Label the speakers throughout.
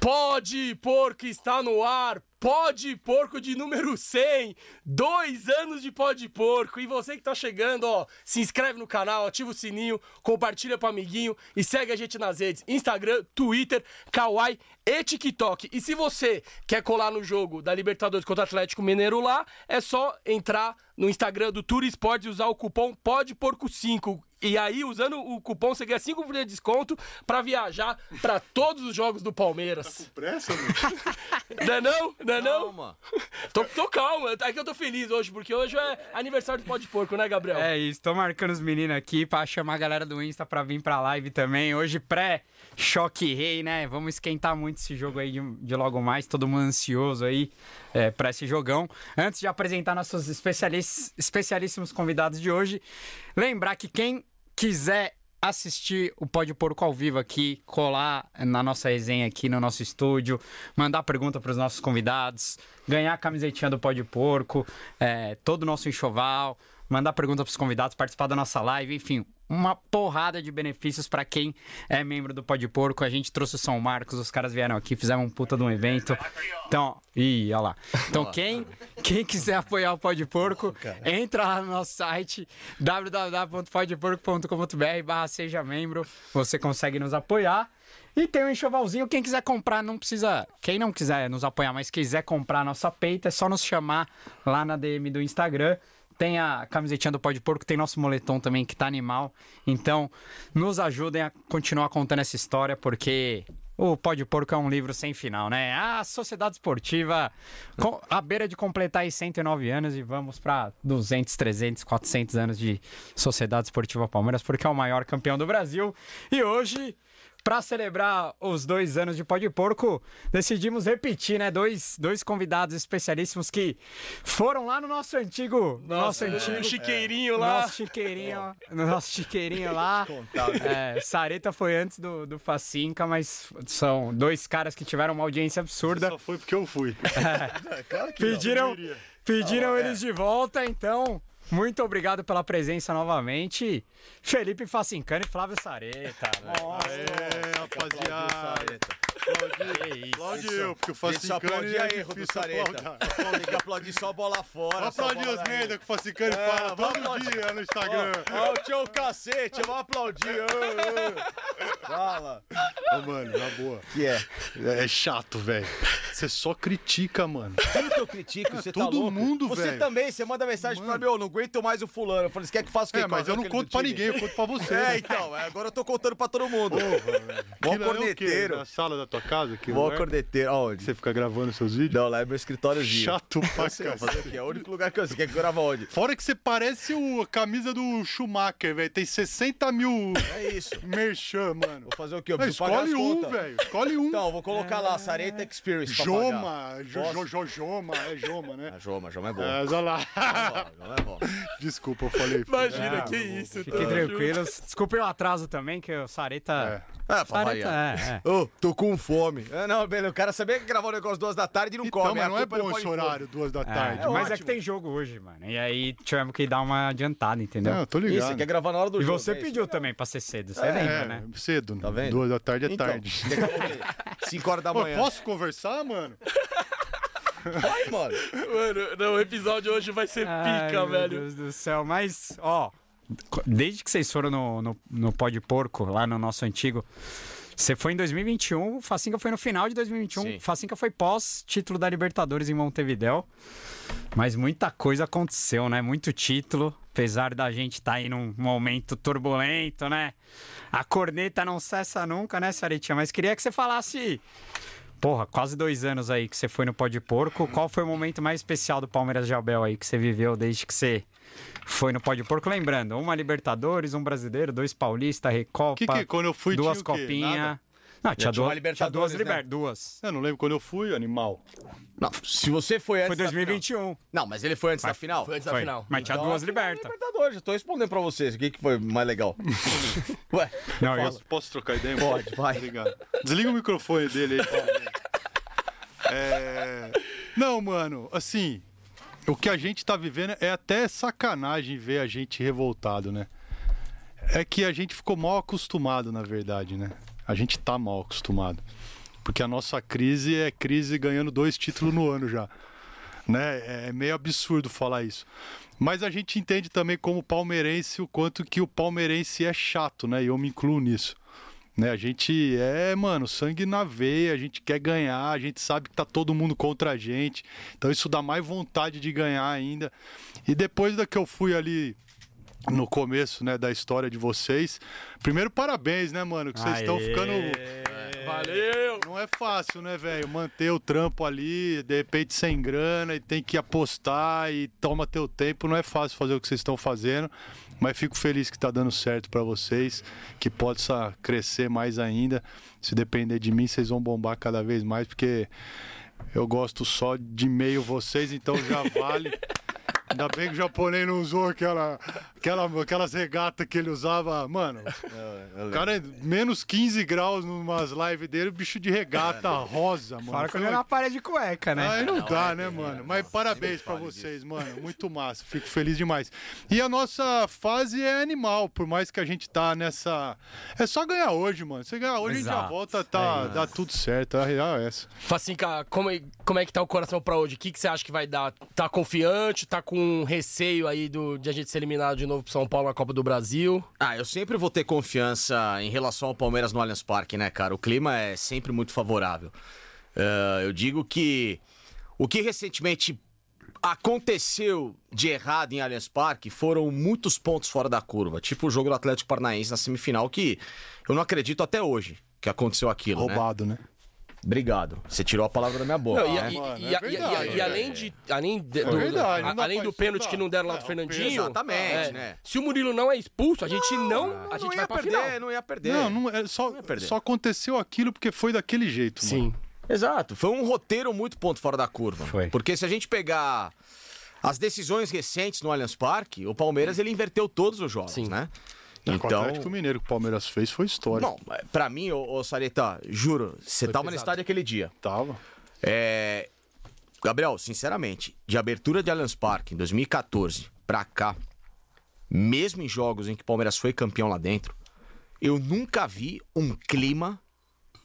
Speaker 1: Pode Porco está no ar! Pode Porco de número 100! Dois anos de Pode Porco! E você que tá chegando, ó, se inscreve no canal, ativa o sininho, compartilha pro amiguinho e segue a gente nas redes: Instagram, Twitter, Kawaii e TikTok. E se você quer colar no jogo da Libertadores contra o Atlético Mineiro lá, é só entrar no Instagram do Tour Esportes e usar o cupom PODEPORCO5. E aí, usando o cupom, você ganha 5% de desconto pra viajar pra todos os jogos do Palmeiras.
Speaker 2: Pressa, mano.
Speaker 1: Não é não? Não é não?
Speaker 3: Calma.
Speaker 1: Tô, tô calmo, é que eu tô feliz hoje, porque hoje é aniversário do Pó de Porco, né, Gabriel?
Speaker 4: É isso, tô marcando os meninos aqui pra chamar a galera do Insta pra vir pra live também. Hoje pré-choque rei, né? Vamos esquentar muito esse jogo aí de, de logo mais, todo mundo ansioso aí é, pra esse jogão. Antes de apresentar nossos especialis- especialíssimos convidados de hoje, lembrar que quem quiser assistir o Pode Porco ao vivo aqui, colar na nossa resenha aqui no nosso estúdio, mandar pergunta para os nossos convidados, ganhar a camisetinha do Pode Porco, é, todo o nosso enxoval, mandar pergunta para os convidados, participar da nossa live, enfim, uma porrada de benefícios para quem é membro do Pode Porco. A gente trouxe o São Marcos, os caras vieram aqui, fizeram um puta de um evento. Então, ih, olha lá. Então, quem, quem quiser apoiar o Pode Porco, entra lá no nosso site www.podporco.com.br barra seja membro. Você consegue nos apoiar. E tem um enxovalzinho, quem quiser comprar, não precisa. Quem não quiser nos apoiar, mas quiser comprar a nossa peita, é só nos chamar lá na DM do Instagram. Tem a camisetinha do Pó de Porco, tem nosso moletom também, que tá animal. Então, nos ajudem a continuar contando essa história, porque o Pó de Porco é um livro sem final, né? A Sociedade Esportiva, com, à beira de completar aí 109 anos e vamos pra 200, 300, 400 anos de Sociedade Esportiva Palmeiras, porque é o maior campeão do Brasil. E hoje, para celebrar os dois anos de Pó de Porco, decidimos repetir, né? Dois, dois convidados especialíssimos que foram lá no nosso antigo. nosso
Speaker 1: o
Speaker 4: antigo.
Speaker 1: é. chiqueirinho lá.
Speaker 4: é. Nosso chiqueirinho, no nosso chiqueirinho lá. É, Sareta foi antes do, do Facinca, mas são dois caras que tiveram uma audiência absurda.
Speaker 2: Só foi porque eu fui. É, claro que não, é.
Speaker 4: Pediram,
Speaker 2: eu iria.
Speaker 4: pediram eles de volta, então. Muito obrigado pela presença novamente. Felipe Facincano e Flávio Sareta.
Speaker 2: Ah, É, rapaziada.
Speaker 3: Que isso.
Speaker 2: Aplaude eu, porque o
Speaker 3: Deixa eu
Speaker 2: Facicano
Speaker 3: aplaudir a
Speaker 2: é
Speaker 3: erro do
Speaker 2: difícil
Speaker 3: Sareta.
Speaker 2: aplaudir.
Speaker 3: Tem que aplaudir só a bola fora.
Speaker 2: Vamos
Speaker 3: só a
Speaker 2: aplaudir
Speaker 3: bola
Speaker 2: os
Speaker 3: dentro.
Speaker 2: merda que o Facicano
Speaker 3: É,
Speaker 2: fala
Speaker 3: vamos
Speaker 2: todo
Speaker 3: aplaudir.
Speaker 2: dia no Instagram.
Speaker 3: Ó, ó, o tio cacete, eu vou aplaudir. ô, ô. Fala.
Speaker 2: Ô, mano, na boa.
Speaker 3: Que é?
Speaker 2: É, é chato, velho. Você só critica, mano.
Speaker 3: Tudo que eu critico, você tá
Speaker 2: todo
Speaker 3: louco.
Speaker 2: mundo,
Speaker 3: Você
Speaker 2: velho.
Speaker 3: também, você manda mensagem pra mim, eu não aguento mais o fulano. Eu falei, você quer que faça o quê?
Speaker 2: É, mas
Speaker 3: Qual
Speaker 2: eu não
Speaker 3: aquele
Speaker 2: conto
Speaker 3: do
Speaker 2: pra
Speaker 3: time?
Speaker 2: ninguém, eu conto pra você. né?
Speaker 3: É, então, é, agora eu tô contando pra todo mundo. Mó
Speaker 2: Aquilo é o quê?
Speaker 3: corneteiro.
Speaker 2: Na sala da tua casa? aquilo,
Speaker 3: Mó
Speaker 2: né?
Speaker 3: corneteiro. Aonde?
Speaker 2: Você fica gravando seus vídeos?
Speaker 3: Não, lá é meu escritóriozinho.
Speaker 2: Chato pra
Speaker 3: Eu sei, eu vou fazer o
Speaker 2: cacete.
Speaker 3: quê? É o único lugar que eu sei. Quer que eu grava onde?
Speaker 2: Fora que você parece o, a camisa do Schumacher, velho. Tem 60 mil
Speaker 3: É isso.
Speaker 2: merchan, mano.
Speaker 3: Vou fazer o quê? Eu
Speaker 2: Não,
Speaker 3: preciso pagar as
Speaker 2: escolhe um,
Speaker 3: contas.
Speaker 2: velho. Escolhe um.
Speaker 3: Então, eu vou colocar lá, Sareta
Speaker 4: É.
Speaker 3: Experience pra pagar.
Speaker 2: Joma. Jo,
Speaker 3: Posso?
Speaker 2: jo, jo- Joma. É Joma, né?
Speaker 3: Ah, Joma, Joma é bom.
Speaker 2: É, olha lá.
Speaker 3: Joma é bom.
Speaker 2: Desculpa, eu falei.
Speaker 4: Ah,
Speaker 1: Imagina, que isso.
Speaker 4: Fiquem tranquilos. Desculpem o atraso também, que o
Speaker 2: É,
Speaker 4: Sareta.
Speaker 5: Então,
Speaker 3: Ah, pra
Speaker 4: Sareta,
Speaker 3: variar.
Speaker 4: é, é.
Speaker 3: Ô, tô com fome. Ah, não, beleza, o cara sabia que gravar o negócio duas da tarde e não
Speaker 2: Então,
Speaker 3: come.
Speaker 2: mas
Speaker 3: a
Speaker 2: não é
Speaker 3: culpa
Speaker 2: bom
Speaker 3: pode
Speaker 2: esse
Speaker 3: pôr.
Speaker 2: horário, duas da tarde.
Speaker 4: mas é que
Speaker 3: ótimo.
Speaker 4: tem jogo hoje, mano. E aí tivemos que dar uma adiantada, entendeu?
Speaker 2: Não, eu tô
Speaker 3: Isso,
Speaker 2: ligado.
Speaker 3: você quer gravar na hora do
Speaker 4: e
Speaker 3: jogo.
Speaker 4: você
Speaker 3: é isso?
Speaker 4: pediu também pra ser cedo, você lembra,
Speaker 2: É,
Speaker 4: né?
Speaker 2: cedo.
Speaker 3: Tá vendo?
Speaker 2: Duas da tarde é
Speaker 3: Então,
Speaker 2: tarde.
Speaker 3: você quer gravar o quê? Cinco horas da
Speaker 2: Pô,
Speaker 3: manhã.
Speaker 2: posso conversar, mano?
Speaker 3: Vai, mano.
Speaker 1: Mano, não, o episódio hoje vai ser
Speaker 4: Ai,
Speaker 1: pica,
Speaker 4: meu
Speaker 1: velho.
Speaker 4: Deus do céu, mas, ó, co- desde que vocês foram no, no, no pó de porco, lá no nosso antigo, você foi em 2021, o Facinca foi no final de 2021,
Speaker 3: Sim.
Speaker 4: Facinca foi pós-título da Libertadores em Montevidéu, mas muita coisa aconteceu, né? Muito título, apesar da gente estar aí num momento turbulento, né? A corneta não cessa nunca, né, Saretinha? Mas queria que você falasse... Porra, quase dois anos aí que você foi no Pó de Porco. Qual foi o momento mais especial do Palmeiras de Abel aí que você viveu desde que você foi no Pó de Porco? Lembrando, uma Libertadores, um Brasileiro, dois Paulista, Recopa.
Speaker 2: Que que- quando eu fui,
Speaker 4: duas
Speaker 2: tinha o quê?
Speaker 4: copinhas.
Speaker 2: Nada?
Speaker 4: Não, tinha,
Speaker 3: tinha
Speaker 4: duas,
Speaker 3: uma
Speaker 4: tinha
Speaker 3: Libertadores,
Speaker 4: duas liber-
Speaker 3: né?
Speaker 4: duas.
Speaker 2: Eu não lembro quando eu fui, animal.
Speaker 3: Não, se você foi antes
Speaker 4: Foi
Speaker 3: da
Speaker 2: é
Speaker 4: 2021.
Speaker 3: final- Não, mas ele foi antes da final.
Speaker 1: Foi antes da
Speaker 4: Foi.
Speaker 1: final.
Speaker 4: Mas tinha
Speaker 3: Então,
Speaker 4: duas
Speaker 3: a final é
Speaker 4: libertas.
Speaker 3: Libertadores, eu tô respondendo pra vocês. O que, que foi mais legal? Ué,
Speaker 4: Não, eu,
Speaker 2: Posso, posso trocar ideia?
Speaker 3: Pode, vai.
Speaker 2: Obrigado. Desliga o microfone dele aí. É, Não, mano, assim, o que a gente tá vivendo é até sacanagem ver a gente revoltado, né? É que a gente ficou mal acostumado, na verdade, né? A gente tá mal acostumado. Porque a nossa crise é crise ganhando dois títulos no ano já. Né? É meio absurdo falar isso. Mas a gente entende também como palmeirense o quanto que o palmeirense é chato, né? E eu me incluo nisso. Né? A gente é, mano, sangue na veia, a gente quer ganhar, a gente sabe que tá todo mundo contra a gente. Então isso dá mais vontade de ganhar ainda. E depois da que eu fui ali no começo, né, da história de vocês. Primeiro parabéns, né, mano, que vocês estão
Speaker 4: Aê.
Speaker 2: ficando
Speaker 1: Valeu!
Speaker 2: não é fácil, né, velho? Manter o trampo ali, de repente sem grana, e tem que apostar e toma teu tempo. Não é fácil fazer o que vocês estão fazendo, mas fico feliz que tá dando certo pra vocês, que possa crescer mais ainda. Se depender de mim, vocês vão bombar cada vez mais, porque eu gosto só de meio vocês, então já vale. Ainda bem que o japonês não usou aquela, aquela, aquelas regatas que ele usava. Mano, o cara, é menos 15 graus numas lives dele, bicho de regata rosa, mano.
Speaker 4: Fora que eu
Speaker 2: Foi-
Speaker 4: era uma parede de cueca, né?
Speaker 2: Aí não dá, né, mano? Mas parabéns pra vocês, mano. Muito massa. Fico feliz demais. E a nossa fase é animal, por mais que a gente tá nessa. É só ganhar hoje, mano. Você ganhar hoje, a gente já
Speaker 4: Exato. É,
Speaker 2: volta, tá, dá tudo certo. A real é essa.
Speaker 1: Facinca, como é, como é que tá o coração pra hoje? O que, que você acha que vai dar? Tá confiante? Tá com receio aí do, de a gente ser eliminado de novo pro São Paulo na Copa do Brasil?
Speaker 5: Ah, eu sempre vou ter confiança em relação ao Palmeiras no Allianz Parque, né, cara? O clima é sempre muito favorável. Ah, eu digo que o que recentemente aconteceu de errado em Allianz Parque foram muitos pontos fora da curva, tipo o jogo do Atlético Paranaense na semifinal, que eu não acredito até hoje que aconteceu aquilo. né?
Speaker 2: Roubado, né?
Speaker 5: Obrigado. Você tirou a palavra da minha boca.
Speaker 1: Não, e-
Speaker 5: né?
Speaker 1: e-
Speaker 2: mano,
Speaker 1: e-
Speaker 2: é
Speaker 1: e- e-
Speaker 2: verdade,
Speaker 1: e- e além de além de- do,
Speaker 2: verdade,
Speaker 1: a-
Speaker 2: não dá
Speaker 1: além
Speaker 2: pra
Speaker 1: do pênalti
Speaker 2: estudar.
Speaker 1: que não deram lá do Fernandinho,
Speaker 5: Exatamente,
Speaker 1: é,
Speaker 5: né?
Speaker 1: Se o Murilo não é expulso, a gente não, a gente
Speaker 5: não
Speaker 1: vai
Speaker 5: ia
Speaker 1: pra
Speaker 5: perder, né?
Speaker 1: final.
Speaker 5: não ia perder.
Speaker 2: Não, não, é só,
Speaker 5: perder.
Speaker 2: só aconteceu aquilo porque foi daquele jeito, mano.
Speaker 1: Sim.
Speaker 5: Exato, foi um roteiro muito ponto fora da curva.
Speaker 4: Foi.
Speaker 5: Porque se a gente pegar as decisões recentes no Allianz Parque, o Palmeiras ele inverteu todos os jogos,
Speaker 1: Sim.
Speaker 5: né?
Speaker 2: O
Speaker 5: Então,
Speaker 2: Atlético Mineiro que o Palmeiras fez foi história.
Speaker 5: não, pra mim, ô, ô Sareta, juro, você tava no
Speaker 1: pesado.
Speaker 5: estádio aquele dia.
Speaker 2: Tava.
Speaker 5: É, Gabriel, sinceramente, de abertura de Allianz Parque em 2014 pra cá, mesmo em jogos em que o Palmeiras foi campeão lá dentro, eu nunca vi um clima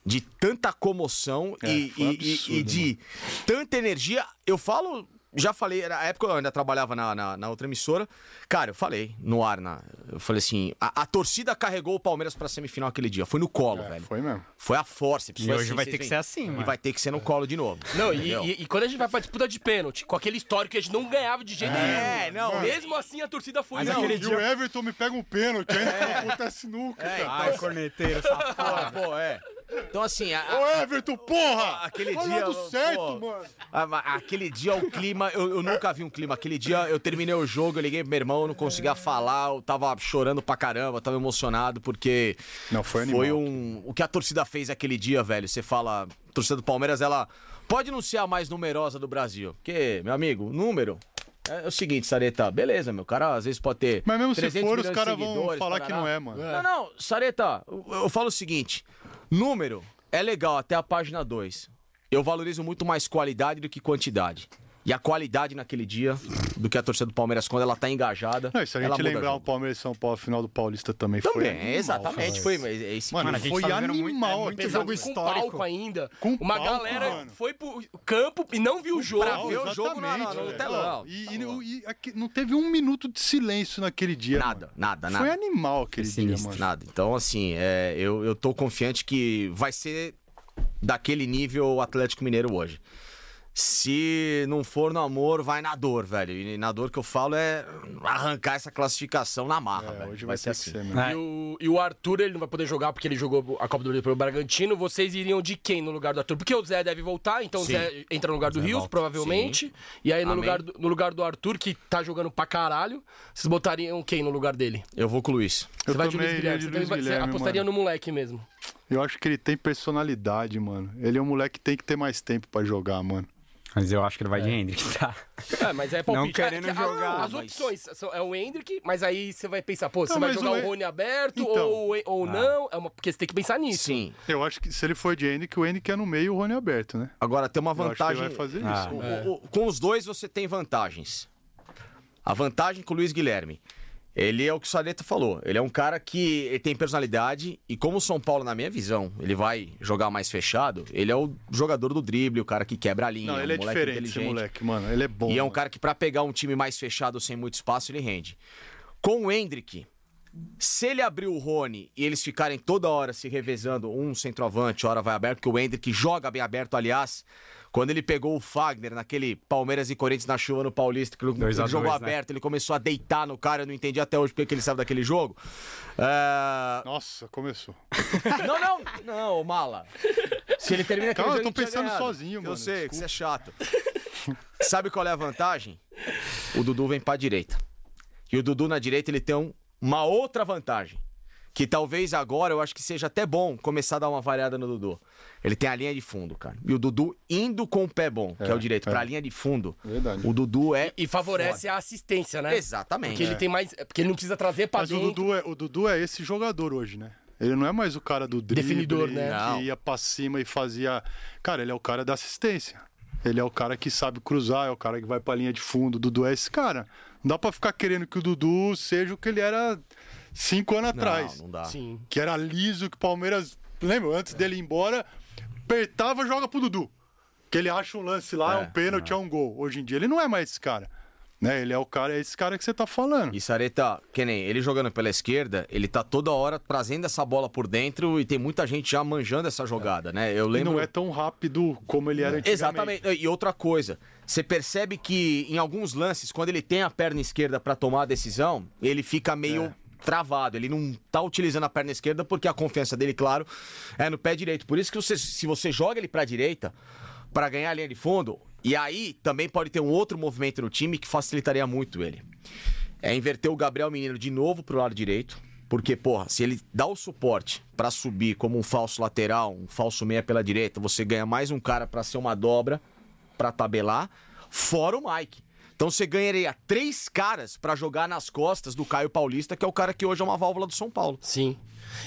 Speaker 5: de tanta comoção
Speaker 2: É,
Speaker 5: e,
Speaker 2: foi um
Speaker 5: e- e-
Speaker 2: absurdo,
Speaker 5: e de tanta energia. Eu falo, já falei, na época eu ainda trabalhava na, na- na outra emissora. Cara, eu falei no ar, na, eu falei assim: a, a torcida carregou o Palmeiras pra semifinal aquele dia. Foi no colo, velho.
Speaker 2: É, Foi mesmo.
Speaker 5: Foi a força.
Speaker 4: E hoje vai ter que ser assim,
Speaker 5: E
Speaker 4: mano.
Speaker 5: vai ter que ser no colo de novo.
Speaker 1: Não, e,
Speaker 5: entendeu?
Speaker 1: e- e quando a gente vai pra disputa de pênalti, com aquele histórico que a gente não ganhava de jeito
Speaker 5: É,
Speaker 1: nenhum.
Speaker 5: não.
Speaker 1: Mesmo assim a torcida foi
Speaker 4: Mas
Speaker 1: não.
Speaker 4: aquele
Speaker 2: E o Everton me pega um pênalti, ainda
Speaker 5: É.
Speaker 2: não acontece nunca, cara.
Speaker 4: Ai, corneteiro, safado.
Speaker 5: Ah, pô, é. Então, assim, a-
Speaker 2: Ô, Everton, porra!
Speaker 5: Aquele
Speaker 2: Tá do
Speaker 5: dia,
Speaker 2: lado
Speaker 5: pô,
Speaker 2: certo,
Speaker 5: pô.
Speaker 2: mano.
Speaker 5: a- a- Ah, aquele dia o clima, eu, eu nunca vi um clima. Aquele dia eu terminei o jogo, eu liguei pro meu irmão, eu não conseguia falar, eu tava chorando pra caramba, eu tava emocionado, porque.
Speaker 2: Não, foi animal.
Speaker 5: um. O que a torcida fez aquele dia, velho. Você fala, a torcida do Palmeiras, ela pode não ser a mais numerosa do Brasil. Porque, meu amigo, o número. É o seguinte, Sareta, beleza, meu cara, às vezes pode ter.
Speaker 2: Mas mesmo se
Speaker 5: 300
Speaker 2: for, os
Speaker 5: milhões de
Speaker 2: caras vão
Speaker 5: seguidores,
Speaker 2: falar que
Speaker 5: parará.
Speaker 2: não é, mano.
Speaker 5: Não, não, Sareta, eu, eu falo o seguinte: número é legal até a página 2. Eu valorizo muito mais qualidade do que quantidade. E a qualidade naquele dia do que a torcida do Palmeiras quando ela tá engajada.
Speaker 2: Não, e se a
Speaker 5: ela
Speaker 2: gente
Speaker 5: muda
Speaker 2: lembrar o
Speaker 5: jogo.
Speaker 2: Palmeiras e São Paulo, a final do Paulista também, foi.
Speaker 5: Também,
Speaker 2: animal,
Speaker 5: exatamente,
Speaker 2: velho.
Speaker 5: foi, mas é esse
Speaker 2: Mano,
Speaker 4: Mano, a gente
Speaker 2: foi
Speaker 4: tá vivendo muito-
Speaker 2: animal.
Speaker 4: é muito
Speaker 2: aquele
Speaker 1: Pesado,
Speaker 4: jogo
Speaker 1: com
Speaker 4: histórico.
Speaker 1: palco ainda.
Speaker 2: Com
Speaker 1: Uma
Speaker 2: palco,
Speaker 1: galera
Speaker 2: mano.
Speaker 1: foi pro campo e não viu o jogo.
Speaker 5: pra ver o jogo na- na- no
Speaker 2: velho.
Speaker 5: telão.
Speaker 2: E, e- e aqui- não teve um minuto de silêncio naquele dia.
Speaker 5: Nada,
Speaker 2: mano.
Speaker 5: nada, nada. É
Speaker 2: Foi animal aquele dia,
Speaker 4: sinistro.
Speaker 2: mano.
Speaker 5: Nada. Então, assim, é, eu, eu tô confiante que vai ser daquele nível o Atlético Mineiro hoje. Se não for no amor, vai na dor, velho. E na dor que eu falo é arrancar essa classificação na marra,
Speaker 2: É,
Speaker 5: velho.
Speaker 2: hoje vai, ter
Speaker 5: assim.
Speaker 2: que ser, mano.
Speaker 5: É.
Speaker 1: E o, e o Arthur, ele não vai poder jogar porque ele jogou a Copa do Brasil pelo Bragantino. Vocês iriam de quem no lugar do Arthur? Porque o Zé deve voltar, então
Speaker 5: Sim.
Speaker 1: o Zé entra no lugar do Rios,
Speaker 5: volta.
Speaker 1: provavelmente. E aí, no
Speaker 5: Amém.
Speaker 1: lugar, do, no lugar do Arthur, que tá jogando pra caralho, vocês botariam quem no lugar dele?
Speaker 5: Eu vou com o Luiz.
Speaker 2: Eu
Speaker 1: Você vai de Luiz
Speaker 2: também iria
Speaker 1: Guilherme.
Speaker 2: de
Speaker 1: você, também
Speaker 2: Luiz
Speaker 1: vai- você
Speaker 2: Guilherme,
Speaker 1: apostaria
Speaker 2: mano.
Speaker 1: no moleque mesmo.
Speaker 2: Eu acho que ele tem personalidade, mano. Ele é um moleque que tem que ter mais tempo pra jogar, mano.
Speaker 4: Mas eu acho que ele vai de Hendrick, tá?
Speaker 1: É, mas é palpite.
Speaker 4: Não
Speaker 1: É,
Speaker 4: querendo
Speaker 1: que- ah,
Speaker 4: jogar,
Speaker 1: as
Speaker 5: mas-
Speaker 1: opções são- é o Hendrick, mas aí você vai pensar, pô, você
Speaker 2: Não,
Speaker 1: vai
Speaker 2: mas
Speaker 1: jogar
Speaker 2: o
Speaker 1: o,
Speaker 2: Hen-
Speaker 1: Rony aberto
Speaker 2: Então.
Speaker 1: ou, ou não? É uma, porque você tem que pensar nisso.
Speaker 5: Sim.
Speaker 2: Eu acho que se ele for de Henrique, o Henrique é no meio e o Rony é aberto, né?
Speaker 5: Agora tem
Speaker 2: Eu
Speaker 5: uma
Speaker 2: acho que ele
Speaker 5: vantagem.
Speaker 2: vai fazer
Speaker 4: Ah.
Speaker 2: isso.
Speaker 5: O- o- com os dois você tem vantagens. A vantagem com o Luiz Guilherme Ele é o que o Sareta falou. Ele é um cara que ele tem personalidade e como o São Paulo, na minha visão, ele vai jogar mais fechado, ele é o jogador do drible, o cara que quebra a linha.
Speaker 2: Não, ele
Speaker 5: um
Speaker 2: é
Speaker 5: moleque
Speaker 2: diferente, esse
Speaker 5: inteligente.
Speaker 2: moleque, mano. Ele é bom.
Speaker 5: E é um
Speaker 2: mano.
Speaker 5: cara que pra pegar um time mais fechado sem muito espaço, ele rende. Com o Hendrick, se ele abrir o Rony e eles ficarem toda hora se revezando, um centroavante, hora vai aberto, porque o Hendrick joga bem aberto, aliás. Quando ele pegou o Fagner naquele Palmeiras e Corinthians na chuva no Paulista, que ele
Speaker 4: Dois a
Speaker 5: ele jogou
Speaker 4: dois, né?
Speaker 5: aberto, ele começou a deitar no cara, eu não entendi até hoje porque que ele saiu daquele jogo. É,
Speaker 2: Nossa, começou.
Speaker 5: Não, não, não, ô mala. Se ele termina aquele
Speaker 2: Calma,
Speaker 5: jogo,
Speaker 2: Ah, eu tô
Speaker 5: ele tinha
Speaker 2: pensando
Speaker 5: ganhado.
Speaker 2: sozinho,
Speaker 5: Eu
Speaker 2: mano,
Speaker 5: sei,
Speaker 2: desculpa.
Speaker 5: que você é chato. Sabe qual é a vantagem? O Dudu vem pra direita. E o Dudu na direita, ele tem um- uma outra vantagem. Que talvez agora eu acho que seja até bom começar a dar uma variada no Dudu. Ele tem a linha de fundo, cara. E o Dudu indo com o pé bom, que é, o direito, pra linha de fundo.
Speaker 2: Verdade.
Speaker 5: O Dudu é.
Speaker 1: E favorece a assistência, né?
Speaker 5: Exatamente.
Speaker 1: Porque ele tem mais. é, Porque ele não precisa trazer pra
Speaker 2: Mas o
Speaker 1: dentro.
Speaker 2: Dudu, é, o Dudu é esse jogador hoje, né? Ele não é mais o cara do drible,
Speaker 1: Definidor, né?
Speaker 5: Não.
Speaker 2: que ia pra cima e fazia... Cara, ele é o cara da assistência. Ele é o cara que sabe cruzar, é o cara que vai pra linha de fundo. O Dudu é esse cara. Não dá pra ficar querendo que o Dudu seja o que ele era cinco anos atrás.
Speaker 5: Não, não dá.
Speaker 1: Sim.
Speaker 2: Que era liso, que o Palmeiras... Lembra? Antes dele ir embora, apertava e joga pro Dudu. Que ele acha um lance lá,
Speaker 5: É,
Speaker 2: um pênalti, é um gol. Hoje em dia ele não é mais esse cara. Né? Ele é o cara, é esse cara que você tá falando.
Speaker 5: E Sareta, que nem ele jogando pela esquerda, ele tá toda hora trazendo essa bola por dentro e tem muita gente já manjando essa jogada, né? Eu
Speaker 2: E
Speaker 5: lembro.
Speaker 2: não é tão rápido como ele era antigamente.
Speaker 5: É. Exatamente. E outra coisa, você percebe que em alguns lances, quando ele tem a perna esquerda pra tomar a decisão, ele fica meio
Speaker 2: É.
Speaker 5: travado. Ele não tá utilizando a perna esquerda porque a confiança dele, claro, é no pé direito. Por isso que você- se você joga ele pra direita pra ganhar a linha de fundo, e aí também pode ter um outro movimento no time que facilitaria muito ele. É inverter o Gabriel Menino de novo pro lado direito. Porque, porra, se ele dá o suporte pra subir como um falso lateral, um falso meia pela direita, você ganha mais um cara pra ser uma dobra pra tabelar, fora o Mike. Então você ganharia três caras pra jogar nas costas do Caio Paulista, que é o cara que hoje é uma válvula do São Paulo.
Speaker 1: Sim.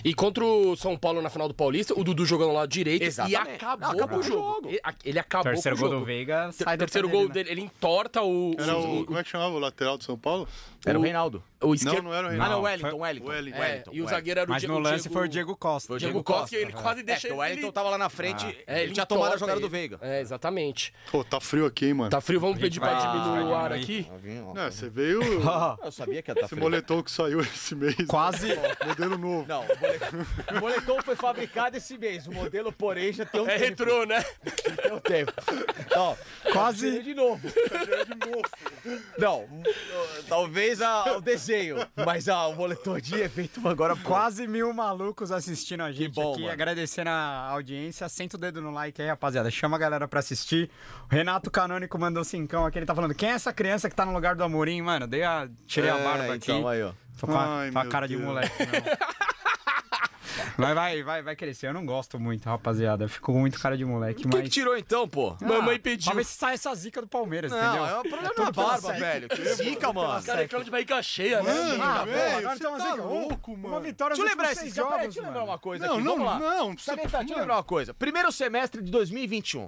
Speaker 1: E contra o São Paulo na final do Paulista, o Dudu jogou no lado direito
Speaker 5: Exatamente.
Speaker 1: e acabou,
Speaker 5: Acabou
Speaker 1: com o
Speaker 5: o
Speaker 1: jogo.
Speaker 5: jogo.
Speaker 1: Ele- Ele acabou
Speaker 4: Terceiro
Speaker 1: com o
Speaker 4: gol
Speaker 1: jogo.
Speaker 4: do Veiga
Speaker 1: Ter-
Speaker 4: sai do
Speaker 1: terceiro
Speaker 4: pé
Speaker 1: gol
Speaker 4: dele, né?
Speaker 1: dele, ele entorta o,
Speaker 2: Era
Speaker 1: o-
Speaker 2: o, como é que chamava o lateral de São Paulo?
Speaker 5: Era o, Reinaldo.
Speaker 1: o esquerdo.
Speaker 2: Não, não era o
Speaker 5: Ah, não,
Speaker 2: Reinaldo.
Speaker 5: Wellington, Wellington.
Speaker 2: Wellington.
Speaker 1: É, e o zagueiro era o
Speaker 4: Mas
Speaker 1: Diego.
Speaker 4: no lance foi o Diego Costa.
Speaker 5: Foi o
Speaker 1: Diego
Speaker 5: Diego
Speaker 1: Costa,
Speaker 5: Costa,
Speaker 1: ele quase
Speaker 5: É,
Speaker 1: deixa
Speaker 5: que o Wellington
Speaker 1: ele-
Speaker 5: tava lá na frente,
Speaker 1: É,
Speaker 5: ele tinha tomado a
Speaker 1: entorta
Speaker 5: jogada
Speaker 1: ele.
Speaker 5: do Veiga.
Speaker 1: É, exatamente.
Speaker 2: Pô, tá frio aqui, hein, mano.
Speaker 1: Tá frio, vamos pedir pra
Speaker 4: vai-
Speaker 1: diminuir o
Speaker 4: vai
Speaker 1: ar
Speaker 4: diminuir.
Speaker 1: aqui?
Speaker 2: Não, você veio.
Speaker 5: Eu sabia que ia estar
Speaker 2: Esse
Speaker 5: frio.
Speaker 2: moletom que saiu esse mês.
Speaker 4: Quase.
Speaker 2: Modelo novo.
Speaker 5: Não, o boletom, o boletom foi fabricado esse mês. O modelo, porém, já tem um
Speaker 1: É
Speaker 5: tempo.
Speaker 1: retrô, né?
Speaker 5: Tem um tempo. Então,
Speaker 4: Quase.
Speaker 5: de novo. Não, talvez a- o desenho, mas a, o boletom de efeito agora quase.
Speaker 4: Quase mil malucos assistindo a gente
Speaker 5: bom,
Speaker 4: aqui,
Speaker 5: mano.
Speaker 4: agradecendo a audiência. Senta o dedo no like aí, rapaziada. Chama a galera pra assistir. O Renato Canônico mandou cincão aqui. Ele tá falando: quem é essa criança que tá no lugar do Amorim, mano? Dei a... Tirei a
Speaker 5: É,
Speaker 4: barba
Speaker 5: então,
Speaker 4: aqui.
Speaker 5: aí, ó.
Speaker 4: Tô com a,
Speaker 2: Ai,
Speaker 4: tô a
Speaker 2: meu
Speaker 4: cara de
Speaker 2: Deus.
Speaker 4: moleque. Mas vai, vai, vai crescer. Eu não gosto muito, rapaziada. Ficou muito cara de moleque.
Speaker 5: Quem
Speaker 4: Mas...
Speaker 5: que tirou então, pô?
Speaker 1: Mamãe pediu.
Speaker 4: Talvez se saia essa zica do Palmeiras, entendeu?
Speaker 5: Não, é o problema é a barba, velho. Que zica, mano.
Speaker 1: Os caras reclamam é de barriga cheia, né?
Speaker 2: Mano,
Speaker 4: Ah,
Speaker 2: velho,
Speaker 4: velho, agora
Speaker 2: você
Speaker 4: tem uma
Speaker 2: tá
Speaker 4: zica. Um-
Speaker 2: louco, mano.
Speaker 4: Uma vitória
Speaker 5: Deixa eu
Speaker 4: nos
Speaker 5: lembrar
Speaker 4: últimos
Speaker 5: esses
Speaker 4: seis
Speaker 5: jogos,
Speaker 4: jogos,
Speaker 5: deixa eu
Speaker 4: mano.
Speaker 5: lembrar uma coisa
Speaker 2: Não,
Speaker 5: aqui,
Speaker 2: não, é
Speaker 5: vamos lá. Tá
Speaker 2: não, não precisa-
Speaker 5: Sareta, deixa eu lembrar uma coisa. Primeiro semestre de 2021.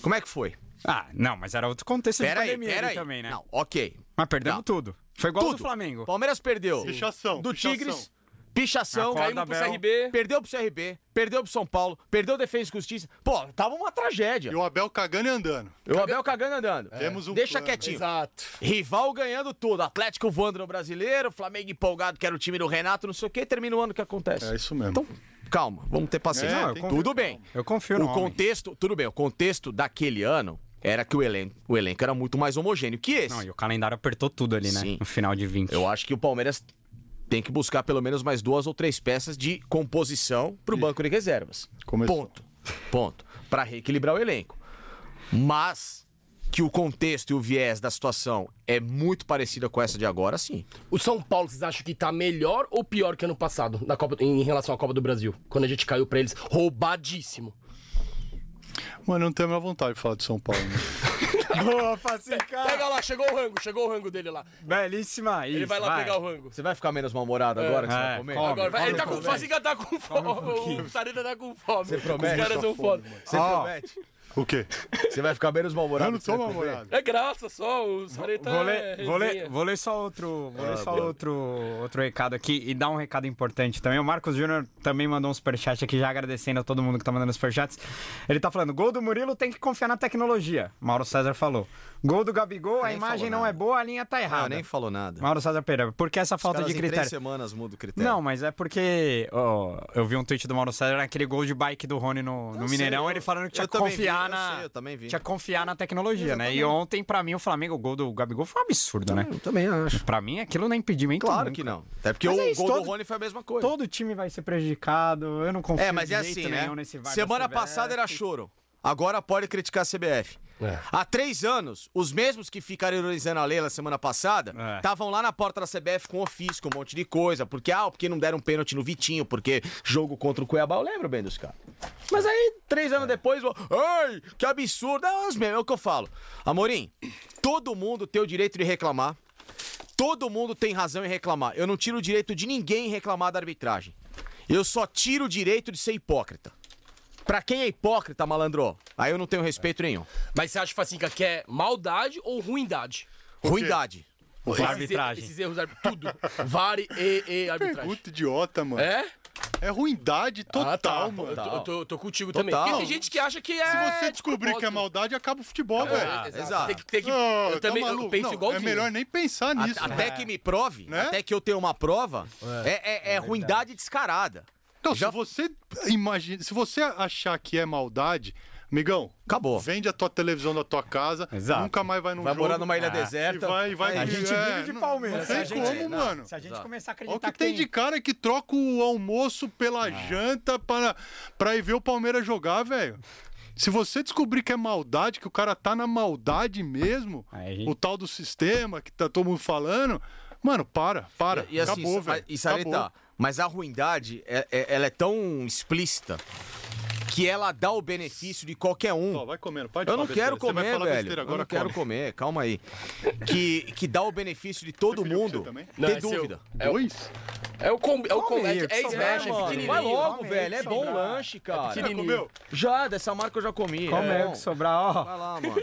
Speaker 5: Como é que foi?
Speaker 4: Ah, não, mas era outro contexto de
Speaker 5: Pera aí,
Speaker 4: pandemia
Speaker 5: pera
Speaker 4: ali
Speaker 5: aí.
Speaker 4: também, né?
Speaker 5: Não, ok.
Speaker 4: Mas perdemos
Speaker 5: Não.
Speaker 4: tudo. Foi igual ao do
Speaker 5: Tudo.
Speaker 4: Flamengo.
Speaker 5: Palmeiras perdeu.
Speaker 2: Pichação,
Speaker 5: Do
Speaker 2: pichação.
Speaker 5: Tigres, pichação.
Speaker 4: Acorda,
Speaker 5: caímos pro
Speaker 4: Abel.
Speaker 5: CRB. Perdeu pro CRB, perdeu pro São Paulo, perdeu Defesa e Justiça. Pô, tava uma tragédia.
Speaker 2: E o Abel cagando e andando.
Speaker 5: Eu, o Abel cagando e andando.
Speaker 2: Temos um
Speaker 5: Deixa
Speaker 2: plano.
Speaker 5: quietinho.
Speaker 1: Exato.
Speaker 5: Rival ganhando tudo. Atlético voando no brasileiro, Flamengo empolgado, que era o time do Renato, não sei o quê. Termina o ano o que acontece.
Speaker 2: É isso mesmo.
Speaker 5: Então, calma, vamos ter paciência.
Speaker 2: É,
Speaker 4: Não, eu tem que-
Speaker 5: tudo bem.
Speaker 4: Eu confio no
Speaker 5: O
Speaker 4: homem.
Speaker 5: contexto, tudo bem, o contexto daquele ano era que o elenco, o elenco era muito mais homogêneo que esse.
Speaker 4: Não, e o calendário apertou tudo ali, né?
Speaker 5: Sim.
Speaker 4: No final de 20.
Speaker 5: Eu acho que o Palmeiras tem que buscar pelo menos mais duas ou três peças de composição pro banco de reservas.
Speaker 2: Começou.
Speaker 5: Ponto. Ponto. Pra reequilibrar o elenco. Mas que o contexto e o viés da situação é muito parecida com essa de agora, sim.
Speaker 1: O São Paulo, vocês acham que tá melhor ou pior que ano passado na Copa, em relação à Copa do Brasil? Quando a gente caiu pra eles, roubadíssimo.
Speaker 2: Mano, eu não tenho a minha vontade de falar de São Paulo. né?
Speaker 4: Boa, Facica!
Speaker 1: Pega lá, chegou o rango, chegou o rango dele lá.
Speaker 4: Belíssima. Isso,
Speaker 1: Ele vai lá pegar o rango.
Speaker 5: Você vai ficar menos mal-humorado agora que você vai
Speaker 4: É,
Speaker 5: comer?
Speaker 4: come.
Speaker 5: Agora
Speaker 1: Agora, vai- ele tá com
Speaker 4: come,
Speaker 1: fome, o Fazica tá com fome, o Sarita tá com fome. Os
Speaker 5: promete?
Speaker 1: caras são foda.
Speaker 5: você
Speaker 4: Ó,
Speaker 5: promete.
Speaker 2: O quê?
Speaker 5: Você vai ficar menos mal-humorado.
Speaker 2: Eu não
Speaker 5: que você
Speaker 2: tô
Speaker 5: vai comer.
Speaker 2: namorado.
Speaker 1: É graça só, o Sareta
Speaker 4: Vou
Speaker 1: é
Speaker 4: ler, vou,
Speaker 1: resenha.
Speaker 4: ler, vou ler só outro, vou
Speaker 5: Ah,
Speaker 4: ler só outro, outro recado aqui e dar um recado importante também. O Marcos Júnior também mandou um superchat aqui, já agradecendo a todo mundo que tá mandando superchats. Ele tá falando: gol do Murilo tem que confiar na tecnologia. Mauro César falou. Gol do Gabigol, a
Speaker 5: Ah, Nem
Speaker 4: imagem
Speaker 5: falou
Speaker 4: não
Speaker 5: nada.
Speaker 4: é boa, a linha tá
Speaker 5: Ah,
Speaker 4: errada.
Speaker 5: nem falou nada.
Speaker 4: Mauro César Pereira, por que essa
Speaker 5: Os
Speaker 4: falta
Speaker 5: caras
Speaker 4: de
Speaker 5: em
Speaker 4: critério?
Speaker 5: três semanas muda o critério.
Speaker 4: Não, mas é porque ó, eu vi um tweet do Mauro César naquele gol de bike do Rony no, no
Speaker 5: sei,
Speaker 4: Mineirão,
Speaker 5: eu-
Speaker 4: ele falando que tinha
Speaker 5: eu
Speaker 4: que
Speaker 5: também vi,
Speaker 4: confiar
Speaker 5: eu
Speaker 4: na.
Speaker 5: sei, eu também vi.
Speaker 4: Tinha que confiar na tecnologia, né? E ontem, pra mim, o Flamengo, o gol do Gabigol foi um absurdo, né?
Speaker 5: Eu também acho.
Speaker 4: Pra mim, aquilo não é impedimento.
Speaker 5: Claro
Speaker 4: nunca.
Speaker 5: que não. Até porque
Speaker 4: Mas
Speaker 5: o
Speaker 4: é isso,
Speaker 5: gol
Speaker 4: todo-
Speaker 5: do Rony foi a mesma coisa.
Speaker 4: Todo time vai ser prejudicado. Eu não confio
Speaker 5: É, mas
Speaker 4: de
Speaker 5: é
Speaker 4: jeito
Speaker 5: assim, né?
Speaker 4: nenhum nesse assim, VAR da
Speaker 5: Semana
Speaker 4: CBF.
Speaker 5: passada era choro. Agora pode criticar a CBF. Há três anos, os mesmos que ficaram ironizando a Leila semana passada
Speaker 4: É.
Speaker 5: estavam lá na porta da CBF com ofício, com um monte de coisa. Porque, ah, porque não deram um pênalti no Vitinho, porque jogo contra o Cuiabá. Eu lembro bem dos caras. Mas aí, três anos depois, eu- ai, que absurdo. É, os mesmos, é o que eu falo. Amorim, todo mundo tem o direito de reclamar. Todo mundo tem razão em reclamar. Eu não tiro o direito de ninguém em reclamar da arbitragem. Eu só tiro o direito de ser hipócrita. Pra quem é hipócrita, malandro, aí eu não tenho respeito nenhum.
Speaker 1: Mas você acha, Facinca, que é maldade ou ruindade?
Speaker 5: Ruindade.
Speaker 1: Esses-
Speaker 4: arbitragem.
Speaker 1: Esses erros, ar- tudo. VAR e, e arbitragem.
Speaker 2: Pergunta idiota, mano. É,
Speaker 1: Tá É?
Speaker 2: ruindade total,
Speaker 1: Ah, tá.
Speaker 2: mano.
Speaker 1: Eu tô, eu tô- eu tô contigo também.
Speaker 5: Total.
Speaker 1: Porque tem gente que acha que é.
Speaker 2: Se você
Speaker 1: de
Speaker 2: descobrir que é
Speaker 1: propósito.
Speaker 2: maldade, acaba o futebol,
Speaker 1: É,
Speaker 2: velho.
Speaker 1: exato.
Speaker 5: Exato.
Speaker 1: Tem que, tem que-
Speaker 2: Não,
Speaker 1: eu
Speaker 2: tá
Speaker 1: também eu
Speaker 2: maluco?
Speaker 1: penso
Speaker 2: Não,
Speaker 1: igualzinho.
Speaker 2: É melhor nem pensar nisso.
Speaker 5: A-
Speaker 2: velho.
Speaker 5: até que me prove,
Speaker 2: É. Né?
Speaker 5: até que eu tenha uma prova, é, é- é ruindade descarada.
Speaker 2: Então, se você imagina, se você achar que é maldade, amigão,
Speaker 5: Acabou.
Speaker 2: Vende a tua televisão da tua casa,
Speaker 4: Exato.
Speaker 2: nunca mais vai num
Speaker 5: Vai
Speaker 2: jogo.
Speaker 5: morar numa ilha
Speaker 2: Ah.
Speaker 5: deserta.
Speaker 2: E vai, vai.
Speaker 5: A
Speaker 4: gente
Speaker 2: é,
Speaker 4: vive de
Speaker 2: não-
Speaker 4: Palmeiras,
Speaker 2: Não
Speaker 4: a
Speaker 2: tem
Speaker 4: gente-
Speaker 2: como,
Speaker 5: não.
Speaker 2: mano.
Speaker 4: Se a gente tá começar a
Speaker 2: Olha o
Speaker 4: acreditar
Speaker 2: que
Speaker 4: que,
Speaker 2: tem de cara que troca o almoço
Speaker 4: Ah.
Speaker 2: pela janta para, para ir ver o Palmeiras jogar, velho. Se você descobrir que é maldade, que o cara tá na maldade mesmo,
Speaker 4: Aí a gente-
Speaker 2: o tal do sistema que tá todo mundo falando, mano, para, para.
Speaker 5: E assim,
Speaker 2: acabou,
Speaker 5: sa-
Speaker 2: velho.
Speaker 5: e Sarita,
Speaker 2: Acabou.
Speaker 5: mas a ruindade, é- é- ela é tão explícita que ela dá o benefício de qualquer um.
Speaker 2: Ó, vai comendo, pode
Speaker 5: Eu não
Speaker 2: falar besteira.
Speaker 5: quero
Speaker 2: Você vai
Speaker 5: comer,
Speaker 2: falar
Speaker 5: velho.
Speaker 2: besteira
Speaker 5: Eu
Speaker 2: Agora
Speaker 5: não quero
Speaker 2: come.
Speaker 5: comer, calma aí. Que, que dá o benefício de
Speaker 2: Você
Speaker 5: todo
Speaker 2: pediu pra
Speaker 5: mundo.
Speaker 2: você também?
Speaker 1: Não,
Speaker 5: Tem
Speaker 1: é seu.
Speaker 5: dúvida.
Speaker 1: É o-
Speaker 2: Dois?
Speaker 1: É o combi. É o
Speaker 4: Come
Speaker 1: combi.
Speaker 4: aí,
Speaker 1: É, é
Speaker 4: que sobrar,
Speaker 1: smash, é
Speaker 4: mano.
Speaker 1: pequenininho.
Speaker 5: Vai logo,
Speaker 4: Come aí,
Speaker 5: velho. É
Speaker 4: que
Speaker 5: bom
Speaker 4: sobrar.
Speaker 5: lanche,
Speaker 1: É
Speaker 5: cara.
Speaker 1: pequenininho.
Speaker 2: Já comeu?
Speaker 5: Já, dessa marca eu já comi.
Speaker 4: Como
Speaker 5: é
Speaker 4: é
Speaker 5: bom.
Speaker 4: que sobrar, ó.
Speaker 5: Vai lá, mano.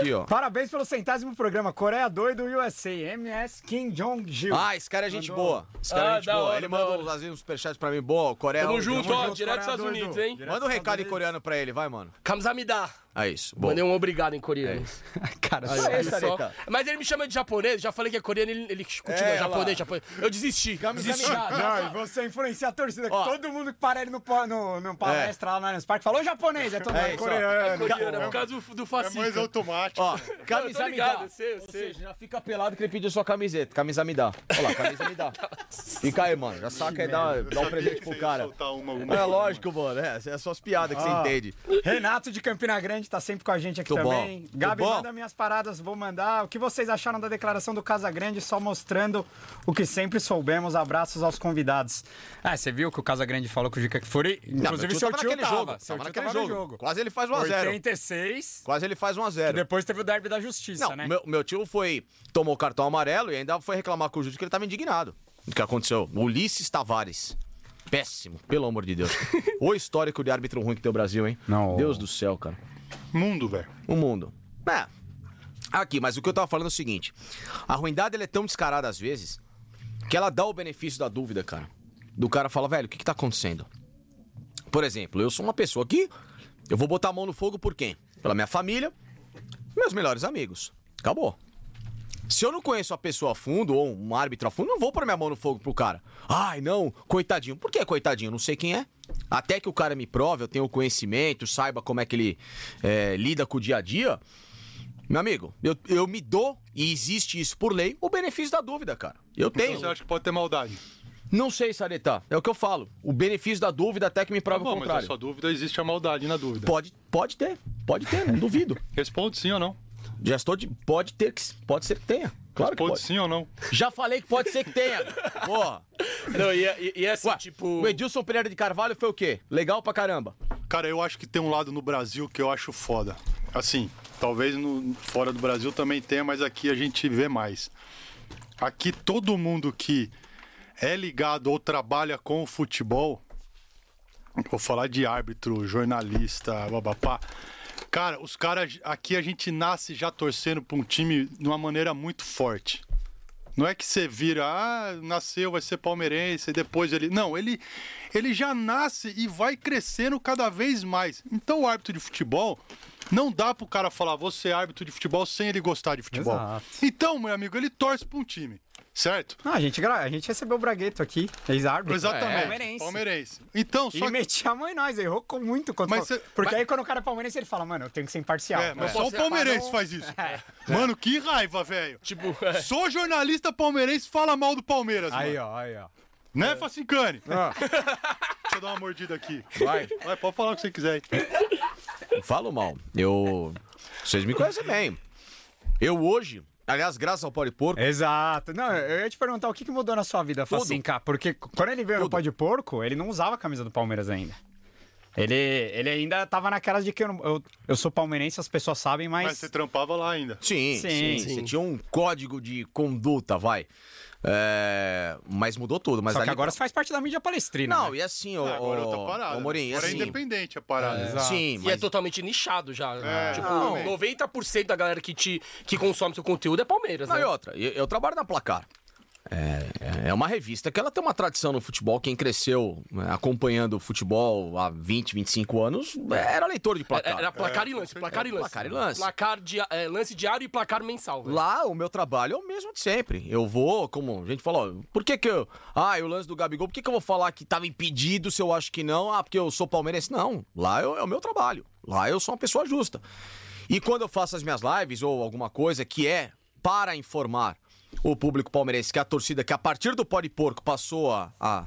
Speaker 5: Aqui, ó.
Speaker 4: Parabéns pelo centésimo programa Coreia 2 do USA, MS Kim Jong-il.
Speaker 5: Ah, esse cara é gente
Speaker 4: Mandou.
Speaker 5: boa. Esse cara
Speaker 1: Ah,
Speaker 5: é gente
Speaker 1: da
Speaker 5: boa.
Speaker 1: hora, da
Speaker 5: Ele mandou
Speaker 1: hora.
Speaker 5: uns azinhos superchats pra mim. Boa, Coreia. um
Speaker 1: Tamo
Speaker 5: eu-
Speaker 1: junto, ó. Direto dos
Speaker 4: Coreia
Speaker 1: Estados
Speaker 4: dois,
Speaker 1: Unidos,
Speaker 4: do-
Speaker 1: hein?
Speaker 4: direto
Speaker 5: Manda um
Speaker 4: dos
Speaker 5: recado
Speaker 4: Estados
Speaker 5: em coreano pra ele, vai, mano.
Speaker 1: Kamsamida.
Speaker 5: É isso. Bom.
Speaker 1: Mandei um obrigado em coreano.
Speaker 4: Cara,
Speaker 1: Aí,
Speaker 4: só
Speaker 1: viu
Speaker 5: esse,
Speaker 1: só?
Speaker 5: Sareta.
Speaker 1: Mas ele me chama de japonês, já falei que é coreano, ele, ele continua
Speaker 5: É,
Speaker 1: japonês,
Speaker 5: lá.
Speaker 1: japonês. Eu desisti.
Speaker 4: Tá
Speaker 1: desisti.
Speaker 4: Não, e você influencia a torcida. que
Speaker 5: Ó.
Speaker 4: todo mundo que para ele no, pa- no, no palestra lá no Allianz Parque falou japonês, é todo
Speaker 5: É
Speaker 4: mundo
Speaker 5: isso, ó.
Speaker 4: coreano.
Speaker 1: Coreano, é por causa do, do
Speaker 2: É
Speaker 1: fascismo.
Speaker 2: mais automático.
Speaker 5: Ó,
Speaker 1: Eu
Speaker 5: camisa
Speaker 1: tô
Speaker 5: me
Speaker 1: ligado,
Speaker 5: dá.
Speaker 1: eu sei, eu sei.
Speaker 5: Já fica pelado que ele pediu sua camiseta. Camisa me dá. Olha lá, camisa me dá. Fica aí, mano. Já saca e dá, dá um
Speaker 2: Sabia
Speaker 5: presente
Speaker 2: que você
Speaker 5: pro
Speaker 2: ia
Speaker 5: cara.
Speaker 2: soltar Ah. uma, alguma
Speaker 5: É
Speaker 2: coisa,
Speaker 5: lógico, mano. É, é só as piadas que você entende.
Speaker 4: Renato de Campina Grande tá sempre com a gente aqui
Speaker 5: Tô bom.
Speaker 4: também.
Speaker 5: Tô
Speaker 4: Gabi,
Speaker 5: bom.
Speaker 4: manda minhas paradas, vou mandar. O que vocês acharam da declaração do Casagrande, só mostrando o que sempre soubemos. Abraços aos convidados. Ah, você viu que o Casagrande falou com o Jica Kfouri?
Speaker 5: Não,
Speaker 4: Inclusive,
Speaker 5: meu
Speaker 4: seu
Speaker 5: tava
Speaker 4: tio
Speaker 5: naquele
Speaker 4: tava.
Speaker 5: jogo.
Speaker 4: Seu tio
Speaker 5: Tava naquele
Speaker 4: tava no
Speaker 5: jogo.
Speaker 4: jogo.
Speaker 5: Quase ele faz 1 a 0
Speaker 4: 86,
Speaker 5: Quase ele faz 1 a 0
Speaker 4: depois teve o derby da justiça,
Speaker 5: Não,
Speaker 4: né?
Speaker 5: meu, meu tio foi tomou cartão amarelo e ainda foi reclamar com o juiz que ele tava indignado do que aconteceu. Ulisses Tavares. Péssimo, pelo amor de Deus. o histórico de árbitro ruim que tem o Brasil, hein?
Speaker 4: Não.
Speaker 5: Deus do céu, cara.
Speaker 2: Mundo, velho.
Speaker 5: O mundo. É. Aqui, mas o que eu tava falando é o seguinte: a ruindade ela é tão descarada às vezes que ela dá o benefício da dúvida, cara. Do cara fala, velho, o que que tá acontecendo? Por exemplo, eu sou uma pessoa que eu vou botar a mão no fogo por quem? Pela minha família, meus melhores amigos. Acabou. Se eu não conheço a pessoa a fundo ou um árbitro a fundo, não vou pôr minha mão no fogo pro cara. Ai, não, coitadinho. Por que coitadinho? Não sei quem é. Até que o cara me prove, eu tenho conhecimento, saiba como é que ele é, lida com o dia a dia. Meu amigo, eu, eu me dou, e existe isso por lei, o benefício da dúvida, cara. Eu tenho.
Speaker 2: Então, você acha que pode ter maldade?
Speaker 5: Não sei, Sareta. É o que eu falo. O benefício da dúvida até que me
Speaker 2: Tá
Speaker 5: prove o
Speaker 2: bom, mas a
Speaker 5: contrário.
Speaker 2: sua dúvida existe a maldade na dúvida.
Speaker 5: Pode, pode ter. Pode ter, não duvido.
Speaker 2: Responde sim ou não.
Speaker 5: Já estou de. Pode ter que. Pode ser que tenha. Claro É que
Speaker 2: Responde
Speaker 5: pode.
Speaker 2: sim ou não.
Speaker 5: Já falei que pode ser que tenha. Porra.
Speaker 1: Não, e, e, e assim,
Speaker 5: Ué,
Speaker 1: tipo.
Speaker 5: O Edilson Pereira de Carvalho foi o quê? Legal pra caramba.
Speaker 2: Cara, eu acho que tem um lado no Brasil que eu acho foda. Assim, talvez no, fora do Brasil também tenha, mas aqui a gente vê mais. Aqui todo mundo que é ligado ou trabalha com o futebol Vou falar de árbitro, jornalista, babapá. Cara, os caras. Aqui a gente nasce já torcendo pra um time de uma maneira muito forte. Não é que você vira, ah, nasceu, vai ser palmeirense, e depois ele. Não, ele, ele já nasce e vai crescendo cada vez mais. Então o árbitro de futebol. Não dá pro cara falar, você é árbitro de futebol sem ele gostar de futebol.
Speaker 4: Exato.
Speaker 2: Então, meu amigo, ele torce pra um time, certo?
Speaker 4: Ah, a, gente, gra- a gente recebeu o Bragueto aqui,
Speaker 5: É,
Speaker 4: ex-árbitro.
Speaker 2: Exatamente.
Speaker 4: É, Palmeirense.
Speaker 2: Palmeirense. Então,
Speaker 4: E
Speaker 2: só que.
Speaker 4: metia a mão em nós, errou com muito contra
Speaker 2: Mas cê-
Speaker 4: Porque
Speaker 2: mas-
Speaker 4: aí quando o cara é palmeirense, ele fala, mano, eu tenho que ser imparcial.
Speaker 2: É, mas
Speaker 4: É.
Speaker 2: só o palmeirense faz isso.
Speaker 5: É.
Speaker 2: Mano, que raiva, velho.
Speaker 1: Tipo, é.
Speaker 2: Sou jornalista palmeirense, fala mal do Palmeiras,
Speaker 4: Aí,
Speaker 2: mano.
Speaker 4: ó, aí, ó.
Speaker 2: Né, Facincani? Deixa eu dar uma mordida aqui.
Speaker 5: Vai.
Speaker 2: Vai, pode falar o que você quiser aí.
Speaker 5: Não falo mal. Eu. Vocês me conhecem bem. Eu hoje, aliás, graças ao pau de
Speaker 2: É.
Speaker 5: porco,
Speaker 4: Exato. Não, eu ia te perguntar o que que mudou na sua vida, Facinca. Porque quando ele veio no pó de porco, ele não usava a camisa do Palmeiras ainda. Ele, ele ainda tava naquelas de que eu, não- eu, eu sou palmeirense, as pessoas sabem, mas.
Speaker 2: Mas você tá- trampava lá ainda.
Speaker 5: Sim,
Speaker 4: Sim.
Speaker 5: sim,
Speaker 4: Sim.
Speaker 5: Você tinha um código de conduta, vai. É, Mas mudou tudo. Mas
Speaker 4: Só que
Speaker 5: dali
Speaker 2: tá-
Speaker 4: agora
Speaker 5: pra-
Speaker 4: você faz parte da mídia palestrina.
Speaker 5: Não,
Speaker 4: né?
Speaker 5: e assim, ô.
Speaker 2: Ah, agora
Speaker 5: ô,
Speaker 2: outra parada.
Speaker 5: ô, Morim,
Speaker 2: agora é
Speaker 5: assim.
Speaker 2: independente a parada. né?
Speaker 5: Sim,
Speaker 1: E é
Speaker 5: mas.
Speaker 1: totalmente nichado já.
Speaker 2: É,
Speaker 1: tipo,
Speaker 2: não.
Speaker 1: 90% da galera que, te, que consome seu conteúdo é Palmeiras,
Speaker 5: Não,
Speaker 1: né?
Speaker 5: e outra, eu, eu trabalho na Placar. É, é uma revista que ela tem uma tradição no futebol. Quem cresceu né, acompanhando o futebol há 20, 25 anos era leitor de
Speaker 1: É-
Speaker 5: placar.
Speaker 1: Era placar e lance, placar e lance.
Speaker 5: Placar e lance.
Speaker 1: Placar dia- é, lance diário e placar mensal. velho.
Speaker 5: Lá, o meu trabalho é o mesmo de sempre. Eu vou, como a gente falou, por que que eu... Ah, e o lance do Gabigol, por que que eu vou falar que tava impedido se eu acho que não? Ah, porque eu sou palmeirense. Não, lá eu- é o meu trabalho. Lá eu sou uma pessoa justa. E quando eu faço as minhas lives ou alguma coisa que é para informar o público palmeirense, que é a torcida que a partir do pó de porco passou a- a,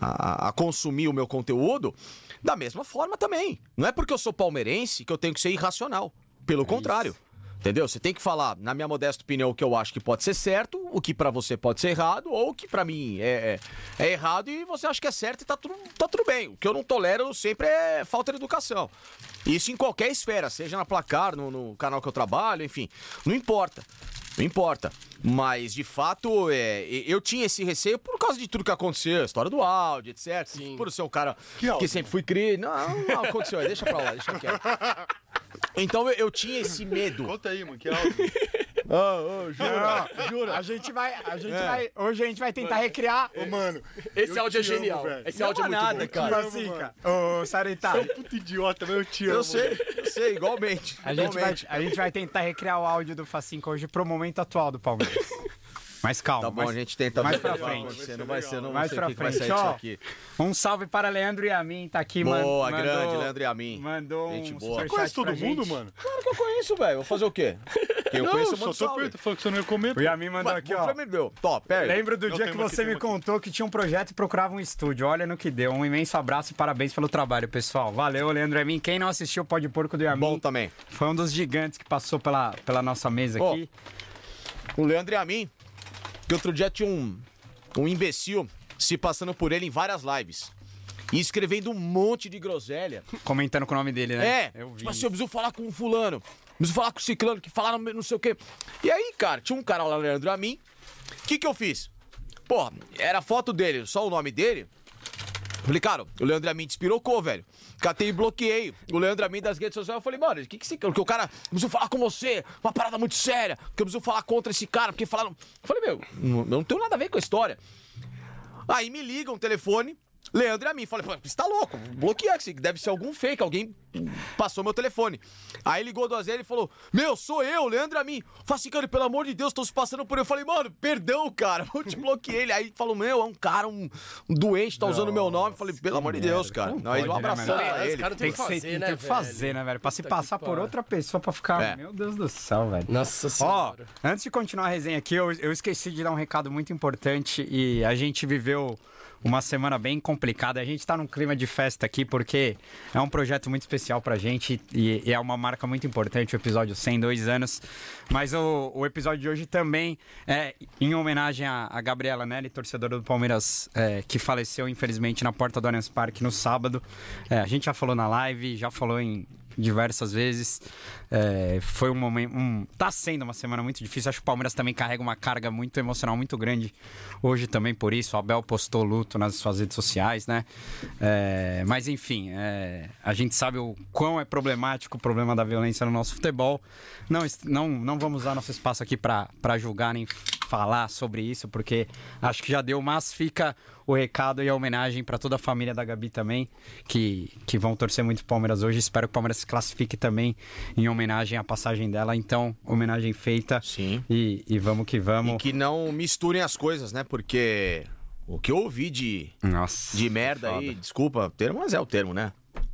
Speaker 5: a, a consumir o meu conteúdo, da mesma forma também. Não é porque eu sou palmeirense que eu tenho que ser irracional. Pelo contrário. Entendeu? Você tem que falar, na minha modesta opinião, o que eu acho que pode ser certo, o que pra você pode ser errado, ou o que pra mim é, é- é errado e você acha que é certo e tá tudo, tá tudo bem. O que eu não tolero sempre é falta de educação. Isso em qualquer esfera, seja na placar, no, no canal que eu trabalho, enfim. Não importa. Não importa. Mas, de fato, é, e- eu tinha esse receio por causa de tudo que aconteceu, a história do áudio, etc. Por ser um cara
Speaker 2: Que
Speaker 5: que,
Speaker 2: áudio?
Speaker 5: sempre fui cri. Não, não aconteceu, aí, deixa pra lá, deixa quieto. Então eu, eu tinha esse medo.
Speaker 2: Conta aí, mano, que é áudio.
Speaker 4: Não, jura. A gente vai. A gente
Speaker 2: É.
Speaker 4: vai. Hoje a gente vai tentar recriar.
Speaker 2: Ô, mano.
Speaker 1: Esse
Speaker 2: eu
Speaker 1: áudio é
Speaker 2: te amo,
Speaker 1: genial.
Speaker 2: velho.
Speaker 1: Esse áudio é muito bom.
Speaker 5: cara.
Speaker 4: Facinca. Ô, Sarita.
Speaker 2: Puta idiota, mas eu te amo.
Speaker 5: Eu sei, eu sei, igualmente.
Speaker 4: A gente, vai,
Speaker 5: igualmente.
Speaker 4: a gente vai tentar recriar o áudio do Facinca hoje pro momento atual do Palmeiras. Mas calma.
Speaker 5: Tá bom,
Speaker 4: mas-
Speaker 5: a gente tenta
Speaker 4: mais
Speaker 5: ver.
Speaker 4: pra
Speaker 5: Não vai
Speaker 4: frente.
Speaker 5: ser, Não vai ser, não,
Speaker 4: Mais
Speaker 5: sei
Speaker 4: pra
Speaker 5: o que que vai
Speaker 4: frente,
Speaker 5: sair disso
Speaker 4: ó.
Speaker 5: aqui.
Speaker 4: Um salve para Leandro Yamin, tá aqui, mano.
Speaker 5: Boa, grande, Leandro Yamin.
Speaker 4: Mandou
Speaker 5: Gente
Speaker 4: um
Speaker 5: boa.
Speaker 4: superchat
Speaker 2: Conhece
Speaker 4: pra
Speaker 2: todo mundo,
Speaker 4: gente.
Speaker 2: mano?
Speaker 5: Claro que eu conheço, velho. Vou fazer o quê? Quem eu
Speaker 2: não,
Speaker 5: conheço, eu
Speaker 2: só tô
Speaker 5: mando salve.
Speaker 2: perguntando, falou que você não ia comer.
Speaker 4: O Yamin mandou
Speaker 5: Ué,
Speaker 4: aqui,
Speaker 5: o é
Speaker 4: ó.
Speaker 5: Flamengo deu. Top, pega.
Speaker 4: Lembro do
Speaker 2: Eu
Speaker 4: dia que
Speaker 2: tenho aqui,
Speaker 4: você me
Speaker 2: tenho aqui.
Speaker 4: contou que tinha um projeto e procurava um estúdio. Olha no que deu. Um imenso abraço e parabéns pelo trabalho, pessoal. Valeu, Leandro Yamin. Quem não assistiu o Pó de Porco do Yamin
Speaker 5: Tá Bom também.
Speaker 4: foi um dos gigantes que passou pela, pela nossa mesa
Speaker 5: Ó,
Speaker 4: aqui.
Speaker 5: O Leandro e a mim, que outro dia tinha um, um imbecil se passando por ele em várias lives. E escrevendo um monte de groselha.
Speaker 4: Comentando com o nome dele, né?
Speaker 5: É,
Speaker 4: eu vi.
Speaker 5: tipo assim, eu preciso falar com o fulano, preciso falar com o ciclano, que falaram não sei o quê. E aí, cara, tinha um cara lá, Leandro, a mim. O que que eu fiz? Pô, era a foto dele, só o nome dele. Falei, cara, o Leandro Amin despirocou, velho. Catei e bloqueei o Leandro Amin das redes sociais. Eu falei, mano, o que que esse cara... Porque o cara... Eu preciso falar com você, uma parada muito séria. Porque eu preciso falar contra esse cara, porque falaram... Eu falei, meu, não- eu não tenho nada a ver com a história. Aí me ligam o telefone, Leandro e a mim. Falei, pô, você tá louco, bloquear isso, deve ser algum fake, alguém passou meu telefone. Aí ligou duas vezes e falou: Meu, sou eu, Leandro e a mim. Facicano, pelo amor de Deus, tô se passando por eu. Eu Falei, mano, perdão, cara, eu te bloqueei. Ele aí falou: Meu, é um cara, um, um doente, tá usando meu nome. Eu Falei, pelo amor de Deus, cara.
Speaker 4: Não
Speaker 5: Aí
Speaker 4: pode,
Speaker 5: um
Speaker 4: né,
Speaker 5: abração
Speaker 4: mano?
Speaker 5: pra
Speaker 1: Esse
Speaker 5: ele.
Speaker 1: cara não
Speaker 4: Tem
Speaker 1: tem
Speaker 4: que
Speaker 1: que
Speaker 4: ser-
Speaker 1: fazer, né,
Speaker 4: Tem que fazer,
Speaker 1: velho?
Speaker 4: né, velho? Pra se
Speaker 1: Puta que
Speaker 4: passar por
Speaker 1: pariu.
Speaker 4: outra pessoa pra ficar.
Speaker 5: É.
Speaker 4: Meu Deus do céu, velho.
Speaker 1: Nossa
Speaker 4: Ó,
Speaker 1: senhora.
Speaker 4: antes de continuar a resenha aqui, eu, eu esqueci de dar um recado muito importante e a gente viveu uma semana bem complicada. A gente tá num clima de festa aqui porque é um projeto muito especial pra gente e, e é uma marca muito importante, o episódio 100, dois anos. Mas o, o episódio de hoje também é em homenagem a, a Gabriela Nelly, torcedora do Palmeiras, é, que faleceu infelizmente na porta do Allianz Parque no sábado. É, a gente já falou na live, já falou em diversas vezes. É, foi um momento. Um, tá sendo uma semana muito difícil. Acho que o Palmeiras também carrega uma carga muito emocional, muito grande hoje também por isso. O Abel postou luto nas suas redes sociais, né? É, mas enfim, é, a gente sabe o quão é problemático o problema da violência no nosso futebol. Não, est- não, não vamos usar nosso espaço aqui para julgar nem falar sobre isso, porque acho que já deu, mas fica o recado e a homenagem para toda a família da Gabi também, que, que vão torcer muito pro Palmeiras hoje. Espero que o Palmeiras se classifique também em homenagem à passagem dela. Então, homenagem feita.
Speaker 5: Sim.
Speaker 4: E, e vamos que vamos.
Speaker 5: E que não misturem as coisas, né? Porque o que eu ouvi de,
Speaker 4: Nossa.
Speaker 5: de merda aí, desculpa o termo, mas é o termo, né?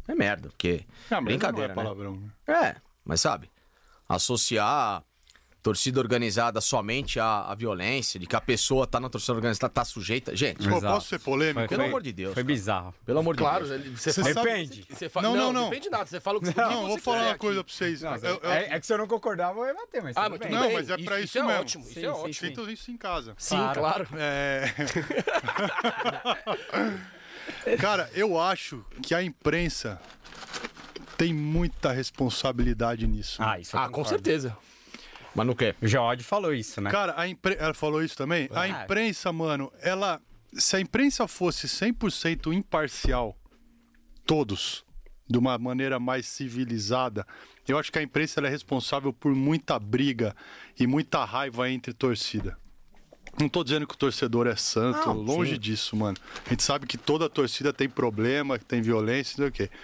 Speaker 5: É merda, porque.
Speaker 2: Ah, mas
Speaker 5: brincadeira,
Speaker 2: não é
Speaker 5: né?
Speaker 2: palavrão. né?
Speaker 5: É, mas sabe, associar torcida organizada somente à, à violência, de que a pessoa tá na torcida organizada, tá sujeita. Gente,
Speaker 2: Pô,
Speaker 4: Exato.
Speaker 2: posso ser polêmico?
Speaker 5: pelo amor de Deus,
Speaker 4: Foi
Speaker 5: cara.
Speaker 4: bizarro.
Speaker 5: pelo amor de
Speaker 1: Claro,
Speaker 5: Deus.
Speaker 1: ele- você
Speaker 2: Você
Speaker 1: fala.
Speaker 2: sabe-
Speaker 4: Depende.
Speaker 1: Você fala,
Speaker 2: Não,
Speaker 1: não,
Speaker 2: não, não.
Speaker 1: depende de nada. Você fala o que o que você
Speaker 2: Não, vou falar
Speaker 1: quiser
Speaker 2: uma
Speaker 1: aqui.
Speaker 2: coisa pra vocês. Eu- eu-
Speaker 4: É, é que se eu não concordar, vai bater, mas.
Speaker 1: Ah,
Speaker 4: tudo
Speaker 1: mas
Speaker 4: bem.
Speaker 1: tudo
Speaker 2: Não,
Speaker 1: bem.
Speaker 2: mas é pra isso
Speaker 1: é
Speaker 2: mesmo.
Speaker 1: ótimo. Isso
Speaker 4: Sim,
Speaker 1: é
Speaker 4: sim,
Speaker 1: ótimo.
Speaker 4: sim.
Speaker 2: Sinto isso em casa.
Speaker 1: Sim,
Speaker 4: Claro.
Speaker 1: claro.
Speaker 2: É. Cara, eu acho que a imprensa tem muita responsabilidade nisso.
Speaker 4: Ah, isso eu
Speaker 1: Ah, com
Speaker 2: Tá
Speaker 4: concordo.
Speaker 1: certeza.
Speaker 5: Mas não quer.
Speaker 4: O George falou isso, né?
Speaker 2: Cara, a impre... ela falou isso também? A imprensa, mano, ela. Se a imprensa fosse 100% imparcial, todos, de uma maneira mais civilizada, eu acho que a imprensa ela é responsável por muita briga e muita raiva entre torcida. Não tô dizendo que o torcedor é santo, longe disso, mano. A gente sabe que toda torcida tem problema, que tem violência, não sei o quê.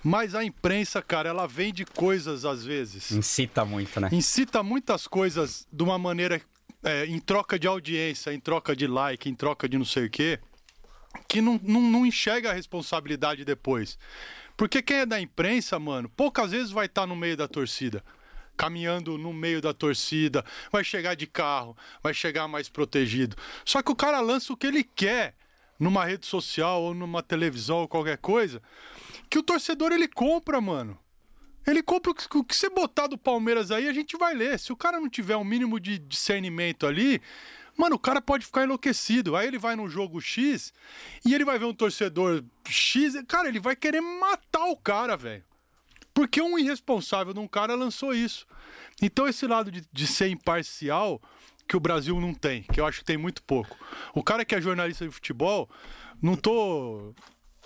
Speaker 2: Mas a imprensa, cara, ela vende coisas às vezes
Speaker 4: Incita muito, né?
Speaker 2: incita muitas coisas de uma maneira é, em troca de audiência, em troca de like, em troca de não sei o quê, que não, não, não enxerga a responsabilidade depois. Porque quem é da imprensa, mano, poucas vezes vai estar no meio da torcida. Caminhando no meio da torcida, vai chegar de carro, vai chegar mais protegido. Só que o cara lança o que ele quer numa rede social ou numa televisão ou qualquer coisa, que o torcedor ele compra, mano. Ele compra o que, o que você botar do Palmeiras aí, a gente vai ler. Se o cara não tiver um mínimo de discernimento ali, mano, o cara pode ficar enlouquecido. Aí ele vai num jogo X e ele vai ver um torcedor X. Cara, ele vai querer matar o cara, velho. Porque um irresponsável de um cara lançou isso. Então, esse lado de, de ser imparcial que o Brasil não tem, que eu acho que tem muito pouco. O cara que é jornalista de futebol, não tô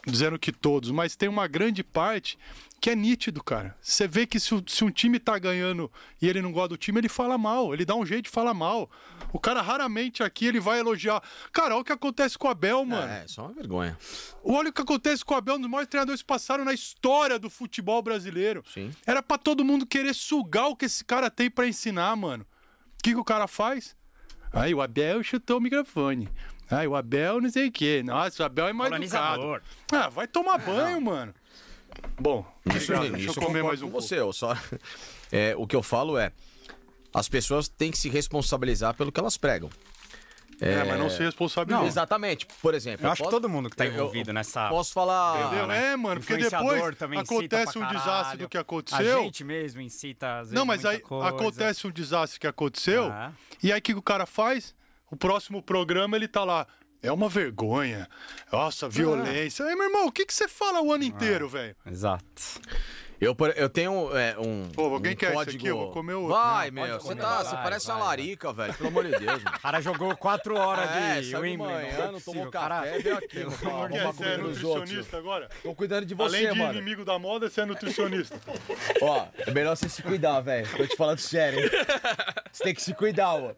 Speaker 2: dizendo que todos, mas tem uma grande parte que é nítido, cara. Você vê que se, o- se um time tá ganhando e ele não gosta do time, ele fala mal, ele dá um jeito de falar mal. O cara raramente aqui ele vai elogiar. Cara, olha o que acontece com o Abel, mano.
Speaker 5: É, isso é uma vergonha.
Speaker 2: Olha o que acontece com o Abel, um dos maiores treinadores que passaram na história do futebol brasileiro.
Speaker 5: Sim.
Speaker 2: Era pra todo mundo querer sugar o que esse cara tem pra ensinar, mano. O que, que o cara faz? Aí o Abel chutou o microfone. Aí o Abel não sei o quê. Nossa, o Abel é mais educado.
Speaker 4: Colonizador. É,
Speaker 2: Ah, vai tomar banho, mano. Bom,
Speaker 5: Isso, é
Speaker 2: obrigado.
Speaker 5: isso
Speaker 2: deixa eu comer
Speaker 5: concordo
Speaker 2: mais um
Speaker 5: com você. Eu só, é, o que eu falo é, as pessoas têm que se responsabilizar pelo que elas pregam.
Speaker 2: pouco. É, mas não se responsabiliza.
Speaker 5: Exatamente. Por exemplo,
Speaker 4: Eu acho que
Speaker 5: posso-
Speaker 4: todo mundo que tá
Speaker 5: eu- eu
Speaker 4: envolvido nessa. né?
Speaker 5: Posso falar.
Speaker 2: Entendeu? É, mano, porque
Speaker 4: Influenciador
Speaker 2: depois
Speaker 4: também incita
Speaker 2: acontece
Speaker 4: pra
Speaker 2: um
Speaker 4: caralho.
Speaker 2: desastre do que
Speaker 4: A
Speaker 2: aconteceu.
Speaker 4: gente mesmo incita às vezes.
Speaker 2: Não, mas
Speaker 4: muita
Speaker 2: aí
Speaker 4: coisa.
Speaker 2: acontece um desastre que aconteceu,
Speaker 4: Ah.
Speaker 2: e aí o que o cara faz? O próximo programa ele tá lá. É uma vergonha. Nossa, violência. Aí, meu irmão, o que, que você fala o ano inteiro, velho?
Speaker 4: Exato.
Speaker 5: Eu, por- eu tenho é, um.
Speaker 2: Pô, alguém
Speaker 5: um
Speaker 2: quer esse
Speaker 5: código...
Speaker 2: aqui? Eu vou comer outro. né?
Speaker 5: Vai, meu. Você,
Speaker 4: comer.
Speaker 5: tá,
Speaker 4: Vai,
Speaker 5: você parece
Speaker 4: vai,
Speaker 5: uma larica, velho. Pelo amor de Deus, mano.
Speaker 4: O cara jogou quatro horas
Speaker 5: É,
Speaker 4: de
Speaker 5: saiu de manhã,
Speaker 4: Wimbledon.
Speaker 5: não
Speaker 4: possível,
Speaker 5: tomou café, veio aqui.
Speaker 4: Pelo
Speaker 5: pô,
Speaker 4: amor de
Speaker 5: arrumar
Speaker 4: Deus.
Speaker 2: Você é
Speaker 5: comida dos outros.
Speaker 2: nutricionista agora?
Speaker 5: Tô cuidando de
Speaker 2: Além
Speaker 5: você,
Speaker 2: de
Speaker 5: mano.
Speaker 2: inimigo da moda, você é nutricionista.
Speaker 5: Ó, é melhor você se cuidar, velho. Tô te falando sério, hein? Você tem que se cuidar, ó.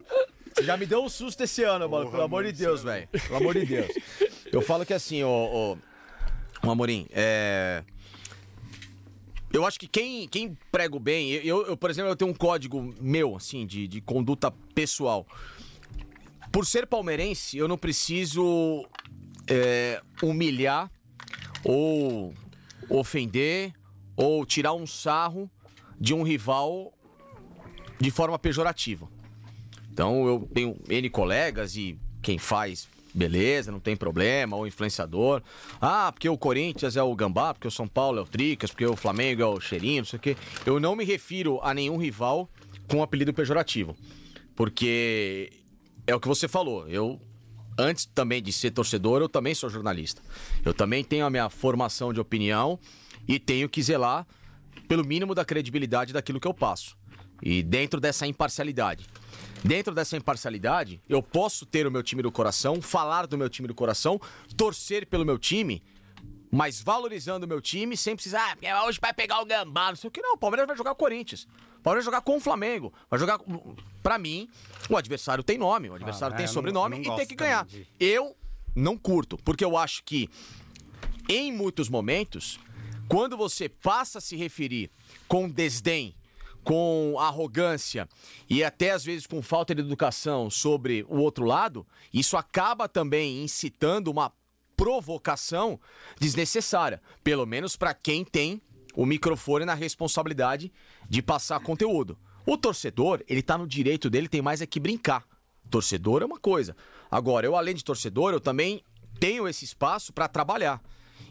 Speaker 5: Você já me deu um susto esse ano, mano. Pelo amor de Deus, velho. Pelo amor de Deus. Eu falo que assim, ô. ô, ô, Amorim, é. Eu acho que quem, quem prego bem, eu, eu, por exemplo, eu tenho um código meu, assim, de, de conduta pessoal. Por ser palmeirense, eu não preciso é, humilhar ou ofender ou tirar um sarro de um rival de forma pejorativa. Então eu tenho N colegas e quem faz, beleza, não tem problema, ou influenciador. Ah, porque o Corinthians é o Gambá, porque o São Paulo é o Tricas, porque o Flamengo é o Cheirinho, não sei o quê. Eu não me refiro a nenhum rival com apelido pejorativo. Porque é o que você falou, eu antes também de ser torcedor, eu também sou jornalista. Eu também tenho a minha formação de opinião e tenho que zelar pelo mínimo da credibilidade daquilo que eu passo. E dentro dessa imparcialidade. Dentro dessa imparcialidade, eu posso ter o meu time do coração, falar do meu time do coração, torcer pelo meu time, mas valorizando o meu time sem precisar, ah, porque hoje vai pegar o Gambá, não sei o que, não. O Palmeiras vai jogar com o Corinthians. O Palmeiras vai jogar com o Flamengo. Vai jogar. com- Pra mim, o adversário tem nome, o adversário
Speaker 4: Ah,
Speaker 5: tem
Speaker 4: é, eu não-
Speaker 5: sobrenome
Speaker 4: eu não
Speaker 5: e tem
Speaker 4: gosto
Speaker 5: que ganhar.
Speaker 4: também de-
Speaker 5: Eu não curto, porque eu acho que em muitos momentos, quando você passa a se referir com desdém, com arrogância e até às vezes com falta de educação sobre o outro lado, isso acaba também incitando uma provocação desnecessária, pelo menos para quem tem o microfone na responsabilidade de passar conteúdo. O torcedor, ele tá no direito dele, tem mais é que brincar. Torcedor é uma coisa. Agora, eu, além de torcedor, eu também tenho esse espaço para trabalhar.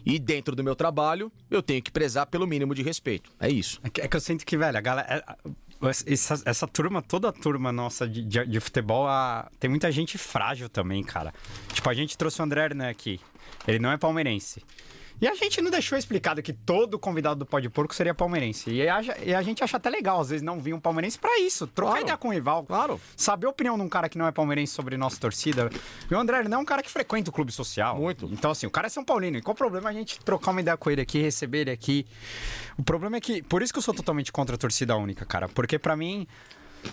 Speaker 5: E dentro do meu trabalho, eu tenho que prezar pelo mínimo de respeito. É isso.
Speaker 4: É que, é que eu sinto que, velho, a galera. é- é- Essa, essa turma, toda a turma nossa de, de- de futebol, a- tem muita gente frágil também, cara. Tipo, a gente trouxe o André Hernan aqui. Ele não é palmeirense. E a gente não deixou explicado que todo convidado do Pode Porco seria palmeirense. E a, e a gente acha até legal, às vezes, não vir um palmeirense pra isso. Trocar
Speaker 5: Claro.
Speaker 4: ideia com o rival.
Speaker 5: Claro.
Speaker 4: Saber a opinião de um cara que não é palmeirense sobre nossa torcida. E o André não é um cara que frequenta o clube social.
Speaker 5: Muito.
Speaker 4: Então, assim, o cara é São Paulino. E qual o problema a gente trocar uma ideia com ele aqui, receber ele aqui? O problema é que. Por isso que eu sou totalmente contra a torcida única, cara. Porque pra mim.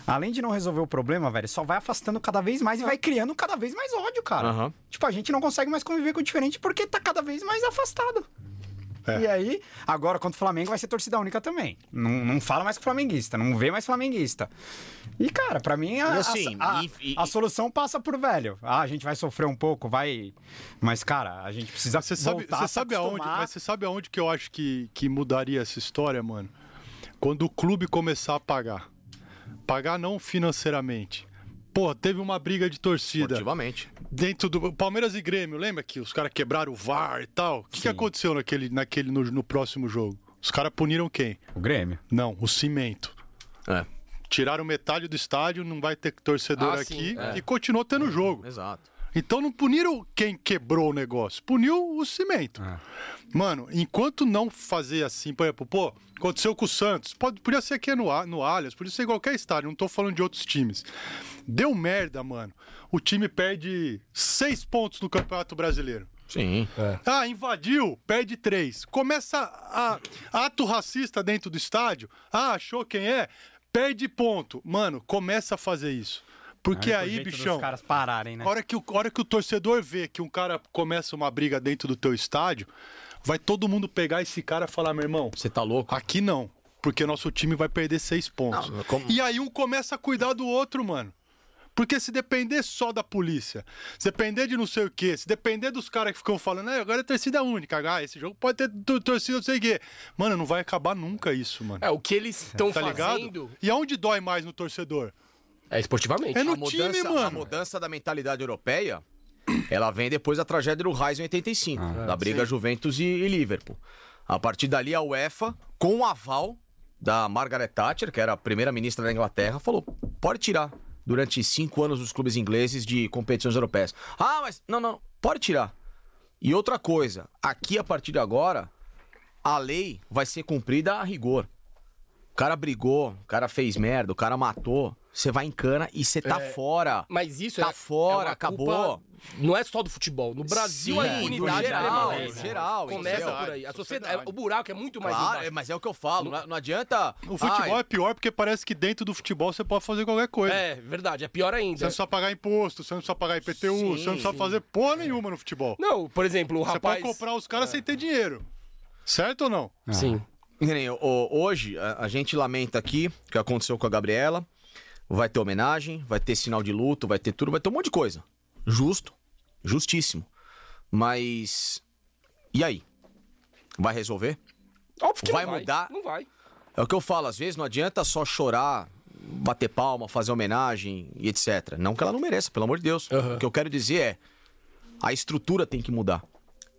Speaker 4: Além de não resolver o problema, velho, só vai afastando cada vez mais e vai criando cada vez mais ódio, cara.
Speaker 5: Aham.
Speaker 4: Tipo, a gente não consegue mais conviver com o diferente porque tá cada vez mais afastado. E aí, agora contra o Flamengo vai ser torcida única também. Não, não fala mais com flamenguista, não vê mais flamenguista. E, cara, pra mim, a,
Speaker 5: E assim,
Speaker 4: a, a-
Speaker 5: e- e-
Speaker 4: a solução passa por velho. Ah, a gente vai sofrer um pouco, vai. Mas, cara, a gente precisa
Speaker 2: Você sabe,
Speaker 4: voltar a
Speaker 2: você
Speaker 4: se
Speaker 2: sabe aonde,
Speaker 4: acostumar.
Speaker 2: mas você sabe aonde que eu acho que, que mudaria essa história, mano? Quando o clube começar a pagar. Pagar não financeiramente. Pô, teve uma briga de torcida.
Speaker 5: Esportivamente.
Speaker 2: Dentro do Palmeiras e Grêmio, lembra que os caras quebraram o VAR e tal? O que, que aconteceu naquele, naquele no, no próximo jogo? Os caras puniram quem?
Speaker 4: O Grêmio.
Speaker 2: Não, o cimento.
Speaker 5: É,
Speaker 2: Tiraram metade do estádio, não vai ter torcedor
Speaker 5: Ah, sim,
Speaker 2: aqui e continuou tendo jogo.
Speaker 5: exato.
Speaker 2: Então não puniram quem quebrou o negócio, puniu o cimento.
Speaker 4: É.
Speaker 2: Mano, enquanto não fazer assim, por exemplo, pô, aconteceu com o Santos, pode, podia ser aqui no, A- no Allianz, podia ser em qualquer estádio, não tô falando de outros times. Deu merda, mano. O time perde seis pontos no Campeonato Brasileiro.
Speaker 5: Sim.
Speaker 2: Ah, invadiu, perde três. Começa a, ato racista dentro do estádio. Ah, achou quem é? Perde ponto. Mano, começa a fazer isso. Porque
Speaker 4: É o
Speaker 2: aí,
Speaker 4: jeito dos
Speaker 2: bichão,
Speaker 4: caras pararem, né?
Speaker 2: a hora, que o, a hora que o torcedor vê que um cara começa uma briga dentro do teu estádio, vai todo mundo pegar esse cara e falar, meu irmão,
Speaker 5: Você tá louco?
Speaker 2: aqui não, porque nosso time vai perder seis pontos.
Speaker 5: Não, como-
Speaker 2: E aí um começa a cuidar do outro, mano. Porque se depender só da polícia, se depender de não sei o quê, se depender dos caras que ficam falando, "Ah, agora é torcida única, ah, esse jogo pode ter tor- torcida não sei o quê. Mano, não vai acabar nunca isso, mano.
Speaker 1: É, o que eles estão
Speaker 2: Tá
Speaker 1: fazendo
Speaker 2: ligado? E aonde dói mais no torcedor?
Speaker 1: é esportivamente.
Speaker 2: É no
Speaker 5: a mudança,
Speaker 2: time,
Speaker 5: A
Speaker 2: mano.
Speaker 5: mudança da mentalidade europeia, ela vem depois da tragédia do Raiz em 85, da briga Juventus e, e Liverpool. A partir dali, a UEFA, com o aval da Margaret Thatcher, que era a primeira-ministra da Inglaterra, falou, pode tirar durante cinco anos os clubes ingleses de competições europeias. Ah, mas... Não, não, pode tirar. E outra coisa, aqui, a partir de agora, a lei vai ser cumprida a rigor. O cara brigou, o cara fez merda, o cara matou. Você vai em cana e você tá fora.
Speaker 1: É, Mas isso
Speaker 5: Tá
Speaker 1: é,
Speaker 5: fora,
Speaker 1: é uma
Speaker 5: acabou.
Speaker 1: culpa- não é só do futebol. No Brasil,
Speaker 5: Sim,
Speaker 1: a impunidade
Speaker 5: no geral,
Speaker 1: prevalece.
Speaker 5: no geral,
Speaker 1: começa
Speaker 5: entendeu?
Speaker 1: por aí. A sociedade,
Speaker 2: Sociedade.
Speaker 1: o buraco é muito mais
Speaker 5: claro,
Speaker 1: embaixo.
Speaker 5: é, mas é o que eu falo. Não, não adianta.
Speaker 2: O futebol
Speaker 5: Ai,
Speaker 2: é pior porque parece que dentro do futebol você pode fazer qualquer coisa.
Speaker 1: É, verdade, é pior ainda.
Speaker 2: Você não precisa pagar imposto, você não precisa pagar IPTU,
Speaker 1: Sim,
Speaker 2: você não precisa
Speaker 1: sim.
Speaker 2: fazer porra nenhuma no futebol.
Speaker 1: Não, por exemplo, o
Speaker 2: Você
Speaker 1: rapaz.
Speaker 2: pode comprar os caras
Speaker 5: é.
Speaker 2: sem ter dinheiro. Certo ou não?
Speaker 4: Ah.
Speaker 1: Sim.
Speaker 5: que nem, o- hoje a, a gente lamenta aqui o que aconteceu com a Gabriela. Vai ter homenagem, vai ter sinal de luto, vai ter tudo, vai ter um monte de coisa. Justo, justíssimo. Mas. E aí? Vai resolver?
Speaker 1: Óbvio que
Speaker 5: Vai
Speaker 1: não vai
Speaker 5: mudar?
Speaker 1: Não vai.
Speaker 5: É o que eu falo, às vezes não adianta só chorar, bater palma, fazer homenagem e etc. Não que ela não mereça, pelo amor de Deus. O que eu quero dizer é, a estrutura tem que mudar.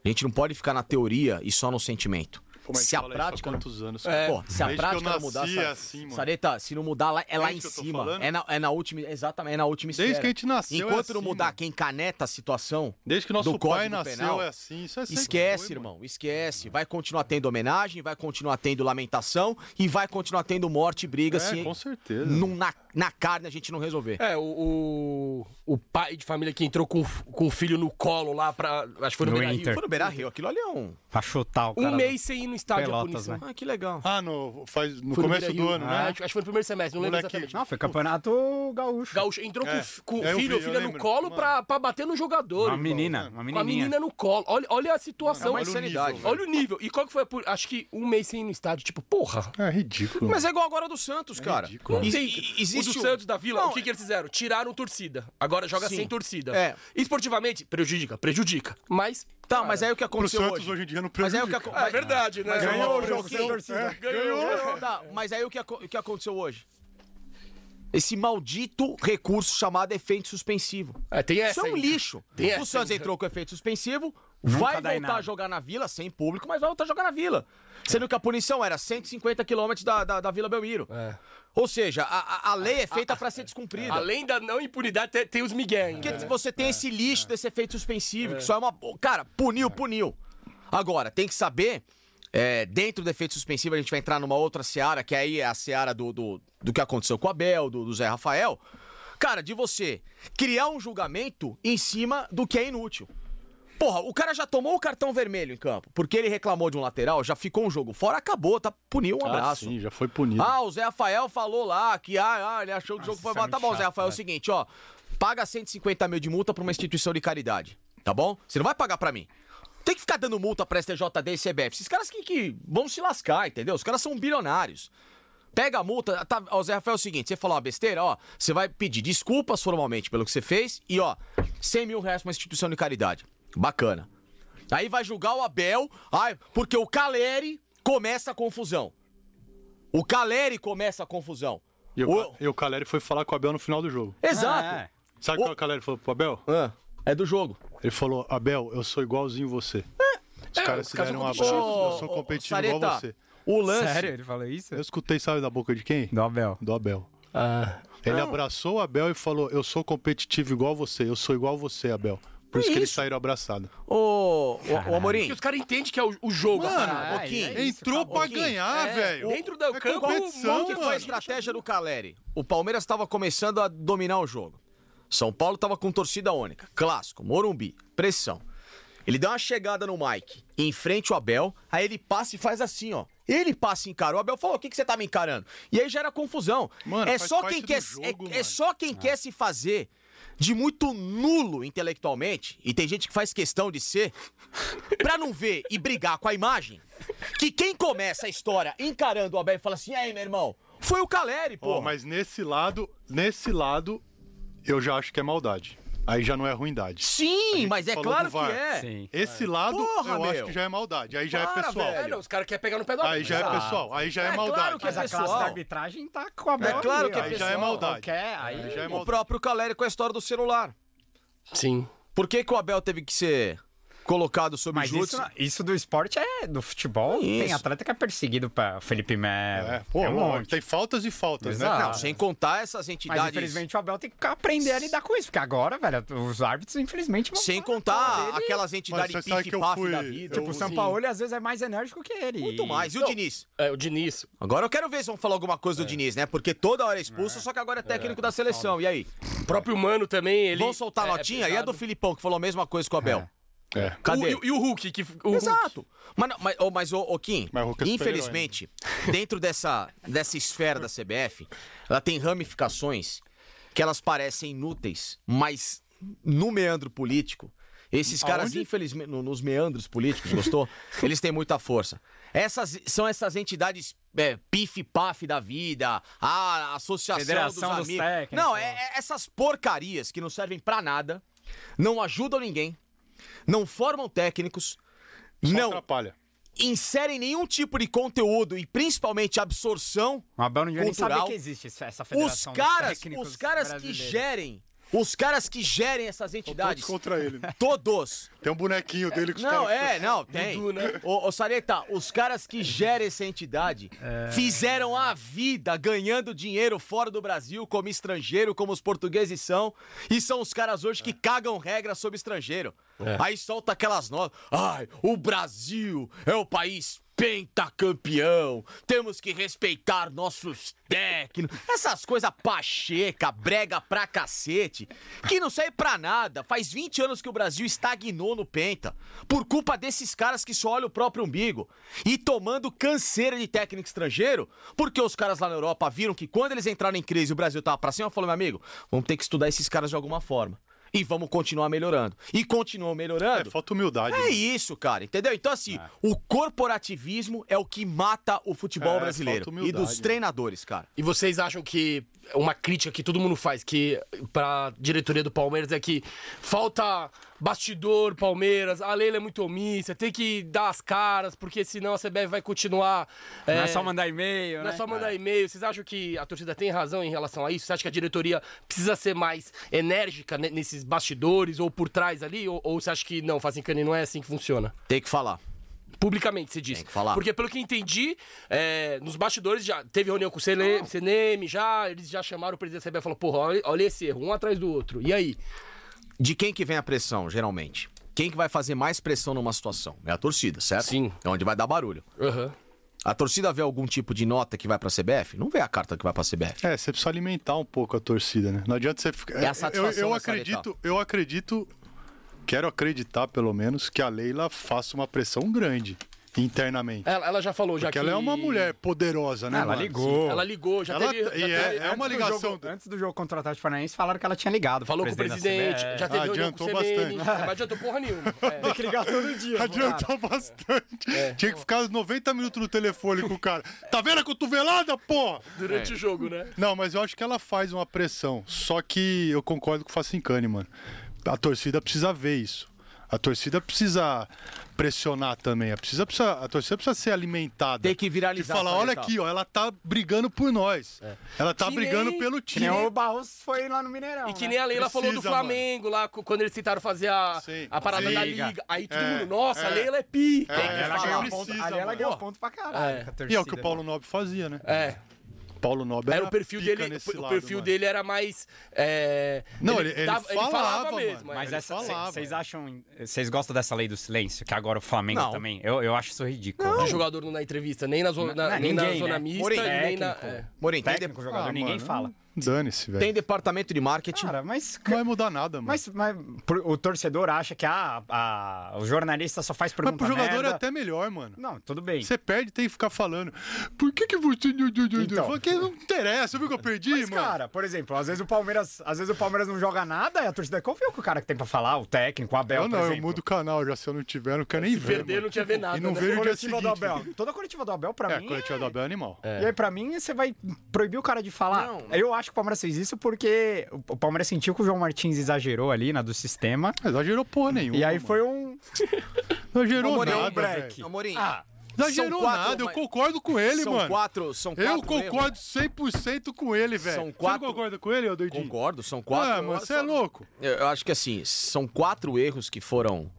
Speaker 5: A gente não pode ficar na teoria e só no sentimento.
Speaker 2: Como é que
Speaker 5: Se a
Speaker 2: fala isso? Há
Speaker 5: prática-
Speaker 2: Quantos anos?
Speaker 1: É.
Speaker 5: Pô, se a
Speaker 2: Desde que
Speaker 5: prática
Speaker 2: eu
Speaker 5: não mudar,
Speaker 2: nasci
Speaker 5: Sa-
Speaker 2: assim, mano.
Speaker 5: Sareta, se não mudar, lá- é lá
Speaker 2: É
Speaker 5: em
Speaker 2: isso que eu tô
Speaker 5: cima.
Speaker 2: falando?
Speaker 5: É na, é na última, exatamente, é na última
Speaker 2: Desde
Speaker 5: esfera.
Speaker 2: que a gente nasceu é
Speaker 5: Enquanto não
Speaker 2: assim,
Speaker 5: mudar
Speaker 2: mano.
Speaker 5: quem caneta a situação,
Speaker 2: Desde que nosso
Speaker 5: do
Speaker 2: pai
Speaker 5: Código
Speaker 2: nasceu
Speaker 5: Penal,
Speaker 2: é assim. Isso é sempre
Speaker 5: esquece,
Speaker 2: foi, mano. É.
Speaker 5: irmão, esquece. Vai continuar tendo homenagem, vai continuar tendo lamentação e vai continuar tendo morte e briga,
Speaker 2: É,
Speaker 5: assim.
Speaker 2: com certeza.
Speaker 5: num- na, na carne a gente não resolver.
Speaker 1: É, o, o, o pai de família que entrou com, o f- com o filho no colo lá pra. Acho que foi no,
Speaker 4: No
Speaker 1: Beira-Rio.
Speaker 4: Inter.
Speaker 5: Foi no Beira Rio, aquilo ali é um.
Speaker 4: Pra chutar o
Speaker 1: Um
Speaker 4: cara. do-
Speaker 1: mês sem ir no estádio a
Speaker 4: Pelotas,
Speaker 1: punição.
Speaker 4: né?
Speaker 5: Ah, que legal.
Speaker 2: Ah, no, faz, no
Speaker 1: Foi
Speaker 2: começo do
Speaker 1: Beira-Rio.
Speaker 2: ano,
Speaker 1: Ah,
Speaker 2: né?
Speaker 1: acho, acho que foi no primeiro semestre, não lembro
Speaker 2: Moleque-
Speaker 1: exatamente.
Speaker 4: Não, foi campeonato gaúcho.
Speaker 1: Gaúcho entrou com
Speaker 2: É,
Speaker 1: o fi- com o
Speaker 2: é, eu
Speaker 1: filho
Speaker 2: vi,
Speaker 1: ou
Speaker 2: eu
Speaker 1: filha no
Speaker 2: lembro.
Speaker 1: colo pra, pra bater no jogador.
Speaker 4: Uma
Speaker 1: irmão.
Speaker 4: menina, uma
Speaker 1: Com a
Speaker 4: menininha.
Speaker 1: menina no colo. Olha, olha a situação. olha, o
Speaker 5: Mano, olha o
Speaker 1: nível,
Speaker 5: é insanidade, velho.
Speaker 1: E qual que foi a. pu- Acho que um mês sem ir no estádio. Tipo, porra.
Speaker 2: É ridículo.
Speaker 5: Mas é igual agora do Santos, cara.
Speaker 2: ridículo.
Speaker 5: E-
Speaker 1: Tem-
Speaker 5: e-
Speaker 1: o
Speaker 5: existe
Speaker 1: do
Speaker 5: um-
Speaker 1: Santos da Vila,
Speaker 5: Não,
Speaker 1: o que, que eles fizeram? Tiraram torcida. Agora joga
Speaker 5: Sim.
Speaker 1: sem torcida.
Speaker 5: É.
Speaker 1: Esportivamente, prejudica, prejudica. Mas.
Speaker 5: Tá, mas aí o que
Speaker 2: é? Pro
Speaker 5: aconteceu
Speaker 2: Santos
Speaker 5: hoje?
Speaker 2: hoje. em dia não
Speaker 5: Mas aí
Speaker 2: prejudica.
Speaker 5: o que aco-
Speaker 1: É verdade, né?
Speaker 4: ganhou o jogo
Speaker 1: sem torcida.
Speaker 5: Ô,
Speaker 1: Ganhou.
Speaker 5: ô, Dá, tá, Mas aí o que, aco- o que aconteceu hoje? Esse maldito recurso chamado efeito suspensivo.
Speaker 1: É, tem essa.
Speaker 5: Isso é um
Speaker 1: ainda.
Speaker 5: lixo.
Speaker 1: Tem essa
Speaker 5: o Santos
Speaker 1: ainda.
Speaker 5: entrou com efeito suspensivo,
Speaker 4: Nunca
Speaker 5: vai
Speaker 4: dá em
Speaker 5: voltar
Speaker 4: nada.
Speaker 5: a jogar na vila, sem público, mas vai voltar a jogar na vila. Sendo que a punição era 150 quilômetros da, da, da Vila Belmiro.
Speaker 1: É.
Speaker 5: Ou seja, a, a- a lei é feita pra ser descumprida.
Speaker 1: Além da não impunidade, tem, tem os Miguel ainda.
Speaker 5: Porque
Speaker 1: né?
Speaker 5: você tem esse lixo desse efeito suspensivo, que só é uma. Cara, puniu, puniu. Agora, tem que saber. é, dentro do efeito suspensivo, a gente vai entrar numa outra seara, que aí é a seara do, do, do que aconteceu com o Abel, do, do Zé Rafael. Cara, de você criar um julgamento em cima do que é inútil. Porra, o cara já tomou o cartão vermelho em campo, porque ele reclamou de um lateral, já ficou um jogo fora, acabou, tá, puniu, um
Speaker 2: Ah,
Speaker 5: abraço.
Speaker 2: sim, já foi punido.
Speaker 5: Ah, o Zé Rafael falou lá que ah, ah, ele achou que o jogo foi
Speaker 4: isso é
Speaker 5: mal. Tá
Speaker 4: muito
Speaker 5: bom, Zé
Speaker 4: chato,
Speaker 5: Rafael, é o
Speaker 4: né?
Speaker 5: seguinte, ó. Paga 150 mil de multa pra uma instituição de caridade, tá bom? Você não vai pagar pra mim. Tem que ficar dando multa pra STJD e CBF. Esses caras que, que vão se lascar, entendeu? Os caras são bilionários. Pega a multa, tá, ó, Zé Rafael, é o seguinte, você falou uma besteira, ó, você vai pedir desculpas formalmente pelo que você fez e, ó, 100 mil reais pra uma instituição de caridade. Bacana. Aí vai julgar o Abel, ai, porque o Caleri começa a confusão. O Caleri começa a confusão.
Speaker 2: E, o,
Speaker 5: O-
Speaker 2: e o Caleri foi falar com o Abel no final do jogo.
Speaker 4: É,
Speaker 5: Exato.
Speaker 2: Sabe é o que o Caleri falou pro Abel?
Speaker 5: Ah, É do jogo.
Speaker 2: Ele falou, Abel, eu sou igualzinho você. Os caras se
Speaker 1: caras são
Speaker 2: deram um abraço,
Speaker 1: competitivos,
Speaker 2: eu sou competitivo igual
Speaker 5: Sareta,
Speaker 2: você.
Speaker 5: O lance.
Speaker 4: Sério, ele falou isso?
Speaker 2: Eu escutei, sabe, da boca de quem?
Speaker 4: Do Abel.
Speaker 2: Do Abel.
Speaker 1: Ah.
Speaker 2: Ele abraçou o Abel e falou, eu sou competitivo igual você, eu sou igual você, Abel. Por isso que eles
Speaker 5: isso?
Speaker 2: saíram abraçados.
Speaker 5: Ô, o, o Amorim.
Speaker 1: Porque os caras entendem que é o, o jogo. a parada.
Speaker 4: Ah,
Speaker 5: Boquinha.
Speaker 4: é isso,
Speaker 2: Entrou
Speaker 4: acabou.
Speaker 2: pra ganhar, velho.
Speaker 1: Dentro do
Speaker 2: é
Speaker 1: campo,
Speaker 2: competição,
Speaker 5: Qual que
Speaker 2: mano.
Speaker 5: foi a estratégia do Caleri? O Palmeiras estava começando a dominar o jogo. São Paulo estava com torcida única. Clássico, Morumbi, pressão. Ele dá uma chegada no Mike, em frente o Abel, aí ele passa e faz assim, ó. Ele passa e encara. O Abel falou: o que, que você tá me encarando? E aí gera confusão.
Speaker 2: Mano,
Speaker 5: é,
Speaker 2: faz
Speaker 5: só
Speaker 2: parte
Speaker 5: quem
Speaker 2: do
Speaker 5: quer,
Speaker 2: jogo,
Speaker 5: é- é,
Speaker 2: mano. Ah.
Speaker 5: só quem quer se fazer de muito nulo intelectualmente, e tem gente que faz questão de ser, pra não ver e brigar com a imagem, que quem começa a história encarando o Abel e fala assim, e aí, meu irmão, foi o Caleri, pô.
Speaker 2: Ó, mas nesse lado, nesse lado, eu já acho que é maldade. Aí já não é ruindade.
Speaker 5: Sim, mas é
Speaker 2: falou
Speaker 5: claro
Speaker 2: do
Speaker 5: que
Speaker 2: VAR.
Speaker 5: é.
Speaker 4: Sim.
Speaker 2: Esse lado,
Speaker 5: Porra,
Speaker 2: eu acho
Speaker 5: meu.
Speaker 2: que já é maldade. Aí já
Speaker 5: Para,
Speaker 2: é pessoal.
Speaker 1: É, não, os caras querem pegar no pé da
Speaker 2: Aí já é
Speaker 1: Ah,
Speaker 2: pessoal. Aí já é,
Speaker 5: É claro
Speaker 2: maldade.
Speaker 5: que é
Speaker 4: Mas a classe
Speaker 5: Pessoal.
Speaker 4: da arbitragem tá com a Abel
Speaker 5: É claro
Speaker 4: ali,
Speaker 5: que é
Speaker 4: ó.
Speaker 2: Aí já é
Speaker 5: pessoal.
Speaker 2: maldade.
Speaker 4: Qualquer, aí...
Speaker 2: Aí já é
Speaker 5: O
Speaker 2: maldade.
Speaker 5: próprio Caleri com a história do celular.
Speaker 1: Sim.
Speaker 5: Por que, que o Abel teve que ser colocado sob
Speaker 4: Mas
Speaker 5: júdice?
Speaker 4: isso, isso do esporte é do futebol.
Speaker 5: Isso.
Speaker 4: Tem atleta que é perseguido para Felipe Melo.
Speaker 2: É, pô,
Speaker 4: tem um
Speaker 2: mano,
Speaker 4: monte.
Speaker 2: tem faltas e faltas,
Speaker 4: Exato.
Speaker 2: né?
Speaker 5: Não, sem contar essas
Speaker 4: Mas
Speaker 5: entidades...
Speaker 4: infelizmente o Abel tem que aprender a lidar com isso, porque agora, velho, os árbitros infelizmente vão
Speaker 5: Sem
Speaker 4: parar.
Speaker 5: contar aquelas
Speaker 2: Mano,
Speaker 5: entidades
Speaker 2: você sabe que eu
Speaker 5: pif-paf
Speaker 2: fui.
Speaker 5: da vida.
Speaker 2: eu-
Speaker 4: Tipo, O São Paulo às vezes é mais enérgico que ele.
Speaker 5: Muito
Speaker 4: E-
Speaker 5: mais. E o Diniz?
Speaker 1: É, o Diniz.
Speaker 5: Agora eu quero ver se vão falar alguma coisa do Diniz, né? Porque toda hora é expulso, só que agora é técnico da seleção. E aí?
Speaker 1: O próprio Mano também, ele...
Speaker 5: Vão soltar
Speaker 1: é- é
Speaker 5: notinha? e a
Speaker 1: pesado.
Speaker 5: do Filipão, que falou a mesma coisa com o Abel.
Speaker 2: É.
Speaker 1: O-
Speaker 5: Cadê?
Speaker 1: e, e o Hulk, que... O Hulk.
Speaker 5: Exato. Mas, não- mas, ô, mas ô, ô, Kim,
Speaker 2: Mas o Hulk é super-herói,
Speaker 5: infelizmente, dentro dessa, dessa esfera da CBF, ela tem ramificações que elas parecem inúteis, mas no meandro político, esses caras,
Speaker 2: Aonde?
Speaker 5: infelizmente, no- nos meandros políticos, gostou? Eles têm muita força. Essas são essas entidades é, pif-paf da vida, a associação
Speaker 4: Federação
Speaker 5: dos
Speaker 4: dos
Speaker 5: amigos.
Speaker 4: técnicos.
Speaker 5: não, é, é- essas porcarias que não servem pra nada, não ajudam ninguém, não formam técnicos,
Speaker 2: Só
Speaker 5: não
Speaker 2: atrapalha.
Speaker 5: inserem nenhum tipo de conteúdo e principalmente absorção,
Speaker 4: O Abel não devia nem
Speaker 5: Cultural.
Speaker 4: saber que existe essa
Speaker 5: os
Speaker 4: federação dos
Speaker 5: caras,
Speaker 4: técnicos
Speaker 5: os caras que
Speaker 4: brasileiros.
Speaker 5: gerem Os caras que gerem essas entidades.
Speaker 2: contra ele.
Speaker 5: Todos.
Speaker 2: Tem um bonequinho dele que os
Speaker 5: Não,
Speaker 2: caras-
Speaker 5: é, não, tem.
Speaker 1: Dudu, né?
Speaker 5: Ô, ô Sareta, os caras que gerem essa entidade fizeram a vida ganhando dinheiro fora do Brasil, como estrangeiro, como os portugueses são, e são os caras hoje que cagam regra sobre estrangeiro. Aí solta aquelas notas. Ai, o Brasil é o país pentacampeão, temos que respeitar nossos técnicos. Essas coisas pacheca, brega pra cacete, que não serve pra nada. Faz 20 anos que o Brasil estagnou no penta, por culpa desses caras que só olham o próprio umbigo. E tomando canseira de técnico estrangeiro, porque os caras lá na Europa viram que quando eles entraram em crise e o Brasil tava pra cima, falou, meu amigo, vamos ter que estudar esses caras de alguma forma. E vamos continuar melhorando. E continuam melhorando.
Speaker 2: É, falta humildade.
Speaker 5: É isso, cara, entendeu? Então, assim,
Speaker 2: É.
Speaker 5: o corporativismo é o que mata o futebol
Speaker 2: É,
Speaker 5: brasileiro.
Speaker 2: falta
Speaker 5: E
Speaker 2: humildade,
Speaker 5: dos
Speaker 2: né?
Speaker 5: treinadores, cara.
Speaker 1: E vocês acham que uma crítica que todo mundo faz que pra diretoria do Palmeiras é que falta bastidor Palmeiras, a Leila é muito omissa, tem que dar as caras, porque senão a CBF vai continuar
Speaker 4: Não é só mandar e-mail,
Speaker 1: não
Speaker 4: né?
Speaker 1: é só mandar e-mail. Vocês acham que a torcida tem razão em relação a isso? Você acha que a diretoria precisa ser mais enérgica ne- nesses bastidores ou por trás ali? Ou, ou você acha que não, Fazincani, não é assim que funciona?
Speaker 5: Tem que falar.
Speaker 1: Publicamente, se diz.
Speaker 5: Tem que falar.
Speaker 1: Porque, pelo que entendi, é, nos bastidores já teve reunião com o Cele- CNM, já, eles já chamaram o presidente da CBF e falaram, porra, olha, olha esse erro, um atrás do outro. E aí?
Speaker 5: De quem que vem a pressão, geralmente? Quem que vai fazer mais pressão numa situação? É a torcida, certo?
Speaker 1: Sim.
Speaker 5: É onde vai dar barulho.
Speaker 1: Aham.
Speaker 5: A torcida vê algum tipo de nota que vai pra CBF? Não vê a carta que vai pra CBF.
Speaker 2: É, você precisa alimentar um pouco a torcida, né? Não adianta você ficar.
Speaker 5: É a satisfação tá?
Speaker 2: eu, eu
Speaker 5: da
Speaker 2: acredito, eu acredito, quero acreditar pelo menos que a Leila faça uma pressão grande internamente.
Speaker 1: Ela, ela já falou, já que...
Speaker 2: porque ela é uma mulher poderosa, né?
Speaker 4: Ela
Speaker 2: mano?
Speaker 4: ligou.
Speaker 1: Ela ligou, já
Speaker 2: Ela-
Speaker 1: teve... já
Speaker 2: e é,
Speaker 1: teve-
Speaker 2: é uma
Speaker 4: Antes do
Speaker 2: ligação.
Speaker 4: jogo- antes do jogo contra o Atlético Paranaense, falaram que ela tinha ligado.
Speaker 1: Falou com o presidente,
Speaker 4: da CBF.
Speaker 1: já teve reunião com
Speaker 2: é. Ah,
Speaker 1: o
Speaker 2: Adiantou
Speaker 1: CNM,
Speaker 2: bastante.
Speaker 1: não adiantou porra nenhuma. É.
Speaker 4: Tem que ligar todo dia.
Speaker 2: Adiantou bastante. Tinha que ficar uns 90 minutos no telefone com o cara. Tá vendo a cotovelada, porra?
Speaker 1: Durante
Speaker 2: É.
Speaker 1: o jogo, né?
Speaker 2: Não, mas eu acho que ela faz uma pressão. Só que eu concordo com o Facincani, mano. A torcida precisa ver isso. A torcida precisa pressionar também. A, precisa, precisa- a torcida precisa ser alimentada.
Speaker 5: Tem que viralizar
Speaker 2: E falar,
Speaker 5: essa
Speaker 2: olha
Speaker 5: etapa.
Speaker 2: aqui, ó, ela tá brigando por nós. Ela tá
Speaker 1: Que
Speaker 2: brigando
Speaker 1: nem-
Speaker 2: pelo
Speaker 4: Que
Speaker 2: time.
Speaker 4: nem o Barros foi lá no Mineirão.
Speaker 1: E que
Speaker 4: né?
Speaker 1: nem a Leila falou do
Speaker 2: Precisa, mano.
Speaker 1: Flamengo lá, co- quando eles tentaram fazer a,
Speaker 2: Sim.
Speaker 1: a parada da
Speaker 4: Liga.
Speaker 1: liga. Aí todo
Speaker 2: É,
Speaker 1: mundo, nossa, a
Speaker 2: é.
Speaker 1: Leila é pi.
Speaker 2: É, ela
Speaker 4: Ela
Speaker 2: ganhou
Speaker 4: ganhou ponto,
Speaker 2: precisa,
Speaker 4: ali ela
Speaker 2: mano.
Speaker 4: ganhou ponto pra caralho.
Speaker 1: É.
Speaker 4: com a
Speaker 2: E é o que o
Speaker 4: torcida.
Speaker 2: Paulo Nobre fazia, né?
Speaker 1: É.
Speaker 2: Paulo Nobre
Speaker 1: Era o perfil
Speaker 2: pica
Speaker 1: dele,
Speaker 2: nesse
Speaker 1: o
Speaker 2: lado,
Speaker 1: perfil
Speaker 2: mano.
Speaker 1: dele era mais. é,
Speaker 2: Não, ele- ele falava, mano.
Speaker 1: é.
Speaker 4: Mas
Speaker 2: Ele
Speaker 4: essa, cê-
Speaker 2: falava.
Speaker 4: vocês acham, vocês gostam dessa lei do silêncio? Que agora o Flamengo
Speaker 5: Não.
Speaker 4: também. Eu, eu acho isso ridículo.
Speaker 1: O jogador não dá entrevista, nem na zona,
Speaker 4: Não,
Speaker 1: na, nem
Speaker 4: ninguém,
Speaker 1: na zona
Speaker 4: né?
Speaker 1: mista,
Speaker 4: Porém,
Speaker 1: e nem na.
Speaker 4: técnico.
Speaker 1: é.
Speaker 5: Porém, tem,
Speaker 4: Técnico,
Speaker 5: de-
Speaker 4: jogador,
Speaker 2: Ah,
Speaker 4: ninguém
Speaker 2: mano,
Speaker 4: fala.
Speaker 2: Dane-se, velho.
Speaker 5: tem departamento de marketing.
Speaker 4: Cara, mas.
Speaker 2: Não vai mudar nada, mano.
Speaker 4: Mas, mas por- o torcedor acha que ah, a- o jornalista só faz
Speaker 2: Mas
Speaker 4: pergunta
Speaker 2: pro jogador
Speaker 4: merda.
Speaker 2: é até melhor, mano.
Speaker 4: Não, tudo bem.
Speaker 2: Você perde, tem que ficar falando. Por que que você...
Speaker 4: Então.
Speaker 2: Fala que não interessa, viu que eu perdi,
Speaker 4: Mas,
Speaker 2: mano?
Speaker 4: cara, por exemplo, às vezes o Palmeiras, às vezes o Palmeiras não joga nada e a torcida confia que é o cara que tem pra falar, o técnico, o
Speaker 2: eu
Speaker 4: Abel, por
Speaker 2: não, eu
Speaker 4: exemplo.
Speaker 2: mudo o canal já, se eu não tiver, eu não
Speaker 1: É,
Speaker 2: quero nem ver.
Speaker 1: Perder
Speaker 2: mano.
Speaker 1: não tinha ver nada.
Speaker 2: E não
Speaker 1: né?
Speaker 2: vejo o dia
Speaker 4: Coletiva do
Speaker 2: seguinte.
Speaker 4: Abel. Toda coletiva do Abel, pra
Speaker 2: É, a
Speaker 4: mim.
Speaker 2: coletiva do Abel é animal.
Speaker 4: E aí, pra mim, você vai proibir o cara de falar. Eu acho que o Palmeiras fez isso porque o o Palmeiras sentiu que o João Martins exagerou ali na do sistema.
Speaker 2: Exagerou porra nenhuma.
Speaker 4: E aí
Speaker 2: mano.
Speaker 4: foi um.
Speaker 2: Exagerou
Speaker 5: Amorim,
Speaker 2: nada,
Speaker 4: break.
Speaker 2: velho.
Speaker 5: Amorim,
Speaker 4: Ah,
Speaker 2: Exagerou
Speaker 5: São quatro,
Speaker 2: nada, eu
Speaker 5: mas-
Speaker 2: concordo com ele,
Speaker 5: são
Speaker 2: mano.
Speaker 5: quatro, são quatro.
Speaker 2: eu
Speaker 5: erros.
Speaker 2: concordo 100% com ele, velho.
Speaker 5: São quatro-
Speaker 2: Você não concorda com ele, ô doidinho?
Speaker 5: Concordo, são quatro.
Speaker 2: Ah, mano,
Speaker 5: Olha
Speaker 2: você
Speaker 5: só.
Speaker 2: é louco.
Speaker 5: Eu, eu acho que assim, são quatro erros que foram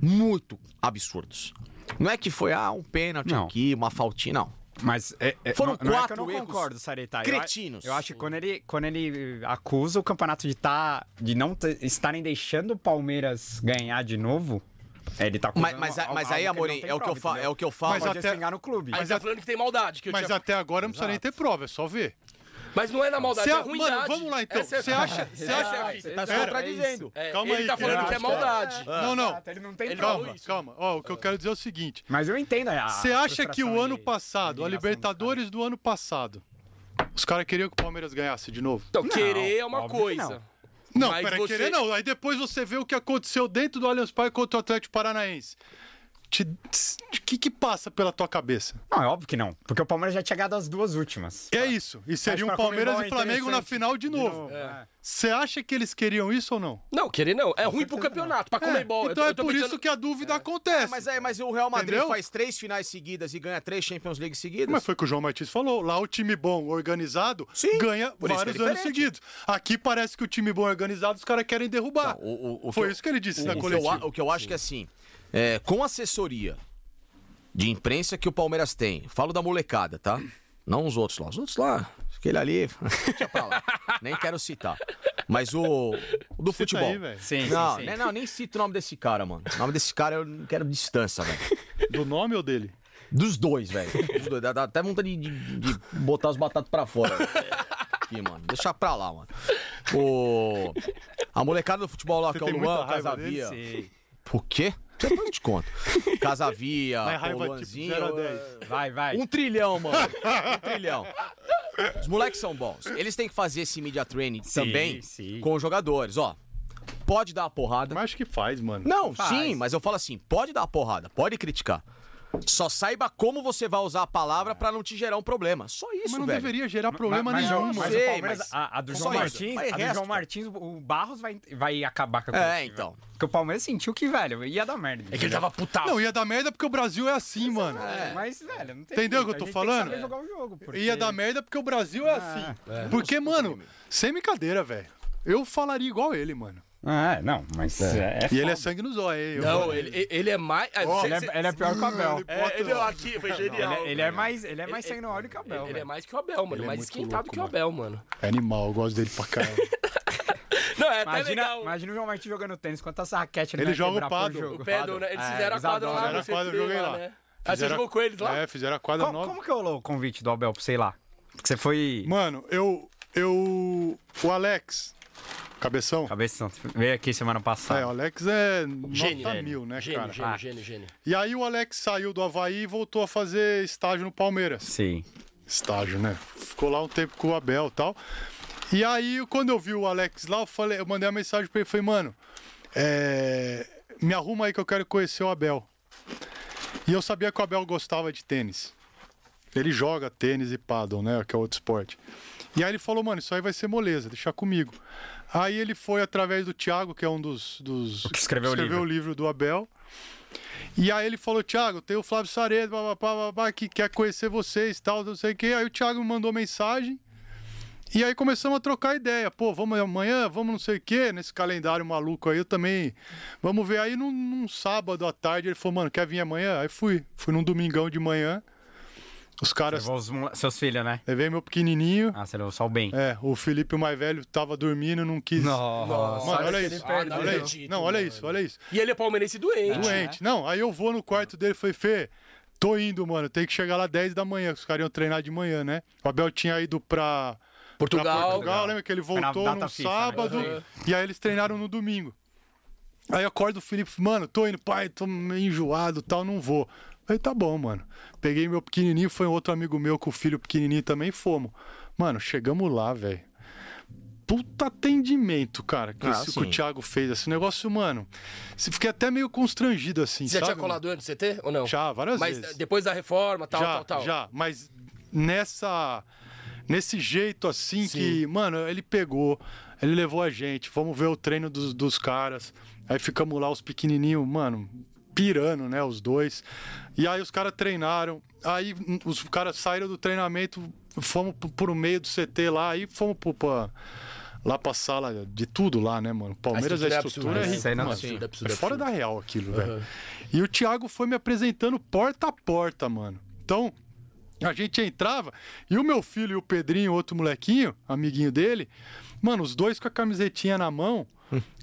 Speaker 5: muito absurdos. Não é que foi, ah, um pênalti
Speaker 4: Não.
Speaker 5: aqui, uma faltinha, não.
Speaker 4: mas. é- é-
Speaker 5: Foram
Speaker 4: não, não é que
Speaker 5: quatro
Speaker 4: eu não
Speaker 5: erros
Speaker 4: concordo, Sareta. Eu a-
Speaker 5: cretinos.
Speaker 4: Eu, acho que quando ele, quando ele acusa o campeonato de, tá, de não te- estarem deixando o Palmeiras ganhar de novo. Ele tá
Speaker 5: Mas,
Speaker 4: acusando
Speaker 5: mas,
Speaker 4: al-
Speaker 5: mas
Speaker 4: algo
Speaker 5: aí,
Speaker 4: que ele
Speaker 5: Amorim,
Speaker 4: não tem
Speaker 5: é o, que eu
Speaker 4: prova,
Speaker 5: fa- é
Speaker 4: entendeu?
Speaker 5: o que eu falo.
Speaker 2: Mas
Speaker 4: Pode
Speaker 2: até-
Speaker 4: xingar no clube.
Speaker 1: Aí tá falando que tem maldade, que eu
Speaker 2: Mas
Speaker 1: tinha-
Speaker 2: até agora não precisa nem ter prova, é só ver.
Speaker 1: Mas não é na maldade,
Speaker 2: Cê-
Speaker 1: é ruindade.
Speaker 2: mano, vamos lá, então.
Speaker 1: Essa é a
Speaker 2: Cê
Speaker 1: fita.
Speaker 2: acha- cê
Speaker 1: Essa é a
Speaker 2: acha-
Speaker 1: fita.
Speaker 5: Tá se
Speaker 2: Pera,
Speaker 5: contradizendo.
Speaker 1: É,
Speaker 2: Calma
Speaker 1: ele
Speaker 2: aí,
Speaker 1: tá
Speaker 2: eu
Speaker 1: falando que é
Speaker 2: acho que é-
Speaker 1: maldade.
Speaker 2: Não, não.
Speaker 4: Ele não tem
Speaker 1: Ele
Speaker 4: prova.
Speaker 1: falou
Speaker 5: é
Speaker 2: Calma,
Speaker 1: isso.
Speaker 2: calma. Ó, o que eu quero dizer é o seguinte.
Speaker 4: Mas eu entendo. a
Speaker 2: Você acha que o
Speaker 4: Ah, frustração
Speaker 2: ano
Speaker 4: e-
Speaker 2: passado, a
Speaker 4: indignação dos
Speaker 2: Libertadores do ano passado, os caras queriam que o Palmeiras ganhasse de novo?
Speaker 1: Então,
Speaker 4: Não,
Speaker 1: querer é uma
Speaker 4: óbvio que
Speaker 1: coisa.
Speaker 4: não.
Speaker 2: Não,
Speaker 1: Mas
Speaker 2: peraí,
Speaker 1: você-
Speaker 2: querer não. Aí depois você vê o que aconteceu dentro do Allianz Parque contra o Atlético Paranaense. te- o que, que passa pela tua cabeça?
Speaker 4: Não, é óbvio que não. Porque o Palmeiras já tinha ganhado as duas últimas.
Speaker 2: É isso. E seria um
Speaker 4: pra Comembol
Speaker 2: Palmeiras
Speaker 4: é
Speaker 2: e Flamengo na
Speaker 4: interessante.
Speaker 2: final de novo.
Speaker 4: É.
Speaker 2: Você acha que eles queriam isso ou não?
Speaker 1: Não, querer não. É ruim pro campeonato, pra comer bola.
Speaker 2: Então é por isso que a dúvida acontece.
Speaker 5: Ah, Mas, aí, mas o Real Madrid
Speaker 2: Entendeu?
Speaker 5: faz três finais seguidas e ganha três Champions League seguidas.
Speaker 2: Mas foi o que o João Martins falou. Lá o time bom organizado
Speaker 5: Sim,
Speaker 2: ganha
Speaker 5: por isso
Speaker 2: vários
Speaker 5: que é
Speaker 2: anos
Speaker 5: diferente.
Speaker 2: seguidos. Aqui parece que o time bom organizado os caras querem derrubar.
Speaker 5: Não, o- o- o
Speaker 2: foi
Speaker 5: que eu-
Speaker 2: isso que ele disse
Speaker 5: o,
Speaker 2: na
Speaker 5: o que eu
Speaker 2: coletiva.
Speaker 5: a- o que eu acho que é assim, é, com a assessoria de imprensa que o Palmeiras tem, falo da molecada, tá? Não os outros lá. Os outros lá, aquele ali, deixa pra lá. Nem quero citar. Mas o, o do
Speaker 2: Cita
Speaker 5: futebol.
Speaker 2: aí, velho.
Speaker 4: Sim,
Speaker 5: não,
Speaker 4: sim, sim.
Speaker 5: né, não, nem cito o nome desse cara, mano. O nome desse cara eu não quero distância, velho.
Speaker 2: Do nome ou dele?
Speaker 5: Dos dois, velho. Dos dois. Dá, dá até vontade de, de- de botar os batatas pra fora. velho. Aqui, mano. Deixar pra lá, mano. O... A molecada do futebol lá, que é o
Speaker 2: tem muita
Speaker 5: Luan, o
Speaker 2: raiva dele?
Speaker 5: Casavia.
Speaker 4: Sim.
Speaker 5: O quê? Depois eu te conto. Casavia,
Speaker 2: Mas
Speaker 5: o
Speaker 2: raiva tipo
Speaker 5: Luanzinho.
Speaker 2: 0 a
Speaker 5: é,
Speaker 2: 10.
Speaker 4: Vai, vai.
Speaker 5: Um trilhão, mano. Um trilhão. Os moleques são bons. Eles têm que fazer esse media training
Speaker 4: Sim,
Speaker 5: também
Speaker 4: sim.
Speaker 5: com os jogadores, ó. Pode dar a porrada.
Speaker 2: Mas acho que faz, mano.
Speaker 5: Não,
Speaker 4: Faz.
Speaker 5: sim, mas eu falo assim, pode dar a porrada, pode criticar. Só saiba como você vai usar a palavra pra não te gerar um problema. Só
Speaker 2: Mas
Speaker 5: isso,
Speaker 2: não
Speaker 5: velho.
Speaker 2: deveria gerar problema
Speaker 4: mas, é um
Speaker 2: nenhum,
Speaker 4: mas,
Speaker 2: mano.
Speaker 5: não
Speaker 4: mas o
Speaker 5: sei,
Speaker 4: Palmeiras,
Speaker 5: mas-
Speaker 4: a, a do João
Speaker 5: Só isso.
Speaker 4: Martins,
Speaker 5: Mas
Speaker 4: a do
Speaker 5: resto-
Speaker 4: João Martins, o Barros vai, vai acabar com a
Speaker 5: É,
Speaker 4: coletiva.
Speaker 5: então.
Speaker 4: Porque o Palmeiras sentiu que, velho, ia dar merda.
Speaker 1: É que ele tava putado.
Speaker 2: Não, ia dar merda porque o Brasil é assim, mano.
Speaker 4: Mas, um velho, não tem
Speaker 2: Entendeu o
Speaker 4: jeito,
Speaker 2: que eu tô
Speaker 4: a gente
Speaker 2: falando?
Speaker 4: Tem que saber jogar o jogo, porque...
Speaker 2: Ia dar merda porque o Brasil é assim. Porque, mano, sem brincadeira, velho. Eu falaria igual ele, mano.
Speaker 4: Ah, é, não, mas... É.
Speaker 2: E ele é sangue no zóio, hein? Eu-
Speaker 1: Não, ele, ele é mais. ah, cê-
Speaker 4: ele,
Speaker 1: cê-
Speaker 4: é, ele é pior que o Abel.
Speaker 1: É, ele é aqui, foi genial.
Speaker 4: Ele, é- ele é mais, ele é
Speaker 1: Ele-
Speaker 4: mais sangue no óleo que o Abel,
Speaker 1: Ele, ele é
Speaker 4: velho.
Speaker 1: mais que o Abel, mano.
Speaker 2: Ele é
Speaker 1: mais
Speaker 2: muito
Speaker 1: esquentado
Speaker 2: louco,
Speaker 1: que o Abel, mano.
Speaker 2: É animal, eu gosto dele pra caralho.
Speaker 1: Não, é até
Speaker 4: Imagina,
Speaker 1: legal.
Speaker 4: imagina o João Martins jogando tênis, quantas raquetes
Speaker 2: Ele
Speaker 4: vai
Speaker 2: joga o
Speaker 4: né? quebrar por
Speaker 2: Pado.
Speaker 1: O
Speaker 4: jogo.
Speaker 1: Pedro, né? Eles
Speaker 4: É,
Speaker 1: fizeram a
Speaker 4: eles
Speaker 1: quadra lá no
Speaker 2: Fizeram
Speaker 4: adoram.
Speaker 2: a quadra,
Speaker 1: CT,
Speaker 2: eu joguei lá.
Speaker 1: né? Aí você
Speaker 2: Fizeram-
Speaker 1: jogou com eles lá?
Speaker 2: É, fizeram a quadra
Speaker 4: Co-
Speaker 2: nova.
Speaker 4: Como que rolou o convite do Abel pra sei lá? Porque você foi...
Speaker 2: Mano, eu. Eu. O Alex. Cabeção?
Speaker 4: Cabeça, veio aqui semana passada.
Speaker 2: É, o Alex é
Speaker 1: Gênio.
Speaker 2: nota mil, né,
Speaker 1: Gênio,
Speaker 2: cara?
Speaker 1: gênio,
Speaker 4: Ah.
Speaker 1: gênio, gênio.
Speaker 2: E aí o Alex saiu do Havaí e voltou a fazer estágio no Palmeiras.
Speaker 4: Sim.
Speaker 2: Estágio, né? Ficou lá um tempo com o Abel e tal. E aí, quando eu vi o Alex lá, eu, falei, eu mandei uma mensagem pra ele, falei, mano, é, me arruma aí que eu quero conhecer o Abel. E eu sabia que o Abel gostava de tênis. Ele joga tênis e paddle, né? Que é outro esporte. E aí ele falou, mano, isso aí vai ser moleza, deixa comigo. Aí ele foi através do Thiago, que é um dos. dos
Speaker 4: que escreveu o livro.
Speaker 2: o livro do Abel. E aí ele falou, Thiago, tem o Flávio Saredo, bababá, bababá, que quer conhecer vocês, tal, não sei o quê. Aí o Thiago me mandou mensagem. E aí começamos a trocar ideia. Pô, vamos amanhã, vamos não sei o quê, nesse calendário maluco aí, eu também. Vamos ver. Aí num, num sábado à tarde ele falou, mano, quer vir amanhã? Aí fui. Fui num domingão de manhã. Os caras.
Speaker 4: Levou os mole- seus filhos, né?
Speaker 2: Levei meu pequenininho.
Speaker 4: Ah, você levou só o bem.
Speaker 2: É, o Felipe, o mais velho, tava dormindo, não quis.
Speaker 4: Nossa.
Speaker 2: Mano, olha
Speaker 1: Olha
Speaker 2: isso.
Speaker 1: que ele perdeu.
Speaker 2: olha
Speaker 1: Ah, não
Speaker 2: isso.
Speaker 1: acredito,
Speaker 2: Não, olha
Speaker 1: mano. É.
Speaker 2: isso, olha isso.
Speaker 1: E ele é palmeirense doente.
Speaker 2: Doente. Não, aí eu vou no quarto dele e falei, Fê, tô indo, mano. Tem que chegar lá 10 da manhã, que os caras iam treinar de manhã, né? O Abel tinha ido pra
Speaker 1: Portugal.
Speaker 2: pra Portugal lembra que ele
Speaker 4: na
Speaker 2: voltou
Speaker 4: data
Speaker 2: no
Speaker 4: FIFA, né?
Speaker 2: sábado
Speaker 1: Uhum.
Speaker 2: e aí eles treinaram no domingo. Aí acorda o Felipe, mano, tô indo, pai, tô meio enjoado e tal, não vou. Falei, tá bom, mano. Peguei meu pequenininho, foi um outro amigo meu com o filho pequenininho também, fomos. Mano, chegamos lá, velho. Puta atendimento, cara, que,
Speaker 5: Ah,
Speaker 2: esse- que o
Speaker 5: sim.
Speaker 2: Thiago fez. Esse negócio, mano, se- fiquei até meio constrangido assim,
Speaker 1: Você já
Speaker 2: sabe?
Speaker 1: tinha colado antes do CT ou não?
Speaker 2: Já, várias
Speaker 1: Mas
Speaker 2: vezes.
Speaker 1: depois da reforma, tal,
Speaker 2: já,
Speaker 1: tal, tal.
Speaker 2: Já, mas nessa. Nesse jeito assim que, mano, ele pegou, ele levou a gente, vamos ver o treino dos, dos caras. Aí ficamos lá, os pequenininhos, mano, pirando, né, os dois. E aí os caras treinaram, aí hum, os caras saíram do treinamento, fomos pro, pro meio do CT lá, aí fomos pro, pra, lá pra sala de tudo lá, né, mano? Palmeiras, a
Speaker 1: estrutura é
Speaker 2: estrutura é
Speaker 1: absurda, né?
Speaker 2: rica,
Speaker 4: Isso aí não-
Speaker 2: mano.
Speaker 4: Sim.
Speaker 1: Absurdo, absurdo,
Speaker 2: É fora
Speaker 1: absurdo.
Speaker 2: da real aquilo, velho. E o Thiago foi me apresentando porta a porta, mano. Então, a gente entrava e o meu filho e o Pedrinho, outro molequinho, amiguinho dele, mano, os dois com a camisetinha na mão.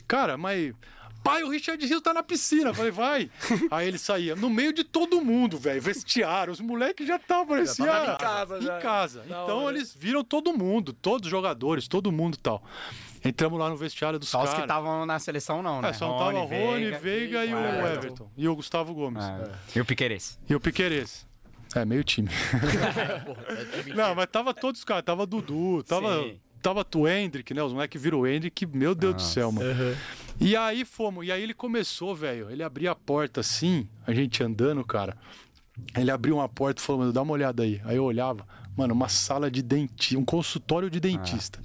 Speaker 2: Cara, mas. Pai, o Richard Rios tá na piscina. Eu Falei, vai. Aí ele saía. No meio de todo mundo, velho. Vestiário. Os moleques já estavam, parecia.
Speaker 1: em casa,
Speaker 2: Em
Speaker 1: já.
Speaker 2: casa.
Speaker 1: Da
Speaker 2: então
Speaker 1: hora.
Speaker 2: eles viram todo mundo, todos os jogadores, todo mundo e tal. Entramos lá no vestiário dos
Speaker 4: Só
Speaker 2: caras.
Speaker 4: os que estavam na seleção, não, né?
Speaker 2: É, só não tava o Rony, Veiga É. e o
Speaker 4: Everton. É.
Speaker 2: Everton. E o Gustavo Gomes.
Speaker 4: E o Piqueires.
Speaker 2: E o Piqueires. É, meio time. não, mas tava todos os caras. Tava Dudu, tava,
Speaker 4: Sim.
Speaker 2: tava o Hendrick, né? Os moleques viram o Hendrick, meu Deus do céu, mano. E aí fomos. E aí ele começou, velho. Ele abria a porta assim, a gente andando, cara. Ele abriu uma porta e falou, mano, dá uma olhada aí. Aí eu olhava, mano, uma sala de dentista, um consultório de dentista.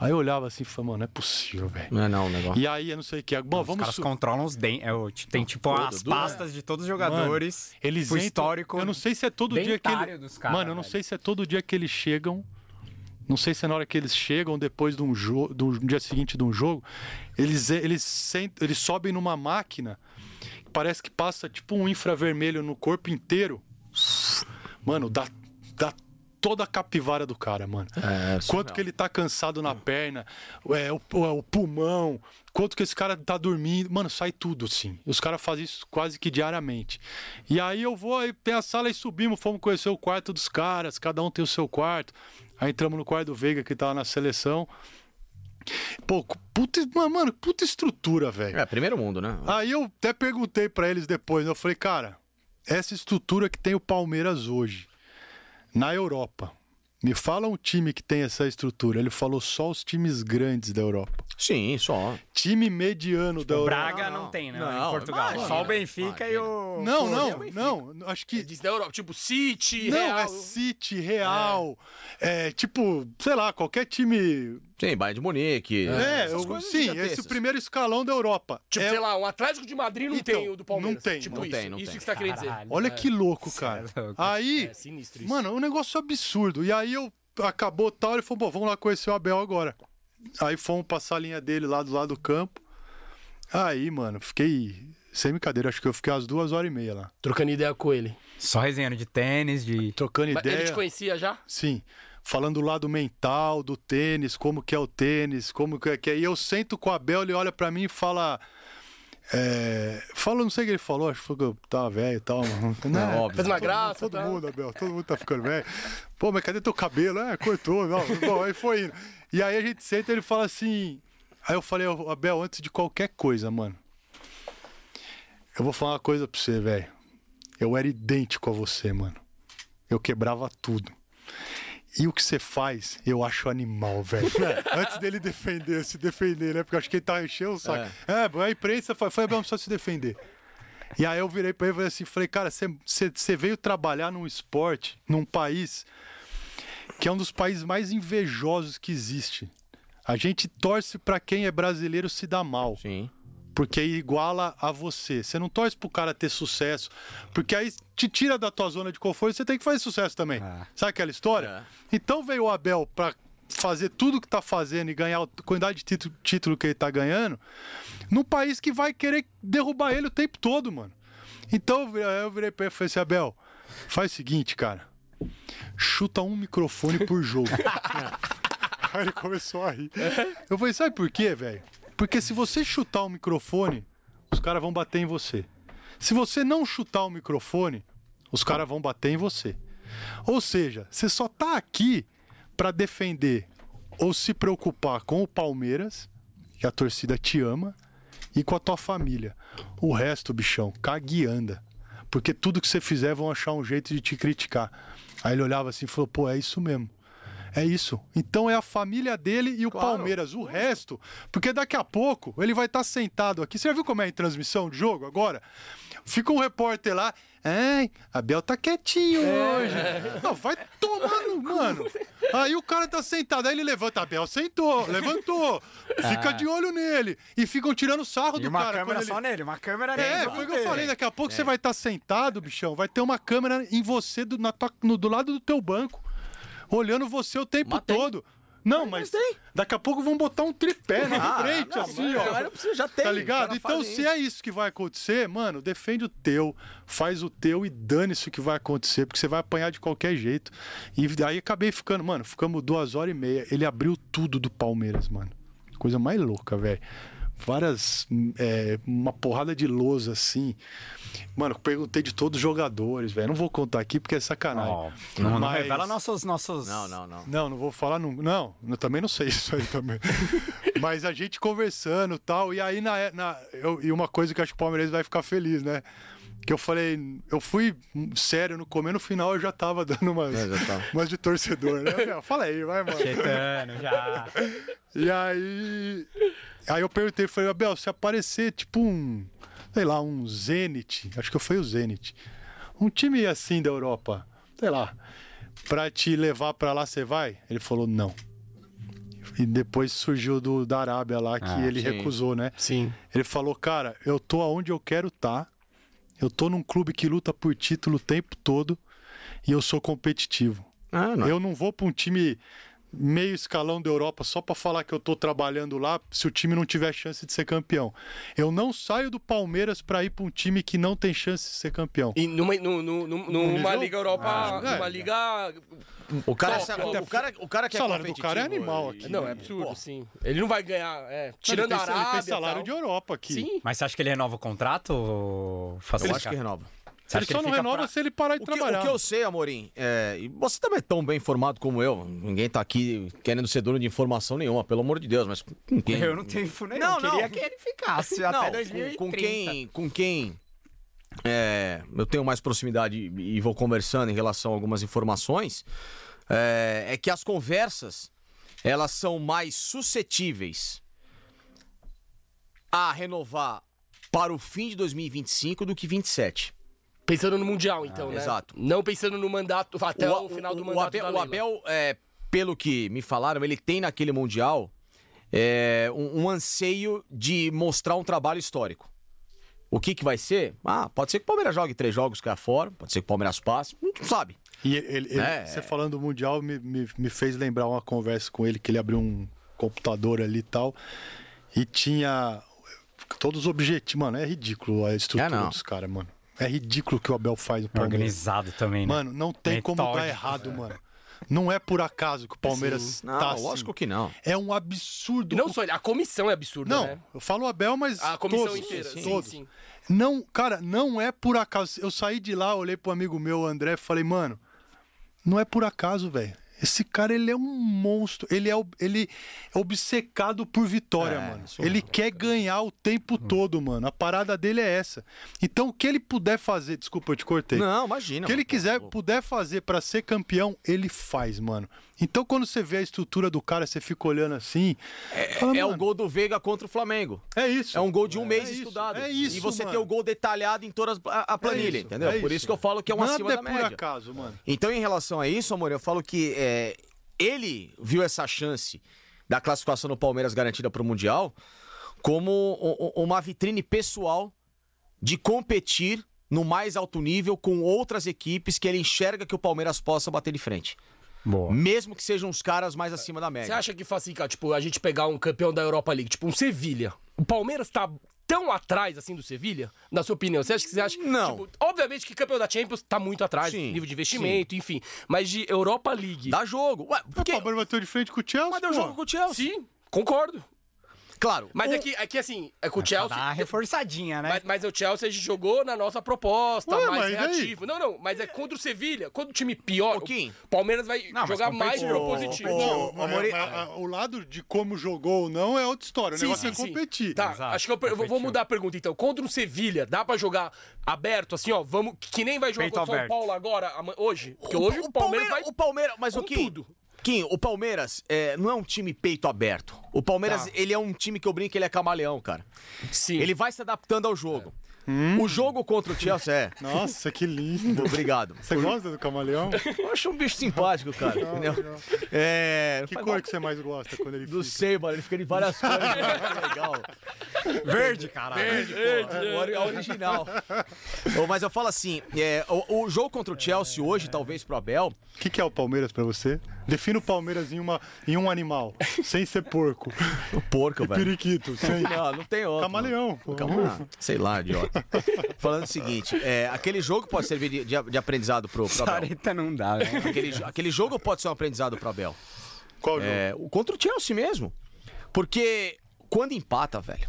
Speaker 2: Aí eu olhava assim e falava, mano, não é possível, velho.
Speaker 5: Não é não o negócio.
Speaker 2: E aí, eu não sei o que. Bom,
Speaker 4: Os
Speaker 2: vamos
Speaker 4: caras
Speaker 2: su-
Speaker 4: controlam os dentes. É, o- tipo, tem tipo as pastas de todos os jogadores.
Speaker 2: Eles
Speaker 4: o
Speaker 2: entram-
Speaker 4: histórico.
Speaker 2: Eu não sei se é todo dia que
Speaker 4: dentário
Speaker 2: ele-
Speaker 4: dos caras,
Speaker 2: Mano, eu não
Speaker 4: velho.
Speaker 2: sei se é todo dia que eles chegam. Não sei se é na hora que eles chegam depois de um jogo, do dia seguinte de um jogo, eles eh, eles sent- eles sobem numa máquina. que Parece que passa tipo um infravermelho no corpo inteiro. Mano, dá dá toda a capivara do cara, mano.
Speaker 5: É,
Speaker 2: Quanto que ele tá cansado na perna, é, o, o- é, o pulmão, quanto que esse cara tá dormindo. Mano, sai tudo, assim. Os caras fazem isso quase que diariamente. E aí eu vou, aí tem a sala e subimos, fomos conhecer o quarto dos caras, cada um tem o seu quarto. Aí entramos no quarto do Veiga, que tava na seleção. Pô, puta, mano, puta estrutura, velho.
Speaker 5: É, primeiro mundo, né?
Speaker 2: Aí eu até perguntei pra eles depois, né? eu falei, cara, essa estrutura que tem o Palmeiras hoje na Europa, me fala um time que tem essa estrutura. Ele falou só os times grandes da Europa.
Speaker 5: Sim, só.
Speaker 2: Time mediano da
Speaker 4: O
Speaker 2: Europa.
Speaker 4: Braga não,
Speaker 5: Não,
Speaker 4: tem, né?
Speaker 5: não,
Speaker 4: em Portugal.
Speaker 5: imagina,
Speaker 4: Só o Benfica e o.
Speaker 2: Não,
Speaker 4: Pô,
Speaker 2: não, não, Acho que
Speaker 1: Diz da Europa, tipo City,
Speaker 2: não
Speaker 1: Real.
Speaker 2: é City, Real, é. tipo, sei lá, qualquer time.
Speaker 5: Sim, Bayern de Munique.
Speaker 2: É,
Speaker 5: essas
Speaker 2: eu-
Speaker 5: coisas
Speaker 2: sim, esse
Speaker 5: gigantescas.
Speaker 2: o primeiro escalão da Europa.
Speaker 1: Tipo,
Speaker 2: É-
Speaker 1: sei lá, um Atlético de Madrid não
Speaker 2: Então,
Speaker 1: tem o do Palmeiras.
Speaker 2: não tem,
Speaker 1: Tipo
Speaker 5: não
Speaker 1: isso.
Speaker 5: tem, não
Speaker 1: isso
Speaker 5: tem.
Speaker 1: que você tá querendo dizer.
Speaker 4: Caralho.
Speaker 2: Olha que louco, cara.
Speaker 4: é louco.
Speaker 2: Aí,
Speaker 1: É sinistro isso.
Speaker 2: Mano, é um negócio absurdo. E aí eu acabou tal, ele falou, bom, vamos lá conhecer o Abel agora. Aí fomos passar a linha dele lá do lado do campo. Aí, mano, fiquei sem brincadeira, acho que eu fiquei umas duas horas e meia lá.
Speaker 1: trocando ideia com ele.
Speaker 4: Só resenhando de tênis, de.
Speaker 2: Trocando
Speaker 1: Mas
Speaker 2: ideia.
Speaker 1: Ele te conhecia já?
Speaker 2: Sim. Falando do lado mental, do tênis, como que é o tênis, como que é que é. E eu sento com o Abel, ele olha pra mim e fala. É... Fala, não sei o que ele falou, acho que falou que eu tava velho e tal, mano. Né?
Speaker 5: É, óbvio.
Speaker 1: Fez uma
Speaker 2: Todo mundo-
Speaker 1: graça.
Speaker 2: Todo
Speaker 1: tá?
Speaker 2: mundo, Abel, todo mundo tá ficando velho. Pô, mas cadê teu cabelo? É, cortou. Não. Bom, aí foi indo. E aí a gente senta e ele fala assim. Aí eu falei, "Ô, Abel, antes de qualquer coisa, mano. Eu vou falar uma coisa pra você, velho. Eu era idêntico a você, mano. Eu quebrava tudo. E o que você faz, eu acho animal, velho. É, Antes dele defender, se defender, né? Porque eu acho que ele tá enchendo o saco. É, a imprensa foi, foi Abel, não precisa se defender. E aí eu virei pra ele e falei assim, falei, cara, você- você você veio trabalhar num esporte, num país que é um dos países mais invejosos que existe. A gente torce pra quem é brasileiro se dar mal
Speaker 5: Sim.
Speaker 2: porque iguala a você. Você não torce pro cara ter sucesso, porque aí te tira da tua zona de conforto, você tem que fazer sucesso também. Sabe aquela história? Então veio o Abel pra fazer tudo que tá fazendo e ganhar a quantidade de título, título que ele tá ganhando, num país que vai querer derrubar ele o tempo todo, mano. Então eu vi- eu virei pra ele e falei assim, Abel, faz o seguinte, cara, chuta um microfone por jogo. Aí ele começou a rir. Eu falei, sabe por quê, velho? Porque se você chutar o microfone, os caras vão bater em você. Se você não chutar o microfone, os caras vão bater em você. Ou seja, você só tá aqui pra defender ou se preocupar com o Palmeiras, que a torcida te ama, e com a tua família. O resto, bichão, cague e anda. Porque tudo que você fizer vão achar um jeito de te criticar. Aí ele olhava assim e falou: pô, é isso mesmo. É isso. Então é a família dele e o Palmeiras. O resto, porque daqui a pouco ele vai estar sentado aqui. Você já viu como é em transmissão de jogo agora? Fica um repórter lá. Ai, Abel tá quietinho
Speaker 4: É.
Speaker 2: hoje. Não, vai tomar no mano. Aí o cara tá sentado, aí ele levanta, Abel sentou, levantou. Fica de olho nele. E ficam tirando sarro
Speaker 4: Ah. E
Speaker 2: do
Speaker 4: uma
Speaker 2: cara.
Speaker 4: câmera
Speaker 2: quando ele-
Speaker 4: só nele, uma câmera
Speaker 2: é,
Speaker 4: nele.
Speaker 2: foi o que eu falei. Daqui a pouco você vai estar sentado, bichão. Vai ter uma câmera em você, do, na tua- no- do lado do teu banco, olhando você o tempo
Speaker 5: Mas tem.
Speaker 2: todo. Não, mas, daqui a pouco vão botar um tripé na frente, assim, ó.
Speaker 5: Mas Ah, não precisa, já tem.
Speaker 2: Tá
Speaker 5: Os
Speaker 2: ligado?
Speaker 5: caras
Speaker 2: Então,
Speaker 5: fazem
Speaker 2: se é isso que vai acontecer, mano, defende o teu, faz o teu e dane-se o que vai acontecer, porque você vai apanhar de qualquer jeito. E daí acabei ficando, mano, ficamos duas horas e meia. Ele abriu tudo do Palmeiras, mano. Coisa mais louca, velho. Várias. é, uma porrada de lousa assim. Mano, eu perguntei de todos os jogadores, velho. Não vou contar aqui porque é sacanagem.
Speaker 4: Não, não, não
Speaker 2: Mas-
Speaker 4: revela nossos. nossos...
Speaker 5: Não, não, não.
Speaker 2: não, não vou falar. Não, não eu também não sei isso aí também. Mas a é, gente conversando e tal. E aí, na, na- eu- e uma coisa que eu acho que o Palmeiras vai ficar feliz, né? que eu falei, eu fui sério no começo, no final eu já tava dando umas,
Speaker 5: É, já tava.
Speaker 2: umas de torcedor, né? Eu falei, aí, vai, mano.
Speaker 4: Caetano, já.
Speaker 2: E aí. Aí eu perguntei, falei, Abel, se aparecer tipo um. Sei lá, um Zenit, acho que foi o Zenit. Um time assim da Europa, sei lá, pra te levar pra lá, você vai? Ele falou, não. E depois surgiu do da Arábia lá que ele
Speaker 5: sim.
Speaker 2: recusou, né?
Speaker 1: Sim.
Speaker 2: Ele falou, cara, eu tô aonde eu quero estar. Tá. Eu tô num clube que luta por título o tempo todo e eu sou competitivo.
Speaker 5: Ah, não.
Speaker 2: Eu não vou pra um time meio escalão da Europa só pra falar que eu tô trabalhando lá se o time não tiver chance de ser campeão. Eu não saio do Palmeiras pra ir pra um time que não tem chance de ser campeão.
Speaker 1: E numa, nu- nu- nu- numa
Speaker 2: nível?
Speaker 1: Liga Europa,
Speaker 2: Ah,
Speaker 1: numa
Speaker 2: é.
Speaker 1: liga.
Speaker 5: O cara,
Speaker 1: Top,
Speaker 5: é-
Speaker 1: até-
Speaker 5: o cara, o cara que
Speaker 2: O salário do
Speaker 5: competitivo,
Speaker 2: cara é animal
Speaker 5: ele-
Speaker 2: aqui.
Speaker 1: Não, é absurdo, sim. Ele não vai ganhar. é,
Speaker 2: Ele
Speaker 1: tirando
Speaker 2: tem-
Speaker 1: a Arábia.
Speaker 2: Ele tem
Speaker 1: e tal.
Speaker 2: salário de Europa aqui.
Speaker 1: Sim.
Speaker 4: Mas você acha que ele renova o contrato? ou
Speaker 5: Eu
Speaker 4: Facica?
Speaker 5: acho que renova.
Speaker 4: Você acha
Speaker 2: Ele
Speaker 4: que
Speaker 2: só não
Speaker 4: fica
Speaker 2: renova
Speaker 4: pra-
Speaker 2: se ele parar de
Speaker 5: O que,
Speaker 2: trabalhar.
Speaker 5: o que eu sei, Amorim, é, e você também é tão bem informado como eu. Ninguém tá aqui querendo ser dono de informação nenhuma, pelo amor de Deus, mas com quem?
Speaker 4: Eu não tenho funeral.
Speaker 5: Não,
Speaker 4: Não,
Speaker 5: não.
Speaker 4: Queria que ele ficasse
Speaker 5: Não,
Speaker 4: até
Speaker 5: com-
Speaker 4: 2030.
Speaker 5: Com quem, com quem é, eu tenho mais proximidade e e vou conversando em relação a algumas informações, é, é que as conversas elas são mais suscetíveis a renovar para o fim de 2025 do que 27.
Speaker 1: Pensando no Mundial,
Speaker 2: Ah,
Speaker 1: então, né?
Speaker 5: exato.
Speaker 1: Não pensando no mandato, até o,
Speaker 5: A-
Speaker 1: final do
Speaker 5: o
Speaker 1: mandato.
Speaker 5: Abel,
Speaker 1: da
Speaker 5: o
Speaker 1: Leila.
Speaker 5: Abel, é, pelo que me falaram, ele tem naquele Mundial é, um, um anseio de mostrar um trabalho histórico. O que, que vai ser? Ah, pode ser que o Palmeiras jogue três jogos cá fora, pode ser que o Palmeiras passe, não sabe.
Speaker 2: E ele, ele-
Speaker 5: É.
Speaker 2: você falando do Mundial me, me, me fez lembrar uma conversa com ele, que ele abriu um computador ali e tal, e tinha todos os objetivos. Mano, é ridículo a estrutura
Speaker 5: É, não.
Speaker 2: dos caras, mano. É ridículo o que o Abel faz no Palmeiras.
Speaker 4: Tá Organizado também, né?
Speaker 2: Mano, não tem como
Speaker 4: Metódico,
Speaker 2: dar errado, mano. Não é por acaso que o Palmeiras
Speaker 5: Não,
Speaker 2: tá assim.
Speaker 5: lógico que não.
Speaker 2: É um
Speaker 1: E
Speaker 2: absurdo.
Speaker 1: não
Speaker 2: o-
Speaker 1: só ele, a comissão é absurda,
Speaker 2: não,
Speaker 1: né?
Speaker 2: eu falo o Abel, mas
Speaker 1: A comissão
Speaker 2: todos,
Speaker 1: inteira, sim,
Speaker 2: todos.
Speaker 1: sim.
Speaker 2: Não, cara, não é por acaso. Eu saí de lá, olhei pro amigo meu, o André, e falei, mano, não é por acaso, velho. Esse cara, ele é um monstro. Ele é, ob- ele é obcecado por vitória,
Speaker 5: É,
Speaker 2: mano.
Speaker 5: isso
Speaker 2: Ele quer ganhar o tempo
Speaker 1: Hum.
Speaker 2: todo, mano. A parada dele é essa. Então, o que ele puder fazer... Desculpa, eu te cortei.
Speaker 5: Não,
Speaker 2: O
Speaker 5: imagina.
Speaker 2: que ele
Speaker 5: mano.
Speaker 2: quiser, puder fazer pra ser campeão, ele faz, mano. Então, quando você vê a estrutura do cara, você fica olhando assim... fala,
Speaker 5: É o
Speaker 2: mano,
Speaker 5: gol do Veiga contra o Flamengo.
Speaker 2: É isso.
Speaker 5: É um gol de um mês
Speaker 2: isso,
Speaker 5: estudado.
Speaker 2: É isso,
Speaker 5: E você
Speaker 2: mano.
Speaker 5: tem o gol detalhado em toda a a planilha,
Speaker 2: isso,
Speaker 5: entendeu?
Speaker 2: é
Speaker 5: Por
Speaker 2: isso.
Speaker 5: isso que eu falo que é um
Speaker 2: Nada
Speaker 5: acima
Speaker 2: é
Speaker 5: da
Speaker 2: por
Speaker 5: média.
Speaker 2: acaso, mano.
Speaker 5: Então, em relação a isso, amor, eu falo que é, ele viu essa chance da classificação do Palmeiras garantida para o Mundial como o- o- uma vitrine pessoal de competir no mais alto nível com outras equipes que ele enxerga que o Palmeiras possa bater de frente.
Speaker 4: Boa.
Speaker 5: Mesmo que sejam os caras mais acima da
Speaker 1: Você
Speaker 5: média.
Speaker 1: acha que Facica, tipo, a gente pegar um campeão da Europa League, tipo um Sevilha, o Palmeiras tá tão atrás assim do Sevilha, na sua opinião? Você acha que você acha?
Speaker 5: Não.
Speaker 1: Tipo, obviamente que campeão da Champions tá muito atrás,
Speaker 5: Sim,
Speaker 1: nível de investimento, enfim. Mas de Europa League.
Speaker 5: Dá jogo. Ué, porque...
Speaker 2: O Palmeiras bateu de frente com o Chelsea,
Speaker 5: Mas deu
Speaker 2: pô.
Speaker 5: jogo com o Chelsea.
Speaker 1: Sim, concordo.
Speaker 5: Claro.
Speaker 1: Mas
Speaker 5: o-
Speaker 1: é, que, é que assim, é com o
Speaker 4: Pra
Speaker 1: Chelsea.
Speaker 4: dar uma reforçadinha, né?
Speaker 1: Mas, mas o Chelsea a gente jogou na nossa proposta,
Speaker 2: Ué,
Speaker 1: mais
Speaker 2: mas e daí?
Speaker 1: reativo. Não, não, mas é contra o Sevilha. Quando o time pior,
Speaker 5: Ô, Kim.
Speaker 1: o Palmeiras vai
Speaker 4: Não, mas
Speaker 1: jogar mais
Speaker 4: competiu.
Speaker 1: propositivo.
Speaker 2: Não,
Speaker 5: Ô,
Speaker 2: mas-
Speaker 5: Amori-
Speaker 2: mas- mas o lado de como jogou ou não é outra história. O negócio é competir.
Speaker 1: Tá,
Speaker 4: Exato,
Speaker 1: acho que eu, per- eu vou- vou
Speaker 4: competiu.
Speaker 1: mudar a pergunta então. Contra o Sevilha, dá pra jogar aberto, assim, ó? Vamos, que nem vai jogar
Speaker 4: Peito
Speaker 1: contra o São
Speaker 4: aberto.
Speaker 1: Paulo agora, ama- hoje? Porque hoje o, Palmeiras vai.
Speaker 5: o Palmeiras, mas
Speaker 1: com
Speaker 5: o Kim,
Speaker 1: tudo.
Speaker 5: Kim, o Palmeiras é, não é um time peito aberto. O Palmeiras,
Speaker 1: Tá.
Speaker 5: ele é um time que eu brinco, que ele é camaleão, cara.
Speaker 1: Sim.
Speaker 5: Ele vai se adaptando ao jogo. O jogo contra o Chelsea é.
Speaker 2: Nossa, que lindo.
Speaker 5: Obrigado.
Speaker 2: Você gosta do camaleão?
Speaker 5: Eu acho um bicho simpático, cara. entendeu? É.
Speaker 1: um
Speaker 2: Que
Speaker 5: faz
Speaker 2: cor
Speaker 5: mal-
Speaker 2: que você mais gosta quando ele
Speaker 5: Não
Speaker 2: fica?
Speaker 5: sei, mano. Ele fica de várias cores. mano, que legal.
Speaker 4: Verde, caralho.
Speaker 5: É, o ori- a original. Ô, Mas eu falo assim: é, o, o jogo contra o Chelsea hoje, talvez pro Abel,
Speaker 2: O que, que é o Palmeiras pra você? Defina o Palmeiras em, uma, em um animal, sem ser porco.
Speaker 5: o porco, velho.
Speaker 2: Periquito, sem...
Speaker 5: Não, não tem outro. mano.
Speaker 2: Camaleão. pô.
Speaker 5: Calma, sei lá, idiota. Falando o seguinte, é, aquele jogo pode servir de, de- de aprendizado pro, pro Abel.
Speaker 4: Sareta não dá, né?
Speaker 5: Aquele, jo- aquele jogo pode ser um aprendizado pro Abel.
Speaker 2: Qual jogo?
Speaker 5: É, o- contra o Chelsea mesmo. Porque quando empata, velho.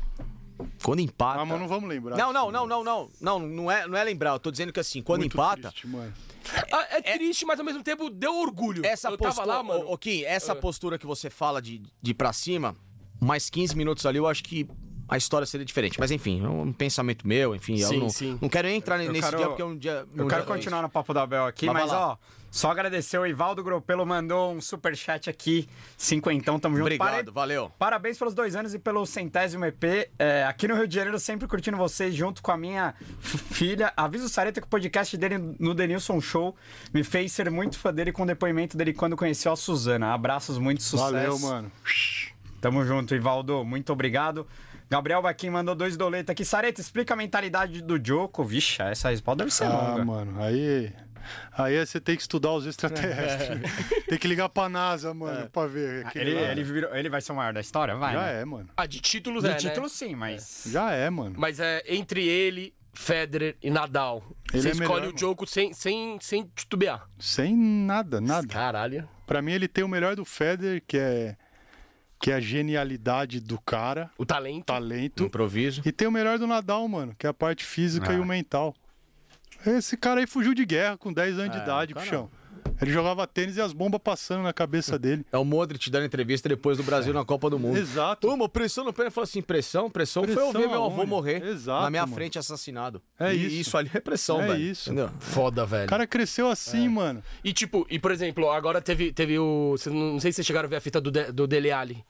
Speaker 5: Quando empata.
Speaker 2: Ah, mas não vamos lembrar.
Speaker 5: tá. Não, não, não, não, não. Não, não é, não é lembrar. Eu tô dizendo que assim, quando
Speaker 2: Muito
Speaker 5: empata,
Speaker 2: triste, mano.
Speaker 1: Ah, é, triste, mas ao mesmo tempo deu orgulho.
Speaker 5: essa
Speaker 1: eu
Speaker 5: postura.
Speaker 1: tava lá, mano. Ah.
Speaker 5: ô, ô, Kim, essa postura que você fala de, de ir pra cima, mais 15 minutos ali, eu acho que a história seria diferente. Mas enfim, é um pensamento meu, enfim.
Speaker 1: Sim,
Speaker 5: eu não,
Speaker 1: sim.
Speaker 5: não quero nem entrar nesse
Speaker 4: quero-
Speaker 5: dia porque é um dia.
Speaker 4: Eu
Speaker 5: um
Speaker 4: quero
Speaker 5: dia-
Speaker 4: continuar no Papo da Bel aqui,
Speaker 5: Mas vai
Speaker 4: mas
Speaker 5: lá.
Speaker 4: ó, só agradecer. O Ivaldo Gropelo mandou um superchat aqui. Cinquentão, tamo junto.
Speaker 5: Obrigado,
Speaker 4: Pare-
Speaker 5: valeu.
Speaker 4: Parabéns pelos dois anos e pelo centésimo EP. É, aqui no Rio de Janeiro, sempre curtindo vocês, junto com a minha f- filha. Avisa o Sareta que o podcast dele no Denilson Show me fez ser muito fã dele com o depoimento dele quando conheceu a Suzana. Abraços, muito sucesso.
Speaker 2: Valeu, mano.
Speaker 4: Tamo junto, Ivaldo. Muito obrigado. Gabriel Baquim mandou dois doletas aqui. Sareta, explica a mentalidade do Joko. Vixe, essa resposta deve ser
Speaker 2: Ah,
Speaker 4: longa.
Speaker 2: mano, aí. Aí você tem que estudar os extraterrestres.
Speaker 5: É.
Speaker 2: tem que ligar pra NASA, mano, pra
Speaker 5: Ah,
Speaker 2: ver.
Speaker 4: Ele,
Speaker 2: aquele lá.
Speaker 4: ele, virou- ele vai ser o maior da história? Vai.
Speaker 2: Já
Speaker 4: né?
Speaker 2: é, mano.
Speaker 1: Ah, de títulos
Speaker 4: De
Speaker 1: é, né?
Speaker 4: título, sim, mas.
Speaker 2: Já é, mano.
Speaker 1: Mas é entre ele, Federer e Nadal.
Speaker 2: Ele
Speaker 1: Você
Speaker 2: é
Speaker 1: escolhe
Speaker 2: melhor,
Speaker 1: o jogo sem, sem, sem titubear.
Speaker 2: Sem nada, nada.
Speaker 1: Caralho.
Speaker 2: Pra mim, ele tem o melhor do Federer, que é, que é a genialidade do cara,
Speaker 1: O talento.
Speaker 2: talento.
Speaker 5: Improviso.
Speaker 2: E tem o melhor do Nadal, mano, que é a parte física
Speaker 4: Ah.
Speaker 2: e o mental. Esse cara aí fugiu de guerra com 10 anos de idade, bichão. Ele jogava tênis e as bombas passando na cabeça dele.
Speaker 5: É o Modric dando entrevista depois do Brasil na Copa do Mundo.
Speaker 2: É. Exato.
Speaker 5: Pô, mas pressão no pé. Ele falou assim: pressão, pressão,
Speaker 2: Pressão
Speaker 5: foi eu ver meu avô
Speaker 2: aonde?
Speaker 5: morrer
Speaker 2: Exato,
Speaker 5: na minha
Speaker 2: mano.
Speaker 5: frente assassinado.
Speaker 2: É
Speaker 5: E
Speaker 2: isso.
Speaker 5: Isso ali é pressão,
Speaker 2: É
Speaker 5: velho.
Speaker 2: isso.
Speaker 5: Entendeu?
Speaker 1: Foda, velho.
Speaker 2: O cara cresceu assim, mano.
Speaker 1: E tipo, e por exemplo, agora teve, teve o. cê não não sei se vocês chegaram a ver a fita do, De- do Dele Alli.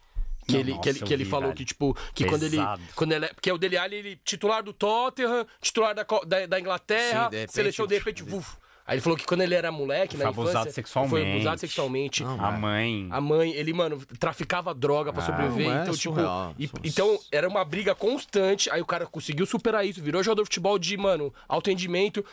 Speaker 1: Que, ele, que,
Speaker 4: nossa,
Speaker 1: ele,
Speaker 4: eu
Speaker 1: que ele
Speaker 4: vi,
Speaker 1: falou
Speaker 4: velho.
Speaker 1: que, tipo, que quando ele,
Speaker 4: Pesado.
Speaker 1: quando ele. é- Porque o Dele Alli, ele titular do Tottenham, titular da, Co- da, da Inglaterra,
Speaker 5: Sim, de repente-
Speaker 1: seleção de repente. vuf. Aí ele falou que quando ele era moleque,
Speaker 4: Foi
Speaker 1: na
Speaker 4: abusado
Speaker 1: infância, Foi
Speaker 4: sexualmente.
Speaker 1: abusado sexualmente.
Speaker 2: né?
Speaker 4: A mãe.
Speaker 1: A mãe, ele, mano, traficava droga pra sobreviver.
Speaker 5: não é
Speaker 1: então, tipo,
Speaker 5: surreal.
Speaker 1: e-
Speaker 5: Surreal.
Speaker 1: então, era uma briga constante. Aí o cara conseguiu superar isso, virou jogador de futebol de, mano, alto rendimento.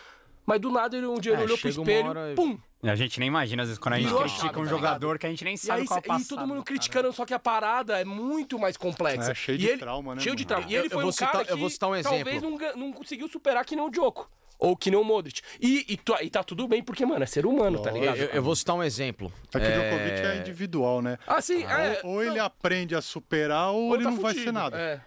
Speaker 1: Mas do nada ele um dia ele
Speaker 5: É,
Speaker 1: olhou pro
Speaker 5: chega uma
Speaker 1: espelho,
Speaker 5: hora e-
Speaker 1: pum!
Speaker 4: A gente nem imagina, às vezes, quando a gente
Speaker 1: Virou a
Speaker 4: critica
Speaker 1: chave,
Speaker 4: um
Speaker 1: tá
Speaker 4: jogador
Speaker 1: ligado?
Speaker 4: que a gente nem
Speaker 1: E
Speaker 4: sabe
Speaker 1: aí,
Speaker 4: qual é o
Speaker 1: e
Speaker 4: passado.
Speaker 1: todo mundo criticando, só que a parada é muito mais complexa.
Speaker 2: É, cheio
Speaker 1: E
Speaker 2: de
Speaker 1: ele-
Speaker 2: trauma, né,
Speaker 1: Cheio de
Speaker 2: mano?
Speaker 1: trauma. E
Speaker 5: Eu-
Speaker 1: ele
Speaker 5: eu
Speaker 1: foi
Speaker 5: vou
Speaker 1: um cara
Speaker 5: citar- eu
Speaker 1: que
Speaker 5: vou citar um
Speaker 1: talvez
Speaker 5: exemplo.
Speaker 1: não, gan- não conseguiu superar que nem o Djoko. Ou que nem o Modric. E, e, tu- e tá tudo bem, porque, mano, é ser humano, tá
Speaker 5: Eu,
Speaker 1: ligado?
Speaker 5: eu- eu vou citar um exemplo.
Speaker 2: É que o Djokovic é individual, né?
Speaker 1: Assim, é,
Speaker 2: Ou ele aprende a superar ou, ele
Speaker 1: tá
Speaker 2: não vai
Speaker 1: fudido.
Speaker 2: ser nada.
Speaker 1: É.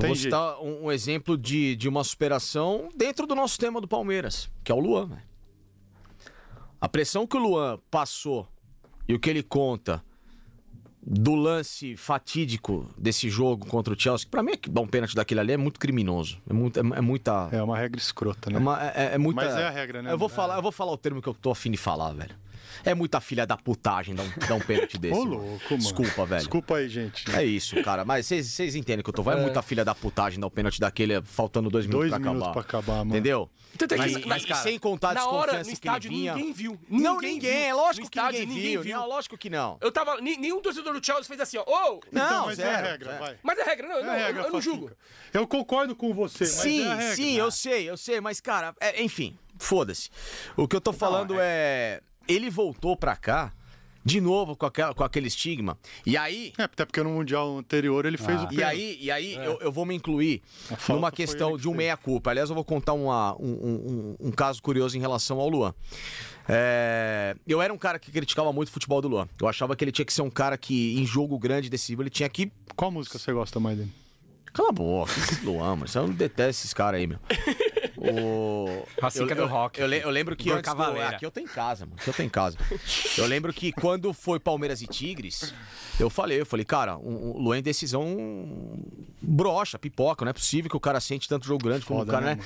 Speaker 2: Tem
Speaker 5: vou
Speaker 2: jeito.
Speaker 5: citar um, um exemplo de, de uma superação dentro do nosso tema do Palmeiras, que é o Luan. velho. A pressão que o Luan passou e o que ele conta do lance fatídico desse jogo contra o Chelsea, que pra mim é que dar um pênalti daquele ali é muito criminoso. É, muito, é, é muita.
Speaker 2: É uma regra escrota, né?
Speaker 5: é uma- é- é muita-
Speaker 2: Mas é a regra, né?
Speaker 5: Eu vou,
Speaker 2: É.
Speaker 5: falar, eu vou falar o termo que eu tô afim de falar, velho. É muita filha da putagem dar um, dar um pênalti desse.
Speaker 2: Ô,
Speaker 5: mano.
Speaker 2: louco, mano.
Speaker 5: Desculpa, velho.
Speaker 2: Desculpa aí, gente. Então,
Speaker 5: É isso, cara. Mas vocês- vocês entendem que eu tô. Vai muita filha da putagem dar o pênalti daquele, é faltando dois minutos
Speaker 2: É. Dois
Speaker 5: pra
Speaker 2: minutos
Speaker 5: acabar.
Speaker 2: pra acabar, mano.
Speaker 5: Entendeu?
Speaker 1: Então tem que-
Speaker 5: Mas- mas, cara,
Speaker 1: na hora, no
Speaker 5: que
Speaker 1: estádio,
Speaker 5: vinha.
Speaker 1: ninguém viu.
Speaker 5: não, ninguém.
Speaker 1: viu.
Speaker 5: É lógico
Speaker 1: No
Speaker 5: que
Speaker 1: estádio,
Speaker 5: ninguém, viu. Não, lógico que não.
Speaker 1: Eu tava. ni- Nenhum torcedor do Chelsea fez assim, ó. Ô!
Speaker 5: Não,
Speaker 2: Então, mas é a
Speaker 5: zero,
Speaker 2: regra,
Speaker 5: zero.
Speaker 2: vai.
Speaker 1: Mas é regra, não,
Speaker 2: É
Speaker 1: não,
Speaker 2: a
Speaker 1: eu-
Speaker 2: regra,
Speaker 1: eu não
Speaker 2: Fatica.
Speaker 1: julgo.
Speaker 2: Eu concordo com você, mas
Speaker 5: Sim,
Speaker 2: é a regra.
Speaker 5: sim, eu sei, eu sei, mas cara, é- enfim, foda-se. O que eu tô falando é... ele voltou pra cá de novo com aquela com aquele estigma. E aí,
Speaker 2: É, até porque no Mundial anterior ele fez o
Speaker 5: Ah. E
Speaker 2: pênalti.
Speaker 5: aí, e aí eu, eu vou me incluir
Speaker 2: falta
Speaker 5: numa
Speaker 2: É. foi ele
Speaker 5: questão
Speaker 2: que
Speaker 5: de um
Speaker 2: fez.
Speaker 5: meia-culpa. Aliás, eu vou contar uma- um, um- um- um caso curioso em relação ao Luan. É, eu era um cara que criticava muito o futebol do Luan. Eu achava que ele tinha que ser um cara que, em jogo grande, decisivo, ele tinha que.
Speaker 2: Qual música você gosta mais dele?
Speaker 5: Cala a boca, esse Luan, mano. Eu não detesto esses caras aí, meu. O...
Speaker 4: Racica
Speaker 5: eu,
Speaker 4: do
Speaker 5: eu-
Speaker 4: é rock.
Speaker 5: Eu, le- eu lembro que
Speaker 4: Igor
Speaker 5: antes do-
Speaker 4: Cavaleira.
Speaker 5: Aqui eu tenho em casa, mano. Aqui eu tenho em casa. Eu lembro que quando foi Palmeiras e Tigres, eu falei, eu falei, cara, um, um Luan em decisão brocha, pipoca, não é possível que o cara sente tanto jogo grande como o
Speaker 2: Foda,
Speaker 5: cara,
Speaker 2: né,
Speaker 5: né?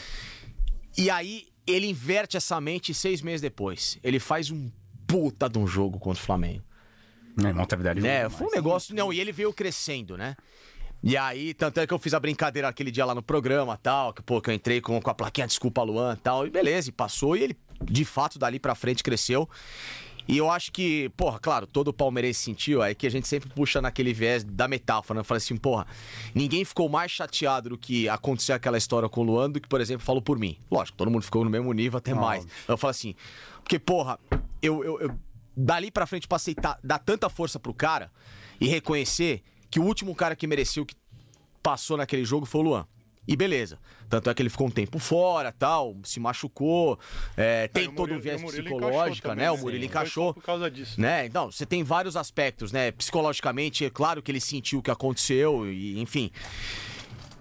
Speaker 5: E aí ele inverte essa mente seis meses depois. Ele faz um puta de um jogo contra o Flamengo.
Speaker 4: É, Montevideo.
Speaker 5: Né? Foi um negócio. Não, e ele veio crescendo, né? E aí, tanto é que eu fiz a brincadeira aquele dia lá no programa tal, que, pô, que eu entrei com, com a plaquinha Desculpa Luan tal, e beleza, e passou, e ele, de fato, dali pra frente cresceu. E eu acho que, porra, claro, todo palmeirense sentiu, é que a gente sempre puxa naquele viés da metáfora, né? Fala assim, porra, ninguém ficou mais chateado do que aconteceu aquela história com o Luan do que, por exemplo, falou por mim. Lógico, todo mundo ficou no mesmo nível, até mais. Eu falo assim, porque, porra, eu, eu, eu dali pra frente passei a dar tanta força pro cara e reconhecer que o último cara que mereceu que passou naquele jogo foi o Luan. E beleza. Tanto é que ele ficou um tempo fora, tal, se machucou, é, tem
Speaker 2: o
Speaker 5: todo
Speaker 2: Murilo-
Speaker 5: um viés
Speaker 2: e o Murilo
Speaker 5: psicológico,
Speaker 2: encaixou
Speaker 5: né?
Speaker 2: também,
Speaker 5: O Murilo
Speaker 2: Foi
Speaker 5: encaixou.
Speaker 2: Por causa disso.
Speaker 5: Né? Então, você tem vários aspectos, né? Psicologicamente, é claro que ele sentiu o que aconteceu, e, enfim.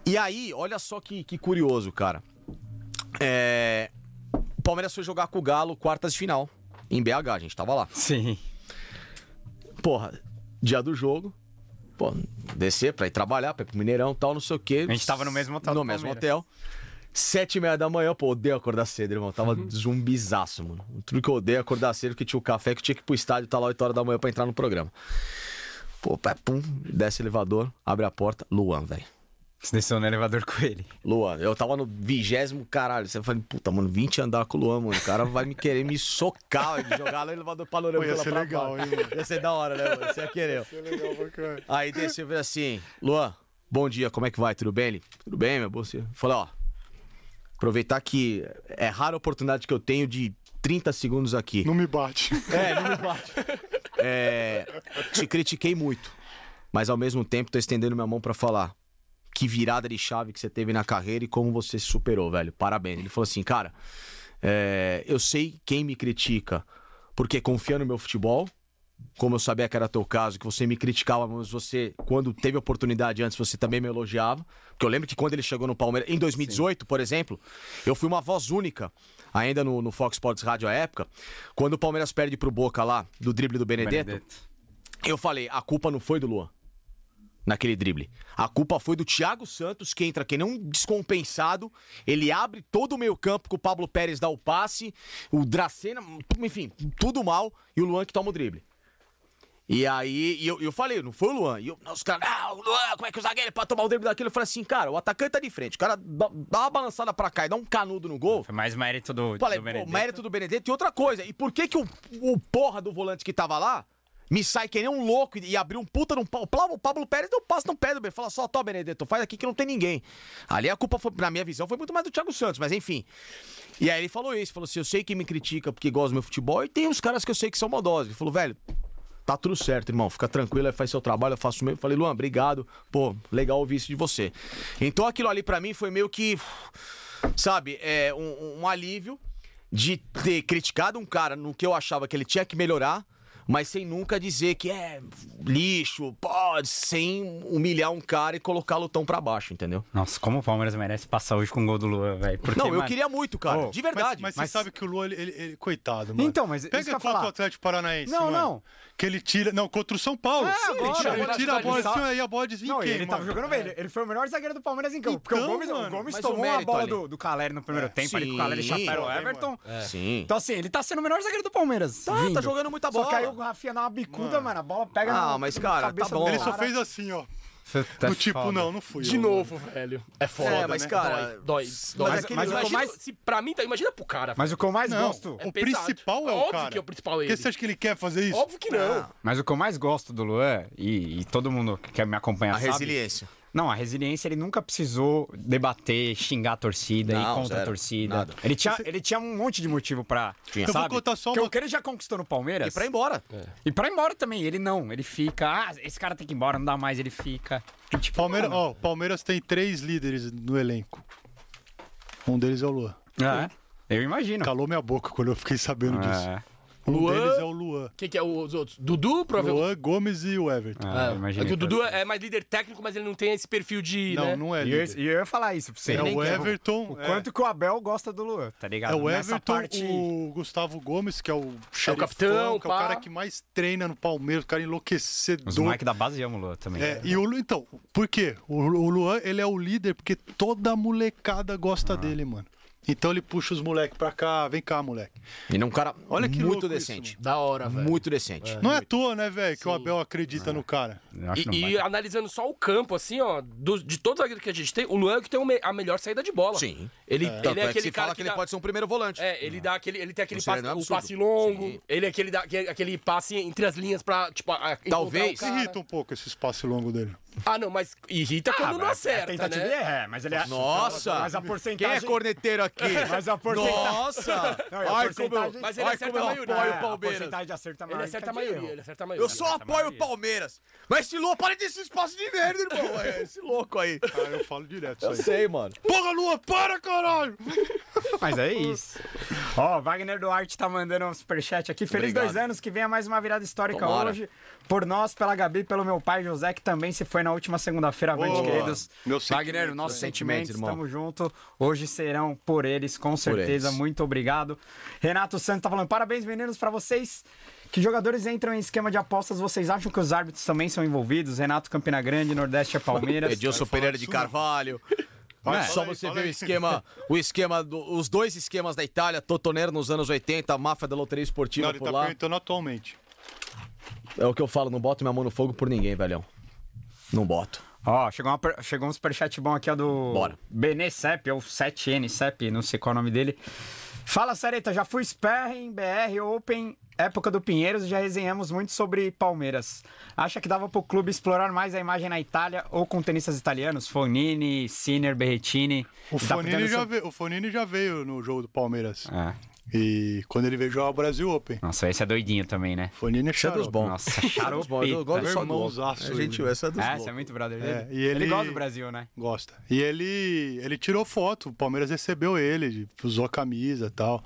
Speaker 5: E aí, olha só que, que curioso, cara. É, O Palmeiras foi jogar com o Galo quartas de final. Em BH, a gente tava lá.
Speaker 4: Sim.
Speaker 5: Porra, dia do jogo. Pô, descer pra ir trabalhar, pra ir pro Mineirão e tal, não sei o quê.
Speaker 4: A gente tava no mesmo hotel
Speaker 5: No
Speaker 4: do
Speaker 5: mesmo
Speaker 4: Palmeiras.
Speaker 5: hotel. Sete e meia da manhã, pô, odeio acordar cedo, irmão. Tava
Speaker 2: Uhum.
Speaker 5: zumbizaço, mano. Tudo que eu odeio é acordar cedo, que tinha o café, que eu tinha que ir pro estádio, tá lá 8 horas da manhã pra entrar no programa. Pô, pá, pum, desce o elevador, abre a porta, Luan, velho.
Speaker 4: Você desceu no elevador com ele.
Speaker 5: Luan, eu tava no vigésimo caralho. Você falei, puta, mano, 20 andar com o Luan, mano. O cara vai me querer me socar, de jogar lá no elevador panorâmico.
Speaker 2: Pô, ia
Speaker 5: lá
Speaker 2: ser
Speaker 5: pra
Speaker 2: legal,
Speaker 5: baixo.
Speaker 2: hein, mano?
Speaker 5: Ia ser da hora, né, mano? Você ia querer. ó. Aí desceu e falei assim: Luan, bom dia, como é que vai? Tudo bem? Ele, Tudo bem, meu bolso. Falei, ó, aproveitar que é rara a oportunidade que eu tenho de 30 segundos aqui.
Speaker 2: Não me bate.
Speaker 5: É, não me bate. É, te critiquei muito, mas ao mesmo tempo tô estendendo minha mão pra falar que virada de chave que você teve na carreira e como você se superou, velho. Parabéns. Ele falou assim, cara, é, eu sei quem me critica porque confia no meu futebol. Como eu sabia que era teu caso, que você me criticava, mas você, quando teve oportunidade antes, você também me elogiava. Porque eu lembro que quando ele chegou no Palmeiras, em 2018, por exemplo, eu fui uma voz única, ainda no, no Fox Sports Rádio à época, quando o Palmeiras perde pro Boca lá, do drible do Benedetto. Eu falei, a culpa não foi do Luan. Naquele drible. A culpa foi do Thiago Santos, que entra que nem um descompensado. Ele abre todo o meio campo que o Pablo Pérez dá o passe. O Dracena, enfim, tudo mal. E o Luan que toma o drible. E aí, e eu, eu falei, não foi o Luan. E eu, os caras, ah, o Luan, como é que o zagueiro pra tomar o drible daquilo? Eu falei assim, cara, o atacante tá de frente. O cara dá, dá uma balançada pra cá e dá um canudo no gol.
Speaker 4: Foi mais mérito do,
Speaker 5: Falei,
Speaker 4: do
Speaker 5: pô,
Speaker 4: Benedetto.
Speaker 5: mérito do Benedetto e outra coisa. E por que que o, o porra do volante que tava lá me sai que nem um louco e, e abriu um puta num pau? O Pablo- O Pablo Pérez deu um passo no pé do Benedetto. Fala só, tô, Benedetto, faz aqui que não tem ninguém. Ali a culpa, foi, na minha visão, foi muito mais do Thiago Santos, mas enfim. E aí ele falou isso, falou assim, eu sei que me critica porque gosta do meu futebol e tem uns caras que eu sei que são maldosos. Ele falou, velho, Tá tudo certo, irmão. Fica tranquilo, aí faz seu trabalho, eu faço o meu. Falei, Luan, obrigado. Pô, legal ouvir isso de você. Então aquilo ali pra mim foi meio que, sabe, é um, um alívio de ter criticado um cara no que eu achava que ele tinha que melhorar, mas sem nunca dizer que é lixo, pode, sem humilhar um cara e colocá-lo tão pra baixo, entendeu?
Speaker 4: Nossa, como o Palmeiras merece passar hoje com o gol do Luan, velho. Porque,
Speaker 5: Não, eu
Speaker 4: mano,
Speaker 5: queria muito, cara,
Speaker 4: Ô,
Speaker 5: de verdade.
Speaker 2: Mas, mas você sabe que o Lua, ele, ele- ele- coitado, mano.
Speaker 4: Então, mas isso
Speaker 2: Pega
Speaker 4: que eu ia
Speaker 2: contra
Speaker 4: falar.
Speaker 2: o Atlético Paranaense.
Speaker 4: Não,
Speaker 2: mano,
Speaker 4: não.
Speaker 2: Que ele tira. Não, contra o São Paulo. ele
Speaker 4: agora,
Speaker 2: tira,
Speaker 4: agora
Speaker 2: ele tira a
Speaker 4: ele
Speaker 2: bola
Speaker 4: tá-
Speaker 2: assim, aí a bola desvia.
Speaker 4: Não,
Speaker 2: em quem,
Speaker 4: ele tava
Speaker 2: mano?
Speaker 4: jogando bem.
Speaker 5: É.
Speaker 4: Ele foi o melhor zagueiro do Palmeiras em campo. porque o
Speaker 2: Então,
Speaker 4: Gomes, o
Speaker 2: mano,
Speaker 4: Gomes
Speaker 5: mas o
Speaker 4: tomou uma
Speaker 5: mérito
Speaker 4: bola
Speaker 5: ali. É.
Speaker 4: do, do Caler no primeiro tempo, ali que o Caler
Speaker 5: Sim.
Speaker 4: chapéu o
Speaker 2: Pô,
Speaker 4: Everton.
Speaker 5: Sim.
Speaker 4: Então, assim, ele tá sendo o melhor zagueiro do Palmeiras.
Speaker 5: Tá,
Speaker 4: vindo.
Speaker 5: tá jogando muita
Speaker 4: Só que aí o
Speaker 5: bola.
Speaker 4: Rafinha dá uma bicuda, mano. a bola pega
Speaker 5: Ah,
Speaker 4: na
Speaker 5: mas, cara, tá
Speaker 4: cabeça
Speaker 5: bom.
Speaker 4: do
Speaker 2: Ele só
Speaker 4: cara.
Speaker 2: fez assim, ó.
Speaker 4: Tá
Speaker 2: do tipo,
Speaker 4: foda.
Speaker 2: não, não fui.
Speaker 1: De
Speaker 2: eu,
Speaker 1: novo, velho. É foda.
Speaker 5: É, mas,
Speaker 1: né?
Speaker 5: cara,
Speaker 1: Dói, dói.
Speaker 5: mas
Speaker 1: Mas,
Speaker 5: aquele-
Speaker 1: mas
Speaker 5: mas
Speaker 1: imagina,
Speaker 5: mais-
Speaker 1: se pra mim, tá, imagina pro cara.
Speaker 4: Mas o que eu mais
Speaker 2: Não,
Speaker 4: gosto.
Speaker 1: É
Speaker 2: o
Speaker 1: pesado.
Speaker 2: principal é o
Speaker 1: Óbvio
Speaker 2: cara.
Speaker 1: que é o principal é
Speaker 2: Por que
Speaker 1: ele.
Speaker 2: você acha que ele quer fazer isso?
Speaker 1: Óbvio que não.
Speaker 4: Mas o que eu mais gosto do Luan, e, e todo mundo que me acompanha
Speaker 5: A
Speaker 4: sabe.
Speaker 5: resiliência.
Speaker 4: Não, a resiliência ele nunca precisou debater, xingar a torcida,
Speaker 5: Não,
Speaker 4: ir contra
Speaker 5: zero.
Speaker 4: a torcida.
Speaker 5: Nada.
Speaker 4: Ele tinha, ele tinha um monte de motivo pra.
Speaker 5: Tinha.
Speaker 4: Sabe?
Speaker 2: Eu vou contar só
Speaker 4: Porque
Speaker 2: uma-
Speaker 4: o que ele já conquistou no Palmeiras.
Speaker 5: E pra ir embora.
Speaker 4: E pra ir embora também, ele não. Ele fica, ah, esse cara tem que ir embora, não dá mais, ele fica. E, tipo,
Speaker 2: Palmeiras,
Speaker 4: mano,
Speaker 2: ó, o Palmeiras tem três líderes no elenco. Um deles é o Luan.
Speaker 4: é, eu imagino.
Speaker 2: Calou minha boca quando eu fiquei sabendo disso.
Speaker 4: É,
Speaker 2: Um
Speaker 1: Luan-
Speaker 2: deles é o Luan.
Speaker 1: O que, que é os outros? Dudu, provavelmente.
Speaker 2: Luan, Gomes e o Everton.
Speaker 4: é, eu
Speaker 1: É
Speaker 4: imaginei.
Speaker 1: que o Dudu é mais líder técnico, mas ele não tem esse perfil de.
Speaker 2: não,
Speaker 1: né?
Speaker 2: não é
Speaker 4: E eu,
Speaker 2: líder.
Speaker 4: e eu ia falar isso pra você.
Speaker 2: É o Everton.
Speaker 4: O
Speaker 2: é-
Speaker 4: quanto que o Abel gosta do Luan, tá ligado?
Speaker 2: É o
Speaker 4: Nessa
Speaker 2: Everton,
Speaker 4: parte...
Speaker 2: o Gustavo Gomes, que é o xerifão,
Speaker 1: capitão,
Speaker 2: que é o
Speaker 1: pá.
Speaker 2: cara que mais treina no Palmeiras, o cara
Speaker 4: Os
Speaker 2: enlouquecedor.
Speaker 4: moleques da base amam o Luan também.
Speaker 2: É, e o Lu- então, por quê? O, Lu- o Luan, ele é o líder porque toda molecada
Speaker 4: Ah.
Speaker 2: gosta dele, mano. Então ele puxa os moleques pra cá, vem cá, moleque.
Speaker 5: E um cara
Speaker 2: Olha que louco
Speaker 5: muito
Speaker 2: isso,
Speaker 5: decente.
Speaker 1: Da hora, velho.
Speaker 5: Muito decente.
Speaker 2: Não é à toa, né, velho, que o Abel
Speaker 4: Ah.
Speaker 2: acredita no cara.
Speaker 4: Eu acho que não
Speaker 1: E,
Speaker 4: vai.
Speaker 1: e analisando só o campo, assim, ó, do- de todos aqueles que a gente tem, o Luan é o que tem o me- a melhor saída de bola.
Speaker 5: Sim.
Speaker 1: Ele é,
Speaker 5: Tanto
Speaker 1: ele é aquele
Speaker 5: se
Speaker 1: cara
Speaker 5: fala
Speaker 1: que, dá,
Speaker 5: ser um primeiro volante.
Speaker 1: É, ele dá aquele. Ele tem aquele
Speaker 5: Não seria
Speaker 1: passe,
Speaker 5: nada
Speaker 1: o
Speaker 5: um absurdo.
Speaker 1: passe longo.
Speaker 5: Sim.
Speaker 1: Ele é aquele, da- que- aquele passe entre as linhas pra, tipo, a- encontrar
Speaker 5: Talvez.
Speaker 1: o
Speaker 2: Se
Speaker 1: cara.
Speaker 2: irrita um pouco esse espaço longo dele.
Speaker 1: Ah, não, mas irrita
Speaker 4: Ah,
Speaker 1: quando não
Speaker 4: mas
Speaker 1: acerta,
Speaker 4: a tentativa
Speaker 1: né?
Speaker 4: é, mas ele é.
Speaker 5: Nossa!
Speaker 4: Mas a
Speaker 5: Quem é
Speaker 4: porcentagem.
Speaker 5: corneteiro aqui?
Speaker 4: Mas a porcentagem.
Speaker 5: Nossa!
Speaker 4: Não, e a
Speaker 5: Ai, como
Speaker 4: porcentagem-
Speaker 5: eu,
Speaker 1: Mas ele
Speaker 5: ai,
Speaker 1: acerta
Speaker 5: como eu
Speaker 1: a maioria.
Speaker 5: apoio
Speaker 1: É,
Speaker 5: o
Speaker 1: a
Speaker 5: Palmeiras.
Speaker 4: porcentagem de é acerta
Speaker 1: Ele acerta a maioria, ele acerta a maioria.
Speaker 5: Eu só apoio o Palmeiras. Mas esse louco, para desse espaço de merda, irmão. É, Esse louco aí.
Speaker 2: Cara, eu falo direto isso aí.
Speaker 5: sei, mano.
Speaker 2: Porra, Luan, para, caralho!
Speaker 4: Mas é isso. Ó, Wagner Duarte tá mandando um superchat aqui. Feliz
Speaker 5: Obrigado.
Speaker 4: dois anos, que venha mais uma virada histórica
Speaker 5: Tomara.
Speaker 4: hoje. Por nós, pela Gabi, pelo meu pai José, que também se foi na última segunda-feira, Avante, queridos.
Speaker 2: Meus
Speaker 4: Wagner,
Speaker 2: sentimentos,
Speaker 4: nossos
Speaker 5: né?
Speaker 4: sentimentos,
Speaker 5: Sentimentos, irmão.
Speaker 4: tamo junto. Hoje serão por eles, com certeza.
Speaker 5: eles.
Speaker 4: Muito obrigado. Renato Santos tá falando, parabéns, meninos, pra vocês. Que jogadores entram em esquema de apostas, vocês acham que os árbitros também são envolvidos? Renato Campina Grande, Nordeste é Palmeiras.
Speaker 5: Edilson Pereira de Carvalho.
Speaker 2: Fala
Speaker 5: É,
Speaker 2: aí,
Speaker 5: Só
Speaker 2: fala
Speaker 5: você
Speaker 2: aí.
Speaker 5: ver o esquema, o esquema do- os dois esquemas da Itália, Totonero nos anos 80, a máfia da loteria
Speaker 2: Não,
Speaker 5: esportiva
Speaker 2: ele
Speaker 5: por
Speaker 2: tá
Speaker 5: lá.
Speaker 2: perguntando atualmente.
Speaker 5: É o que eu falo, não boto minha mão no fogo por ninguém, velhão. Não boto.
Speaker 4: Ó, chegou, uma per- chegou um superchat bom aqui, ó, do
Speaker 5: Bora.
Speaker 4: Benê Sepp, ou 7N Sepp, não sei qual é o nome dele. Fala, Sareta, já fui Sperring, BR, Open, época do Pinheiros, já resenhamos muito sobre Palmeiras. Acha que dava pro clube explorar mais a imagem na Itália ou com tenistas italianos? Fonini, Sinner, Berrettini...
Speaker 2: O
Speaker 4: Tá
Speaker 2: Fonini,
Speaker 4: podendo
Speaker 2: já
Speaker 4: ser-
Speaker 2: veio, o Fonini já veio no jogo do Palmeiras.
Speaker 4: É.
Speaker 2: E quando ele veio jogar o Brasil Open.
Speaker 4: Nossa, esse é doidinho também, né?
Speaker 2: Fonini é
Speaker 5: Isso é dos
Speaker 2: xarope.
Speaker 5: bons.
Speaker 4: Nossa,
Speaker 5: Isso é dos bons. Eu
Speaker 4: xaropita.
Speaker 5: gosto só do louco.
Speaker 2: Irmãozaço,
Speaker 5: A gente,
Speaker 2: ele.
Speaker 5: essa é dos
Speaker 4: É,
Speaker 5: loucos.
Speaker 4: esse é muito brother
Speaker 2: É,
Speaker 4: dele.
Speaker 2: e ele-
Speaker 4: gosta do Brasil, né?
Speaker 2: Gosta. E ele, ele tirou foto, o Palmeiras recebeu ele, usou a camisa e tal.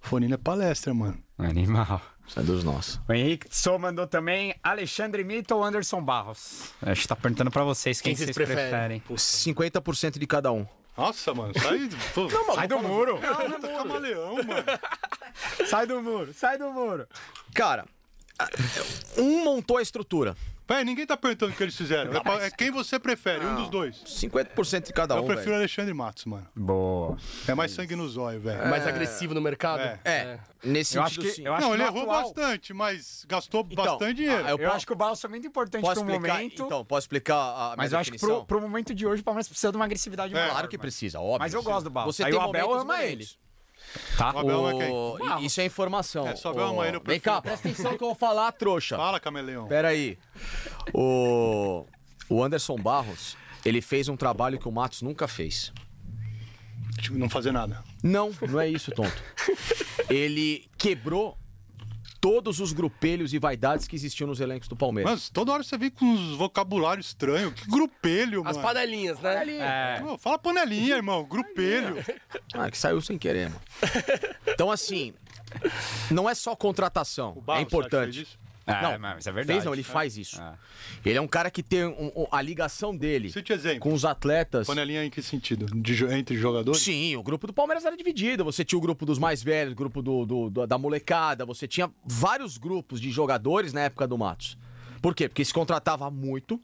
Speaker 2: Fonini é palestra, mano.
Speaker 4: Animal.
Speaker 5: Isso é dos nossos.
Speaker 4: O Henrique Sou mandou também Alexandre Mito ou Anderson Barros? Acho que tá perguntando pra vocês quem, vocês preferem.
Speaker 5: 50% de cada um.
Speaker 2: Nossa, mano, sai, pô, é
Speaker 4: Sai do muro!
Speaker 2: puta tá camaleão, mano.
Speaker 4: Sai do muro! Sai do muro!
Speaker 5: Cara, um montou a estrutura.
Speaker 2: Véi, ninguém tá perguntando o que eles fizeram. É pra- É quem você prefere, um dos dois.
Speaker 5: 50% de cada
Speaker 2: Eu
Speaker 5: um.
Speaker 2: prefiro
Speaker 5: velho.
Speaker 2: Alexandre Matos, mano.
Speaker 4: Boa.
Speaker 2: É mais sangue no zóio, velho.
Speaker 1: É Mais agressivo no mercado?
Speaker 2: É.
Speaker 5: É, nesse
Speaker 4: Eu acho
Speaker 5: sentido
Speaker 4: que,
Speaker 5: sim.
Speaker 4: eu acho
Speaker 2: Não,
Speaker 4: que
Speaker 2: ele
Speaker 4: no
Speaker 2: errou
Speaker 4: atual-
Speaker 2: bastante, mas gastou
Speaker 5: Então,
Speaker 2: bastante dinheiro.
Speaker 5: ah,
Speaker 4: Eu
Speaker 5: eu posso-
Speaker 4: acho que o Barros é muito importante
Speaker 5: Posso
Speaker 4: pro
Speaker 5: explicar?
Speaker 4: momento.
Speaker 5: Então, posso explicar a a
Speaker 4: mas
Speaker 5: minha
Speaker 4: eu acho que
Speaker 5: definição?
Speaker 4: pro, pro momento de hoje o Palmeiras precisa de uma agressividade maior.
Speaker 5: Claro que
Speaker 4: mano.
Speaker 5: precisa, óbvio.
Speaker 4: Mas eu gosto do Barros.
Speaker 5: Você
Speaker 4: Aí
Speaker 5: tem
Speaker 4: o Abel
Speaker 5: momentos e
Speaker 4: ama ele.
Speaker 5: momentos.
Speaker 4: Tá?
Speaker 2: O Abel ama quem?
Speaker 5: Ô, i- Isso é informação.
Speaker 2: É, só ver uma
Speaker 5: Ô,
Speaker 2: aí no
Speaker 5: Vem
Speaker 2: perfil,
Speaker 5: cá,
Speaker 2: Paulo.
Speaker 5: presta atenção que eu vou falar, trouxa.
Speaker 2: Fala, camaleão.
Speaker 5: Pera aí. O, o Anderson Barros, ele fez um trabalho que o Matos nunca fez.
Speaker 2: Tipo, Não fazer nada.
Speaker 5: Não, não é isso, tonto. Ele quebrou todos os grupelhos e vaidades que existiam nos elencos do Palmeiras.
Speaker 2: Mas toda hora você vem com uns vocabulários estranhos. Que grupelho,
Speaker 1: As
Speaker 2: mano.
Speaker 1: panelinhas, né?
Speaker 4: É.
Speaker 2: Pô, fala panelinha, irmão. Grupelho.
Speaker 5: Ah, que saiu sem querer, mano. Então, assim, não é só contratação.
Speaker 2: Barros,
Speaker 5: é importante.
Speaker 2: sabe que fez isso?
Speaker 4: É,
Speaker 5: Não,
Speaker 4: mas isso é verdade.
Speaker 5: Fez, não, ele faz isso.
Speaker 4: É.
Speaker 5: Ele é um cara que tem um- um- a ligação dele
Speaker 2: Cite exemplo.
Speaker 5: com os atletas.
Speaker 2: Panelinha em que sentido? De jo- entre jogadores?
Speaker 5: Sim, o grupo do Palmeiras era dividido. Você tinha o grupo dos mais velhos, o grupo do, do- do- da molecada, você tinha vários grupos de jogadores na época do Matos. Por quê? Porque se contratava muito.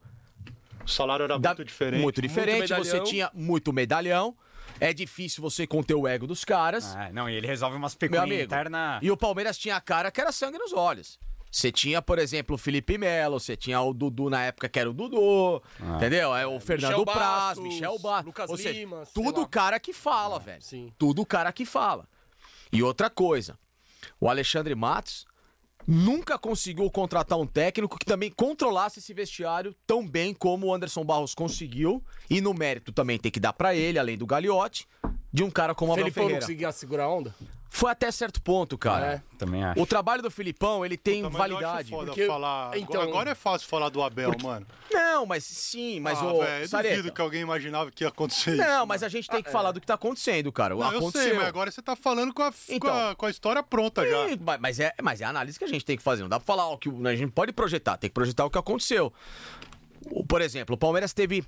Speaker 2: O salário era
Speaker 5: da-
Speaker 2: muito diferente. Tá,
Speaker 5: Muito diferente,
Speaker 1: Muito
Speaker 5: você
Speaker 1: medalhão.
Speaker 5: tinha muito medalhão. É difícil você conter o ego dos caras.
Speaker 4: É, não, e ele resolve umas
Speaker 5: Meu
Speaker 4: picuinhas
Speaker 5: amigo.
Speaker 4: internas.
Speaker 5: E o Palmeiras tinha a cara que era sangue nos olhos. Você tinha, por exemplo, o Felipe Melo, você tinha o Dudu na época que era o Dudu, entendeu? É o Fernando
Speaker 1: Ah. Bastos,
Speaker 5: Praz, Michel Bar,
Speaker 1: Lucas
Speaker 5: ou seja,
Speaker 1: Lima, sei
Speaker 5: tudo
Speaker 1: lá. Ah,
Speaker 5: cara que fala, velho.
Speaker 1: sim.
Speaker 5: Tudo cara que fala. E outra coisa, o Alexandre Matos nunca conseguiu contratar um técnico que também controlasse esse vestiário tão bem como o Anderson Barros conseguiu, e no mérito também tem que dar pra ele, além do Gagliotti, de um cara como o Abel
Speaker 1: Felipão não
Speaker 5: Ferreira.
Speaker 1: conseguia segurar a onda?
Speaker 5: Foi até certo ponto, cara.
Speaker 1: É.
Speaker 4: Também acho.
Speaker 5: O trabalho do Filipão, ele tem
Speaker 2: Puta, mas eu acho
Speaker 5: validade.
Speaker 2: foda
Speaker 1: Porque-
Speaker 2: falar-
Speaker 1: então-
Speaker 2: Agora é fácil falar do Abel, mano.
Speaker 5: Não, mas sim, mas
Speaker 2: ah,
Speaker 5: o
Speaker 2: velho, eu duvido que alguém imaginava que ia acontecer isso. Ah, é.
Speaker 5: Não, mas a gente tem que falar do que tá acontecendo, cara.
Speaker 2: Não, eu
Speaker 5: Aconteceu.
Speaker 2: sei, mas agora você tá falando com a, com a,
Speaker 5: Então.
Speaker 2: com a história pronta já.
Speaker 5: Ih, ma- Mas é, mas é a análise que a gente tem que fazer. Não dá pra falar o que o- a gente pode projetar, tem que projetar o que aconteceu. O- Por exemplo, o Palmeiras teve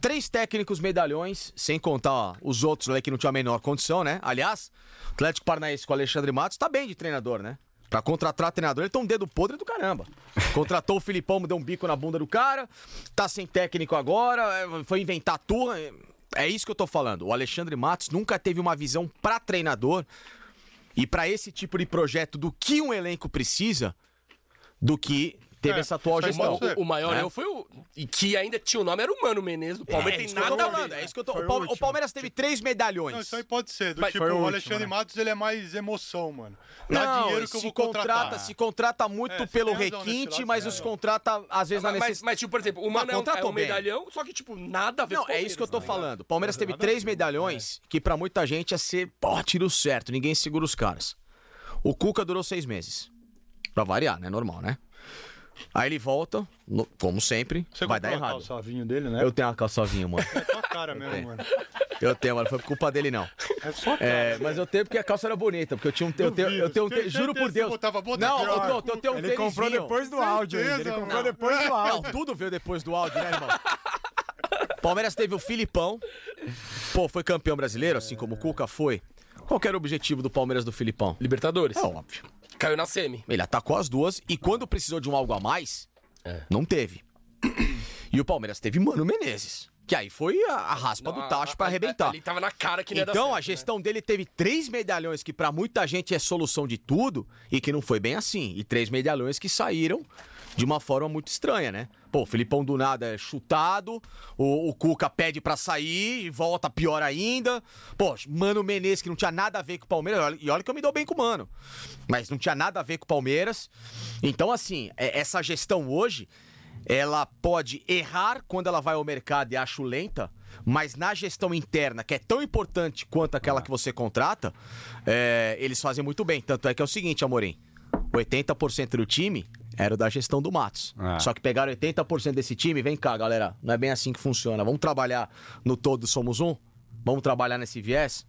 Speaker 5: três técnicos medalhões, sem contar ó, os outros né, que não tinham a menor condição, né? Aliás, o Atlético Paranaense com o Alexandre Matos tá bem de treinador, né? Pra contratar treinador, ele tem um dedo podre do caramba. Contratou o Filipão, deu um bico na bunda do cara, tá sem técnico agora, é, foi inventar tudo. é- É isso que eu tô falando. O Alexandre Matos nunca teve uma visão pra treinador e pra esse tipo de projeto do que um elenco precisa, do que teve
Speaker 2: É,
Speaker 5: essa atual
Speaker 2: isso aí
Speaker 5: gestão.
Speaker 2: pode ser.
Speaker 1: O maior
Speaker 5: É.
Speaker 1: eu foi o. E que ainda tinha o nome, era o Mano Menezes. O Palmeiras
Speaker 5: É
Speaker 1: tem
Speaker 5: isso que eu
Speaker 1: nada
Speaker 5: tô
Speaker 1: a
Speaker 5: falando,
Speaker 1: ver.
Speaker 5: é isso que eu tô- o, Pal- o Palmeiras teve três medalhões.
Speaker 2: Não, isso aí pode ser. Do
Speaker 1: Mas
Speaker 2: tipo,
Speaker 1: foi o
Speaker 2: o
Speaker 1: último,
Speaker 2: Alexandre
Speaker 1: né?
Speaker 2: Matos, ele é mais emoção, mano. Dá
Speaker 5: Não,
Speaker 2: dinheiro que eu
Speaker 5: se
Speaker 2: vou
Speaker 5: contrata,
Speaker 2: contratar.
Speaker 5: se contrata muito
Speaker 2: É, você
Speaker 5: pelo
Speaker 2: tem razão nesse
Speaker 5: requinte,
Speaker 2: lado,
Speaker 5: mas
Speaker 2: é.
Speaker 5: os contrata às vezes na
Speaker 1: Mas-
Speaker 5: necessidade.
Speaker 1: Mas, tipo, por exemplo, o Mano é um- é
Speaker 5: contratou
Speaker 1: um
Speaker 5: bem.
Speaker 1: medalhão, só que, tipo, nada a ver
Speaker 5: Não,
Speaker 1: com o
Speaker 5: é isso que eu tô
Speaker 2: né?
Speaker 1: Palmeiras, né?
Speaker 5: falando. O Palmeiras teve três medalhões
Speaker 2: É.
Speaker 5: que pra muita gente ia ser, pô, tiro certo, ninguém segura os caras. O Cuca durou seis meses. Pra variar, né? Normal, né? Aí ele volta, no- como sempre,
Speaker 2: Você
Speaker 5: vai
Speaker 2: comprou
Speaker 5: dar
Speaker 2: o
Speaker 5: errado.
Speaker 2: calçavinho dele, né?
Speaker 5: Eu tenho uma calçavinha, mano.
Speaker 2: É tua cara mesmo, mano.
Speaker 5: Eu tenho, mas não foi por culpa dele, não.
Speaker 2: É só cara.
Speaker 5: É, mas eu tenho porque a calça era bonita, porque eu tinha um. Eu tenho, eu tenho um
Speaker 2: Duvido.
Speaker 5: tênis, juro por
Speaker 2: Certeza que
Speaker 5: Deus.
Speaker 2: botava botão
Speaker 5: não,
Speaker 2: pior.
Speaker 5: eu, tô, eu tenho um
Speaker 6: Ele comprou
Speaker 5: tênisinho.
Speaker 6: depois do áudio, ainda. Ele
Speaker 2: Certeza,
Speaker 6: comprou
Speaker 2: mano.
Speaker 6: depois do
Speaker 5: Não,
Speaker 6: áudio.
Speaker 5: tudo veio depois do áudio, né, irmão? Palmeiras teve o Filipão. Pô, foi campeão brasileiro, assim como o Cuca foi. Qual que era o objetivo do Palmeiras do Filipão?
Speaker 1: Libertadores.
Speaker 5: É óbvio.
Speaker 1: Caiu na semi.
Speaker 5: Ele atacou as duas e quando precisou de um algo a mais, não teve. E o Palmeiras teve Mano Menezes, que aí foi a, a raspa
Speaker 2: Ah,
Speaker 5: do tacho pra arrebentar.
Speaker 1: é, Ele tava na cara que não ia dar
Speaker 5: Então, a
Speaker 1: certo, né?
Speaker 5: gestão dele teve três medalhões que pra muita gente é solução de tudo e que não foi bem assim. E três medalhões que saíram de uma forma muito estranha, né? Pô, o Filipão do nada é chutado, o, o Cuca pede pra sair e volta pior ainda. Pô, Mano Menezes, que não tinha nada a ver com o Palmeiras, olha- e olha que eu me dou bem com o Mano, mas não tinha nada a ver com o Palmeiras. Então, assim, é- essa gestão hoje, ela pode errar quando ela vai ao mercado e acho lenta, mas na gestão interna, que é tão importante quanto aquela que você contrata, é, eles fazem muito bem. Tanto é que é o seguinte, Amorim: 80% do time era o da gestão do Matos.
Speaker 4: Ah.
Speaker 5: Só que pegaram 80% desse time, vem cá, galera, não é bem assim que funciona. Vamos trabalhar no todo somos um? Vamos trabalhar nesse viés?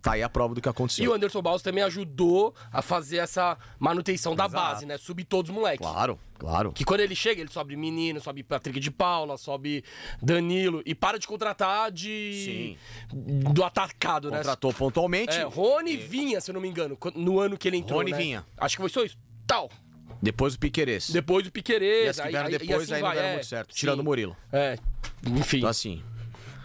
Speaker 5: Tá aí a prova do que aconteceu.
Speaker 1: né? E o Anderson Barros também ajudou a fazer essa manutenção da base, né? Subir todos os moleques.
Speaker 5: Claro, claro.
Speaker 1: Que quando ele chega, ele sobe menino, sobe Patrick de Paula, sobe Danilo. E para de contratar de. Do atacado, né?
Speaker 5: Contratou pontualmente.
Speaker 1: É, Rony Vinha, se eu não me engano, quan- no ano que ele entrou.
Speaker 5: Rony
Speaker 1: né?
Speaker 5: Vinha.
Speaker 1: Acho que foi só isso. Tal.
Speaker 5: Depois o Piqueires.
Speaker 1: Depois o
Speaker 5: E
Speaker 1: Piquerez.
Speaker 5: as que vieram depois
Speaker 1: assim
Speaker 5: aí não deram muito certo. Tirando o Murilo.
Speaker 1: É. Enfim.
Speaker 5: Então, assim,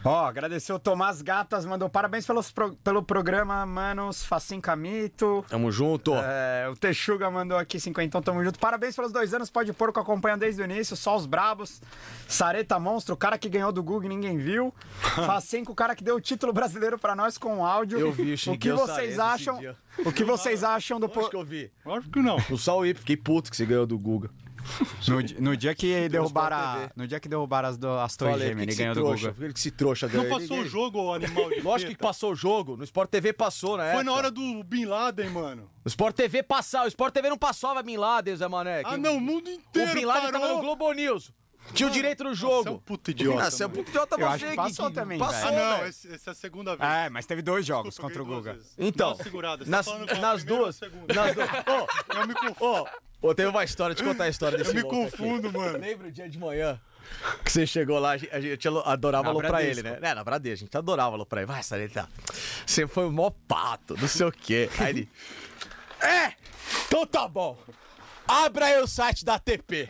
Speaker 6: Ó,
Speaker 4: Agradecer o Tomás Gatas, mandou parabéns pelos pro- pelo programa, manos. Facim Camito.
Speaker 5: tamo junto.
Speaker 4: É, o Texuga mandou aqui 50, tamo junto. Parabéns pelos dois anos, pode porco, acompanha desde o início, só os brabos. Sareta Monstro, o cara que ganhou do Google e ninguém viu. Facinco, o cara que deu o título brasileiro pra nós com um áudio.
Speaker 5: Eu vi, eu xinguei
Speaker 4: o que
Speaker 5: o Sareta
Speaker 4: vocês
Speaker 5: esse
Speaker 4: acham?
Speaker 5: dia.
Speaker 4: O que vocês acham do po-
Speaker 5: eu vi.
Speaker 2: Lógico que não.
Speaker 5: No Saúl, fiquei puto que você ganhou do Guga.
Speaker 4: no, di- no dia que derrubaram
Speaker 5: um Sport
Speaker 4: a-
Speaker 5: TV.
Speaker 4: no dia que derrubaram as, do, as torres gêmeas, ele ganhou do
Speaker 5: trouxa.
Speaker 4: Google.
Speaker 5: Por que que se trouxa
Speaker 2: Não
Speaker 5: ganhou?
Speaker 2: passou o jogo, ô animal de
Speaker 5: Lógico que
Speaker 2: teta.
Speaker 5: passou o jogo. No Sport TV passou, né?
Speaker 2: Foi na hora do Bin Laden, mano.
Speaker 5: O Sport TV passar. O Sport TV não passava Bin Laden, Zé Mané.
Speaker 2: Ah,
Speaker 5: Quem-
Speaker 2: não, o mundo inteiro
Speaker 5: O Bin Laden
Speaker 2: parou.
Speaker 5: tava no Globo News. Tinha o direito no jogo.
Speaker 2: é um puto idiota,
Speaker 5: Ah, você é um
Speaker 2: mano.
Speaker 5: puto idiota
Speaker 4: Eu acho
Speaker 5: você
Speaker 4: que passou também,
Speaker 5: Passou,
Speaker 2: Ah, não,
Speaker 5: velho.
Speaker 2: essa, essa é a segunda vez.
Speaker 4: É, mas teve dois jogos
Speaker 2: Desculpa, eu
Speaker 4: contra
Speaker 2: ganhei
Speaker 4: o
Speaker 2: duas
Speaker 4: Guga.
Speaker 2: vezes.
Speaker 5: Então,
Speaker 2: Dá uma segurada. Você
Speaker 5: nas,
Speaker 2: tá falando qual é a
Speaker 5: nas
Speaker 2: primeira ou a
Speaker 5: duas.
Speaker 2: segunda?
Speaker 5: Nas duas. Ô,
Speaker 2: Eu me confundo.
Speaker 5: Ô, teve uma história, deixa eu contar a história desse
Speaker 2: Eu me
Speaker 5: louco aqui.
Speaker 2: confundo, mano.
Speaker 5: Lembra o dia de manhã que você chegou lá, a gente, a gente alo- adorava
Speaker 4: Na
Speaker 5: aloprar ele,
Speaker 4: Bradesco.
Speaker 5: né? É, na Bradesco, a gente adorava aloprar ele. Vai, Sareta, você foi o mó pato, não sei o quê. Aí ele, é, então tá bom. Abra aí o site da ATP.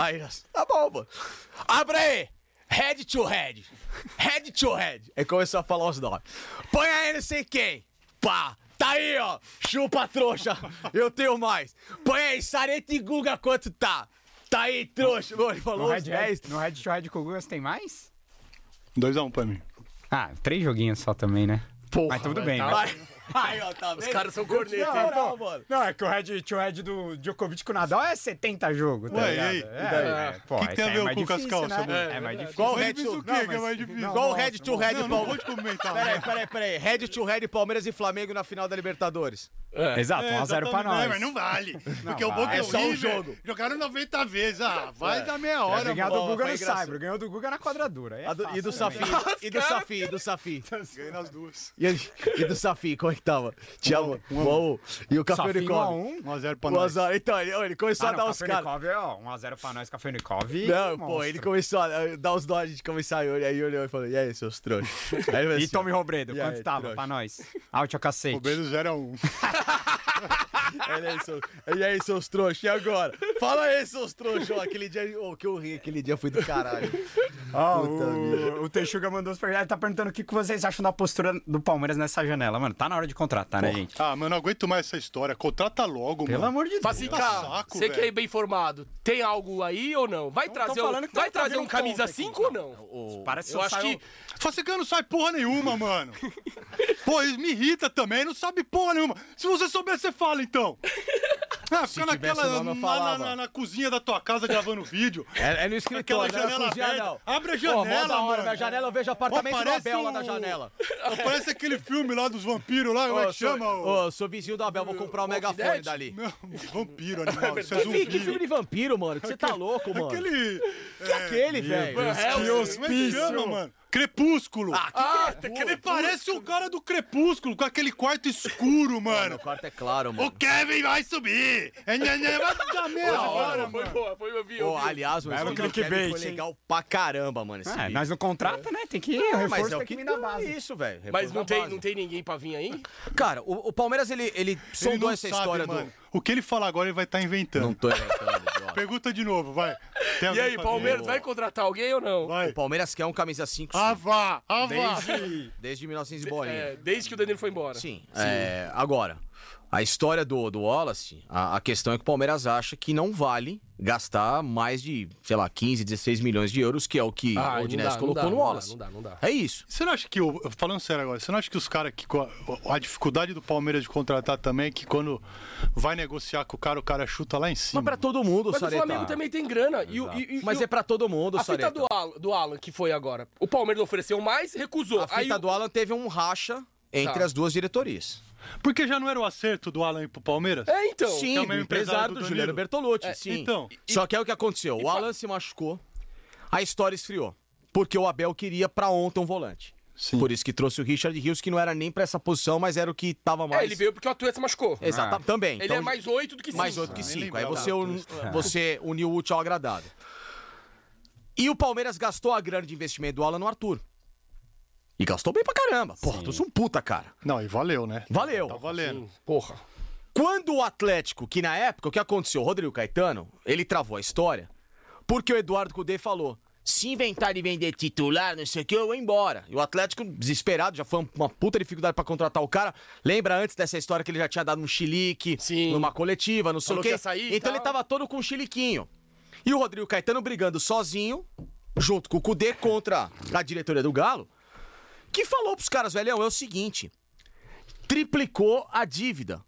Speaker 5: Aí nós, tá bom, mano. Abra aí. Head to head. Head to head. Aí começou a falar os nomes. Põe aí não sei quem. Pá. Tá aí, ó. Chupa trouxa. Eu tenho mais. Põe aí, Sareta e Guga quanto tá. Tá aí, trouxa. Mano, ele
Speaker 4: No
Speaker 5: falou os
Speaker 4: Red,
Speaker 5: 10.
Speaker 4: Red, no Red to Red com o Guga, você tem mais?
Speaker 2: 2x1 pra mim.
Speaker 4: Ah, três joguinhos só também, né? mas tudo bem, né?
Speaker 5: Aí, aí, ó, tá vendo?
Speaker 1: Os caras são cornetas.
Speaker 4: Não,
Speaker 1: hein?
Speaker 5: Não,
Speaker 4: não,
Speaker 5: mano.
Speaker 4: não, é que o Red to Red do Djokovic com o Nadal é 70 jogos, tá
Speaker 2: Ué,
Speaker 4: ligado?
Speaker 2: e aí?
Speaker 4: É,
Speaker 2: E daí?
Speaker 4: é, pô,
Speaker 2: Que que tem a
Speaker 4: é
Speaker 2: ver
Speaker 4: mais
Speaker 2: com o
Speaker 4: difícil,
Speaker 2: Cascal,
Speaker 4: né?
Speaker 2: seu
Speaker 4: É,
Speaker 2: moleque?
Speaker 4: mais difícil.
Speaker 5: Qual o
Speaker 2: Mas
Speaker 5: head
Speaker 2: diz
Speaker 5: to
Speaker 2: o que que é mais difícil?
Speaker 5: Qual o head to head,
Speaker 2: Não, não
Speaker 5: Paulo?
Speaker 2: vou te então. comentar.
Speaker 5: Peraí,
Speaker 2: Peraí,
Speaker 5: peraí, peraí. Head to head, Palmeiras e Flamengo na final da Libertadores.
Speaker 4: Exato, 1x0
Speaker 5: né,
Speaker 4: pra nós.
Speaker 2: mas não vale. Porque o Boca
Speaker 4: vale.
Speaker 2: e
Speaker 5: É
Speaker 2: o
Speaker 5: só um
Speaker 2: River
Speaker 5: jogo.
Speaker 2: jogaram 90 vezes. Ah, vai dar meia hora,
Speaker 4: Ganhar
Speaker 2: mano.
Speaker 4: do
Speaker 5: Bola,
Speaker 4: Guga
Speaker 5: foi
Speaker 4: no
Speaker 5: engraçado.
Speaker 4: Saibro, ganhou do Guga na quadradura. aí é
Speaker 5: A do- e
Speaker 4: fácil
Speaker 5: do
Speaker 4: também.
Speaker 5: Safi, e do Safi, e do Safi.
Speaker 2: Ganhei nas duas.
Speaker 5: E, e do Safi, como é que tava? Te amo. Um, e o Café
Speaker 4: Safi
Speaker 5: Unicórnio.
Speaker 4: 1x1.
Speaker 2: 1x0 pra
Speaker 5: O
Speaker 2: nós.
Speaker 5: azar. Então, ele, ele começou
Speaker 4: Ah,
Speaker 5: a dar
Speaker 4: não,
Speaker 5: um. os
Speaker 4: Café
Speaker 5: caras.
Speaker 4: Unicov, ó, 1x0 pra nós, Café Unicov.
Speaker 5: Não, pô,
Speaker 4: monstro.
Speaker 5: ele começou a eh, dar os dó, a gente começou a olhar. Aí olhou e falou: E aí, seus trouxas? Aí ele falou
Speaker 4: E
Speaker 5: assim,
Speaker 4: Tommy Robredo,
Speaker 5: E aí,
Speaker 4: quanto tava
Speaker 5: trouxa?
Speaker 4: pra nós? Out ao cacete.
Speaker 2: Roberto 0x1.
Speaker 5: Olha aí, seus- E aí, seus trouxas, e agora? Fala aí, seus trouxas. Ó, aquele dia ó, que eu ri, aquele dia foi do caralho.
Speaker 4: Ó,
Speaker 5: Puta
Speaker 4: Ah, o, o Teixuga mandou os perguntas. Ele tá perguntando o que que vocês acham da postura do Palmeiras nessa janela. Mano, tá na hora de contratar, né, gente?
Speaker 2: Ah, mano, não aguento mais essa história. Contrata logo,
Speaker 4: Pelo
Speaker 2: mano.
Speaker 4: amor de Deus.
Speaker 1: Assim,
Speaker 2: Puta
Speaker 1: cara,
Speaker 2: saco,
Speaker 1: você que é
Speaker 2: velho.
Speaker 1: bem informado, tem algo aí ou não? Vai trazer um,
Speaker 4: falando que
Speaker 1: vai
Speaker 4: tá
Speaker 1: trazer
Speaker 4: fazendo
Speaker 1: um camisa
Speaker 4: ponta
Speaker 1: 5 ou não?
Speaker 4: Parece
Speaker 1: Eu acho que
Speaker 2: Facicano assim, não sabe porra nenhuma, mano. Pô, isso me irrita também, não sabe porra nenhuma. Se você souber, você fala então. Ah, fica
Speaker 5: tivesse o
Speaker 2: naquela.
Speaker 5: nome, eu
Speaker 2: na- na,
Speaker 5: falava.
Speaker 2: na, na cozinha da tua casa gravando vídeo.
Speaker 5: É, é
Speaker 2: Aquela
Speaker 5: no escritório, não é na
Speaker 2: janela
Speaker 5: cozinha,
Speaker 2: aberta.
Speaker 5: não.
Speaker 2: Abre a
Speaker 5: Pô, mó da
Speaker 2: janela,
Speaker 5: hora,
Speaker 2: mano.
Speaker 5: na janela eu vevejo
Speaker 2: Ó,
Speaker 5: apartamento do Abel lá
Speaker 2: o-
Speaker 5: na janela.
Speaker 2: Ó, Parece aquele filme lá dos vampiros lá, como é
Speaker 5: Ô,
Speaker 2: que chama?
Speaker 5: Sou,
Speaker 2: o-
Speaker 5: ô, sou vizinho do Abel, vou comprar o
Speaker 1: Walking
Speaker 5: megafone
Speaker 1: Dead?
Speaker 5: dali.
Speaker 2: Não, vampiro, animal. Isso é
Speaker 5: Que, que filme
Speaker 2: zumbi.
Speaker 5: de vampiro, mano? Que você tá louco, mano?
Speaker 2: Aquele. é,
Speaker 5: Que aquele, velho?
Speaker 1: Deus.
Speaker 2: Como é que chama, mano? Crepúsculo!
Speaker 1: Ah, tá que
Speaker 2: Ele parece o cara do Crepúsculo, com aquele quarto escuro, mano.
Speaker 5: Meu quarto é claro,
Speaker 2: O
Speaker 5: mano.
Speaker 2: Kevin vai subir! É, né, né, Vai dar meia hora,
Speaker 1: Foi,
Speaker 2: mano.
Speaker 1: foi boa, foi, eu vi, eu
Speaker 5: Pô,
Speaker 1: vi.
Speaker 5: aliás, mano,
Speaker 4: Era
Speaker 5: esse
Speaker 4: um
Speaker 5: vídeo do Kevin
Speaker 4: clickbait,
Speaker 5: foi
Speaker 4: hein?
Speaker 5: legal pra caramba, mano, esse
Speaker 4: É,
Speaker 5: vídeo.
Speaker 4: nós não contrata, né? Tem que ir, o
Speaker 5: Não,
Speaker 4: reforço
Speaker 5: mas é o
Speaker 4: tem
Speaker 5: que
Speaker 4: que vir na base.
Speaker 5: isso, velho.
Speaker 1: Mas
Speaker 5: reforço
Speaker 1: não
Speaker 5: na
Speaker 1: tem,
Speaker 5: base.
Speaker 1: não tem ninguém pra vir aí?
Speaker 5: Cara, o, o Palmeiras, ele, ele
Speaker 2: Ele
Speaker 5: sondou
Speaker 2: não
Speaker 5: essa
Speaker 2: sabe,
Speaker 5: história
Speaker 2: mano.
Speaker 5: do...
Speaker 2: O que ele fala agora, ele vai estar inventando.
Speaker 5: Não tô inventando, ó.
Speaker 2: Pergunta de novo, vai.
Speaker 1: E
Speaker 2: Tem alguém
Speaker 1: aí,
Speaker 2: pra
Speaker 1: Palmeiras,
Speaker 2: ver?
Speaker 1: vai contratar alguém ou não?
Speaker 2: Vai. Ah,
Speaker 5: O Palmeiras quer um camisa 5
Speaker 2: Ava, ava.
Speaker 5: desde, desde 1900 e bolinha.
Speaker 1: É, desde que o Danilo foi embora.
Speaker 5: Sim. é, agora, a história do, do Wallace, a, a questão é que o Palmeiras acha que não vale gastar mais de, sei lá, 15, 16 milhões de euros, que é o que
Speaker 1: Ah,
Speaker 5: o
Speaker 1: não dá,
Speaker 5: Odinese
Speaker 1: não dá,
Speaker 5: colocou no
Speaker 1: não dá,
Speaker 5: Wallace.
Speaker 1: não dá, não dá.
Speaker 5: É isso.
Speaker 2: Você não acha que, o- falando sério agora, você não acha que os caras que. co- A, dificuldade do Palmeiras de contratar também é que quando vai negociar com o cara, o cara chuta lá em cima.
Speaker 5: Mas pra todo mundo,
Speaker 1: Mas o
Speaker 5: Sareta.
Speaker 1: Flamengo também tem grana. E, o- e- e-
Speaker 5: Mas
Speaker 1: e o-
Speaker 5: é pra todo mundo,
Speaker 1: A fita
Speaker 5: Sareta.
Speaker 1: do Alan, do Alan, que foi agora. O Palmeiras ofereceu mais, recusou.
Speaker 5: A
Speaker 1: Aí
Speaker 5: fita
Speaker 1: o-
Speaker 5: do Alan teve um racha entre
Speaker 1: Tá.
Speaker 5: as duas diretorias.
Speaker 2: Porque já não era o acerto do Alan ir pro Palmeiras?
Speaker 1: É, então.
Speaker 5: sim,
Speaker 2: que é o
Speaker 5: o
Speaker 2: mesmo
Speaker 5: empresário
Speaker 2: empresário
Speaker 5: do,
Speaker 2: do
Speaker 5: Juliano
Speaker 2: Danilo.
Speaker 1: É,
Speaker 5: Bertolucci, sim.
Speaker 2: então.
Speaker 5: Só que é o que aconteceu. O Alan se machucou, a história esfriou. Porque o Abel queria pra ontem um volante.
Speaker 2: Sim.
Speaker 5: Por isso que trouxe o Richard Rios, que não era nem pra essa posição, mas era o que tava mais.
Speaker 1: É, ele veio porque o Atueta se machucou.
Speaker 5: Exato, também.
Speaker 1: Ele
Speaker 5: Então,
Speaker 1: é mais oito do que cinco.
Speaker 5: mais outro que
Speaker 2: Ah. nem
Speaker 5: cinco. Aí
Speaker 2: lembrava Ah.
Speaker 5: você, un- você uniu o útil ao agradável. E o Palmeiras gastou a grana de investimento do Alan no Arthur. E gastou bem pra caramba. Porra, tu um puta, cara.
Speaker 2: Não, e valeu, né?
Speaker 5: Valeu.
Speaker 2: Tá valendo.
Speaker 1: Porra.
Speaker 5: Quando o Atlético, que na época, o que aconteceu? O Rodrigo Caetano, ele travou a história porque o Eduardo Cudê falou: se inventar de vender titular, não sei o que, eu vou embora. E o Atlético, desesperado, já foi uma puta dificuldade pra contratar o cara. Lembra antes dessa história que ele já tinha dado um chilique
Speaker 1: Sim.
Speaker 5: numa coletiva, não sei
Speaker 1: Falou
Speaker 5: o quê.
Speaker 1: que ia sair e
Speaker 5: então ele
Speaker 1: tal.
Speaker 5: tava todo com um chiliquinho. E o Rodrigo Caetano brigando sozinho, junto com o Cudê, contra a diretoria do Galo, que falou pros caras, velhão, é o seguinte: triplicou a dívida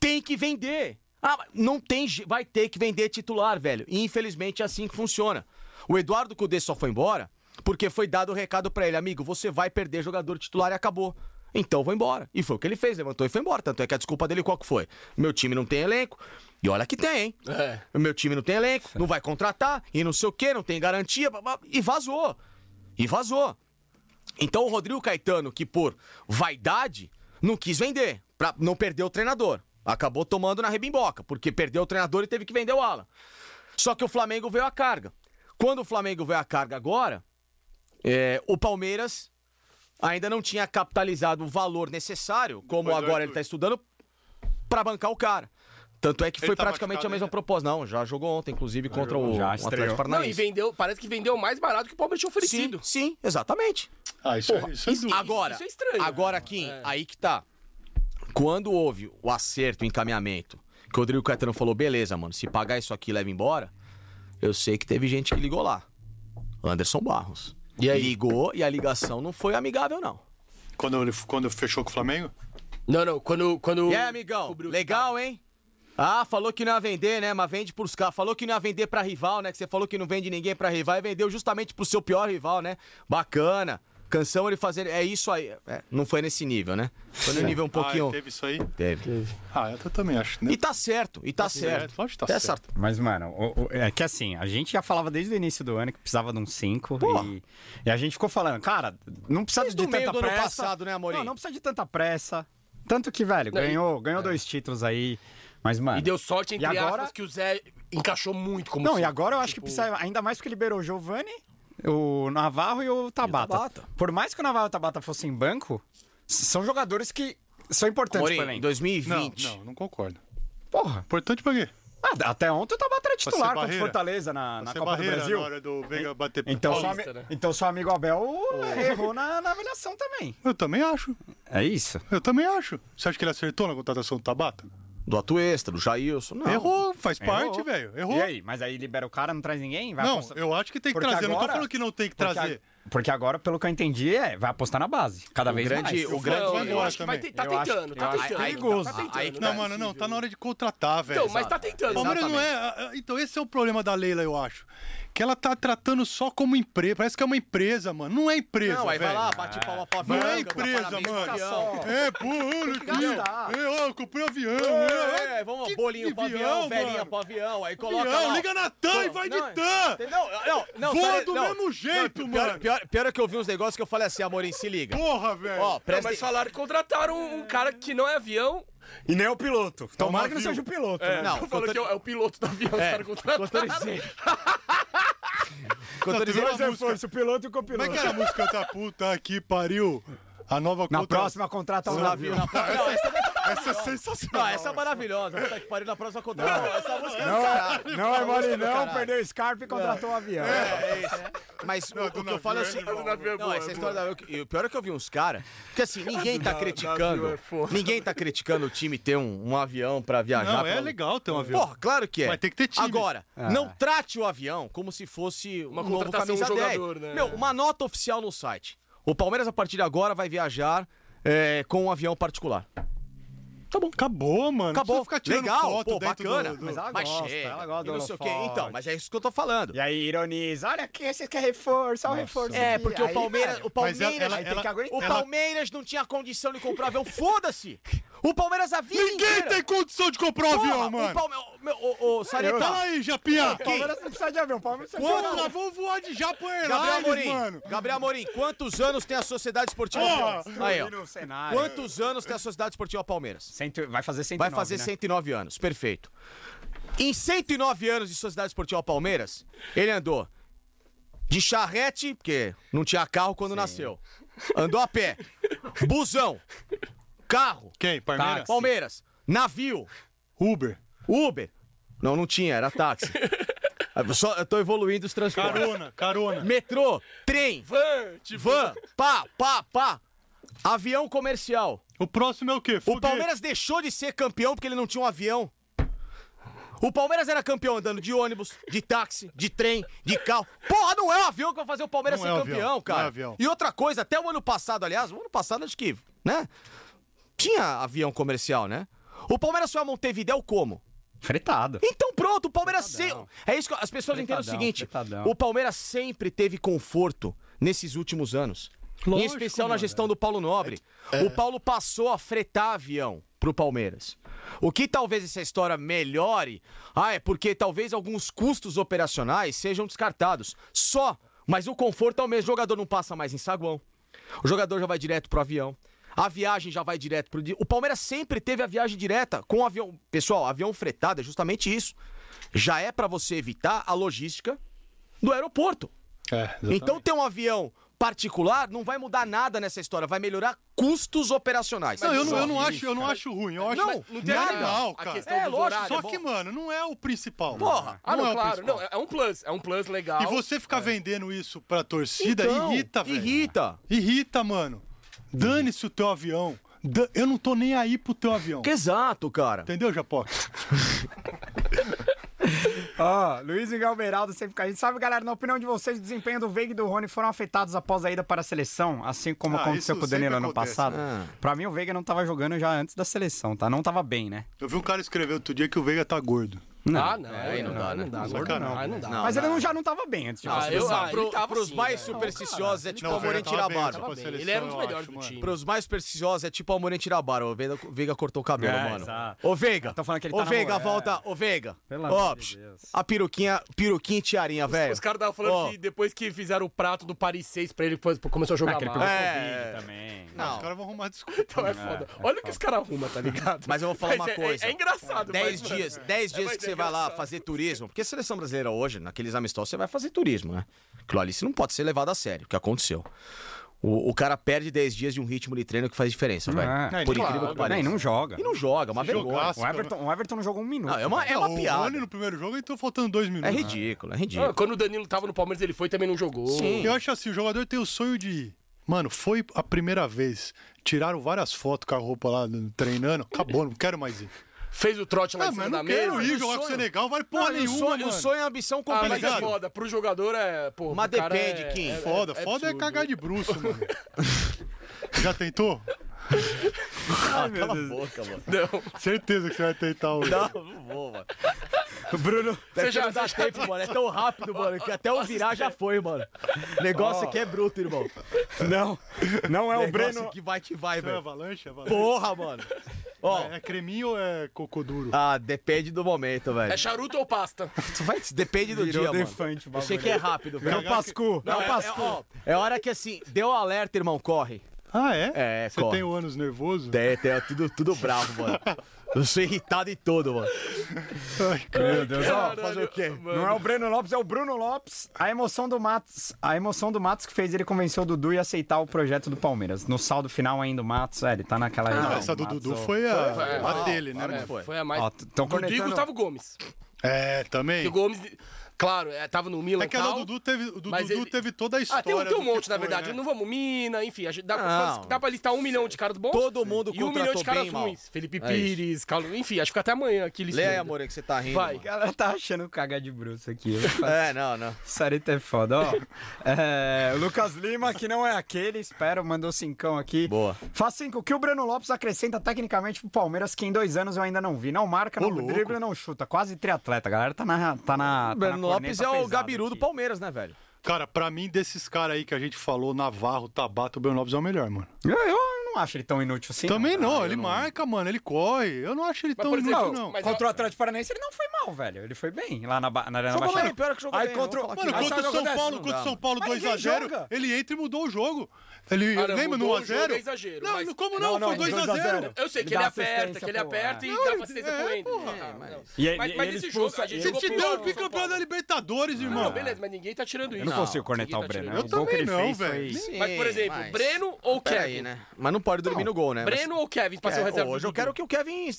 Speaker 5: tem que vender. Ah, mas não tem, je- vai ter que vender titular, velho. E infelizmente é assim que funciona. O Eduardo Cudê só foi embora porque foi dado o recado pra ele, amigo, você vai perder jogador titular e acabou. Então vou embora. E foi o que ele fez, levantou e foi embora. Tanto é que a desculpa dele qual que foi? Meu time não tem elenco. E olha que tem, hein?
Speaker 1: É.
Speaker 5: Meu time não tem elenco, não vai contratar, e não sei o quê, não tem garantia, blá, blá, e vazou. E vazou. Então o Rodrigo Caetano, que por vaidade, não quis vender, pra não perder o treinador. Acabou tomando na rebimboca, porque perdeu o treinador e teve que vender o Alan. Só que o Flamengo veio à carga. Quando o Flamengo veio à carga agora, é, o Palmeiras ainda não tinha capitalizado o valor necessário, como
Speaker 2: Pois é,
Speaker 5: agora
Speaker 2: Arthur.
Speaker 5: ele está estudando, pra bancar o cara. Tanto é que
Speaker 2: Ele
Speaker 5: foi
Speaker 2: tá
Speaker 5: praticamente a
Speaker 2: machucado
Speaker 5: mesma
Speaker 2: ainda?
Speaker 5: proposta. Não, já jogou ontem, inclusive, contra o,
Speaker 4: já
Speaker 5: o
Speaker 4: estreou.
Speaker 5: Atlético
Speaker 1: Não, e
Speaker 5: Paranaense.
Speaker 1: vendeu, parece que vendeu mais barato que o Palmeiras tinha
Speaker 5: sim,
Speaker 1: oferecido.
Speaker 5: sim, exatamente.
Speaker 2: Ah, isso, é, isso é duro.
Speaker 5: Agora,
Speaker 1: isso é estranho. É.
Speaker 5: Agora, Kim, aí que tá. Quando houve o acerto, o encaminhamento, que o Rodrigo Caetano falou, beleza, mano, se pagar isso aqui e leva embora, eu sei que teve gente que ligou lá. Anderson Barros. E aí? Ligou e a ligação não foi amigável, não.
Speaker 2: Quando, ele- quando fechou com o Flamengo?
Speaker 1: Não, não, quando... quando
Speaker 5: E aí, amigão?
Speaker 1: cobriu o
Speaker 5: Legal, hein? Ah, falou que não ia vender, né? Mas vende pros caras. Falou que não ia vender pra rival, né? Que você falou que não vende ninguém pra rival e vendeu justamente pro seu pior rival, né? Bacana. Canção ele fazer. É isso aí. É, não foi nesse nível, né? Foi no nível um pouquinho.
Speaker 2: Ah, teve isso aí?
Speaker 5: Teve.
Speaker 2: Ah, eu também acho. Né?
Speaker 5: E tá certo, e tá, certo.
Speaker 2: certo, lógico que tá
Speaker 5: Essa-
Speaker 2: certo.
Speaker 4: Mas, mano, o- o- é que assim, a gente já falava desde o início do ano que precisava de um 5.
Speaker 5: Porra.
Speaker 4: E, e a gente ficou falando, cara, não precisa
Speaker 5: Desde
Speaker 4: de
Speaker 5: o
Speaker 4: tanta
Speaker 5: meio do ano
Speaker 4: pressa.
Speaker 5: passado, né, Amorim?
Speaker 4: Não, não precisa de tanta pressa. Tanto que, velho, ganhou, ganhou dois títulos aí. Mas, mano.
Speaker 1: E deu sorte, entre
Speaker 4: E agora-
Speaker 1: aspas, que o Zé encaixou muito como
Speaker 4: Não,
Speaker 1: se-
Speaker 4: e agora eu acho que precisa. Ainda mais porque liberou o Giovani, o Navarro e o Tabata.
Speaker 5: Tabata.
Speaker 4: Por mais que o Navarro e o Tabata fossem em banco, s- são jogadores que são importantes pra
Speaker 5: Morim, em
Speaker 4: elenco.
Speaker 5: 2020.
Speaker 2: Não, não, não concordo.
Speaker 4: Porra.
Speaker 2: Importante pra quê?
Speaker 4: Ah, Até ontem o Tabata era titular contra o
Speaker 2: barreira.
Speaker 4: Fortaleza na, na
Speaker 2: Você
Speaker 4: Copa do
Speaker 2: barreira
Speaker 4: Brasil.
Speaker 2: na hora do Veiga bater
Speaker 4: Então, seu
Speaker 1: Paulista,
Speaker 4: ami-
Speaker 1: né?
Speaker 4: então seu amigo Abel errou na, na avaliação também.
Speaker 2: Eu também acho.
Speaker 4: É isso.
Speaker 2: Eu também acho. Você acha que ele acertou na contratação do Tabata?
Speaker 5: Do Atuesta, do Jailson. Não.
Speaker 2: Errou, faz parte, velho. Errou.
Speaker 4: E aí? Mas aí libera o cara, não traz ninguém? Vai
Speaker 2: Não,
Speaker 4: apostar-
Speaker 2: eu acho que tem que
Speaker 4: Porque
Speaker 2: trazer. Eu Não tô
Speaker 4: agora-
Speaker 2: falando que não tem que
Speaker 4: porque
Speaker 2: trazer.
Speaker 4: a- Porque agora, pelo que eu entendi, é, vai apostar na base. Cada vez
Speaker 5: grande-
Speaker 4: mais.
Speaker 5: o
Speaker 1: Eu
Speaker 5: grande
Speaker 1: falo,
Speaker 2: vai
Speaker 1: eu
Speaker 2: embora
Speaker 1: acho que vai
Speaker 2: também.
Speaker 1: tentar
Speaker 4: Eu
Speaker 1: tá
Speaker 4: acho-
Speaker 1: tentando,
Speaker 4: eu
Speaker 1: tá
Speaker 4: acho
Speaker 1: tentando.
Speaker 4: perigoso.
Speaker 1: Tá tentando,
Speaker 5: Aí que
Speaker 1: tá
Speaker 2: Não, mano, não. Tá na hora de contratar, velho.
Speaker 1: Então, mas tá tentando.
Speaker 2: é O Palmeiras
Speaker 5: Exatamente.
Speaker 2: não é. Então, esse é o problema da Leila, eu acho. que ela tá tratando só como empresa. Parece que é uma empresa, mano. Não é empresa.
Speaker 5: Não, aí vai
Speaker 2: velho.
Speaker 5: lá, bate palma pra
Speaker 2: Não é
Speaker 5: Franca,
Speaker 2: empresa,
Speaker 5: parabéns,
Speaker 2: mano.
Speaker 5: campeão.
Speaker 2: É, pô, olha
Speaker 5: gastar.
Speaker 2: aqui. É, ó, eu comprei um avião.
Speaker 5: É,
Speaker 2: É,
Speaker 5: é, vamos,
Speaker 2: que-
Speaker 5: bolinho
Speaker 2: que
Speaker 5: pro avião, velhinha
Speaker 2: mano.
Speaker 5: pro avião, aí coloca
Speaker 2: Avião,
Speaker 5: lá.
Speaker 2: liga na TAM e
Speaker 5: Pô,
Speaker 2: vai
Speaker 5: não,
Speaker 2: de TAM.
Speaker 5: Não, não, não.
Speaker 2: Voa
Speaker 5: peraí,
Speaker 2: do
Speaker 5: não.
Speaker 2: mesmo jeito,
Speaker 5: pior,
Speaker 2: mano.
Speaker 5: Pior, pior é que eu vi uns negócios que eu falei assim, Amorim, se liga.
Speaker 2: Porra, velho.
Speaker 5: Ó,
Speaker 1: Não,
Speaker 5: presta
Speaker 1: mas
Speaker 5: atenção.
Speaker 1: falaram que contrataram um cara que não é avião.
Speaker 6: E nem é o piloto. Tomara que não
Speaker 2: navio.
Speaker 6: seja o piloto. né?
Speaker 5: Não,
Speaker 1: Não, falou
Speaker 5: contra-
Speaker 1: que é o- é o piloto do avião, os caras contrataram.
Speaker 2: Não, teve uma
Speaker 6: Dois
Speaker 2: música-
Speaker 6: reforços, o piloto e o
Speaker 2: Como é
Speaker 6: copiloto.
Speaker 2: que era a música da puta aqui, pariu? A nova
Speaker 6: Na
Speaker 2: contra-
Speaker 6: próxima, contrata um
Speaker 5: Um
Speaker 6: navio.
Speaker 5: navio na praia. Não, essa,
Speaker 2: Essa é
Speaker 5: não,
Speaker 2: sensacional.
Speaker 5: essa é maravilhosa. Puta que pariu na próxima conta. Não, essa música é do
Speaker 6: Não,
Speaker 5: caralho.
Speaker 6: não é
Speaker 5: Essa
Speaker 6: mole
Speaker 5: música do
Speaker 6: não,
Speaker 5: caralho.
Speaker 6: perdeu o Scarpa e contratou um avião.
Speaker 5: É, é isso. Mas o, o que eu falo é assim.
Speaker 1: é bom, do navio é
Speaker 5: não,
Speaker 1: boa,
Speaker 5: essa
Speaker 1: é
Speaker 5: história da. eu- E o pior é que eu vi uns caras. Porque assim, ninguém tá criticando.
Speaker 1: é foda.
Speaker 5: ninguém tá criticando o time ter um, um avião pra viajar.
Speaker 2: Não, é
Speaker 5: pra-
Speaker 2: legal ter um avião.
Speaker 5: Porra, claro que é.
Speaker 2: Mas tem que ter time.
Speaker 5: Agora,
Speaker 6: Ah.
Speaker 5: não trate o avião como se fosse
Speaker 1: Uma
Speaker 5: uma um novo
Speaker 1: contratação
Speaker 5: camisa
Speaker 1: de um
Speaker 5: 10.
Speaker 1: jogador, né?
Speaker 5: Meu, uma nota oficial no site. O Palmeiras, a partir de agora, vai viajar é, com um avião particular.
Speaker 2: Tá bom. Acabou, mano. Não precisa
Speaker 5: Acabou.
Speaker 2: ficar tirando
Speaker 5: Legal,
Speaker 2: foto dentro
Speaker 5: pô,
Speaker 2: do-
Speaker 5: bacana.
Speaker 2: do-
Speaker 6: Mas ela
Speaker 5: Mas
Speaker 6: gosta,
Speaker 5: chega.
Speaker 6: ela gosta
Speaker 5: e
Speaker 6: do
Speaker 5: não sei o quê.
Speaker 6: holofote.
Speaker 5: Então, mas é isso que eu tô falando.
Speaker 6: E aí ironiza, olha aqui, vocês querem reforço, olha o reforço.
Speaker 5: É,
Speaker 6: aqui.
Speaker 5: porque
Speaker 6: Aí,
Speaker 5: o Palmeiras.
Speaker 6: cara,
Speaker 5: O
Speaker 2: Mas ela-
Speaker 5: Palmeiras.
Speaker 2: ela-
Speaker 6: aí tem
Speaker 2: ela-
Speaker 6: que
Speaker 5: O
Speaker 6: aguentar.
Speaker 5: Palmeiras não tinha condição de comprar avião. Foda-se! O Palmeiras a vida
Speaker 2: Ninguém
Speaker 5: inteira.
Speaker 2: tem condição de comprar um
Speaker 5: Porra,
Speaker 2: avião,
Speaker 5: O
Speaker 2: mano.
Speaker 5: Palmeiras... Meu, ô, ô, Sareta.
Speaker 2: Fala aí, Japinha.
Speaker 6: O Palmeiras não precisa de avião, o Palmeiras precisa de avião.
Speaker 2: Contra, vou voar de Japo
Speaker 5: Gabriel
Speaker 2: Airlines,
Speaker 5: Amorim.
Speaker 2: mano.
Speaker 5: Gabriel Amorim, quantos anos tem a Sociedade Esportiva
Speaker 2: Porra,
Speaker 5: Palmeiras? Aí, ó.
Speaker 6: Tá Destruindo o cenário.
Speaker 5: Quantos anos tem a Sociedade Esportiva Palmeiras?
Speaker 4: Cento- vai fazer 109,
Speaker 5: Vai fazer
Speaker 4: né?
Speaker 5: 109 anos, perfeito. Em 109 anos de Sociedade Esportiva Palmeiras, ele andou de charrete, porque não tinha carro quando nasceu. Andou a pé, busão, carro,
Speaker 2: Quem? Palmeiras?
Speaker 4: Táxi.
Speaker 5: Palmeiras, navio,
Speaker 2: Uber.
Speaker 5: Uber. Não, não tinha, era táxi. Eu Só, eu tô evoluindo os transportes.
Speaker 2: Carona, carona.
Speaker 5: Metrô, trem,
Speaker 1: Van, tipo,
Speaker 5: van, pá, pá, pá. Avião comercial.
Speaker 2: O próximo é o quê?
Speaker 5: O Palmeiras deixou de ser campeão porque ele não tinha um avião. O Palmeiras era campeão andando de ônibus, de táxi, de trem, de carro. Porra, não é um avião que vai fazer o Palmeiras
Speaker 2: Não
Speaker 5: ser
Speaker 2: é um
Speaker 5: campeão,
Speaker 2: avião, não
Speaker 5: cara.
Speaker 2: é avião.
Speaker 5: E outra coisa, até o ano passado, aliás, o ano passado acho que, né? Tinha avião comercial, né? O Palmeiras foi a Montevidéu como?
Speaker 4: Fretado.
Speaker 5: Então pronto, o Palmeiras sempre. É isso que as pessoas entendem o
Speaker 4: Fretadão,
Speaker 5: seguinte:
Speaker 4: fretadão.
Speaker 5: o Palmeiras sempre teve conforto nesses últimos anos. em especial na gestão do Paulo Nobre. O Paulo passou a fretar avião pro Palmeiras. O que talvez essa história melhore, ah, é porque talvez alguns custos operacionais sejam descartados. Só, mas o conforto é o mesmo. O jogador não passa mais em saguão. O jogador já vai direto pro avião. A viagem já vai direto pro. di- O Palmeiras sempre teve a viagem direta com o avião. Pessoal, avião fretado é justamente isso. Já é pra você evitar a logística do aeroporto. Então ter um avião particular não vai mudar nada nessa história, vai melhorar custos operacionais.
Speaker 2: Não, eu não, eu não acho, eu não acho ruim. Eu acho
Speaker 5: Não,
Speaker 1: não tem nada.
Speaker 2: normal,
Speaker 1: A
Speaker 2: cara.
Speaker 1: questão
Speaker 5: É,
Speaker 1: dos
Speaker 5: lógico,
Speaker 1: horários,
Speaker 2: Só
Speaker 1: bom.
Speaker 2: que, mano, não é o principal.
Speaker 5: Porra.
Speaker 1: Ah, não,
Speaker 2: é o
Speaker 1: claro.
Speaker 2: principal.
Speaker 1: Não, é é um plus. É um plus legal.
Speaker 2: E você ficar vendendo isso pra torcida
Speaker 5: Então,
Speaker 2: irrita, velho.
Speaker 5: Irrita.
Speaker 2: Irrita, mano. Dane-se o teu avião. Da- Eu não tô nem aí pro teu avião.
Speaker 5: Exato, cara.
Speaker 2: Entendeu, Japoca?
Speaker 6: Ó, Luiz e Galberaldo sempre com a gente. Sabe, galera, na opinião de vocês, o desempenho do Veiga e do Rony foram afetados após a ida para a seleção, assim como
Speaker 2: Ah,
Speaker 6: aconteceu
Speaker 2: isso
Speaker 6: com o Danilo
Speaker 2: sempre
Speaker 6: ano
Speaker 2: acontece,
Speaker 6: passado.
Speaker 5: né?
Speaker 6: Pra mim, o Veiga não tava jogando já antes da seleção, tá? Não tava bem, né?
Speaker 2: Eu vi um cara escrever outro dia que o Veiga tá gordo.
Speaker 1: Ah, não.
Speaker 5: aí não dá, né?
Speaker 1: Não dá,
Speaker 2: Sacanagem.
Speaker 1: gordo não. Aí não dá.
Speaker 6: Mas ele não, já não tava bem
Speaker 4: tipo,
Speaker 6: antes de
Speaker 1: Ah, eu- ah, ele
Speaker 5: Pro,
Speaker 1: tava
Speaker 5: pros
Speaker 1: assim,
Speaker 5: mais
Speaker 1: velho.
Speaker 5: supersticiosos é tipo o
Speaker 2: o Veiga
Speaker 5: Amorim
Speaker 2: tava
Speaker 5: tirar a
Speaker 2: bem,
Speaker 5: barba.
Speaker 2: tava bem.
Speaker 1: Ele era um dos
Speaker 2: eu
Speaker 1: melhores
Speaker 2: acho,
Speaker 1: do
Speaker 2: mano.
Speaker 1: time.
Speaker 5: Pros mais supersticiosos é tipo o Amorim tirar a barba. O Veiga, o Veiga cortou o cabelo,
Speaker 6: É,
Speaker 5: mano.
Speaker 6: exato.
Speaker 5: Ô, Veiga.
Speaker 6: Tão falando que ele
Speaker 5: ô,
Speaker 6: tá
Speaker 5: Veiga,
Speaker 6: namorando.
Speaker 5: volta. Ô, Veiga.
Speaker 6: Pelo
Speaker 5: Ó,
Speaker 6: amor de
Speaker 5: psh,
Speaker 6: Deus.
Speaker 5: A peruquinha, peruquinha e tiarinha, velho.
Speaker 1: Os caras estavam falando
Speaker 5: Ó.
Speaker 1: que depois que fizeram o prato do Paris 6 pra ele, depois começou a jogar
Speaker 4: Aquele
Speaker 1: mal.
Speaker 4: pegou
Speaker 5: É.
Speaker 4: Covid também.
Speaker 2: Os
Speaker 5: Não.
Speaker 2: caras vão arrumar desculpa.
Speaker 1: Então é foda. Olha o que os caras arrumam, tá ligado?
Speaker 5: Mas eu vou falar uma
Speaker 1: é- é-
Speaker 5: coisa.
Speaker 1: É, engraçado,
Speaker 5: 10
Speaker 1: mas, mano,
Speaker 5: dias, 10
Speaker 1: é,
Speaker 5: dias
Speaker 1: mas
Speaker 5: que
Speaker 1: é
Speaker 5: você vai lá
Speaker 1: engraçado.
Speaker 5: fazer turismo. Porque a seleção brasileira hoje, naqueles amistosos, você vai fazer turismo, né? Aquilo ali você não pode ser levado a sério, o que aconteceu. O, o cara perde 10 dias de um ritmo de treino que faz diferença, velho.
Speaker 6: É,
Speaker 5: Por
Speaker 6: claro.
Speaker 5: incrível que
Speaker 6: Não, e
Speaker 5: pareça.
Speaker 6: não joga.
Speaker 5: E não joga, é uma vergonha.
Speaker 2: jogasse,
Speaker 6: O Everton, o Everton não jogou um minuto.
Speaker 5: Não, é uma, é
Speaker 2: Ah,
Speaker 5: uma
Speaker 2: O Rony
Speaker 5: piada.
Speaker 2: no primeiro jogo entrou faltando dois
Speaker 5: É
Speaker 2: minutos.
Speaker 5: ridículo, é
Speaker 1: Ah,
Speaker 5: ridículo.
Speaker 1: quando o Danilo tava no Palmeiras, ele foi e também não jogou.
Speaker 5: Sim.
Speaker 2: Eu acho assim, o jogador tem o sonho de ir. Mano, foi a primeira vez. Tiraram várias fotos com a roupa lá no- treinando. Acabou, não quero mais ir.
Speaker 1: Fez o trote lá
Speaker 2: Ah,
Speaker 1: em cima
Speaker 2: mas
Speaker 1: da
Speaker 2: não
Speaker 1: mesa.
Speaker 2: quero ir jogar com o Senegal, vale
Speaker 1: um
Speaker 2: porra
Speaker 5: e o
Speaker 2: nenhuma,
Speaker 5: sonho, o
Speaker 2: mano.
Speaker 5: sonho é ambição
Speaker 1: Ah, mas é
Speaker 5: compartilhada.
Speaker 1: foda. Pro jogador é. Pô,
Speaker 5: Mas
Speaker 1: pro cara
Speaker 5: depende,
Speaker 1: é-
Speaker 5: Kim.
Speaker 1: é-
Speaker 2: Foda, foda é
Speaker 1: absurdo.
Speaker 2: cagar de bruxo, mano. Já tentou?
Speaker 5: Ah, cala a boca, mano.
Speaker 1: Não.
Speaker 2: Certeza que você vai tentar hoje.
Speaker 5: Não, não vou, mano.
Speaker 7: Bruno,
Speaker 1: Você
Speaker 7: você
Speaker 1: já-
Speaker 7: já dá
Speaker 1: você já-
Speaker 7: tempo, mano. É tão rápido, mano, que até o virar já foi, mano. Negócio aqui é bruto, irmão.
Speaker 4: Não, não é o
Speaker 7: Negócio
Speaker 4: Breno.
Speaker 7: que vai que vai,
Speaker 2: É
Speaker 7: velho.
Speaker 2: avalanche? avalanche.
Speaker 7: Porra, mano. Ó,
Speaker 2: É creminho ou é cocô duro?
Speaker 7: ah, depende do momento, velho.
Speaker 1: É charuto ou pasta?
Speaker 7: Tu vai- depende do
Speaker 4: Virou
Speaker 7: dia, mano.
Speaker 4: defante o
Speaker 7: Eu sei
Speaker 4: bagulho.
Speaker 7: que é rápido,
Speaker 4: É
Speaker 7: velho.
Speaker 4: o Pascu.
Speaker 7: Não, é, é, ó, é hora que assim, deu alerta, irmão, corre.
Speaker 2: Ah, é?
Speaker 7: É,
Speaker 2: Você
Speaker 7: corre.
Speaker 2: tem o ânus nervoso?
Speaker 7: É, é tudo, tudo bravo, mano. Eu sou irritado em todo, mano.
Speaker 2: Ai, credo.
Speaker 4: Meu Deus, ó.
Speaker 1: É, Caralho,
Speaker 7: fazer o quê?
Speaker 1: mano.
Speaker 4: Não é o Breno Lopes, é o Bruno Lopes. A emoção do Matos, a emoção do Matos que fez ele convencer o Dudu e aceitar o projeto do Palmeiras. No saldo final ainda o Matos, é, ele tá naquela
Speaker 2: Não,
Speaker 4: região.
Speaker 2: Ah, essa do
Speaker 4: Matos,
Speaker 2: Dudu
Speaker 4: ó.
Speaker 2: foi a, a
Speaker 1: foi,
Speaker 2: dele, né?
Speaker 1: É,
Speaker 2: mano?
Speaker 1: foi a mais.
Speaker 4: Ó, t- tão
Speaker 1: Dudu e
Speaker 4: conectando.
Speaker 1: Gustavo Gomes.
Speaker 2: É, também.
Speaker 1: E o Gomes, claro, é, tava no Milan.
Speaker 2: É que a do
Speaker 1: tal.
Speaker 2: Dudu teve, o Dudu
Speaker 1: mas ele-
Speaker 2: teve toda a história.
Speaker 1: Ah, tem, um- tem um
Speaker 2: do que
Speaker 1: monte, na
Speaker 2: foi,
Speaker 1: verdade.
Speaker 2: né?
Speaker 1: Não vamos, Mina, enfim. a gente Dá,
Speaker 5: Não.
Speaker 1: dá pra listar um milhão de caras bons.
Speaker 5: Todo mundo
Speaker 1: E um milhão de
Speaker 5: contratou
Speaker 1: caras
Speaker 5: bem, mal.
Speaker 1: ruins. Felipe
Speaker 5: É
Speaker 1: Pires, Carlos. Enfim, acho que fica até amanhã aqui
Speaker 5: Lê aí,
Speaker 1: listando.
Speaker 5: amor, é que você tá rindo.
Speaker 1: Vai.
Speaker 5: mano.
Speaker 4: A galera tá achando cagar de bruxo aqui.
Speaker 5: É, não, não.
Speaker 4: Sarita é foda, ó. É, o Lucas Lima, que não é aquele, espero, mandou cincão aqui.
Speaker 5: Boa.
Speaker 4: Faz cinco. O que o Breno Lopes acrescenta tecnicamente pro Palmeiras, que em dois anos eu ainda não vi. Não marca, não
Speaker 2: louco.
Speaker 4: dribla, não chuta. Quase triatleta. A galera tá na. Tá na tá na
Speaker 5: Breno Lopes
Speaker 4: corneta
Speaker 5: é o
Speaker 4: pesada
Speaker 5: Gabiru do
Speaker 4: aqui.
Speaker 5: Palmeiras, né, velho?
Speaker 2: Cara, pra mim, desses caras aí que a gente falou, Navarro, Tabata, o Breno Lopes é o melhor, mano.
Speaker 4: Eu, eu não acho ele tão inútil assim.
Speaker 2: Também não, ele marca, mano, ele corre. Eu não acho ele
Speaker 1: Mas,
Speaker 2: tão
Speaker 1: por exemplo,
Speaker 2: inútil, não.
Speaker 1: mas-
Speaker 4: Contra o Atlético Paranaense ele não foi mal, velho. Ele foi bem lá na, ba- na Arena
Speaker 5: Jogou
Speaker 4: Baixada.
Speaker 5: bem, pior que jogou
Speaker 4: Aí
Speaker 5: bem,
Speaker 4: contra,
Speaker 5: eu vou falar
Speaker 1: assim,
Speaker 2: Mano,
Speaker 5: aqui.
Speaker 4: aí
Speaker 2: contra
Speaker 4: sabe
Speaker 2: o
Speaker 4: o
Speaker 2: São
Speaker 4: que acontece?
Speaker 2: Paulo,
Speaker 5: Não
Speaker 2: contra o
Speaker 5: dá,
Speaker 2: São Paulo
Speaker 4: Mas ninguém
Speaker 2: 2x0,
Speaker 4: joga.
Speaker 2: ele entra e mudou o jogo. Ele
Speaker 1: Cara,
Speaker 2: lembra no
Speaker 1: mudou o jogo,
Speaker 2: 1x0?
Speaker 1: é exagero,
Speaker 2: não,
Speaker 1: mas-
Speaker 2: como não?
Speaker 4: Não, não,
Speaker 2: foi
Speaker 4: ele
Speaker 2: 2x0.
Speaker 4: 2x0.
Speaker 1: Eu sei que
Speaker 4: Ele
Speaker 1: ele
Speaker 4: dá
Speaker 1: aperta,
Speaker 4: assistência,
Speaker 1: que ele
Speaker 4: pô,
Speaker 1: aperta
Speaker 4: é.
Speaker 1: e
Speaker 2: Não,
Speaker 1: dá
Speaker 2: ele-
Speaker 1: assistência
Speaker 2: é,
Speaker 1: pro Ender.
Speaker 2: porra.
Speaker 1: Ah, não.
Speaker 4: E ele-
Speaker 1: Mas,
Speaker 4: e
Speaker 1: mas
Speaker 4: ele
Speaker 1: esse jogo,
Speaker 4: expulsa-
Speaker 1: a gente
Speaker 4: ele
Speaker 2: Você
Speaker 1: jogou
Speaker 2: te
Speaker 1: pro
Speaker 2: deu
Speaker 1: São
Speaker 2: o
Speaker 1: Paulo. Ah,
Speaker 2: bicampeão da Libertadores,
Speaker 1: Não,
Speaker 2: irmão.
Speaker 1: beleza, mas ninguém tá tirando isso.
Speaker 4: Eu não consigo cornetar o
Speaker 1: ninguém tá
Speaker 4: Breno.
Speaker 1: tirando
Speaker 2: Eu
Speaker 4: O gol que
Speaker 2: também
Speaker 4: ele
Speaker 2: não,
Speaker 4: fez
Speaker 2: velho.
Speaker 4: foi-
Speaker 1: Mas, por exemplo, Breno ou
Speaker 5: Pera
Speaker 1: Kevin?
Speaker 5: aí, né? Mas não pode dormir no gol, né?
Speaker 1: Breno ou Kevin pra ser o
Speaker 5: Mas, é,
Speaker 1: reserva?
Speaker 5: hoje
Speaker 1: do
Speaker 5: eu quero que o Kevin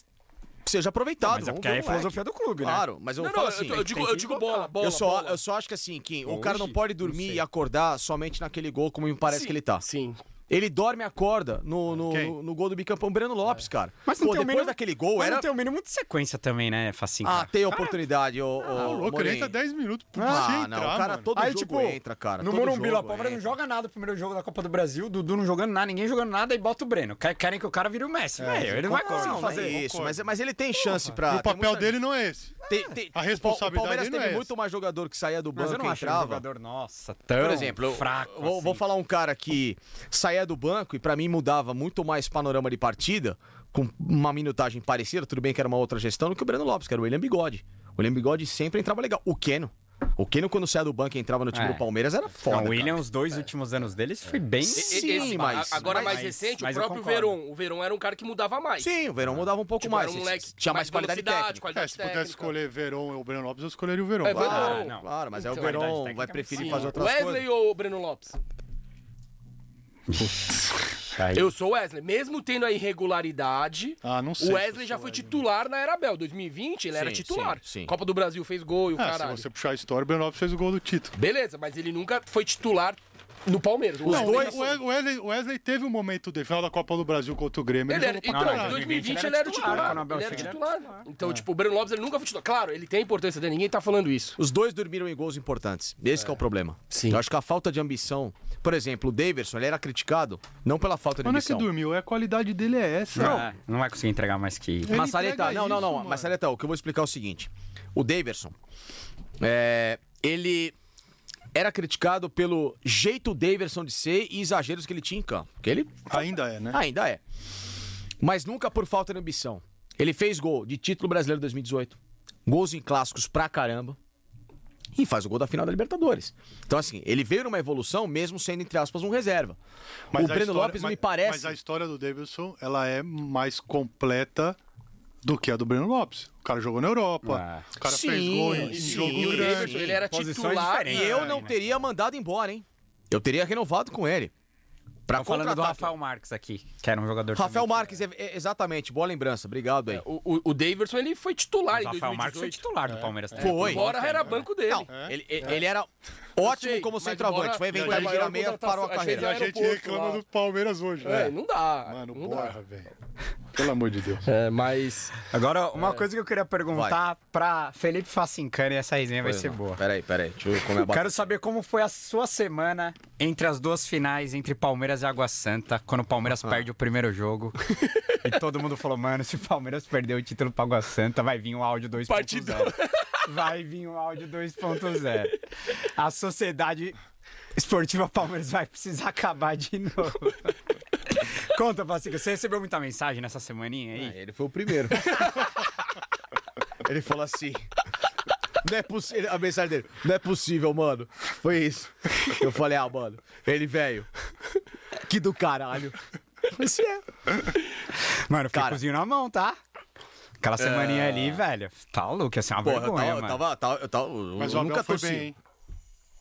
Speaker 5: seja aproveitado.
Speaker 4: Mas é
Speaker 5: vamos
Speaker 4: porque aí é
Speaker 5: ver
Speaker 4: a
Speaker 5: o moleque.
Speaker 4: filosofia do clube, né?
Speaker 5: Claro, mas eu
Speaker 1: Não, não,
Speaker 5: falo
Speaker 1: eu,
Speaker 5: assim.
Speaker 1: eu digo, eu digo bola, bola.
Speaker 5: eu, só,
Speaker 1: bola.
Speaker 5: eu só acho que assim, Kim, o
Speaker 4: Hoje?
Speaker 5: cara não pode
Speaker 4: Não
Speaker 5: dormir
Speaker 4: sei.
Speaker 5: e acordar somente naquele gol, como me parece que ele tá.
Speaker 1: Sim.
Speaker 5: Ele dorme e acorda no, no,
Speaker 2: Quem?
Speaker 5: no- no gol do bicampeão Breno Lopes,
Speaker 1: É.
Speaker 5: cara.
Speaker 4: Mas não
Speaker 5: Pô,
Speaker 4: tem o
Speaker 5: depois
Speaker 4: mínimo-
Speaker 5: daquele gol
Speaker 4: Mas
Speaker 5: era.
Speaker 4: não tem o mínimo de sequência também, né, Facinho?
Speaker 5: Ah,
Speaker 4: cara?
Speaker 5: tem oportunidade, ô.
Speaker 2: Ô,
Speaker 4: Ah,
Speaker 5: ô,
Speaker 2: louco, ele
Speaker 5: Moreira.
Speaker 2: entra 10 minutos pra você
Speaker 5: Ah,
Speaker 2: entrar,
Speaker 5: não, o cara
Speaker 2: mano.
Speaker 5: todo
Speaker 4: Aí,
Speaker 5: jogo
Speaker 4: tipo,
Speaker 5: entra, cara.
Speaker 4: No
Speaker 5: todo
Speaker 4: Morumbi,
Speaker 5: jogo é.
Speaker 4: lá, o Palmeiras não
Speaker 5: entra.
Speaker 4: joga nada. O primeiro jogo da Copa do Brasil, o Dudu não jogando nada, ninguém jogando nada, e bota o Breno. Que- Querem que o cara vire o Messi, velho. Ele não vai
Speaker 5: É, tipo, Não,
Speaker 4: conseguir
Speaker 5: não
Speaker 4: fazer.
Speaker 5: é isso, mas, mas ele tem chance pra...
Speaker 2: E o
Speaker 5: tem
Speaker 2: papel
Speaker 5: muita-
Speaker 2: dele não é esse.
Speaker 5: tem- tem-
Speaker 2: a responsabilidade
Speaker 5: O Palmeiras
Speaker 2: dele não
Speaker 5: teve
Speaker 2: é
Speaker 5: muito mais jogador que saía do
Speaker 4: Mas
Speaker 5: banco
Speaker 4: eu não
Speaker 5: e
Speaker 4: acho ele um
Speaker 5: entrava.
Speaker 4: jogador, nossa, tão
Speaker 5: Por exemplo, eu
Speaker 4: fraco.
Speaker 5: vou,
Speaker 4: assim.
Speaker 5: vou falar um cara que saía do banco e pra mim mudava muito mais panorama de partida, com uma minutagem parecida, tudo bem que era uma outra gestão, do que o Breno Lopes, que era o William Bigode. O William Bigode sempre entrava legal. O Keno. O Keno, quando saía do banco e entrava no time
Speaker 4: É.
Speaker 5: do Palmeiras, era
Speaker 4: Não,
Speaker 5: foda.
Speaker 4: o
Speaker 5: cara. É.
Speaker 4: William, os dois últimos anos deles, foi bem.
Speaker 5: Sim,
Speaker 1: E- esse-
Speaker 5: mas-
Speaker 1: a- Agora é
Speaker 5: mas-
Speaker 1: mais recente,
Speaker 4: mas
Speaker 1: o
Speaker 4: eu
Speaker 1: próprio
Speaker 4: concordo.
Speaker 1: Verón. O Verón era um cara que mudava mais.
Speaker 5: Sim, o Verão mudava um pouco
Speaker 1: Tipo,
Speaker 5: mais.
Speaker 1: era um moleque
Speaker 5: tinha mais, qualidade
Speaker 1: velocidade,
Speaker 5: técnica.
Speaker 2: É,
Speaker 1: qualidade
Speaker 2: se pudesse
Speaker 1: técnica.
Speaker 2: escolher Verón ou Breno Lopes, eu escolheria o Verón.
Speaker 1: É,
Speaker 2: Claro.
Speaker 1: Verón.
Speaker 5: Claro,
Speaker 1: Não.
Speaker 5: claro, mas é o
Speaker 4: Então, qualidade
Speaker 5: Verão vai
Speaker 4: técnica,
Speaker 5: preferir
Speaker 1: Sim.
Speaker 5: fazer outras
Speaker 1: assim. Wesley
Speaker 5: coisas.
Speaker 1: ou Breno Lopes? Eu sou Wesley. Mesmo tendo a irregularidade,
Speaker 2: Ah, não sei se
Speaker 1: o
Speaker 2: eu
Speaker 1: Wesley já foi titular na Era Bel. 2020 ele era
Speaker 5: Sim,
Speaker 1: titular.
Speaker 5: sim, sim.
Speaker 1: Copa do Brasil fez gol e o
Speaker 2: Ah,
Speaker 1: caralho.
Speaker 2: se você puxar a história, o Breno Lopes fez o gol do título.
Speaker 1: Beleza, mas ele nunca foi titular no Palmeiras.
Speaker 2: Não, o
Speaker 1: Wesley
Speaker 2: Wes- o Wesley, o Wesley teve um momento de final da Copa do Brasil contra o Grêmio.
Speaker 1: Ele
Speaker 2: Ele,
Speaker 5: é-
Speaker 1: era,
Speaker 2: jogou pra
Speaker 1: então,
Speaker 2: caralho.
Speaker 1: em 2020
Speaker 4: 2020
Speaker 1: ele era o
Speaker 4: ele era
Speaker 1: titular.
Speaker 4: titular, quando o
Speaker 1: Ele era
Speaker 4: Abel chega,
Speaker 1: titular. Então, tipo, o Breno Lopes ele nunca foi titular. Claro, ele tem a importância dele, ninguém tá falando isso.
Speaker 5: Os dois dormiram em gols importantes. Esse que é o problema.
Speaker 1: Sim.
Speaker 5: Eu acho que a falta de ambição. Por exemplo, o Daverson, ele era criticado não pela falta de
Speaker 2: Mas não é que
Speaker 5: ambição.
Speaker 2: dormiu, é a qualidade dele é essa.
Speaker 4: É, não vai conseguir entregar mais que.
Speaker 2: Ele
Speaker 5: Maçareta,
Speaker 2: entrega
Speaker 5: não, não,
Speaker 2: isso,
Speaker 5: não.
Speaker 2: mano.
Speaker 5: Maçareta, o que eu vou explicar é o seguinte. O Daverson, é, ele era criticado pelo jeito Daverson de ser e exageros que ele tinha em campo. Porque ele
Speaker 2: Ainda é, né?
Speaker 5: ainda é. Mas nunca por falta de ambição. Ele fez gol de título brasileiro 2018. Gols em clássicos pra caramba. E faz o gol da final da Libertadores. Então, assim, ele veio numa evolução, mesmo sendo, entre aspas, um reserva. o
Speaker 2: a
Speaker 5: Breno
Speaker 2: história-
Speaker 5: Lopes
Speaker 2: mas-
Speaker 5: me parece.
Speaker 2: Mas a história do Davidson, ela é mais completa do que a do Breno Lopes. O cara jogou na Europa,
Speaker 4: Ah.
Speaker 2: o cara fez
Speaker 5: Sim,
Speaker 2: gol em, em
Speaker 5: sim.
Speaker 1: E
Speaker 2: jogo
Speaker 1: o
Speaker 2: grande.
Speaker 1: Davidson, ele era
Speaker 4: Posições
Speaker 1: titular
Speaker 5: E
Speaker 4: diferentes.
Speaker 5: eu
Speaker 4: É,
Speaker 5: não
Speaker 4: né?
Speaker 5: teria mandado embora, hein? Eu teria renovado com ele. Pra
Speaker 4: Tô falando do
Speaker 5: contratar.
Speaker 4: Rafael Marques aqui, que era um jogador.
Speaker 5: Rafael
Speaker 4: também.
Speaker 5: Marques, é- é- exatamente. Boa lembrança. Obrigado aí.
Speaker 1: O, o, o Davidson ele foi titular em
Speaker 4: Rafael Marques foi
Speaker 1: 2018.
Speaker 4: titular do Palmeiras também.
Speaker 5: É.
Speaker 4: né?
Speaker 5: Foi.
Speaker 1: Embora era
Speaker 2: né?
Speaker 1: banco
Speaker 4: É,
Speaker 1: dele.
Speaker 5: Não, ele, ele era ótimo
Speaker 1: sei,
Speaker 5: como
Speaker 1: mas
Speaker 5: centroavante.
Speaker 1: embora-
Speaker 5: Foi
Speaker 1: mas
Speaker 5: inventar de
Speaker 1: embora
Speaker 4: é
Speaker 5: virar
Speaker 1: a
Speaker 5: meia,
Speaker 1: contratação-
Speaker 5: parou a
Speaker 1: achei
Speaker 2: E
Speaker 5: carreira.
Speaker 2: a gente
Speaker 1: aeroporto
Speaker 2: reclama
Speaker 1: lá.
Speaker 2: do Palmeiras hoje,
Speaker 1: É,
Speaker 2: né?
Speaker 1: não dá.
Speaker 2: Mano,
Speaker 1: não
Speaker 2: porra,
Speaker 1: dá.
Speaker 2: velho. Pelo amor de Deus.
Speaker 1: É, mas.
Speaker 4: Agora, uma coisa que eu queria perguntar pra Felipe Facincani, essa resenha vai ser boa.
Speaker 5: Peraí, peraí. Deixa eu comer a batata.
Speaker 4: Quero saber como foi a sua semana entre as duas finais, entre Palmeiras e Água Santa, quando o Palmeiras perde o primeiro jogo. e todo mundo falou, mano, se o Palmeiras perder o título pra Água Santa, vai vir um áudio 2.0.
Speaker 1: Partidão.
Speaker 4: Vai vir um áudio 2.0. A sociedade esportiva Palmeiras vai precisar acabar de novo. Conta, Pacica, você recebeu muita mensagem nessa semaninha aí?
Speaker 5: Ah, Ele foi o primeiro. ele falou assim. Não é possível. A mensagem dele. Não é possível, mano. Foi isso. Eu falei, ah, mano. Ele, velho. Que do caralho. Isso é.
Speaker 4: Mano, eu fiquei
Speaker 5: Cara.
Speaker 4: com o cozinho na mão, tá? É. Aquela semaninha ali, velho. Tá louco, ia ser uma
Speaker 5: Porra, eu
Speaker 4: vergonha,
Speaker 5: tava.
Speaker 4: mano.
Speaker 5: tava, tava- eu tava eu
Speaker 2: Mas o Abel
Speaker 5: nunca
Speaker 2: foi
Speaker 5: torci.
Speaker 2: bem, hein?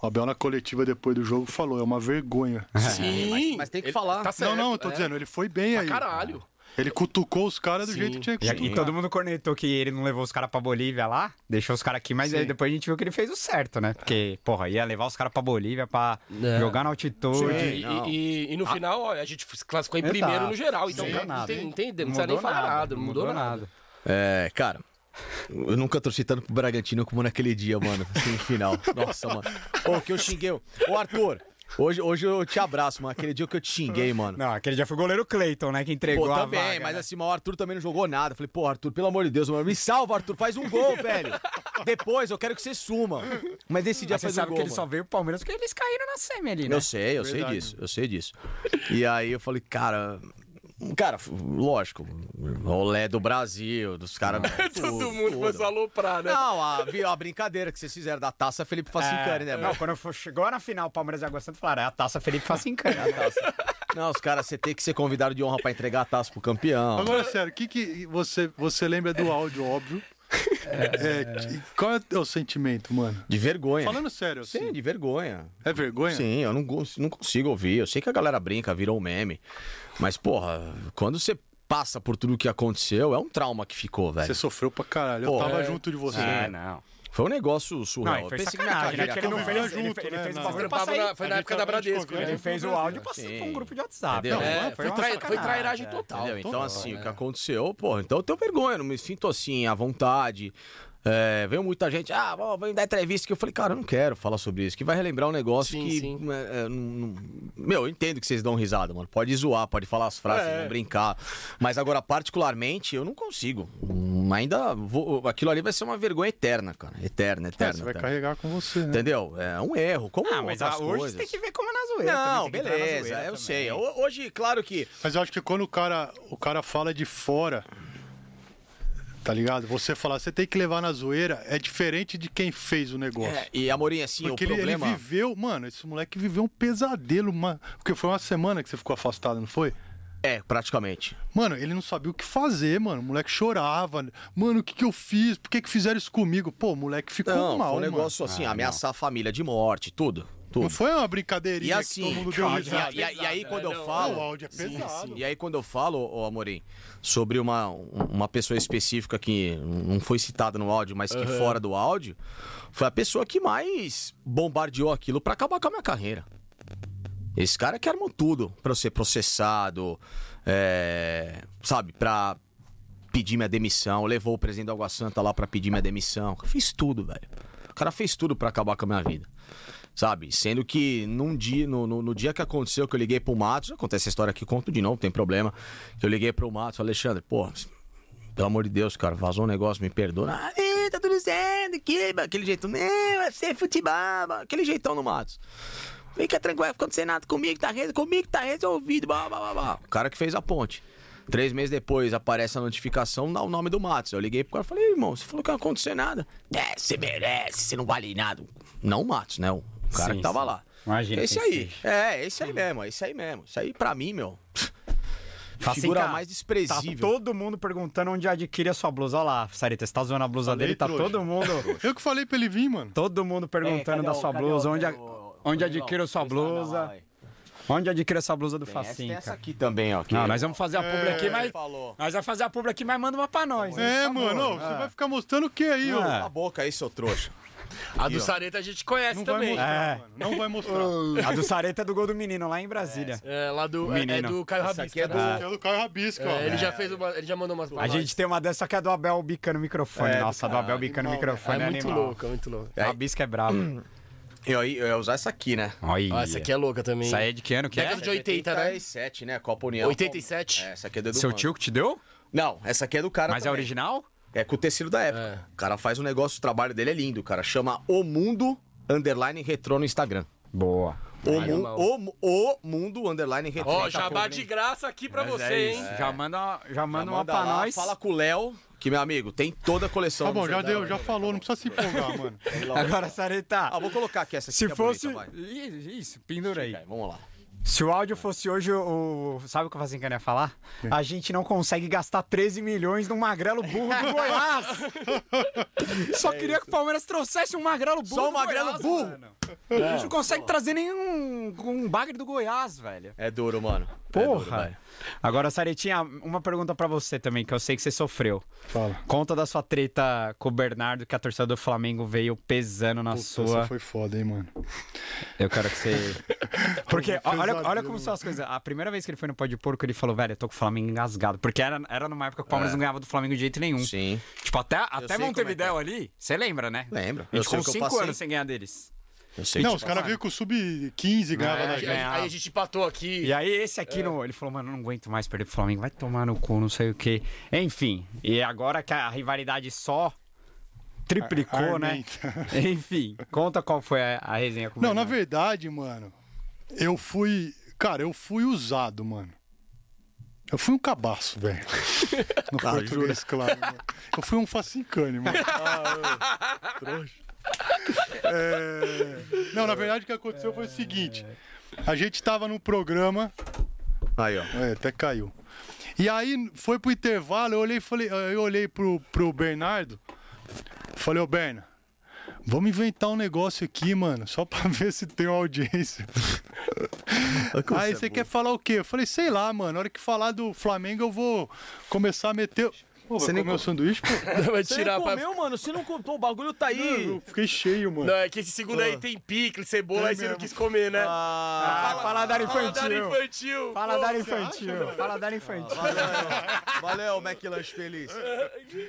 Speaker 2: O Abel na coletiva depois do jogo falou, é uma vergonha.
Speaker 1: Sim!
Speaker 5: Mas tem que falar.
Speaker 1: Tá certo.
Speaker 2: não, não, eu tô dizendo, ele foi bem aí.
Speaker 1: Caralho.
Speaker 2: Ele cutucou os caras do
Speaker 1: Sim.
Speaker 2: jeito que tinha que
Speaker 4: E, e
Speaker 5: tá-
Speaker 2: cutucar.
Speaker 4: todo mundo cornetou que ele não levou os caras pra Bolívia lá, deixou os caras aqui, mas aí depois a gente viu que ele fez o certo, né? Porque, porra, ia levar os caras pra Bolívia pra
Speaker 1: É.
Speaker 4: jogar na altitude.
Speaker 1: E, e- e no final, ó, a gente se classificou em
Speaker 4: Exato.
Speaker 1: primeiro no geral. Então
Speaker 4: Sim.
Speaker 1: não,
Speaker 4: Nada.
Speaker 1: tem, não, tem, não precisa nem falar nada, não mudou, nada.
Speaker 5: É, cara. Eu nunca torci tanto pro Bragantino como naquele dia, mano. Semifinal. Nossa, mano. Ô, que eu xinguei. Ô, Arthur. Hoje, hoje eu te abraço, mano. Aquele dia que eu te xinguei, mano.
Speaker 4: Não, aquele já foi o goleiro Cleiton, né? Que entregou
Speaker 5: Pô,
Speaker 4: a
Speaker 5: também,
Speaker 4: vaga,
Speaker 5: mas
Speaker 4: né?
Speaker 5: assim, mas o Arthur também não jogou nada. Eu Falei, pô, Arthur, pelo amor de Deus, mano, me salva, Arthur, faz um gol, velho. Depois eu quero que você suma. Mas esse dia
Speaker 4: Mas você
Speaker 5: faz um
Speaker 4: sabe
Speaker 5: gol.
Speaker 4: que ele só
Speaker 5: mano.
Speaker 4: veio pro Palmeiras porque eles caíram na semi ali, né?
Speaker 5: Eu sei, eu sei disso, eu sei disso. E aí eu falei, cara. Cara, f- lógico, rolé do Brasil, dos caras.
Speaker 1: Todo mundo começou a aloprar, né?
Speaker 5: Não, a, vi- a brincadeira que vocês fizeram da taça Felipe
Speaker 4: É.
Speaker 5: Facincani, né,
Speaker 4: Não,
Speaker 5: mano?
Speaker 4: quando for- chegou na final, Palmeiras e Água Santa falaram, é a taça Felipe Facincani. É a taça.
Speaker 5: Não, os caras, você tem que ser convidado de honra pra entregar a taça pro campeão.
Speaker 2: Agora, sério, o que, que você, você lembra do áudio, óbvio? É, que- qual é o teu sentimento, mano?
Speaker 5: De vergonha.
Speaker 2: Falando sério, assim,
Speaker 5: Sim, de vergonha.
Speaker 2: é vergonha?
Speaker 5: Sim, eu não, go- não consigo ouvir. Eu sei que a galera brinca, virou um meme. Mas, porra, quando você passa por tudo que aconteceu, é um trauma que ficou,
Speaker 2: Você
Speaker 5: velho.
Speaker 2: sofreu pra caralho. Eu
Speaker 5: Pô,
Speaker 2: tava
Speaker 5: é.
Speaker 2: junto de você. né?
Speaker 4: É, não.
Speaker 5: Foi um negócio
Speaker 4: Não,
Speaker 5: surreal.
Speaker 4: e foi
Speaker 5: Eu pensei que minha
Speaker 4: sacanagem, né?
Speaker 5: carreira
Speaker 4: Que ele não
Speaker 5: acabava.
Speaker 2: acabou
Speaker 4: fez, ele,
Speaker 2: junto,
Speaker 4: fe- ele
Speaker 2: né?
Speaker 4: fez o
Speaker 2: Não,
Speaker 1: Nós
Speaker 4: bagulho pra
Speaker 1: trampava
Speaker 4: sair.
Speaker 1: na, foi na
Speaker 2: A gente
Speaker 1: época da
Speaker 2: tava de
Speaker 1: Bradesco,
Speaker 2: conversa.
Speaker 1: né?
Speaker 4: Ele fez o áudio e passou
Speaker 5: Sim.
Speaker 4: pra um grupo de WhatsApp.
Speaker 5: Entendeu?
Speaker 1: É,
Speaker 2: Não,
Speaker 1: foi,
Speaker 2: foi uma
Speaker 1: trai- foi
Speaker 4: sacanagem,
Speaker 1: trairagem
Speaker 4: é.
Speaker 1: total.
Speaker 5: Entendeu? Então,
Speaker 1: total,
Speaker 5: assim,
Speaker 1: né?
Speaker 5: o que aconteceu, porra, então eu tenho vergonha, não me sinto assim, à vontade. É, veio muita gente, ah, vou, vou dar entrevista que eu falei, cara, eu não quero falar sobre isso, que vai relembrar um negócio
Speaker 1: Sim,
Speaker 5: que.
Speaker 1: sim.
Speaker 5: é, é, não- não- Meu, eu entendo que vocês dão risada, mano. Pode zoar, pode falar as frases,
Speaker 1: É.
Speaker 5: brincar. Mas agora, particularmente, eu não consigo. Hum, Ainda vou. Aquilo ali vai ser uma vergonha eterna, cara.
Speaker 4: É,
Speaker 2: Ah,
Speaker 5: Eterna, eterna.
Speaker 2: você vai
Speaker 5: eterna.
Speaker 2: carregar com você, né?
Speaker 5: Entendeu? É um erro. Como
Speaker 4: Ah, mas
Speaker 5: outras
Speaker 4: a, hoje
Speaker 5: coisas.
Speaker 4: você tem que ver como é na zoeira.
Speaker 5: Não,
Speaker 4: também, tem que entrar na
Speaker 5: beleza,
Speaker 4: zoeira
Speaker 5: eu
Speaker 4: também.
Speaker 5: sei. é Ho- Hoje, claro que.
Speaker 2: Mas eu acho que quando o cara, o cara fala de fora, tá ligado? Você falar, você tem que levar na zoeira, é diferente de quem fez o negócio.
Speaker 5: É, e Amorim, assim,
Speaker 2: Porque
Speaker 5: o
Speaker 2: ele, ele
Speaker 5: problema.
Speaker 2: viveu, mano, esse moleque viveu um pesadelo, mano. Porque foi uma semana que você ficou afastado, não foi?
Speaker 5: É, praticamente.
Speaker 2: Mano, ele não sabia o que fazer, mano. O moleque chorava. Mano, o que, que eu fiz? Por que, que fizeram isso comigo? Pô, o moleque ficou mal,
Speaker 5: Não, foi um
Speaker 2: mano. Ah.
Speaker 5: negócio assim, ameaçar a família de morte, tudo. Tudo.
Speaker 2: Não foi uma
Speaker 5: E
Speaker 2: brincadeirinha
Speaker 5: assim,
Speaker 2: que todo mundo
Speaker 5: e-
Speaker 2: deu um
Speaker 5: e,
Speaker 2: risada.
Speaker 5: e- e aí
Speaker 1: É,
Speaker 5: quando eu
Speaker 1: não,
Speaker 5: falo.
Speaker 2: O áudio é pesado.
Speaker 5: E aí quando eu falo, ô Amorim, sobre uma, uma pessoa específica que não foi citada no áudio, mas que fora do áudio, foi a pessoa que mais bombardeou aquilo pra acabar com a minha carreira. Esse cara que armou tudo pra eu ser processado, é, sabe, pra pedir minha demissão, levou o presidente da Água Santa lá pra pedir minha demissão. Eu fiz tudo, velho. O cara fez tudo pra acabar com a minha vida. Sabe? Sendo que num dia, no, no, no dia que aconteceu, que eu liguei pro Matos, acontece essa história aqui, conto de novo, não tem problema. Que eu liguei pro Matos, falei, Alexandre, pô, pelo amor de Deus, cara, vazou um negócio, me perdoa. Ah, ih, tá tudo certo, que, aquele jeito, não, é ser futebol, aquele jeitão no Matos. Fica tranquilo, vai acontecer nada comigo, tá resolvido, comigo tá resolvido, blá, blá, blá, blá. O cara que fez a ponte. Três meses depois aparece a notificação, dá o nome do Matos. Eu liguei pro cara e falei, irmão, você falou que não ia acontecer nada. É, você merece, você não vale nada. Não o Matos, né? O cara
Speaker 4: Sim,
Speaker 5: que tava
Speaker 4: sim.
Speaker 5: lá.
Speaker 4: Imagina
Speaker 5: É esse
Speaker 4: quem
Speaker 5: aí. É, é esse aí mesmo, é esse aí mesmo. Isso aí pra mim, meu.
Speaker 4: Fala assim,
Speaker 5: figura
Speaker 4: cara,
Speaker 5: mais
Speaker 4: Tá
Speaker 5: desprezível.
Speaker 4: todo mundo perguntando onde adquire a sua blusa. Olha lá, Sarita, você tá zoando a blusa
Speaker 2: Falei,
Speaker 4: dele, tá
Speaker 2: trouxa.
Speaker 4: todo mundo.
Speaker 2: Eu que falei pra ele vir, mano.
Speaker 4: Todo mundo
Speaker 5: É,
Speaker 4: perguntando da sua blusa, onde, a- onde adquire a sua blusa, onde adquire essa blusa do
Speaker 5: Tem essa
Speaker 4: Facinca.
Speaker 5: aqui É. também, ó. que-
Speaker 4: Não, é um nós vamos fazer a publi aqui, mas.
Speaker 5: Falou.
Speaker 4: Nós vamos fazer a
Speaker 5: tá
Speaker 4: publi aqui, mas manda uma pra nós. né?
Speaker 5: é. Ah,
Speaker 2: É, mano, ó, você vai ficar mostrando o que aí, ó?
Speaker 5: Cala a boca aí, seu trouxa.
Speaker 1: A do Sareta a gente conhece
Speaker 2: Não vai
Speaker 1: também.
Speaker 2: mostrar,
Speaker 4: É.
Speaker 2: mano. Não vai
Speaker 5: Ah.
Speaker 2: mostrar.
Speaker 4: A do Sareta é do gol do menino lá em Brasília.
Speaker 1: É, lá do, é, é
Speaker 4: Menino.
Speaker 1: do Caio Rabisca.
Speaker 8: aqui é
Speaker 1: né?
Speaker 2: É do Caio Rabisco, ó. Tá
Speaker 1: É, ele já fez uma, ele já mandou umas pra
Speaker 4: A
Speaker 1: nós.
Speaker 4: gente tem uma dessa que é do Abel bicando o microfone.
Speaker 8: É, do
Speaker 4: Nossa, a do Abel bicando
Speaker 2: animal,
Speaker 4: o
Speaker 1: é
Speaker 4: microfone é,
Speaker 1: muito
Speaker 4: animal.
Speaker 1: louca, muito louca.
Speaker 4: A bisca é brava.
Speaker 5: Eu eu ia usar essa aqui, né?
Speaker 9: Olha,
Speaker 1: Ah, essa aqui é louca também.
Speaker 9: Isso aí é de que ano que é?
Speaker 1: Década de 80, né?
Speaker 5: 87, né? Copa União.
Speaker 1: 87?
Speaker 5: É, essa aqui é do Edu
Speaker 9: Seu
Speaker 5: Mano.
Speaker 9: tio que te deu?
Speaker 5: Não, essa aqui é do cara
Speaker 9: Mas é
Speaker 5: também.
Speaker 9: original?
Speaker 5: É com o tecido da época.
Speaker 2: É.
Speaker 5: O cara faz um negócio, o trabalho dele é lindo, cara. Chama O Mundo Underline Retrô no Instagram.
Speaker 9: Boa.
Speaker 5: O,
Speaker 1: Aí,
Speaker 5: mu-
Speaker 1: irmão.
Speaker 5: o mu- o Mundo Underline Retrô.
Speaker 1: Ó,
Speaker 5: Tá
Speaker 1: jabá
Speaker 5: com-
Speaker 1: de graça aqui pra
Speaker 9: Mas
Speaker 1: você,
Speaker 9: é isso.
Speaker 1: hein?
Speaker 9: Já manda, já manda uma
Speaker 5: Manda
Speaker 9: pra
Speaker 5: lá,
Speaker 9: nós.
Speaker 5: Fala com o Léo, que meu amigo, tem toda a coleção.
Speaker 2: Tá bom,
Speaker 5: do
Speaker 2: já
Speaker 5: Underline.
Speaker 2: deu, já falou, não precisa se empolgar, mano.
Speaker 4: Agora, Sareta,
Speaker 5: Ah, vou colocar aqui essa aqui.
Speaker 4: se
Speaker 5: que é
Speaker 4: fosse...
Speaker 5: bonita, vai.
Speaker 4: Ih, Isso, pendura aí.
Speaker 5: Vai, Vamos lá.
Speaker 4: Se o áudio fosse hoje, o. Sabe o que o Fazencan ia falar? A gente não consegue gastar 13 milhões num magrelo burro do Goiás! Só queria que o Palmeiras trouxesse É um magrelo burro.
Speaker 5: Só um
Speaker 4: do
Speaker 5: magrelo
Speaker 4: Goiás,
Speaker 5: burro.
Speaker 4: mano. A gente não consegue trazer nenhum um bagre do Goiás, velho.
Speaker 5: É duro, mano. É duro,
Speaker 4: Porra!
Speaker 5: vai.
Speaker 4: Agora, Saretinha, uma pergunta pra você também, que eu sei que você sofreu.
Speaker 2: Fala.
Speaker 4: Conta da sua treta com o Bernardo, que a torcida do Flamengo veio pesando na sua.
Speaker 2: Essa foi foda, hein, mano.
Speaker 4: Eu quero que você. Porque
Speaker 2: Foi um
Speaker 4: olha, olha
Speaker 2: pesadelo,
Speaker 4: como são as coisas. A primeira vez que ele foi no pó de porco, ele falou, velho, eu tô com o Flamengo engasgado. Porque era, era numa época que o Palmeiras não ganhava do Flamengo de jeito nenhum.
Speaker 5: É. Sim.
Speaker 4: Tipo, até,
Speaker 5: sei
Speaker 4: até
Speaker 5: como é que
Speaker 4: Montevideo ali, você lembra, né?
Speaker 5: Lembro.
Speaker 4: A
Speaker 5: Eu
Speaker 4: gente
Speaker 5: sei
Speaker 4: ficou
Speaker 5: o que eu
Speaker 4: cinco
Speaker 5: passei.
Speaker 4: anos sem ganhar deles.
Speaker 5: Eu sei.
Speaker 2: Não,
Speaker 5: que
Speaker 2: os caras viram que o Sub-15 ganhava da
Speaker 1: Aí,
Speaker 2: gente.
Speaker 1: aí a gente empatou aqui.
Speaker 4: E aí esse
Speaker 2: É.
Speaker 4: aqui, no, ele falou, mano, não aguento mais perder pro Flamengo, vai tomar no cu, não sei o quê. Enfim, e agora que a rivalidade só triplicou, né?
Speaker 2: Armenta.
Speaker 4: Enfim, conta qual foi a, a resenha com o
Speaker 2: Não, é. na
Speaker 4: Bernardo.
Speaker 2: verdade, mano, eu fui. Cara, eu fui usado, mano. Eu fui um cabaço, velho. No português, claro. mano. Eu fui um facincane, mano. Ah, É, Não, na verdade, o que aconteceu foi o seguinte: a gente tava num programa.
Speaker 5: Aí, ó.
Speaker 2: É, até caiu. E aí foi pro intervalo, eu olhei e falei, eu olhei pro, pro Bernardo, falei, ô Berna, vamos inventar um negócio aqui, mano, só pra ver se tem uma audiência. aí você quer falar o quê? Eu falei, sei lá, mano, na hora que falar do Flamengo eu vou começar a meter. Pô, você
Speaker 5: nem
Speaker 2: nem comeu o sanduíche, pô?
Speaker 1: Vai
Speaker 8: Você
Speaker 1: tirar
Speaker 8: não
Speaker 1: pra-
Speaker 8: comeu, mano? Você não contou, o bagulho tá aí.
Speaker 2: Eu fiquei cheio, mano.
Speaker 1: Não, é que esse segundo aí tem picle, cebola, aí você não quis comer, né?
Speaker 5: Ah,
Speaker 4: Paladar
Speaker 1: Paladar
Speaker 4: infantil.
Speaker 1: infantil.
Speaker 4: Paladar infantil. Paladar infantil.
Speaker 5: Valeu, McLanche Feliz.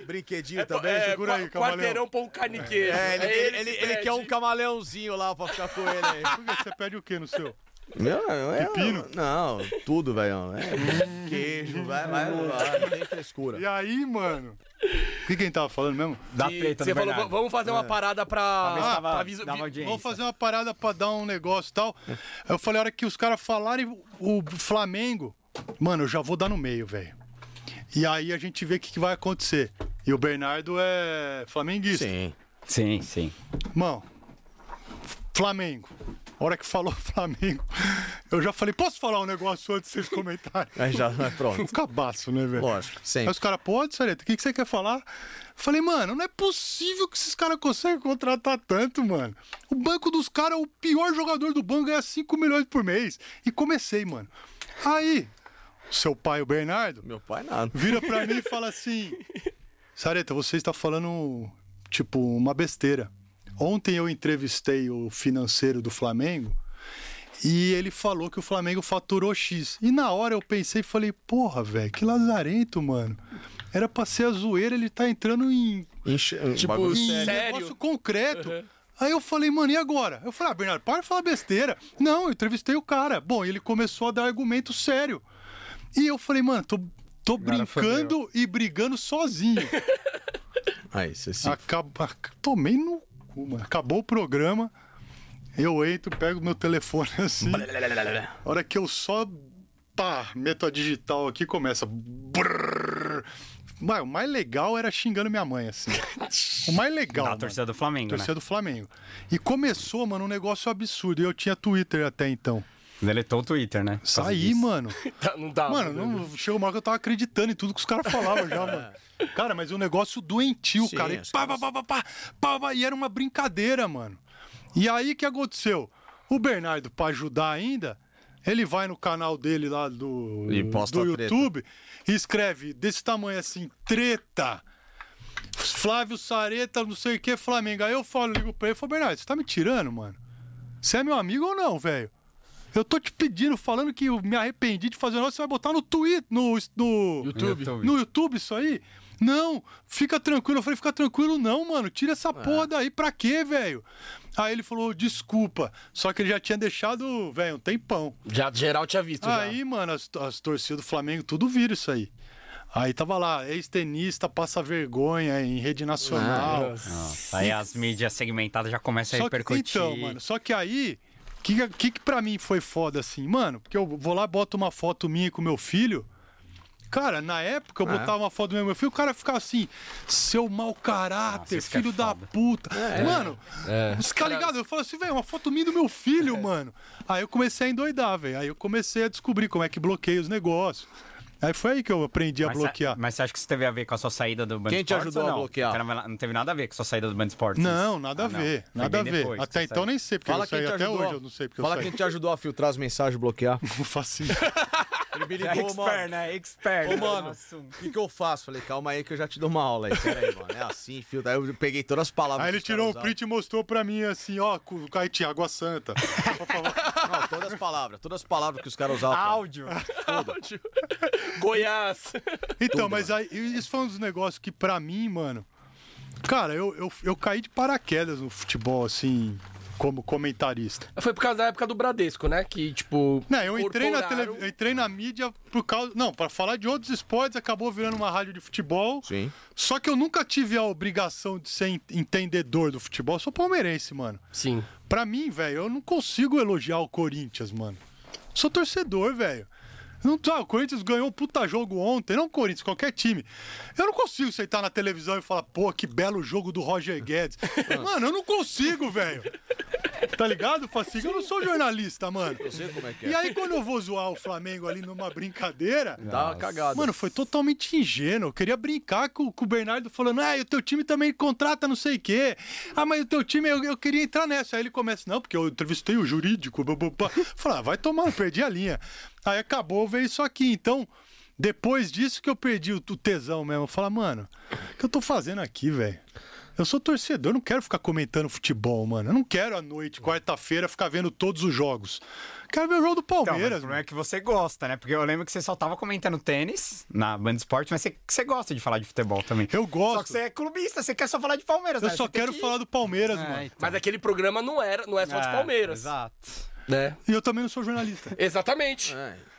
Speaker 5: Brinquedinho
Speaker 1: Pô,
Speaker 5: também.
Speaker 1: é,
Speaker 2: segura aí,
Speaker 1: qua- quarteirão um
Speaker 2: camaleão.
Speaker 1: pão carniqueiro.
Speaker 5: É, ele, ele, ele,
Speaker 1: que
Speaker 5: quer um
Speaker 1: pede.
Speaker 5: camaleãozinho lá pra ficar com ele aí.
Speaker 2: Por que Você pede o quê no seu?
Speaker 5: Não, é,
Speaker 2: Pepino?
Speaker 5: Não, tudo, velho. É, queijo, vai, vai, vai, não tem frescura.
Speaker 2: E aí, mano? O que quem tava falando mesmo?
Speaker 4: Da
Speaker 1: E
Speaker 4: treta
Speaker 1: Você
Speaker 4: do
Speaker 1: falou, ah,
Speaker 4: Bernardo.
Speaker 1: "Va- vamos fazer uma parada pra...
Speaker 4: Mas tava-
Speaker 1: pra visu-
Speaker 4: dava
Speaker 1: vi-
Speaker 4: audiência.
Speaker 2: Vamos fazer uma parada pra dar um negócio e tal. Aí eu falei, a hora que os caras falarem o Flamengo, mano, eu já vou dar no meio, velho. E aí a gente vê o que, que vai acontecer. E o Bernardo é flamenguista.
Speaker 5: Sim.
Speaker 4: Sim, sim.
Speaker 2: Mano, Flamengo. A hora que falou Flamengo, eu já falei, posso falar um negócio antes de vocês comentarem?
Speaker 5: Aí É, já,
Speaker 2: Um
Speaker 5: pronto.
Speaker 2: cabaço, né, velho?
Speaker 5: Lógico,
Speaker 2: Aí
Speaker 5: sempre.
Speaker 2: os caras, pode, Sareta, o que, que você quer falar? Eu falei, mano, não é possível que esses caras conseguem contratar tanto, mano. O banco dos caras, o pior jogador do banco, ganha 5 milhões por mês. E comecei, mano. Aí, seu pai, o Bernardo,
Speaker 5: Meu pai, nada.
Speaker 2: vira pra mim e fala assim: Sareta, você está falando, tipo, uma besteira. Ontem eu entrevistei o financeiro do Flamengo e ele falou que o Flamengo faturou X. E na hora eu pensei e falei: porra, velho, que lazarento, mano. Era pra ser a zoeira, ele tá entrando em,
Speaker 5: um
Speaker 1: Tipo, sério.
Speaker 2: em um negócio concreto. Aí eu falei, mano, e agora? Eu falei, ah, Bernardo, para de falar besteira. Não, eu entrevistei o cara. Bom, ele começou a dar argumento sério. E eu falei, mano, tô, tô brincando e brigando sozinho.
Speaker 5: Aí, você se...
Speaker 2: Acaba... Tomei no cu, mano. Acabou o programa. Eu entro, pego meu telefone assim. A hora que eu só pá, meto a digital aqui, começa. brrr. Mas o mais legal era xingando minha mãe, assim. O mais legal.
Speaker 4: Da
Speaker 2: mano.
Speaker 4: torcida do Flamengo, né?
Speaker 2: Torcida do Flamengo. E começou, mano, um negócio absurdo. E eu tinha Twitter até então.
Speaker 4: Deletou o Twitter, né? Por causa
Speaker 2: Saí,
Speaker 4: disso.
Speaker 2: mano.
Speaker 1: Tá, Não dá.
Speaker 2: Mano,
Speaker 5: né?
Speaker 2: não, chegou uma hora que eu tava acreditando em tudo que os caras falavam já, mano. Cara, mas um negócio doentio,
Speaker 5: Sim,
Speaker 2: cara. E,
Speaker 5: os
Speaker 2: pá, pá, pá, pá, pá, pá, pá, e era uma brincadeira, mano. E aí, o que aconteceu? O Bernardo, pra ajudar ainda, ele vai no canal dele lá do,
Speaker 5: E posta
Speaker 2: do
Speaker 5: a treta.
Speaker 2: YouTube e escreve desse tamanho assim, treta. Flávio Sareta, não sei o que, Flamengo. Aí eu falo, ligo pra ele e falo, Bernardo, você tá me tirando, mano? Você é meu amigo ou não, velho? Eu tô te pedindo, falando que eu me arrependi de fazer o negócio, você vai botar no Twitter, no, no,
Speaker 1: YouTube.
Speaker 2: no YouTube isso aí? Não, fica tranquilo. Eu falei, fica tranquilo não, mano. Tira essa porra daí, pra quê, velho? Aí ele falou, desculpa. Só que ele já tinha deixado, velho, um tempão.
Speaker 1: Já geral tinha visto. já.
Speaker 2: Aí, mano, as, as torcidas do Flamengo tudo viram isso aí. Aí tava lá, ex-tenista passa vergonha em rede nacional.
Speaker 4: Aí as mídias segmentadas já começam a
Speaker 2: só que,
Speaker 4: repercutir.
Speaker 2: então, mano, só que aí, o que, que que pra mim foi foda assim? Mano, porque eu vou lá, boto uma foto minha com meu filho. Cara, na época eu
Speaker 4: É.
Speaker 2: botava uma foto do meu filho, o cara ficava assim, seu mau caráter,
Speaker 4: isso que é
Speaker 2: filho da
Speaker 4: foda. É,
Speaker 2: puta. mano, você tá ligado? Eu falo assim, velho, uma foto minha do meu filho,
Speaker 4: É.
Speaker 2: mano. Aí eu comecei a endoidar, velho. Aí eu comecei a descobrir como é que bloqueia os negócios. Aí foi aí que eu aprendi a
Speaker 4: Mas, é-
Speaker 2: bloquear.
Speaker 4: Mas você acha que isso teve a ver com a sua saída do Band
Speaker 5: Quem te
Speaker 4: Sports
Speaker 5: ajudou
Speaker 4: ou
Speaker 5: a
Speaker 4: não?
Speaker 5: bloquear?
Speaker 4: Não teve- Não teve nada a ver com a sua saída do Band Sports.
Speaker 2: Não, nada a
Speaker 4: Ah, não.
Speaker 2: ver,
Speaker 4: Foi
Speaker 2: nada a
Speaker 4: bem
Speaker 2: ver.
Speaker 4: depois que
Speaker 2: Até
Speaker 4: você
Speaker 2: então
Speaker 4: saiu.
Speaker 2: nem sei, porque
Speaker 5: Fala
Speaker 2: eu
Speaker 5: quem
Speaker 2: saí
Speaker 5: te
Speaker 2: até
Speaker 5: ajudou.
Speaker 2: hoje, eu não sei porque
Speaker 5: Fala
Speaker 2: eu saí.
Speaker 5: quem te ajudou a filtrar as mensagens, bloquear.
Speaker 2: Não faço ideia.
Speaker 5: Ele me
Speaker 4: É
Speaker 5: ligou, mano.
Speaker 4: expert, né? Expert.
Speaker 5: Ô,
Speaker 4: né?
Speaker 5: mano, o que, que eu faço? Falei, calma aí que eu já te dou uma aula aí. Pera aí, mano. É assim, fio. Daí eu peguei todas as palavras.
Speaker 2: Aí ele
Speaker 5: que os caras
Speaker 2: tirou um
Speaker 5: usavam.
Speaker 2: print e mostrou pra mim assim, ó, com o Caetí, Água Santa.
Speaker 5: Não, todas as palavras. Todas as palavras que os caras usavam.
Speaker 4: Áudio. Então,
Speaker 1: Áudio. Goiás.
Speaker 2: Então, mas aí, isso foi um dos negócios que pra mim, mano. Cara, eu, eu, eu caí de paraquedas no futebol, assim, como comentarista.
Speaker 1: Foi por causa da época do Bradesco, né? Que, tipo.
Speaker 2: Não, eu entrei na,
Speaker 1: corporaram-
Speaker 2: tele,
Speaker 5: um-
Speaker 2: eu entrei na mídia por causa. Não, pra falar de outros esportes, acabou virando uma rádio de futebol.
Speaker 5: Sim.
Speaker 2: Só que eu nunca tive a obrigação de ser en- entendedor do futebol. Eu sou palmeirense, mano.
Speaker 1: Sim.
Speaker 2: Pra mim, velho, eu não consigo elogiar o Corinthians, mano. Sou torcedor, velho. Não tá, o Corinthians ganhou um puta jogo ontem, não o Corinthians, qualquer time. Eu não consigo sentar na televisão e falar, pô, que belo jogo do Roger Guedes. mano, eu não consigo, velho. Tá ligado, Faciga? Eu não sou jornalista, mano.
Speaker 5: Não sei como é que é.
Speaker 2: E aí, quando eu vou zoar o Flamengo ali numa brincadeira,
Speaker 5: Dá uma cagada.
Speaker 2: Mano, foi totalmente ingênuo. Eu queria brincar com, com o Bernardo falando, ah, e o teu time também contrata não sei o quê. Ah, mas o teu time, eu, eu queria entrar nessa. Aí ele começa, não, porque eu entrevistei o jurídico. blá, blá, blá." Eu Falei, ah, vai tomar, perdi a linha. Aí acabou, veio isso aqui. Então, depois disso que eu perdi o, o tesão mesmo. Eu falei, mano, o que eu tô fazendo aqui, velho? Eu sou torcedor, eu não quero ficar comentando futebol, mano. Eu não quero à noite, quarta-feira, ficar vendo todos os jogos. Quero ver o jogo do
Speaker 4: Então, mas o
Speaker 2: Palmeiras,
Speaker 4: problema
Speaker 2: mano.
Speaker 4: é que você gosta, né? Porque eu lembro que você só tava comentando tênis na Band Esporte, mas você, você gosta de falar de futebol também.
Speaker 2: Eu gosto.
Speaker 4: Só que você é clubista, você quer só falar de Palmeiras,
Speaker 2: Eu
Speaker 4: né?
Speaker 2: só
Speaker 4: Você tem
Speaker 2: quero
Speaker 4: que-
Speaker 2: falar do Palmeiras,
Speaker 4: É,
Speaker 2: mano.
Speaker 4: então.
Speaker 1: Mas aquele programa não era, não é só de
Speaker 4: É,
Speaker 1: Palmeiras.
Speaker 4: Exato.
Speaker 1: Né?
Speaker 2: E eu também não sou jornalista,
Speaker 1: Exatamente.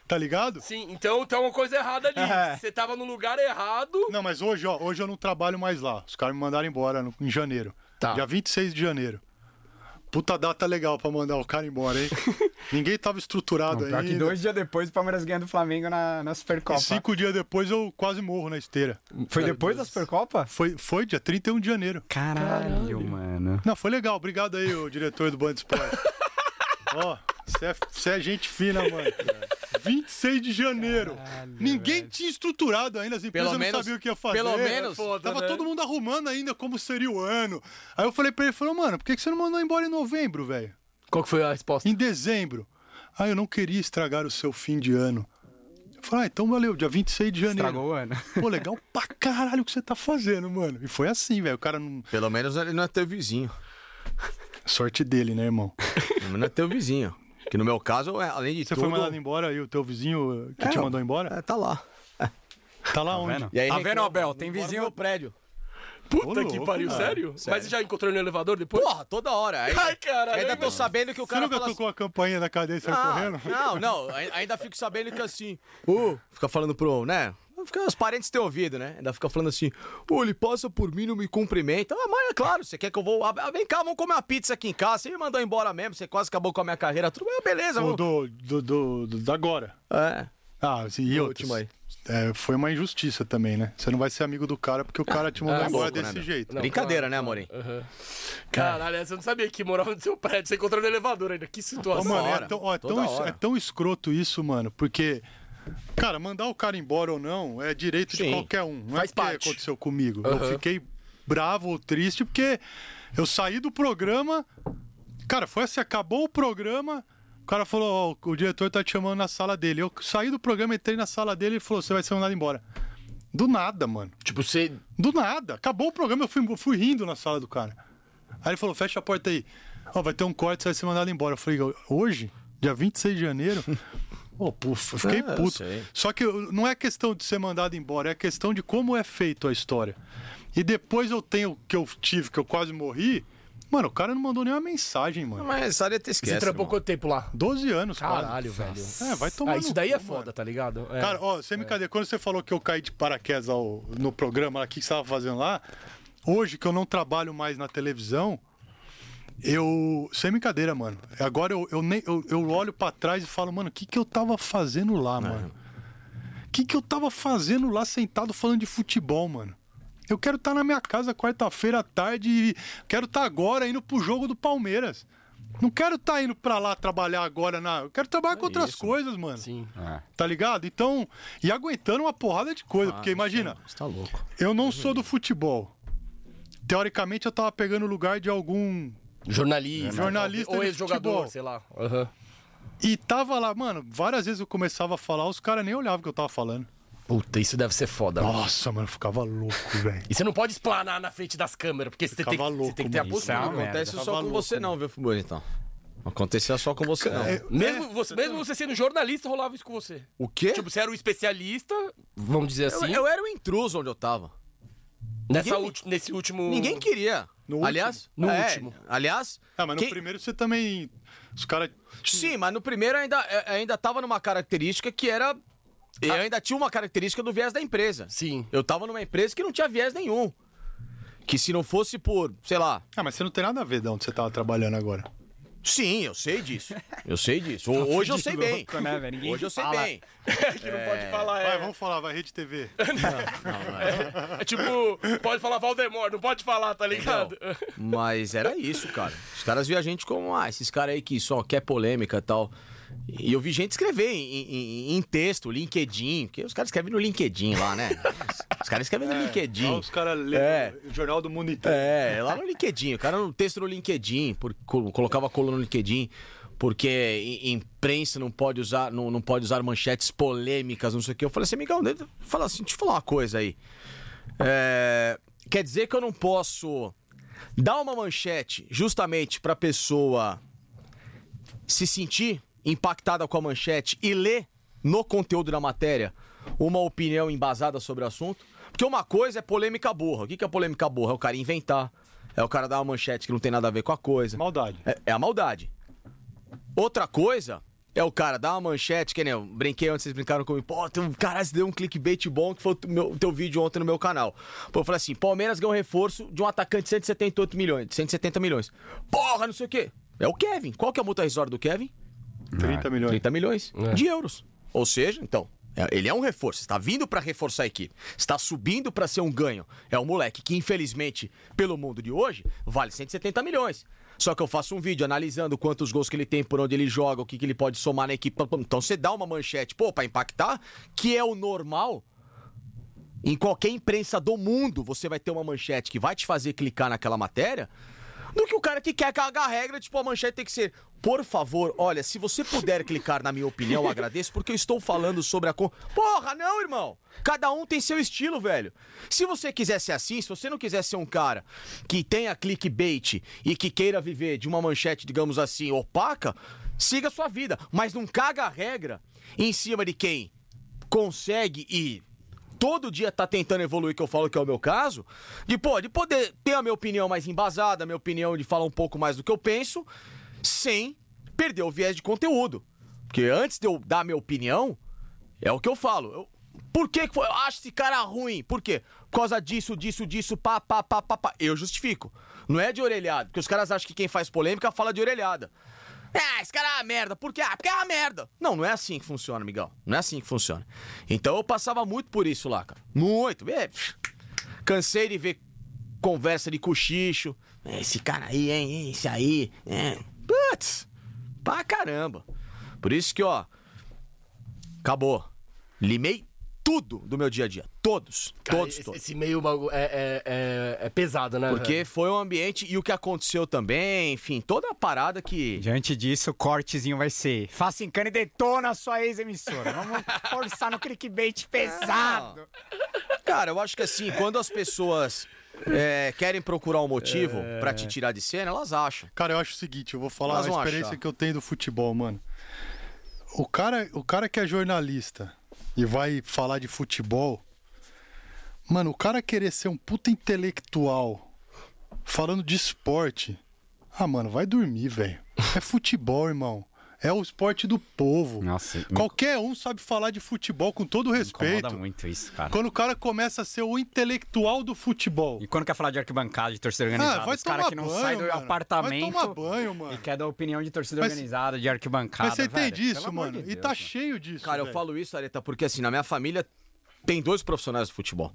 Speaker 2: tá ligado?
Speaker 1: Sim, então tem uma coisa errada ali.
Speaker 4: É.
Speaker 1: Você tava no lugar errado.
Speaker 2: Não, mas hoje, ó, hoje eu não trabalho mais lá. Os caras me mandaram embora no- em janeiro.
Speaker 1: Tá.
Speaker 2: Dia 26 de janeiro. Puta data legal pra mandar o cara embora, hein? Ninguém tava estruturado
Speaker 4: Pior que
Speaker 2: ainda.
Speaker 4: dois dias depois o Palmeiras ganha do Flamengo na, na Supercopa.
Speaker 2: E cinco dias depois eu quase morro na esteira.
Speaker 4: Foi depois da Supercopa?
Speaker 2: Foi, foi dia 31 de janeiro.
Speaker 4: Caralho, mano.
Speaker 2: Não, foi legal. Obrigado aí, o diretor do Band Esporte. Ó, você é, cê é gente fina, mano. 26 de janeiro. Ninguém tinha estruturado ainda, as empresas não
Speaker 5: menos-
Speaker 2: sabiam o que ia fazer.
Speaker 5: pelo menos-
Speaker 1: Foda,
Speaker 2: Tava
Speaker 1: né?
Speaker 2: todo mundo arrumando ainda como seria o ano. Aí eu falei pra ele, falou, mano, por que que você não mandou embora em novembro, velho?
Speaker 1: Qual que foi a resposta?
Speaker 2: Em dezembro. Ah, eu não queria estragar o seu fim de ano. Eu falei, ah, então valeu, dia 26 de janeiro.
Speaker 4: Estragou o ano.
Speaker 2: Pô, legal pra caralho o que você tá fazendo, mano. E foi assim, velho. O cara não.
Speaker 5: Pelo menos ele não é teu vizinho.
Speaker 2: Sorte dele, né, irmão?
Speaker 5: Pelo menos não é teu vizinho. Que no meu caso, é, além de
Speaker 2: Você
Speaker 5: tudo...
Speaker 2: foi mandado embora e o teu vizinho eh, que
Speaker 5: É,
Speaker 2: te mandou embora?
Speaker 5: É, tá lá.
Speaker 2: Tá lá onde?
Speaker 4: vendo?
Speaker 5: E aí,
Speaker 4: Tá vendo,
Speaker 5: reclama,
Speaker 4: Abel? Tem
Speaker 5: "Bora no
Speaker 4: vizinho-
Speaker 5: meu prédio.
Speaker 1: Puta
Speaker 2: Ô,
Speaker 1: que
Speaker 2: louco,
Speaker 1: pariu,
Speaker 2: cara.
Speaker 1: sério? Mas
Speaker 5: Sério.
Speaker 1: você já encontrou no elevador depois?
Speaker 5: Porra, toda hora. Aí,
Speaker 1: Ai, caralho,
Speaker 5: Ainda tô
Speaker 1: mano.
Speaker 5: sabendo que o
Speaker 2: Você
Speaker 5: cara
Speaker 2: nunca
Speaker 5: fala
Speaker 2: tocou a campainha da cadeia e saiu correndo?
Speaker 5: Ah, Não, não, ai- ainda fico sabendo que assim, ô, fica falando pro, né? Fica, os parentes têm ouvido, né? Ainda fica falando assim, ô, ele passa por mim, não me cumprimenta. Ah, mas é claro, você quer que eu vou. Ah, vem cá, vamos comer uma pizza aqui em casa. Você me mandou embora mesmo, você quase acabou com a minha carreira. Tudo bem, ah, beleza,
Speaker 2: Ou
Speaker 5: vamos.
Speaker 2: do, do, do, do- da agora?
Speaker 5: É.
Speaker 2: Ah, sim, e outros.
Speaker 5: último aí.
Speaker 2: É, foi uma injustiça também, né? Você não vai ser amigo do cara porque o cara te mandou
Speaker 1: Ah,
Speaker 2: embora
Speaker 5: louco, né,
Speaker 2: desse
Speaker 5: meu?
Speaker 2: jeito.
Speaker 5: Brincadeira, né, Amorim?
Speaker 1: Caralho, essa eu não sabia que morava no seu prédio. Você encontrou no elevador ainda. Que
Speaker 2: Ó,
Speaker 1: situação.
Speaker 2: mano, é
Speaker 5: hora,
Speaker 2: tão, ó, é
Speaker 5: toda
Speaker 2: tão es-
Speaker 5: hora.
Speaker 2: é tão escroto isso, mano, porque. Cara, mandar o cara embora ou não é direito de
Speaker 5: Sim,
Speaker 2: qualquer um. Não
Speaker 1: faz
Speaker 2: é porque
Speaker 1: parte.
Speaker 2: aconteceu comigo. Eu
Speaker 1: Aham.
Speaker 2: fiquei bravo ou triste porque eu saí do programa. Cara, foi assim: acabou o programa. O cara falou: Ó, o diretor tá te chamando na sala dele. Eu saí do programa, entrei na sala dele e falou: Você vai ser mandado embora. Do nada, mano.
Speaker 5: Tipo, você.
Speaker 2: Do nada. Acabou o programa, eu fui, eu fui rindo na sala do cara. Aí ele falou: fecha a porta aí. Ó, vai ter um corte, você vai ser mandado embora. Eu falei: hoje? Dia 26 de janeiro? Pô, pufa, eu fiquei
Speaker 5: Ah, eu
Speaker 2: puto.
Speaker 5: sei.
Speaker 2: Só que eu- não é questão de ser mandado embora, é questão de como é feito a história. E depois eu tenho o que eu tive, que eu quase morri. Mano, o cara não mandou nenhuma mensagem, mano.
Speaker 5: Mas essa área te esquece.
Speaker 1: Você trampou
Speaker 5: irmão.
Speaker 1: quanto tempo lá?
Speaker 2: 12 anos, cara.
Speaker 1: Caralho, velho.
Speaker 2: É, vai tomar.
Speaker 1: Ah,
Speaker 2: no
Speaker 1: isso daí
Speaker 2: cu,
Speaker 1: é foda, tá ligado? É.
Speaker 2: Cara, ó, sem brincadeira, quando você falou que eu caí de paraquedas ao- no programa aqui que você estava fazendo lá, hoje que eu não trabalho mais na televisão, eu. Sem brincadeira, mano. Agora eu, eu, nem, eu, eu olho pra trás e falo, mano, o que, que eu tava fazendo lá,
Speaker 1: É.
Speaker 2: mano? O que, que eu tava fazendo lá sentado falando de futebol, mano? Eu quero estar na minha casa quarta-feira à tarde e quero estar agora indo pro jogo do Palmeiras. Não quero estar indo pra lá trabalhar agora, na... eu quero trabalhar com outras coisas, mano.
Speaker 1: É Sim.
Speaker 2: Tá ligado? Então, e aguentando uma porrada de coisa, porque imagina,
Speaker 5: Você tá louco.
Speaker 2: eu não sou do futebol. Teoricamente eu tava pegando o lugar de algum
Speaker 1: Jornalista.
Speaker 2: Jornalista
Speaker 1: Ou
Speaker 2: de
Speaker 1: ex-jogador,
Speaker 2: futebol.
Speaker 1: sei lá. Aham.
Speaker 2: e tava lá, mano, várias vezes eu começava a falar, os caras nem olhavam o que eu tava falando.
Speaker 1: Puta, isso deve ser foda. mano.
Speaker 2: Nossa, mano, eu ficava louco, velho.
Speaker 1: E você não pode esplanar na frente das câmeras, porque você tem,
Speaker 2: Ficava
Speaker 1: que- você
Speaker 2: louco,
Speaker 1: tem que ter a
Speaker 2: mano.
Speaker 1: postura.
Speaker 4: Isso é uma
Speaker 5: Não
Speaker 4: merda.
Speaker 5: acontece
Speaker 2: Tava
Speaker 5: só com
Speaker 2: louco,
Speaker 5: você, não, viu, Bonitão? Não acontecia só com você, não.
Speaker 2: É.
Speaker 1: Mesmo, você, mesmo você sendo jornalista, rolava isso com você.
Speaker 5: O quê?
Speaker 1: Tipo, você era o especialista, vamos dizer
Speaker 5: eu,
Speaker 1: assim,
Speaker 5: eu era um intruso onde eu tava.
Speaker 1: nessa
Speaker 5: ninguém-
Speaker 1: ulti- nesse último...
Speaker 5: Ninguém queria.
Speaker 2: No
Speaker 5: aliás,
Speaker 1: último. No
Speaker 5: é,
Speaker 1: último.
Speaker 5: Aliás.
Speaker 2: Ah, mas no
Speaker 5: quem-
Speaker 2: primeiro você também os caras
Speaker 5: Sim, mas no primeiro ainda, eh, ainda tava numa característica que era. Eu ainda tinha uma característica do viés da empresa.
Speaker 1: Sim.
Speaker 5: Eu tava numa empresa que não tinha viés nenhum. Que se não fosse por, sei lá.
Speaker 2: Ah, mas você não tem nada a ver de onde você tava trabalhando agora.
Speaker 5: Sim, eu sei disso. Eu sei
Speaker 1: Tá
Speaker 5: disso. Ho- Hoje eu sei bem.
Speaker 4: né, velho? Ninguém
Speaker 5: Hoje eu sei
Speaker 4: fala.
Speaker 5: bem.
Speaker 2: É.
Speaker 5: é.
Speaker 2: Vai, vamos falar, vai Rede TV.
Speaker 1: É tipo, pode falar Valdemar, não pode falar, tá ligado?
Speaker 5: Mas era isso, cara. Os caras viam a gente como, ah, esses caras aí que só quer polêmica e tal. E eu vi gente escrever em, em- em texto, LinkedIn, porque os caras escrevem no LinkedIn lá, né? Os caras escrevem no
Speaker 2: Lá
Speaker 5: LinkedIn.
Speaker 2: É, os caras lê
Speaker 5: É.
Speaker 2: o jornal do mundo inteiro.
Speaker 5: É, é lá no LinkedIn. O cara no texto no LinkedIn, por, col- colocava a coluna no LinkedIn, porque i- imprensa não pode usar, não, não pode usar manchetes polêmicas, não sei o quê. Eu falei assim, amigão, deixa- fala assim, deixa eu falar uma coisa aí. É, quer dizer que eu não posso dar uma manchete justamente pra pessoa se sentir impactada com a manchete e ler no conteúdo da matéria uma opinião embasada sobre o assunto? Porque uma coisa é polêmica burra. O que que é polêmica burra? É o cara inventar, é o cara dar uma manchete que não tem nada a ver com a coisa.
Speaker 2: Maldade.
Speaker 5: É, é a maldade. Outra coisa é o cara dar uma manchete, que nem eu brinquei antes, vocês brincaram comigo. Pô, tem um, caralho, você deu um clickbait bom que foi o teu- meu- teu vídeo ontem no meu canal. Pô, eu falei assim: Palmeiras ganhou reforço de um atacante de 178 milhões, de 170 milhões. Porra, não sei o quê. É o Kevin. Qual que é a multa rescisória do Kevin?
Speaker 2: 30 milhões.
Speaker 5: 30 milhões de euros. Ou seja, então, é- ele é um reforço, está vindo para reforçar a equipe, está subindo para ser um ganho. É um moleque que, infelizmente, pelo mundo de hoje, vale 170 milhões. Só que eu faço um vídeo analisando quantos gols que ele tem, por onde ele joga, o que, que ele pode somar na equipe. pam, pam. Então você dá uma manchete, pô, para impactar, que é o normal. Em qualquer imprensa do mundo, você vai ter uma manchete que vai te fazer clicar naquela matéria, do que o cara que quer cagar a regra, tipo, a manchete tem que ser. Por favor, olha, se você puder clicar na minha opinião, eu agradeço, porque eu estou falando sobre a. con-" Porra, não, irmão! Cada um tem seu estilo, velho. Se você quiser ser assim, se você não quiser ser um cara que tenha clickbait e que queira viver de uma manchete, digamos assim, opaca, siga a sua vida. Mas não caga a regra em cima de quem consegue e todo dia tá tentando evoluir, que eu falo que é o meu caso, de, pô, de poder ter a minha opinião mais embasada, a minha opinião de falar um pouco mais do que eu penso, sem perder o viés de conteúdo. Porque antes de eu dar a minha opinião, é o que eu falo. Eu- por que, que foi? Eu acho esse cara ruim. Por quê? Por causa disso, disso, disso, pá, pá, pá, pá, pá. Eu justifico. Não é de orelhada, porque os caras acham que quem faz polêmica fala de orelhada. Ah, esse cara é uma merda. Por quê? Ah, porque é uma merda. Não, não é assim que funciona, amigão. Não é assim que funciona. Então eu passava muito por isso lá, cara. Muito. É, pff. Cansei de ver conversa de cochicho. É, Esse cara aí, hein? Esse aí. É. Putz, pra caramba. Por isso que, ó, acabou. Limei tudo do meu dia a dia. Todos. todos,
Speaker 1: esse,
Speaker 5: todos.
Speaker 1: esse meio bagu- é, é, é- é pesado, né?
Speaker 5: Porque foi um ambiente e o que aconteceu também, enfim, toda a parada que.
Speaker 4: Diante disso, o cortezinho vai ser. Faça encana e detona a sua ex-emissora. Vamos forçar no clickbait pesado.
Speaker 5: Cara, eu acho que assim, quando as pessoas é, querem procurar um motivo pra te tirar de cena, elas acham.
Speaker 2: Cara, eu acho o seguinte, eu vou falar
Speaker 5: Nós
Speaker 2: a
Speaker 5: vamos
Speaker 2: experiência
Speaker 5: achar.
Speaker 2: que eu tenho do futebol, mano. O cara, o cara que é jornalista e vai falar de futebol, mano, o cara querer ser um puta intelectual falando de esporte. Ah, mano, vai dormir, velho. É futebol, irmão. É o esporte do povo.
Speaker 4: Nossa, me
Speaker 2: Qualquer um sabe falar de futebol com todo
Speaker 4: incomoda
Speaker 2: respeito.
Speaker 4: muito isso, cara.
Speaker 2: Quando o cara começa a ser o intelectual do futebol.
Speaker 4: E quando quer falar de arquibancada, de torcida organizada,
Speaker 2: Ah, vai
Speaker 4: os
Speaker 2: tomar
Speaker 4: caras que não
Speaker 2: banho,
Speaker 4: saem do
Speaker 2: mano.
Speaker 4: apartamento
Speaker 2: Vai tomar banho, mano.
Speaker 4: e quer dar opinião de torcida
Speaker 2: Mas-
Speaker 4: organizada, de arquibancada.
Speaker 2: Mas você
Speaker 4: velho.
Speaker 2: entende isso,
Speaker 4: Pelo amor
Speaker 2: mano?
Speaker 4: de
Speaker 2: e
Speaker 4: Deus,
Speaker 2: tá
Speaker 4: mano.
Speaker 2: cheio disso.
Speaker 5: Cara, eu
Speaker 2: velho.
Speaker 5: falo isso, Areta, porque assim, na minha família tem dois profissionais de futebol.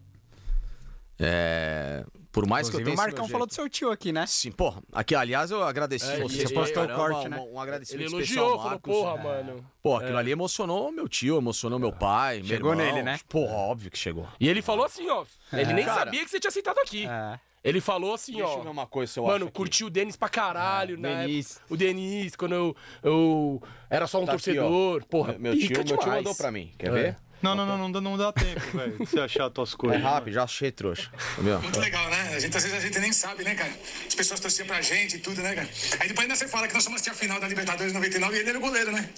Speaker 5: É. Por mais que eu
Speaker 4: Inclusive,
Speaker 5: tenha.
Speaker 4: o Marcão falou do seu tio aqui, né?
Speaker 5: Sim, porra. Aqui, aliás, eu agradeci
Speaker 1: É,
Speaker 5: vocês
Speaker 1: ele
Speaker 5: pra
Speaker 1: postou o
Speaker 5: caramba,
Speaker 4: corte, né?
Speaker 5: um, um agradecimento
Speaker 1: Ele
Speaker 5: especial
Speaker 1: elogiou,
Speaker 5: ao
Speaker 1: falou,
Speaker 5: Marcos. é.
Speaker 1: porra, mano.
Speaker 5: Pô, aquilo ali emocionou meu tio, emocionou meu pai, meu
Speaker 4: Chegou
Speaker 5: irmão.
Speaker 4: nele, né?
Speaker 5: Pô, óbvio que chegou.
Speaker 1: E ele falou assim, ó. Ele nem
Speaker 5: É. Cara.
Speaker 1: sabia que você tinha sentado aqui.
Speaker 4: É.
Speaker 1: Ele falou assim, ó.
Speaker 5: uma coisa, seu
Speaker 1: Mano, curti o Denis pra
Speaker 5: É,
Speaker 1: caralho, né?
Speaker 4: Denis.
Speaker 1: O Denis, quando eu, eu era só um
Speaker 5: Tá aqui,
Speaker 1: torcedor. porra,
Speaker 5: Meu
Speaker 1: pica
Speaker 5: tio, meu
Speaker 1: demais.
Speaker 5: tio mandou pra mim, quer ver?
Speaker 2: Não, não, não, não, dá- não dá tempo, velho, de você achar as tuas
Speaker 5: É
Speaker 2: coisas.
Speaker 5: rápido, já achei trouxa. Entendeu?
Speaker 10: Muito legal, né? A gente, às vezes a gente nem sabe, né, cara? As pessoas torciam pra gente e tudo, né, cara? Aí depois ainda você fala que nós somos a final da Libertadores 99 e ele era o goleiro, né?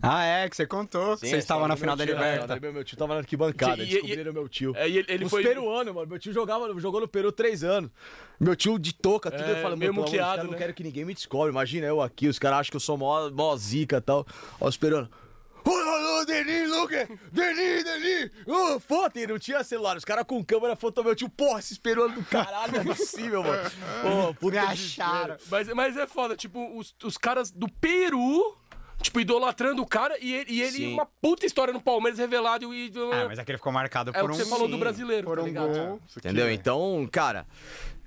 Speaker 4: Ah, é, que você contou que você estava na final é da Liberta.
Speaker 3: É, Meu, meu tio tava na arquibancada,
Speaker 1: E- e-
Speaker 3: descobriram meu tio.
Speaker 1: É, e ele, ele
Speaker 3: Os
Speaker 1: foi.
Speaker 3: peruanos, mano. Meu tio jogava, jogou no Peru três anos. Meu tio de touca, tudo.
Speaker 1: É,
Speaker 3: eu falo,
Speaker 1: meio
Speaker 3: meu, pelo amor de
Speaker 1: muqueado,
Speaker 3: Deus, eu
Speaker 1: né?
Speaker 3: não quero que ninguém me descobre. Imagina eu aqui, os caras acham que eu sou mó, mó zica e tal. Ó, os peruanos. Ô, ô, ô, Denis, Lucas! Denis, Denis! Ô, foto! E não tinha celular, os caras com câmera foto meu tio, porra, esses peruanos do caralho, não é possível, mano. Ô, puta
Speaker 4: Me acharam.
Speaker 1: Mas, mas é foda, tipo, os, os caras do Peru. Tipo, idolatrando o cara e ele, e ele
Speaker 5: Sim.
Speaker 1: uma puta história no Palmeiras revelado e.
Speaker 4: Ah, mas aquele ficou marcado
Speaker 1: É
Speaker 4: por
Speaker 1: o que
Speaker 4: um...
Speaker 1: você falou do
Speaker 4: Sim.
Speaker 1: brasileiro.
Speaker 4: Por
Speaker 1: tá
Speaker 4: um
Speaker 1: ligado?
Speaker 4: gol.
Speaker 5: Entendeu? Então, cara.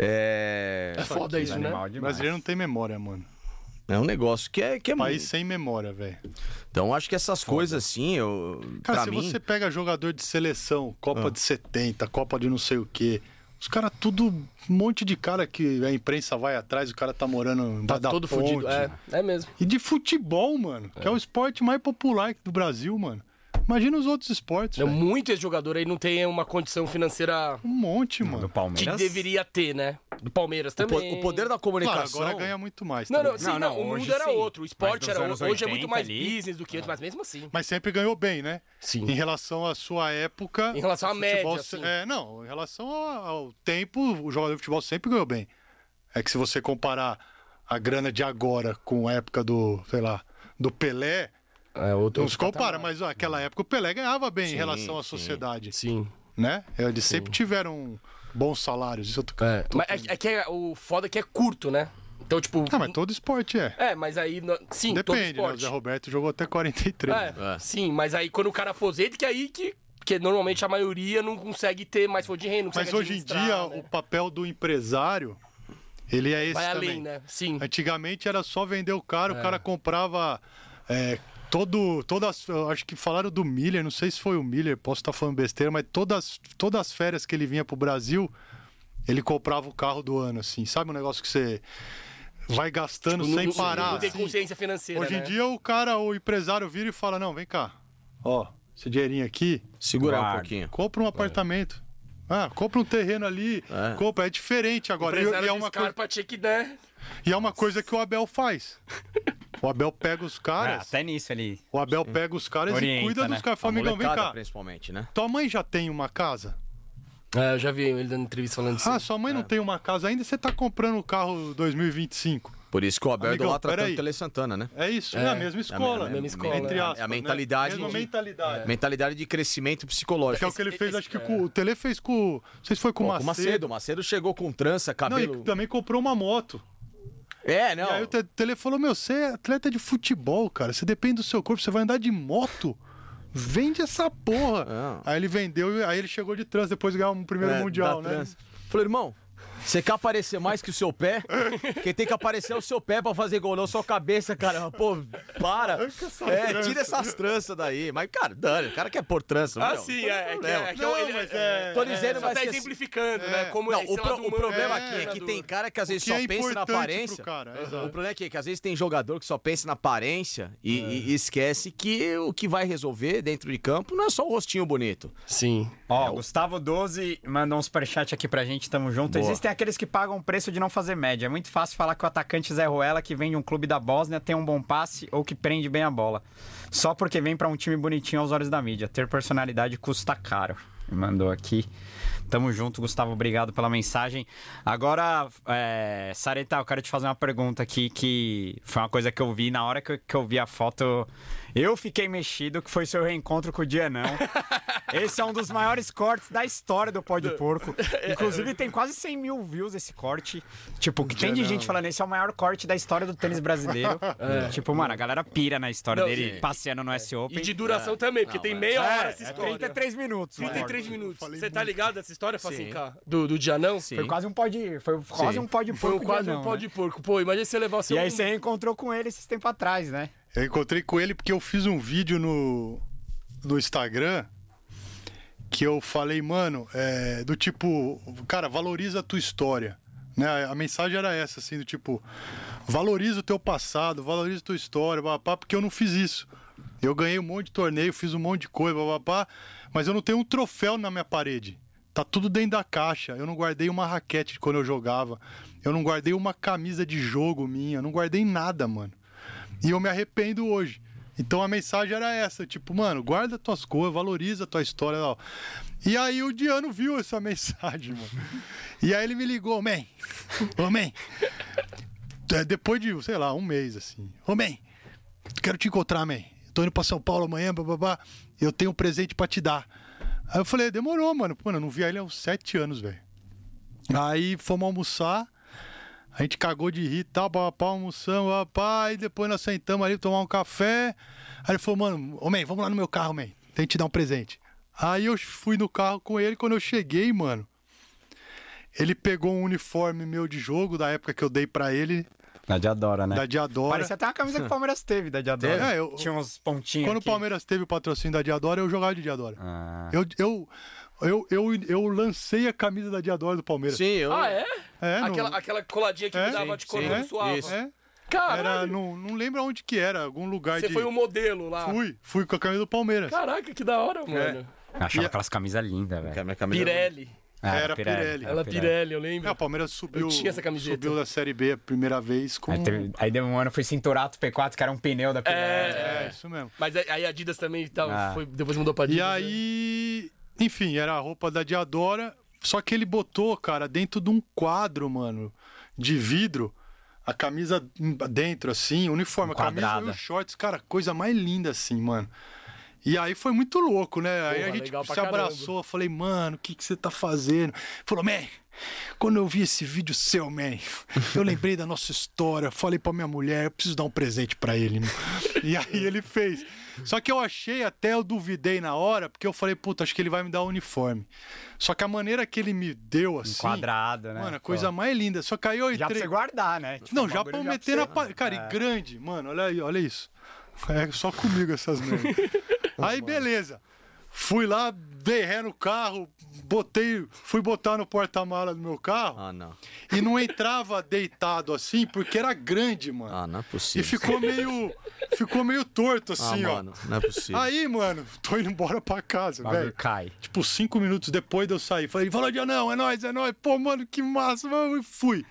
Speaker 5: É.
Speaker 1: É foda isso, né?
Speaker 4: Animal
Speaker 2: O
Speaker 4: demais.
Speaker 2: brasileiro não tem memória, mano.
Speaker 5: É um negócio que é, que é
Speaker 2: País
Speaker 5: muito.
Speaker 2: sem memória, velho.
Speaker 5: Então, acho que essas coisas, assim, eu.
Speaker 2: Cara,
Speaker 5: pra
Speaker 2: se
Speaker 5: mim.
Speaker 2: você pega jogador de seleção, Copa de 70, Copa de não sei o quê, os caras tudo, um monte de cara que a imprensa vai atrás, o cara tá morando em
Speaker 1: Tá todo fudido. É, é mesmo.
Speaker 2: E de futebol, mano, que é o esporte mais popular do Brasil, mano. Imagina os outros esportes,
Speaker 1: É
Speaker 2: velho.
Speaker 1: muito esse jogador aí não tem uma condição financeira
Speaker 2: Um monte, mano.
Speaker 4: Do
Speaker 1: que
Speaker 4: Palmeiras.
Speaker 1: deveria ter, né? Do Palmeiras
Speaker 5: O po-
Speaker 1: também.
Speaker 5: o poder da
Speaker 2: Claro,
Speaker 5: comunicação.
Speaker 2: agora ganha muito mais.
Speaker 1: Não,
Speaker 2: tá
Speaker 1: não,
Speaker 2: ligado?
Speaker 1: sim,
Speaker 4: Não,
Speaker 1: não,
Speaker 4: não,
Speaker 1: o mundo
Speaker 4: hoje
Speaker 1: era
Speaker 4: sim.
Speaker 1: outro, o
Speaker 4: Mas
Speaker 1: esporte
Speaker 4: nos
Speaker 1: era
Speaker 4: anos
Speaker 1: outro. Hoje é
Speaker 4: 80
Speaker 1: muito mais
Speaker 4: ali. é.
Speaker 1: business do que antes, mas mesmo assim.
Speaker 2: Mas sempre ganhou bem, né?
Speaker 1: Sim.
Speaker 2: Em relação à sua época.
Speaker 1: Em relação à
Speaker 2: o futebol
Speaker 1: média,
Speaker 2: se-
Speaker 1: assim.
Speaker 2: É, não. Em relação ao ao tempo, o jogador de futebol sempre ganhou bem. É que se você comparar a grana de agora com a época do, sei lá, do Pelé,
Speaker 1: É,
Speaker 2: não se compara, mas ó, aquela época o Pelé ganhava bem em relação à sociedade,
Speaker 1: Sim.
Speaker 2: né? Eles sempre tiveram um bons salários. Isso eu tô...
Speaker 1: É. Mas é, é que é- o foda é que é curto, né? Então, tipo.
Speaker 2: Ah, mas todo esporte é.
Speaker 1: É, mas aí. no- Sim, todo
Speaker 2: Depende, né? O
Speaker 1: esporte.
Speaker 2: Zé Roberto jogou até 43. né?
Speaker 1: É, Sim, mas aí quando o cara aposenta, que aí que. Porque normalmente a maioria não consegue ter mais fonte de renda. não
Speaker 2: Mas
Speaker 1: consegue
Speaker 2: hoje em
Speaker 1: administrar,
Speaker 2: dia,
Speaker 1: né?
Speaker 2: o papel do empresário, ele é esse
Speaker 1: Vai
Speaker 2: também.
Speaker 1: além, né? Sim.
Speaker 2: Antigamente era só vender o cara, o cara comprava é, todo, todas, eu acho que falaram do Miller, não sei se foi o Miller, posso estar falando besteira, mas todas, todas as férias que ele vinha pro Brasil, ele comprava o carro do ano, assim, sabe um negócio que você vai gastando
Speaker 1: Não-
Speaker 2: sem
Speaker 1: não-
Speaker 2: parar.
Speaker 1: Não tem
Speaker 2: assim.
Speaker 1: consciência financeira.
Speaker 2: Hoje em
Speaker 1: né?
Speaker 2: dia o cara, o empresário vira e fala, não, vem cá, ó, esse dinheirinho aqui,
Speaker 5: Segurar um
Speaker 4: Guarda.
Speaker 5: pouquinho.
Speaker 2: compra um apartamento. Ah, compra um terreno ali,
Speaker 5: É.
Speaker 2: compra, é diferente agora. E, e é uma coisa,
Speaker 1: Scarpa tinha que dar.
Speaker 2: e é uma coisa que o Abel faz. O Abel pega os
Speaker 4: Ah,
Speaker 2: caras,
Speaker 4: até nisso ele
Speaker 2: o Abel pega os caras
Speaker 4: Orienta,
Speaker 2: e cuida
Speaker 4: né?
Speaker 2: dos caras.
Speaker 5: A
Speaker 2: Famigão, vem
Speaker 5: molecada,
Speaker 2: cá.
Speaker 5: Principalmente, né?
Speaker 2: Tua mãe já tem uma casa?
Speaker 1: É, eu já vi ele dando entrevista falando isso.
Speaker 2: Ah, sua mãe não tem uma casa ainda, você tá comprando o carro 2025.
Speaker 5: Por isso que o Abel
Speaker 2: Amigão,
Speaker 5: idolatra tanto
Speaker 2: peraí.
Speaker 5: o Tele Santana, né?
Speaker 2: É isso, é, a mesma escola.
Speaker 5: é a
Speaker 1: mesma escola,
Speaker 2: Entre
Speaker 1: é.
Speaker 2: aspas,
Speaker 5: É a
Speaker 2: né?
Speaker 5: mentalidade
Speaker 2: Mesma
Speaker 5: de- É.
Speaker 2: mentalidade.
Speaker 5: Mentalidade de crescimento
Speaker 2: Que
Speaker 5: psicológico.
Speaker 2: é o que ele fez, acho que com, o Tele fez com. Não sei se foi com o
Speaker 5: Pô, com
Speaker 2: Macedo.
Speaker 5: o Macedo. O Macedo chegou com trança,
Speaker 2: Não,
Speaker 5: cabelo.
Speaker 2: ele também comprou uma moto.
Speaker 5: É, não.
Speaker 2: E aí o Te- Tele falou: Meu, você é atleta de futebol, cara. Você depende do seu corpo, você vai andar de moto. Vende essa porra.
Speaker 5: Não.
Speaker 2: Aí ele vendeu, e aí ele chegou de trans depois de ganhar o primeiro
Speaker 5: É,
Speaker 2: mundial,
Speaker 5: da
Speaker 2: né?
Speaker 5: trança. Falei, irmão,
Speaker 3: Você quer aparecer mais que o seu pé? Quem tem que aparecer é o seu pé pra fazer gol, não sua cabeça, cara. Pô, para.
Speaker 5: É, tira essas tranças daí. Mas, cara, dane, o cara quer pôr trança.
Speaker 1: Ah,
Speaker 5: meu,
Speaker 1: sim,
Speaker 5: não tem
Speaker 1: é, é que,
Speaker 5: problema.
Speaker 1: é que eu- ele,
Speaker 2: é,
Speaker 3: Tô dizendo,
Speaker 1: só
Speaker 3: mas
Speaker 1: tá
Speaker 3: que-
Speaker 1: exemplificando, né? Como
Speaker 5: Não,
Speaker 1: esse
Speaker 5: o, pro-
Speaker 1: lado
Speaker 5: o
Speaker 1: humano,
Speaker 5: problema
Speaker 1: né,
Speaker 5: aqui é que
Speaker 1: do-
Speaker 5: tem cara que às vezes
Speaker 2: que
Speaker 5: só
Speaker 2: é
Speaker 5: pensa na
Speaker 2: importante pro
Speaker 5: aparência.
Speaker 2: cara,
Speaker 5: É,
Speaker 2: exato.
Speaker 5: O problema é que, que às vezes tem jogador que só pensa na aparência e, e- e esquece que o que vai resolver dentro de campo não é só o rostinho bonito.
Speaker 1: Sim.
Speaker 4: Ó, É, Gustavo 12 mandou um superchat aqui pra gente, tamo junto.
Speaker 5: Boa.
Speaker 4: Existem aqueles que pagam o preço de não fazer média. É muito fácil falar que o atacante Zé Ruela, que vem de um clube da Bósnia, tem um bom passe ou que prende bem a bola. Só porque vem pra um time bonitinho aos olhos da mídia. Ter personalidade custa caro. Mandou aqui. Tamo junto, Gustavo. Obrigado pela mensagem. Agora, é, Sareta, eu quero te fazer uma pergunta aqui que foi uma coisa que eu vi. Na hora que eu, que eu vi a foto, eu fiquei mexido, que foi seu reencontro com o Dianão. Esse é um dos maiores cortes da história do Pó de Porco.
Speaker 1: É,
Speaker 4: Inclusive, tem quase 100 mil views esse corte. Tipo, que tem de gente falando, esse é o maior corte da história do tênis brasileiro. Tipo, mano, a galera pira na história
Speaker 1: Não,
Speaker 4: dele
Speaker 1: sim.
Speaker 4: passeando no É, S-Open.
Speaker 1: E de duração também, porque tem meia hora essa história.
Speaker 4: 33 minutos. mano.
Speaker 1: 33 minutos. Você tá ligado dessa história, Facinca?
Speaker 5: Sim.
Speaker 1: Do, do Dianão? Sim.
Speaker 4: Foi quase um pó de. Foi quase
Speaker 5: Sim.
Speaker 4: um pó de
Speaker 1: Foi
Speaker 4: porco
Speaker 1: quase
Speaker 4: de
Speaker 1: um
Speaker 4: anão,
Speaker 1: pau
Speaker 4: né?
Speaker 1: de um porco. Pô, imagina se você levar seu.
Speaker 4: E aí você encontrou com ele esses tempos atrás, né?
Speaker 2: Eu encontrei com ele porque eu fiz um vídeo no, no Instagram que eu falei, mano, é, do tipo, cara, valoriza a tua história. Né? A mensagem era essa, assim, do tipo, valoriza o teu passado, valoriza a tua história, babá, porque eu não fiz isso. Eu ganhei um monte de torneio, fiz um monte de coisa, babá, mas eu não tenho um troféu na minha parede. Tá tudo dentro da caixa. Eu não guardei uma raquete de quando eu jogava. Eu não guardei uma camisa de jogo minha. Eu não guardei nada, mano. E eu me arrependo hoje. Então a mensagem era essa, tipo, mano, guarda tuas coisas, valoriza tua história. Ó. E aí o Diano viu essa mensagem, mano. E aí ele me ligou, man, ô man, É, depois de, sei lá, um mês assim, ô man, quero te encontrar, man, tô indo pra São Paulo amanhã, bababá, eu tenho um presente pra te dar. Aí eu falei, demorou, mano, mano, eu não vi ele há uns sete anos, velho. Aí fomos almoçar, a gente cagou de rir e tal, papapá, almoçamos, papapá, e depois nós sentamos ali tomar um café. Aí ele falou, mano, ô man, vamos lá no meu carro, man, tem que te dar um presente. Aí eu fui no carro com ele, quando eu cheguei, mano, ele pegou um uniforme meu de jogo, da época que eu dei pra ele,
Speaker 4: Da Diadora, né?
Speaker 2: da Diadora.
Speaker 4: Parecia até uma camisa que o Palmeiras teve da Diadora.
Speaker 1: Ah,
Speaker 2: É, eu-
Speaker 4: Tinha uns pontinhos.
Speaker 2: Quando
Speaker 4: aqui.
Speaker 2: o Palmeiras teve o patrocínio da Diadora, eu jogava de Diadora. Eu, eu, eu, eu, eu lancei a camisa da Diadora do Palmeiras.
Speaker 5: Sim, eu.
Speaker 1: Ah, é?
Speaker 2: É, não-
Speaker 1: aquela, aquela coladinha que
Speaker 2: É?
Speaker 1: me dava
Speaker 2: Sim,
Speaker 1: de cor
Speaker 5: sim.
Speaker 1: quando
Speaker 2: É?
Speaker 1: suava.
Speaker 5: Isso.
Speaker 2: É? Era,
Speaker 1: Caralho,
Speaker 2: não, não lembro onde que era, algum lugar
Speaker 1: você
Speaker 2: de...
Speaker 1: foi o modelo lá.
Speaker 2: Fui, fui com a camisa do Palmeiras.
Speaker 1: Caraca, que da hora, mano.
Speaker 4: Eu Achava aquelas camisas lindas,
Speaker 5: Cara,
Speaker 4: velho.
Speaker 5: minha camisa-
Speaker 1: Pirelli.
Speaker 4: Ah,
Speaker 2: Era Pirelli.
Speaker 1: Ela é Pirelli, eu
Speaker 2: É, o
Speaker 1: lembro.
Speaker 2: Palmeiras subiu,
Speaker 1: Eu tinha essa camiseta.
Speaker 2: subiu da Série B a primeira vez com...
Speaker 4: Aí, teve, aí deu um ano, foi Cinturato P4, que era um pneu da Pirelli.
Speaker 2: É,
Speaker 1: É.
Speaker 2: isso mesmo.
Speaker 1: Mas aí a Adidas também tava,
Speaker 4: Ah.
Speaker 1: foi, depois mudou pra
Speaker 2: E
Speaker 1: Adidas. né?
Speaker 2: aí, enfim, era a roupa da Diadora, só que ele botou, cara, dentro de um quadro, mano, de vidro, a camisa dentro, assim, uniforme, a camisa e
Speaker 4: Quadrada.
Speaker 2: os shorts, cara, coisa mais linda, assim, mano. E aí foi muito louco, né? aí a
Speaker 1: Porra,
Speaker 2: gente
Speaker 1: legal pra
Speaker 2: se abraçou, eu falei, mano, o que, que você tá fazendo? Falou, man, quando eu vi esse vídeo seu, man, eu lembrei da nossa história, falei pra minha mulher, eu preciso dar um presente pra ele. né? e aí ele fez. Só que eu achei, até eu duvidei na hora, porque eu falei, puta, acho que ele vai me dar um uniforme. Só que a maneira que ele me deu, assim...
Speaker 4: Quadrado, né?
Speaker 2: Mano, a coisa mais linda. Só que aí eu
Speaker 4: Já pra
Speaker 2: entrei...
Speaker 4: você guardar, né? Tipo,
Speaker 2: Não,
Speaker 4: o
Speaker 2: já
Speaker 4: bagulho
Speaker 2: pra eu meter na parede. Cara,
Speaker 4: É.
Speaker 2: e grande, mano, olha aí, olha isso. É só comigo essas merdas. aí, beleza. Fui lá, dei ré no carro, botei, fui botar no porta-mala do meu carro
Speaker 5: Ah, não.
Speaker 2: e não entrava deitado assim porque era grande, mano.
Speaker 5: Ah, não é
Speaker 2: e
Speaker 5: possível.
Speaker 2: ficou meio, ficou meio torto
Speaker 5: Ah,
Speaker 2: assim, ó.
Speaker 5: mano, não é possível.
Speaker 2: Aí, mano, tô indo embora pra casa,
Speaker 4: O bagulho
Speaker 2: velho.
Speaker 4: cai.
Speaker 2: Tipo, cinco minutos depois de eu sair. Falei, falou de anão, é nóis, é nóis. Pô, mano, que massa, mano. E fui.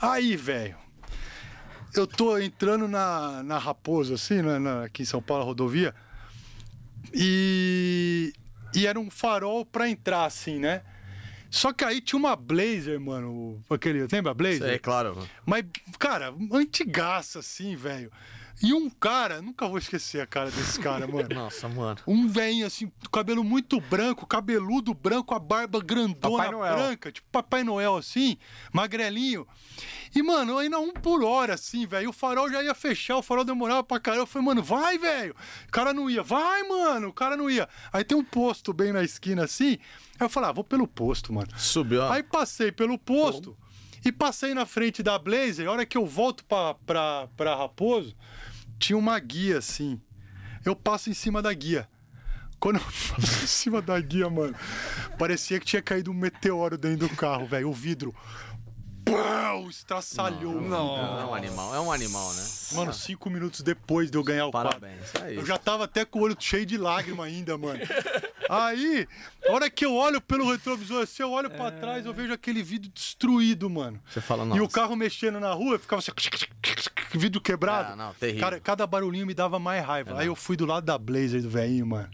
Speaker 2: Aí, velho. Eu tô entrando na, na Raposo, assim, né, na- aqui em São Paulo, a rodovia. E. E era um farol pra entrar, assim, né? Só que aí tinha uma Blazer, mano. Aquele, lembra a Blazer?
Speaker 5: É claro. mano.
Speaker 2: Mas, cara, antigaça, assim, velho. E um cara, nunca vou esquecer a cara desse cara, mano.
Speaker 5: Nossa, mano.
Speaker 2: Um velho, assim, cabelo muito branco, cabeludo branco, a barba grandona
Speaker 4: Papai Noel.
Speaker 2: branca, tipo Papai Noel, assim, magrelinho. E, mano, ainda um por hora, assim, velho. O farol já ia fechar, o farol demorava pra caramba. Eu falei, mano, vai, velho. O cara não ia, vai, mano, o cara não ia. Aí tem um posto bem na esquina, assim. Aí eu falei, ah, vou pelo posto, mano.
Speaker 5: Subiu, ó.
Speaker 2: Aí passei pelo posto. E passei na frente da Blazer, a hora que eu volto pra, pra, pra Raposo, tinha uma guia assim. Eu passo em cima da guia. Quando eu passo em cima da guia, mano, parecia que tinha caído um meteoro dentro do carro, velho. O vidro. Pau! Estraçalhou. o vidro.
Speaker 5: É um animal, é um animal, né?
Speaker 2: Mano, cinco minutos depois de eu ganhar o
Speaker 5: Parabéns,
Speaker 2: quadro.
Speaker 5: é isso.
Speaker 2: eu já tava até com o olho cheio de lágrima ainda, mano. Aí, a hora que eu olho pelo retrovisor, se eu olho pra trás, eu vejo aquele vidro destruído, mano.
Speaker 5: Você fala,
Speaker 2: E
Speaker 5: nossa.
Speaker 2: o carro mexendo na rua, ficava assim, vidro quebrado.
Speaker 5: Ah, não, terrível. É,
Speaker 2: Cara, cada barulhinho me dava mais raiva. Aí eu fui do lado da Blazer do velhinho, mano.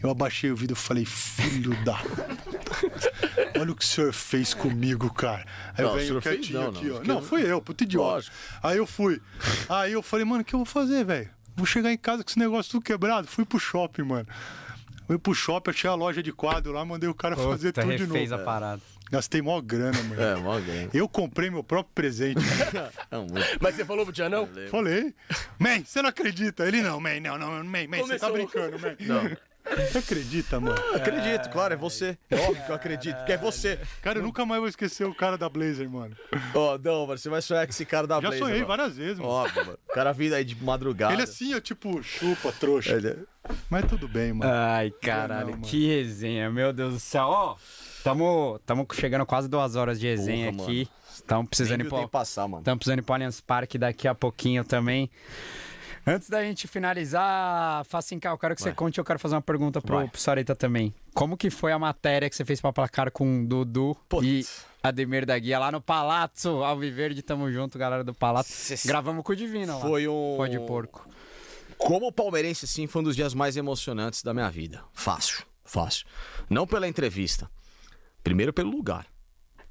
Speaker 2: Eu abaixei o vidro e falei, filho da. puta, Olha o que o senhor fez comigo, cara. Aí
Speaker 5: Não,
Speaker 2: eu
Speaker 5: o
Speaker 2: venho
Speaker 5: senhor fez
Speaker 2: quietinho
Speaker 5: não, não.
Speaker 2: aqui, ó.
Speaker 5: Porque-
Speaker 2: Não, fui eu, puto idiota.
Speaker 5: Lógico.
Speaker 2: Aí eu fui. Aí eu falei, mano, o que eu vou fazer, velho? Vou chegar em casa com esse negócio tudo quebrado. Fui pro shopping, mano. Fui pro shopping, achei a loja de quadro lá, mandei o cara fazer
Speaker 4: Puta,
Speaker 2: tudo de
Speaker 4: refez
Speaker 2: novo.
Speaker 4: a parada.
Speaker 2: Gastei mó grana, mano.
Speaker 5: É, mó ganho.
Speaker 2: Eu comprei meu próprio presente.
Speaker 5: É um muito-
Speaker 1: Mas você falou pro Tianão?
Speaker 2: Falei. Man, você não acredita? Ele não, man, não, não, man, man, você tá
Speaker 1: Começou.
Speaker 2: brincando, man. Você acredita, mano?
Speaker 3: Acredito, claro, é você. É óbvio que eu acredito, porque é você.
Speaker 2: Cara, eu nunca mais vou esquecer o cara da Blazer, mano.
Speaker 3: Ó, não, mano, você vai sonhar com esse cara da
Speaker 2: Já
Speaker 3: Blazer.
Speaker 2: sonhei
Speaker 3: mano.
Speaker 2: várias vezes, mano.
Speaker 3: Óbvio, mano. O cara é. vindo aí de madrugada.
Speaker 4: é
Speaker 2: Ele assim, eu tipo, chupa, trouxa. Mas tudo bem,
Speaker 3: É.
Speaker 2: mano.
Speaker 4: Ai, caralho,
Speaker 2: mano.
Speaker 4: que resenha, meu Deus do céu. Ó, tamo, tamo chegando quase duas horas de resenha
Speaker 5: Porra,
Speaker 4: aqui. Estamos precisando
Speaker 5: Nem
Speaker 4: ir
Speaker 5: viu o tempo
Speaker 4: pro,
Speaker 5: passar, mano.
Speaker 4: tamo precisando ir pro Allianz Parque daqui a pouquinho também. Antes da gente finalizar, Facincar, eu quero que você conte, eu quero fazer uma pergunta pro, pro Sareta também. Como que foi a matéria que você fez pra placar com o Dudu e Ademir da Guia lá no Palazzo Alviverde? Tamo junto, galera do Palazzo. Gravamos com o Divino lá.
Speaker 5: Foi um.
Speaker 4: Pó de porco.
Speaker 5: Como palmeirense, sim, foi um dos dias mais emocionantes da minha vida. Fácil, fácil. Não pela entrevista. Primeiro pelo lugar.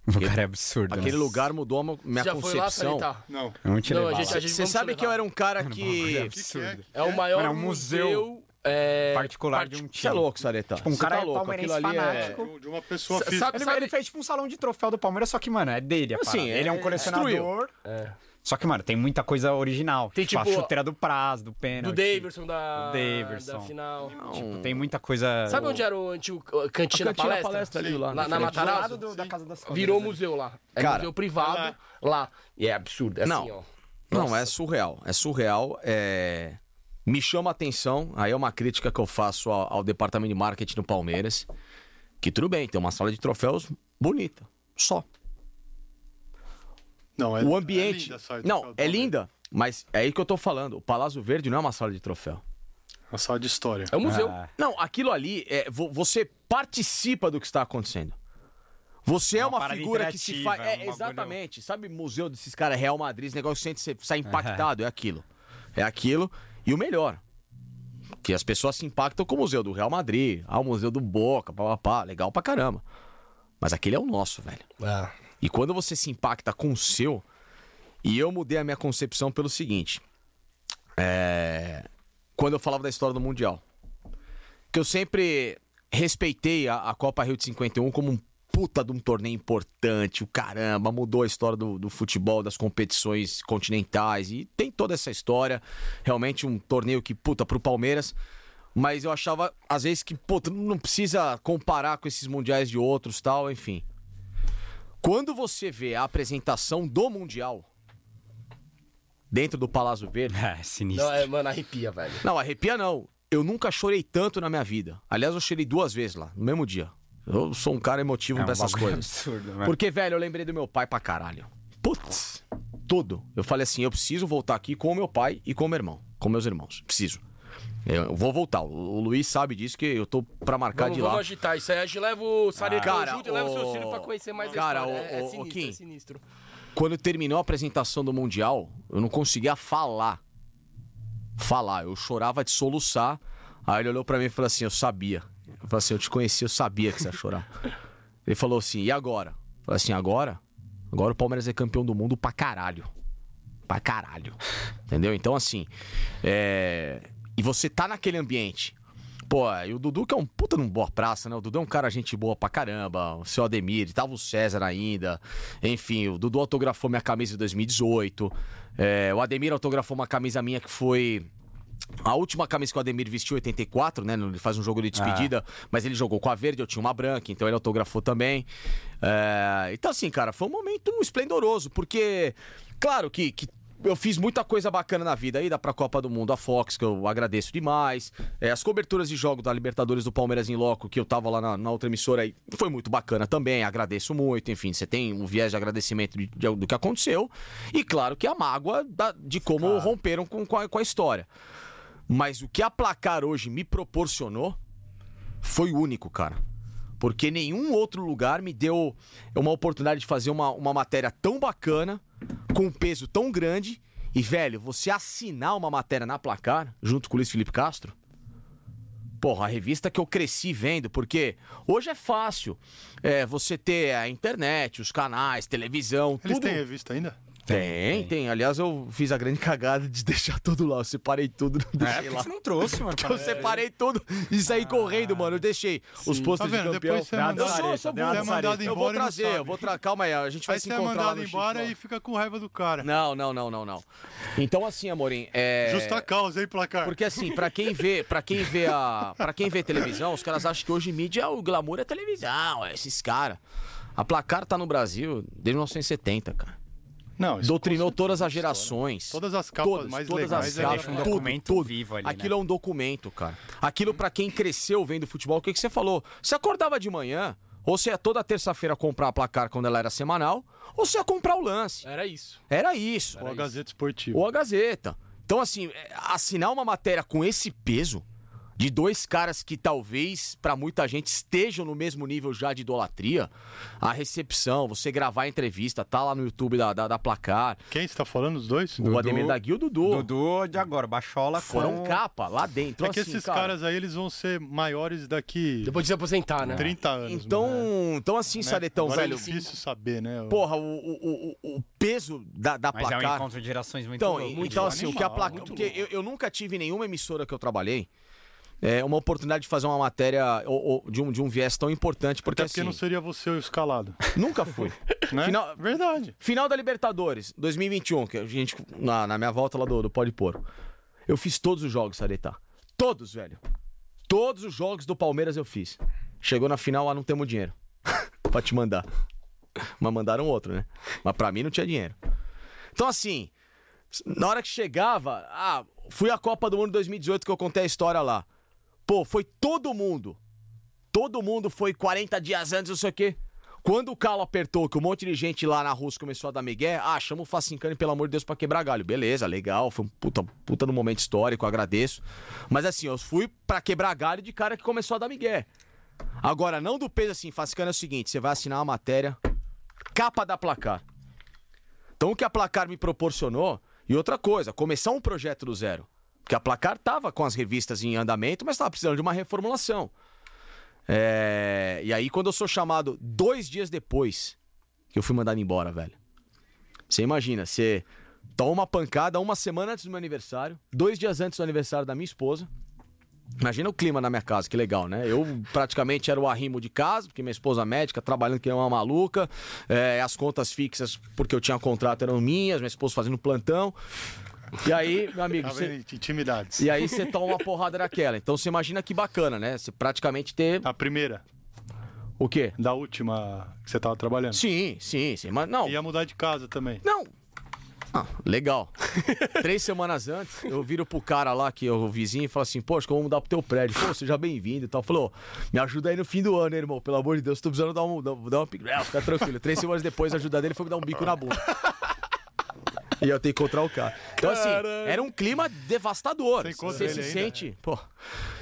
Speaker 4: O cara é absurdo. né?
Speaker 5: Aquele lugar mudou a mo- minha
Speaker 1: Já foi lá, tá.
Speaker 5: concepção.
Speaker 1: Sanitar?
Speaker 2: Não.
Speaker 4: Vamos te
Speaker 1: Não,
Speaker 4: levar
Speaker 1: a
Speaker 4: lá.
Speaker 1: gente, a gente
Speaker 5: Você
Speaker 1: vamos
Speaker 5: sabe
Speaker 1: te
Speaker 5: que eu
Speaker 1: levar.
Speaker 5: era um cara que.
Speaker 4: Absurdo.
Speaker 1: É o maior
Speaker 4: Era um museu,
Speaker 1: é,
Speaker 4: particular de um
Speaker 5: Você é
Speaker 4: time.
Speaker 5: louco, Sareta.
Speaker 4: um
Speaker 5: Você
Speaker 4: cara
Speaker 5: tá
Speaker 4: é
Speaker 5: louco.
Speaker 4: palmeirense
Speaker 5: Aquilo ali é.
Speaker 4: fanático.
Speaker 2: De uma pessoa
Speaker 1: Sa-
Speaker 2: física.
Speaker 1: sabe-
Speaker 4: Ele, ele fez tipo um salão de troféu do Palmeiras, só que, mano, é dele. A
Speaker 5: Assim,
Speaker 4: parada.
Speaker 5: é-
Speaker 4: ele é um colecionador. Só que, mano, tem muita coisa original.
Speaker 1: Tem,
Speaker 4: tipo,
Speaker 1: tipo,
Speaker 4: a chuteira do Praz, do
Speaker 1: Do
Speaker 4: pênalti.
Speaker 1: Daverson da,
Speaker 4: O Daverson.
Speaker 1: da final.
Speaker 4: Tipo, tem muita coisa.
Speaker 1: Sabe onde era o antigo uh, Cantina,
Speaker 5: Cantina
Speaker 1: Palestra?
Speaker 5: Palestra ali, lá na
Speaker 1: na, na
Speaker 5: frente.
Speaker 4: Do lado
Speaker 1: Matarazzo?
Speaker 4: do- da casa das né?
Speaker 1: Virou
Speaker 4: Palmeiras,
Speaker 1: museu lá. É
Speaker 5: Cara,
Speaker 1: museu privado lá. E é absurdo. É
Speaker 5: Não.
Speaker 1: assim, ó.
Speaker 5: Não, é surreal. É surreal. É... Me chama a atenção. Aí é uma crítica que eu faço ao, ao departamento de marketing do Palmeiras. Que tudo bem, tem uma sala de troféus bonita. Só.
Speaker 2: Não, é,
Speaker 5: o
Speaker 2: é
Speaker 5: ambiente.
Speaker 2: linda a sala de
Speaker 5: não,
Speaker 2: troféu do
Speaker 5: é
Speaker 2: Palmeiras.
Speaker 5: linda. Mas é aí que eu tô falando. O Palácio Verde não é uma sala de troféu.
Speaker 2: Uma sala de história.
Speaker 1: É um museu.
Speaker 5: Não, aquilo ali é vo- você participa do que está acontecendo. Você é uma,
Speaker 4: parada
Speaker 5: figura que se
Speaker 4: interativa,
Speaker 5: faz.
Speaker 4: é um
Speaker 5: É,
Speaker 4: bagulho-
Speaker 5: exatamente. Sabe, museu desses caras, Real Madrid, esse negócio que você sente- você sai impactado, é aquilo. É aquilo. E o melhor. Que as pessoas se impactam com o museu do Real Madrid, ah, o museu do Boca, papapá, legal pra caramba. Mas aquele é o nosso, velho. E quando você se impacta com o seu, e eu mudei a minha concepção pelo seguinte. É, Quando eu falava da história do Mundial. Que eu sempre respeitei a, a Copa Rio de 51 como um puta de um torneio importante. O caramba, mudou a história do, do futebol, das competições continentais. E tem toda essa história. Realmente um torneio que, puta, pro Palmeiras. Mas eu achava, às vezes, que, puta, não precisa comparar com esses mundiais de outros tal, enfim. Quando você vê a apresentação do Mundial dentro do Palácio Verde.
Speaker 4: É, sinistro.
Speaker 1: Não, é, mano, arrepia, velho.
Speaker 5: Não, arrepia não. Eu nunca chorei tanto na minha vida. Aliás, eu chorei duas vezes lá, no mesmo dia. Eu sou um cara emotivo pra essas
Speaker 4: bagulho
Speaker 5: coisas.
Speaker 4: absurdo, mano.
Speaker 5: Porque, velho, eu lembrei do meu pai pra caralho. Putz, tudo. Eu falei assim: eu preciso voltar aqui com o meu pai e com o meu irmão. Com meus irmãos. Preciso. Eu vou voltar. O o Luiz sabe disso que eu tô pra marcar
Speaker 1: Vamos,
Speaker 5: de lá. Ah.
Speaker 1: vamos agitar isso aí. A gente leva o Saretão
Speaker 5: Cara,
Speaker 1: junto e leva o seu
Speaker 5: ô-
Speaker 1: filho pra conhecer mais
Speaker 5: Cara,
Speaker 1: a história. é, é
Speaker 5: ô- ô- ô,
Speaker 1: sinistro,
Speaker 5: Kim.
Speaker 1: é sinistro.
Speaker 5: Quando terminou a apresentação do Mundial, eu não conseguia falar. Falar. Eu chorava de soluçar. Aí ele olhou pra mim e falou assim: Eu sabia. Eu falei assim: Eu te conheci, eu sabia que você ia chorar. ele falou assim: E agora? Eu falei assim: Agora? Agora o Palmeiras é campeão do mundo pra caralho. Pra caralho. Entendeu? Então, assim. é, E você tá naquele ambiente. Pô, e o Dudu que é um puta num boa praça, né? O Dudu é um cara gente boa pra caramba. O seu Ademir, tava o César ainda. Enfim, o Dudu autografou minha camisa em 2018. É, o Ademir autografou uma camisa minha que foi A última camisa que o Ademir vestiu, 84, né? Ele faz um jogo de despedida, mas ele jogou com a verde, eu tinha uma branca, então ele autografou também. É, então, assim, cara, foi um momento esplendoroso, porque, claro que. que eu fiz muita coisa bacana na vida aí, dá pra Copa do Mundo, a Fox, que eu agradeço demais. É, as coberturas de jogo da Libertadores do Palmeiras em Loco, que eu tava lá na, na outra emissora aí, foi muito bacana também, agradeço muito. Enfim, você tem um viés de agradecimento de- de- do que aconteceu. E claro que a mágoa da- de como romperam com- com a- com a história. Mas o que a placar hoje me proporcionou foi único, cara. Porque nenhum outro lugar me deu uma oportunidade de fazer uma, uma matéria tão bacana, com um peso tão grande. E, velho, você assinar uma matéria na placar, junto com o Luiz Felipe Castro, Porra, a revista que eu cresci vendo, porque hoje é fácil é, você ter a internet, os canais, televisão,
Speaker 2: Eles
Speaker 5: tudo.
Speaker 2: têm revista ainda?
Speaker 5: Tem, tem. Aliás, eu fiz a grande cagada de deixar tudo lá. Eu separei tudo, não
Speaker 4: É,
Speaker 5: deixei
Speaker 4: por que
Speaker 5: lá.
Speaker 4: você não trouxe, mano?
Speaker 2: É.
Speaker 5: Eu separei tudo e saí correndo, mano. Eu deixei os
Speaker 2: Tá
Speaker 5: postos de
Speaker 2: vendo?
Speaker 5: campeão.
Speaker 2: Depois você é
Speaker 5: eu
Speaker 2: mandado,
Speaker 5: sou, eu sou
Speaker 2: você é
Speaker 5: burro.
Speaker 2: mandado
Speaker 5: eu vou
Speaker 2: embora e não
Speaker 5: trazer, eu
Speaker 2: sabe.
Speaker 5: vou tra... Calma aí, a gente vai
Speaker 2: Aí
Speaker 5: se
Speaker 2: você é
Speaker 5: encontrar lá
Speaker 2: mandado
Speaker 5: no
Speaker 2: embora
Speaker 5: Chico.
Speaker 2: e fica com raiva do cara.
Speaker 5: Não, não, não, não, não. Então assim, Amorim, é...
Speaker 2: Justa causa, hein, placar?
Speaker 5: Porque assim, pra quem vê, para quem vê a, para quem vê televisão, os caras acham que hoje mídia, o glamour é televisão, é esses caras. A Placar tá no Brasil desde 1970, cara.
Speaker 2: Não, isso-
Speaker 5: Doutrinou todas as gerações.
Speaker 2: Todas as capas
Speaker 5: Todas,
Speaker 2: mais
Speaker 5: todas
Speaker 2: legais.
Speaker 5: as
Speaker 2: é-
Speaker 5: capas.
Speaker 4: Deixa um
Speaker 5: Tudo,
Speaker 4: documento
Speaker 5: tudo.
Speaker 4: vivo ali,
Speaker 5: Aquilo é um documento, cara. Aquilo pra quem cresceu vendo futebol, o que, que você falou? Você acordava de manhã, ou você ia toda terça-feira comprar a placar quando ela era semanal, ou você ia comprar o lance.
Speaker 1: Era isso.
Speaker 5: Era isso.
Speaker 2: Ou a é Gazeta Esportiva.
Speaker 5: Ou a Gazeta. Então, assim, é, assinar uma matéria com esse peso de dois caras que talvez pra muita gente estejam no mesmo nível já de idolatria, a recepção, você gravar a entrevista, tá lá no YouTube da, da, da placar,
Speaker 2: Quem você tá falando, os dois? É
Speaker 5: o Ademir da Guia e o Dudu.
Speaker 4: Dudu de agora, Bachola
Speaker 5: Foram
Speaker 4: com...
Speaker 5: capa lá dentro.
Speaker 2: É que
Speaker 5: assim,
Speaker 2: esses
Speaker 5: cara.
Speaker 2: caras aí, eles vão ser maiores daqui
Speaker 1: Depois de se aposentar, né?
Speaker 2: 30 anos.
Speaker 5: Então,
Speaker 2: mano.
Speaker 5: então assim, Saletão,
Speaker 2: Agora
Speaker 5: velho.
Speaker 2: É difícil saber, né? o-
Speaker 5: Porra, o, o, o, o peso da, da
Speaker 4: Mas é um
Speaker 5: placar.
Speaker 4: encontro de gerações muito
Speaker 5: Então,
Speaker 4: louco.
Speaker 5: então assim, o que a
Speaker 2: animal,
Speaker 5: placa.
Speaker 2: muito
Speaker 5: Porque eu, eu nunca tive em nenhuma emissora que eu trabalhei é, uma oportunidade de fazer uma matéria ou- ou de, um, de um viés tão importante, porque,
Speaker 2: Até porque
Speaker 5: assim,
Speaker 2: não seria você o escalado.
Speaker 5: nunca fui.
Speaker 2: Né?
Speaker 5: Final-
Speaker 2: Verdade.
Speaker 5: Final da Libertadores, 2021, que a gente, na, na minha volta lá do, do Pode Pôr. Eu fiz todos os jogos, Saretá. Todos, velho. Todos os jogos do Palmeiras eu fiz. Chegou na final, ah, não temos dinheiro. pra te mandar. Mas mandaram outro, né? Mas pra mim não tinha dinheiro. Então, assim, na hora que chegava, ah, fui à Copa do Mundo 2018 que eu contei a história lá. Pô, foi todo mundo. Todo mundo foi 40 dias antes, não sei o quê. Quando o calo apertou, que um monte de gente lá na Rússia começou a dar migué, ah, chama o Facincani, pelo amor de Deus, pra quebrar galho. Beleza, legal, foi um puta, puta no momento histórico, agradeço. Mas assim, eu fui pra quebrar galho de cara que começou a dar migué. Agora, não do peso assim, Facincani é o seguinte, você vai assinar uma matéria, capa da placar. Então o que a Placar me proporcionou, e outra coisa, começar um projeto do zero. Porque a Placar tava com as revistas em andamento, mas tava precisando de uma reformulação. É, E aí, quando eu sou chamado dois dias depois que eu fui mandado embora, velho. Você imagina, você toma uma pancada uma semana antes do meu aniversário, dois dias antes do aniversário da minha esposa. Imagina o clima na minha casa, que legal, né? Eu praticamente era o arrimo de casa, porque minha esposa é médica, trabalhando que é uma maluca, é, as contas fixas, porque eu tinha contrato, eram minhas, minha esposa fazendo plantão. E aí, meu amigo,
Speaker 2: Tá
Speaker 5: você-
Speaker 2: vendo? Intimidades.
Speaker 5: e aí você toma uma porrada daquela. Então você imagina que bacana, né? Você praticamente ter.
Speaker 2: A primeira,
Speaker 5: O quê?
Speaker 2: da última que você tava trabalhando.
Speaker 5: Sim, sim, sim. Mas não.
Speaker 2: Ia mudar de casa também.
Speaker 5: Não. Ah, legal. Três semanas antes, eu viro pro cara lá, que é o vizinho, e falo assim: Poxa, que eu vou mudar pro teu prédio. Pô, seja bem-vindo e tal. Falou: Me ajuda aí no fim do ano, hein, irmão. Pelo amor de Deus, tô precisando dar um, dar, dar um upgrade. Fica tranquilo. Três semanas depois, a ajuda dele foi me dar um bico na bunda. E eu tenho que encontrar o cara. Então, assim, era um clima devastador.
Speaker 2: Você encontra
Speaker 5: Você
Speaker 2: ele
Speaker 5: se
Speaker 2: ainda?
Speaker 5: sente. Pô.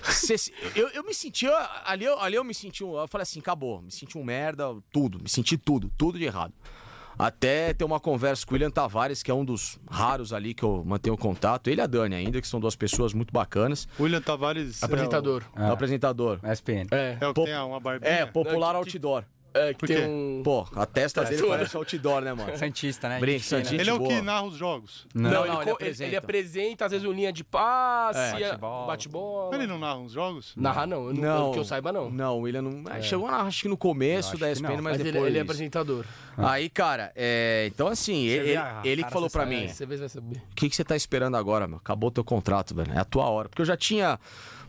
Speaker 5: você se- eu, eu me sentia. Ali eu, ali eu me senti. Um, eu falei assim: acabou. Me senti um merda, tudo. Me senti tudo. Tudo de errado. Até ter uma conversa com o William Tavares, que é um dos raros ali que eu mantenho contato. Ele e a Dani ainda, que são duas pessoas muito bacanas.
Speaker 2: William Tavares.
Speaker 1: Apresentador.
Speaker 5: É o apresentador.
Speaker 4: ESPN.
Speaker 1: É.
Speaker 2: É o, é o que
Speaker 5: Pop-
Speaker 2: tem uma barbinha.
Speaker 5: É, popular
Speaker 1: que-
Speaker 5: outdoor.
Speaker 1: É, que
Speaker 2: Por
Speaker 1: tem
Speaker 2: quê?
Speaker 1: um.
Speaker 5: Pô, a testa dele
Speaker 1: Tona.
Speaker 5: parece outdoor, né, mano?
Speaker 4: Santista, né?
Speaker 5: Brinca,
Speaker 4: Gente fina.
Speaker 5: Santista.
Speaker 2: Ele é o
Speaker 5: boa.
Speaker 2: que narra os jogos.
Speaker 1: Não,
Speaker 5: Não,
Speaker 1: ele,
Speaker 5: não,
Speaker 1: co-
Speaker 5: ele
Speaker 1: ele,
Speaker 5: apresenta. É,
Speaker 1: apresenta. às vezes, um linha de passe,
Speaker 4: bate-bola.
Speaker 1: bate-bola.
Speaker 2: Ele não narra os jogos?
Speaker 1: Narra ah, não, eu não,
Speaker 5: Não.
Speaker 1: que eu saiba não.
Speaker 5: Não, o William não. é, Chegou, na- acho que no começo da ESPN, mas,
Speaker 1: Mas ele,
Speaker 5: depois.
Speaker 1: ele é apresentador.
Speaker 5: Aí, cara, é, então assim, ele,
Speaker 4: vê a
Speaker 5: ele que
Speaker 4: cara
Speaker 5: falou pra
Speaker 4: sensacional.
Speaker 5: mim.
Speaker 1: É, Você vê, você vai saber.
Speaker 5: O que, que você tá esperando agora, meu? Acabou teu contrato, velho. É a tua hora. Porque eu já tinha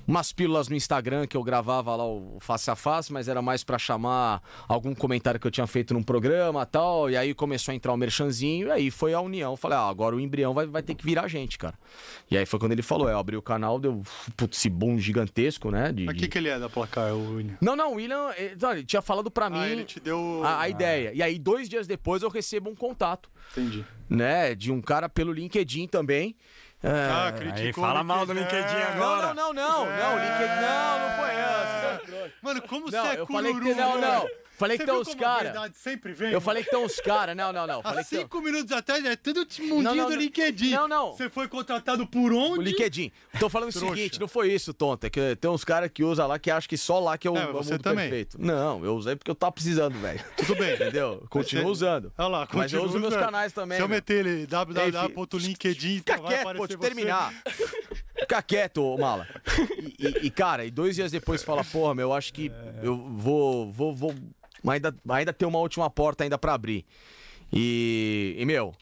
Speaker 5: umas pílulas no Instagram que eu gravava lá o face a face, mas era mais pra chamar algum comentário que eu tinha feito num programa e tal. E aí começou a entrar o merchanzinho, e aí foi a união. Eu Falei, ah, agora o embrião vai, vai ter que virar a gente, cara. E aí foi quando ele falou: é, eu abri o canal, deu putz, esse boom gigantesco, né? de-
Speaker 2: Mas o
Speaker 5: de-
Speaker 2: que, que ele é da placar, o William?
Speaker 5: Não, não, o William, ele, então, ele tinha falado pra mim
Speaker 2: Ah, ele te deu.
Speaker 5: a, a ideia. E aí, dois dias depois, eu recebo um contato,
Speaker 2: Entendi.
Speaker 5: né? De um cara pelo LinkedIn também. É,
Speaker 2: Ah, criticou.
Speaker 4: Aí fala
Speaker 2: o
Speaker 4: mal do LinkedIn agora.
Speaker 5: Não, não, não, não. Não, o LinkedIn. Não, não foi essa.
Speaker 2: É. Mano, como
Speaker 5: Não,
Speaker 2: você é
Speaker 5: eu falei que.
Speaker 2: cururu,
Speaker 5: Não, não.
Speaker 2: velho?
Speaker 5: Falei que
Speaker 2: Você
Speaker 5: tem
Speaker 2: viu
Speaker 5: uns
Speaker 2: como a
Speaker 5: caras.
Speaker 2: verdade é? Assim sempre vem?
Speaker 5: Eu falei que tem uns caras. Não, não, não.
Speaker 2: Há
Speaker 5: Falei que tem... um-
Speaker 2: cinco minutos atrás é tudo esse mundinho
Speaker 5: Não, não,
Speaker 2: do
Speaker 5: não.
Speaker 2: LinkedIn.
Speaker 5: Não, não.
Speaker 2: Você foi contratado por onde?
Speaker 5: O LinkedIn. Tô falando o seguinte, não foi isso, tonta. Que tem uns caras que usam lá que acham que só lá que é o,
Speaker 2: É,
Speaker 5: é, o
Speaker 2: você
Speaker 5: mundo
Speaker 2: também.
Speaker 5: perfeito. Não, eu usei porque eu tava precisando, velho.
Speaker 2: Tudo bem.
Speaker 5: Entendeu? Continuo
Speaker 2: Você-
Speaker 5: usando.
Speaker 2: Olha lá, continua.
Speaker 5: Mas eu uso meus
Speaker 2: usando.
Speaker 5: canais também.
Speaker 2: Se eu
Speaker 5: meu.
Speaker 2: meter ele www.linkedin,
Speaker 5: Fica quieto, pô, deixa eu terminar. Fica quieto, ô mala. E, e- e, cara, e dois dias depois fala, porra, meu, eu acho que eu vou. vou, vou mas ainda, ainda tem uma última porta ainda pra abrir. E. E, meu.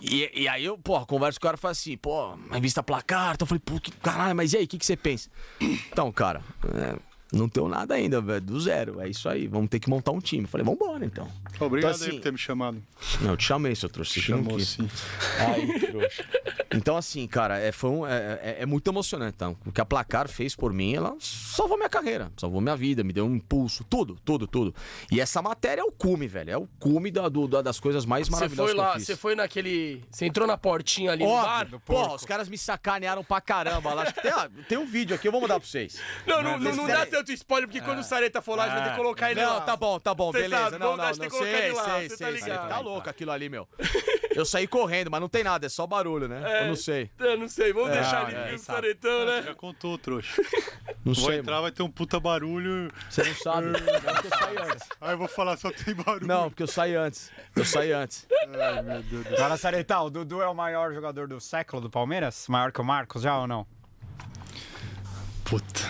Speaker 5: E, e aí eu, porra, converso com o cara e falo assim, pô, mas vista placar. Então eu falei, pô, que caralho, mas e aí, o que, que você pensa? Então, cara, é, não tenho nada ainda, velho, do zero. É isso aí, vamos ter que montar um time. Eu falei, vambora então.
Speaker 2: Obrigado
Speaker 5: Então,
Speaker 2: aí
Speaker 5: assim,
Speaker 2: por ter me chamado.
Speaker 5: Não, eu te chamei, seu trouxa. Você que não
Speaker 2: Chamou
Speaker 5: quis.
Speaker 2: sim.
Speaker 5: Então, assim, cara, é, foi um- é, é- é muito emocionante. Então. O que a Placar fez por mim, ela salvou minha carreira, salvou minha vida, me deu um impulso, tudo, tudo, tudo. E essa matéria é o cume, velho. É o cume da- do- da- das coisas mais
Speaker 1: Você
Speaker 5: maravilhosas
Speaker 1: foi lá,
Speaker 5: que eu
Speaker 1: você
Speaker 5: fiz.
Speaker 1: foi naquele. Você entrou na portinha ali no bar?
Speaker 5: Óbvio, porra, os caras me sacanearam pra caramba. Lá, acho que tem, ah, tem um vídeo aqui, eu vou mandar pra vocês.
Speaker 1: Não, não, não, não dá
Speaker 5: Peraí.
Speaker 1: tanto spoiler, porque quando o Sareta for lá, a gente vai ter que colocar ele
Speaker 5: não,
Speaker 1: lá.
Speaker 5: tá bom, tá bom,
Speaker 1: Cê
Speaker 5: beleza.
Speaker 1: sabe,
Speaker 5: não,
Speaker 1: não dá,
Speaker 5: não,
Speaker 1: você tem
Speaker 5: não,
Speaker 1: que colocar
Speaker 5: sei,
Speaker 1: ele lá,
Speaker 5: sei,
Speaker 1: cê tá
Speaker 5: sei, sei.
Speaker 1: ligado.
Speaker 5: Tá louco aquilo ali, meu. Eu saí correndo, mas não tem nada, é só barulho, né?
Speaker 1: É.
Speaker 5: Eu não sei.
Speaker 1: Eu não sei, vamos deixar ele é, o Saretão, né?
Speaker 2: Já contou, trouxa.
Speaker 5: Não
Speaker 2: Vou
Speaker 5: sei,
Speaker 2: entrar, vai ter um puta barulho.
Speaker 5: você não sabe.
Speaker 2: Aí eu vou falar, só tem barulho.
Speaker 5: Não, porque eu saí antes. Eu saí antes.
Speaker 4: Agora, Saretal, o Dudu é o maior jogador do século do Palmeiras? Maior que o Marcos já ou não?
Speaker 2: Puta.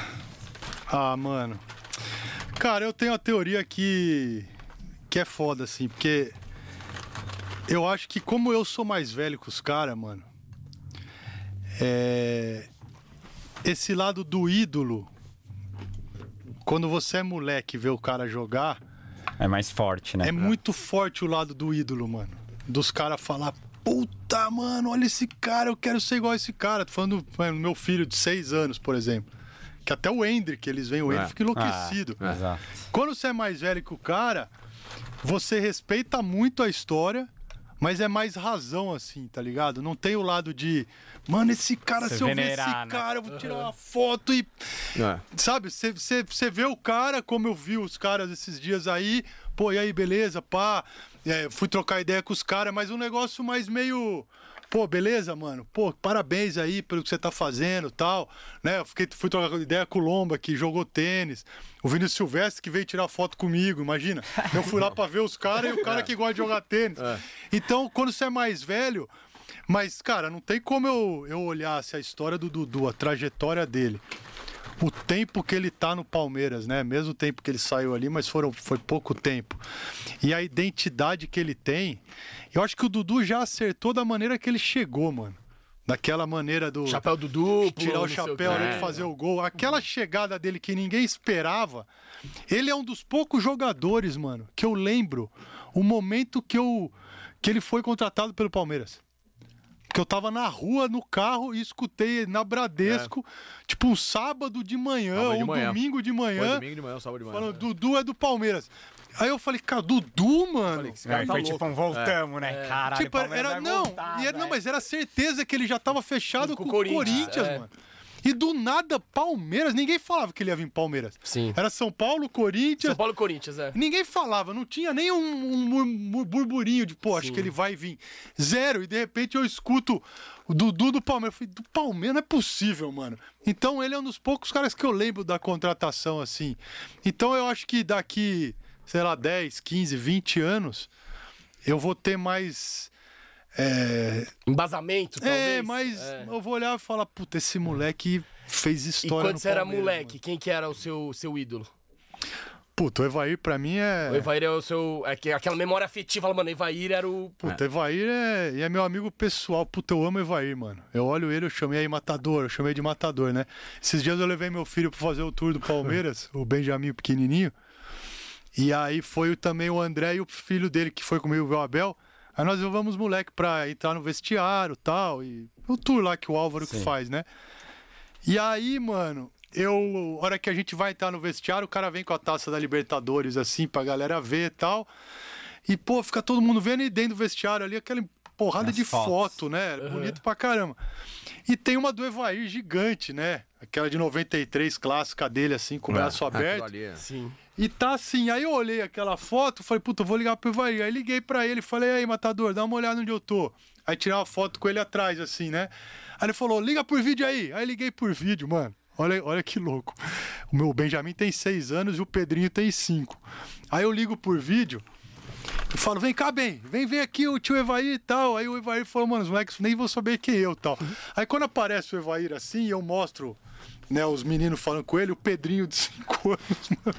Speaker 2: Ah, mano. Cara, eu tenho uma teoria que. que é foda, assim, porque. Eu acho que como eu sou mais velho que os caras, mano. É. Esse lado do ídolo. Quando você é moleque e vê o cara jogar,
Speaker 4: É mais forte, né?
Speaker 2: é muito forte o lado do ídolo, mano. Dos caras falar, puta, mano, olha esse cara, eu quero ser igual a esse cara. Tô falando mano, meu filho de seis anos, por exemplo. Que até o Hendrick, eles veem o Hendrick, fica enlouquecido.
Speaker 4: É. Exato.
Speaker 2: Quando você é mais velho que o cara, você respeita muito a história, mas é mais razão, assim, tá ligado? Não tem o lado de, mano, esse cara,
Speaker 4: Você
Speaker 2: se eu ver esse
Speaker 4: venerar, né?
Speaker 2: cara, eu vou tirar uma foto e
Speaker 5: É.
Speaker 2: Sabe, você vê o cara, como eu vi os caras esses dias aí, pô, e aí, beleza, pá, é, fui trocar ideia com os caras, mas um negócio mais meio. Pô, beleza, mano? Pô, parabéns aí pelo que você tá fazendo e tal. Né? Eu fiquei, fui trocar ideia com o Lomba, que jogou tênis. O Vinícius Silvestre, que veio tirar foto comigo, imagina. Eu fui lá pra ver os caras e o cara que gosta de jogar tênis. Então, quando você é mais velho, mas, cara, não tem como eu, eu olhar assim, a história do Dudu, a trajetória dele. O tempo que ele tá no Palmeiras, né? Mesmo tempo que ele saiu ali, mas foram, foi pouco tempo. E a identidade que ele tem, eu acho que o Dudu já acertou da maneira que ele chegou, mano. Daquela maneira do.
Speaker 1: Chapéu do duplo.
Speaker 2: Tirar
Speaker 1: não
Speaker 2: o
Speaker 1: sei quê.
Speaker 2: chapéu
Speaker 5: É.
Speaker 2: ali de fazer o gol. Aquela chegada dele que ninguém esperava. Ele é um dos poucos jogadores, mano, que eu lembro o momento que eu que ele foi contratado pelo Palmeiras. Que eu tava na rua, no carro, e escutei na Bradesco, tipo um sábado de manhã,
Speaker 5: É. Sábado de
Speaker 2: ou um
Speaker 5: manhã.
Speaker 2: domingo de
Speaker 5: Foi
Speaker 2: manhã,
Speaker 5: domingo de manhã, sábado de manhã. né?
Speaker 2: falando, Dudu é do Palmeiras. Aí eu falei, cara, Dudu, mano.
Speaker 6: É,
Speaker 4: Aí foi tipo um voltamos, né? Caralho,
Speaker 2: tá Tipo, era, era- não, e era- não, mas era certeza que ele já tava fechado
Speaker 1: Com
Speaker 2: com,
Speaker 1: o
Speaker 2: o
Speaker 1: Corinthians,
Speaker 2: Corinthians,
Speaker 1: é.
Speaker 2: mano. E do nada, Palmeiras, ninguém falava que ele ia vir em Palmeiras.
Speaker 1: Sim.
Speaker 2: Era São Paulo, Corinthians.
Speaker 1: São Paulo e Corinthians, é.
Speaker 2: Ninguém falava, não tinha nem um, um mur- mur- burburinho de, pô, acho que ele vai vir. Zero. E de repente eu escuto o Dudu do Palmeiras. Eu falei, do Palmeiras não é possível, mano. Então ele é um dos poucos caras que eu lembro da contratação, assim. Então eu acho que daqui sei lá, 10, 15, 20 anos, eu vou ter mais. É,
Speaker 1: Embasamento, talvez.
Speaker 2: é mas eu vou olhar e falar, puta, esse moleque fez
Speaker 1: E
Speaker 2: história.
Speaker 1: quando
Speaker 2: no
Speaker 1: você era
Speaker 2: Palmeiras,
Speaker 1: moleque,
Speaker 2: mano."
Speaker 1: quem que era o seu, seu ídolo?
Speaker 2: Puta, o Evair pra mim é.
Speaker 1: O Evair é o seu. é que- aquela memória afetiva, fala, mano, Evair era o.
Speaker 2: Puta, Evair é, e é meu amigo pessoal. Puta, eu amo Evair, mano. Eu olho ele, eu chamei aí Matador, eu chamei de Matador, né? Esses dias eu levei meu filho pra fazer o tour do Palmeiras, o Benjamin pequenininho. E aí foi o- também o André e o filho dele que foi comigo ver o Abel. Aí nós levamos o moleque pra entrar no vestiário tal, e o tour lá que o Álvaro que faz, né? E aí, mano, eu. Hora que a gente vai entrar no vestiário, o cara vem com a taça da Libertadores, assim, pra galera ver e tal. E, pô, fica todo mundo vendo e dentro do vestiário ali, aquela porrada de foto, né? Bonito pra caramba. E tem uma do Evair gigante, né? Aquela de 93 clássica dele, assim,
Speaker 5: É,
Speaker 2: com o
Speaker 5: Ah,
Speaker 2: braço aberto.
Speaker 1: Sim.
Speaker 2: E tá assim, aí eu olhei aquela foto, falei, puta, eu vou ligar pro Evair. Aí liguei pra ele, falei, aí, matador, dá uma olhada onde eu tô. Aí tirei uma foto com ele atrás, assim, né? Aí ele falou, liga por vídeo aí. Aí liguei por vídeo, mano. Olha, olha que louco. O meu Benjamin tem seis anos e o Pedrinho tem cinco. Aí eu ligo por vídeo e falo, vem cá, bem, vem ver aqui o tio Evair e tal. Aí o Evair falou, mano, os moleques nem vão saber quem é eu e tal. Aí quando aparece o Evair assim, eu mostro, né, os meninos falando com ele, o Pedrinho de cinco anos, mano.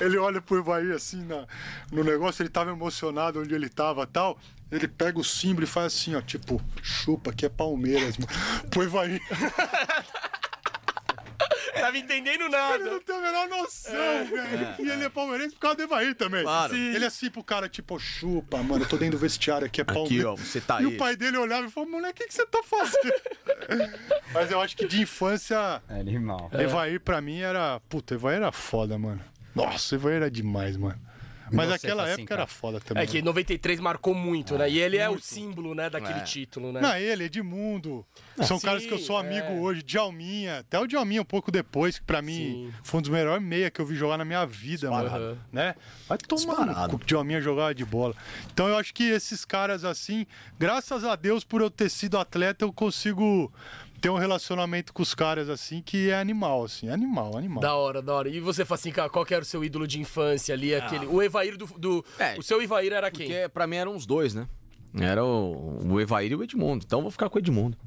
Speaker 2: Ele olha pro Evair assim na- no negócio, ele tava emocionado onde ele tava tal. Ele pega o símbolo e faz assim, ó, tipo, chupa, que é Palmeiras, mano. Pro Evair.
Speaker 1: Tava entendendo
Speaker 2: Ele não
Speaker 1: nada.
Speaker 2: tem a menor noção, velho. E ele é palmeirense por causa do Evair também.
Speaker 5: Claro.
Speaker 2: Sim. Ele é assim pro cara, tipo, chupa, mano, eu tô dentro do vestiário aqui, é Palmeiras.
Speaker 5: ó, você tá
Speaker 2: e
Speaker 5: aí.
Speaker 2: o pai dele olhava e falou, moleque, o que, que você tá fazendo? Mas eu acho que de infância,
Speaker 4: Animal.
Speaker 2: Evair pra mim era. Puta, Evair era foda, mano. Nossa, Evair era demais, mano. Mas
Speaker 4: Você
Speaker 2: aquela
Speaker 4: tá assim,
Speaker 2: época
Speaker 4: cara.
Speaker 2: era foda também. né?
Speaker 1: É que 93 marcou muito, né? E ele é o símbolo, né, daquele título, né?
Speaker 2: Não, é ele, Edmundo. São
Speaker 1: Ah, Sim, é.
Speaker 2: caras que eu sou amigo hoje. Djalminha. Até o Djalminha um pouco depois, que pra mim
Speaker 1: Sim.
Speaker 2: foi um dos melhores meia que eu vi jogar na minha vida, mano. Né? Vai tomar no cu que o Djalminha jogava de bola. Então eu acho que esses caras assim, graças a Deus por eu ter sido atleta, eu consigo ter um relacionamento com os caras assim que é animal, assim. Animal, animal.
Speaker 1: Da hora, da hora. E você fala assim, cara, qual que era o seu ídolo de infância ali? Aquele... O Evair do. do-
Speaker 5: É.
Speaker 1: O seu Evair era quem?
Speaker 5: Porque é pra mim eram os dois, né? Era o, o Evair e o Edmundo. Então eu vou ficar com o Edmundo.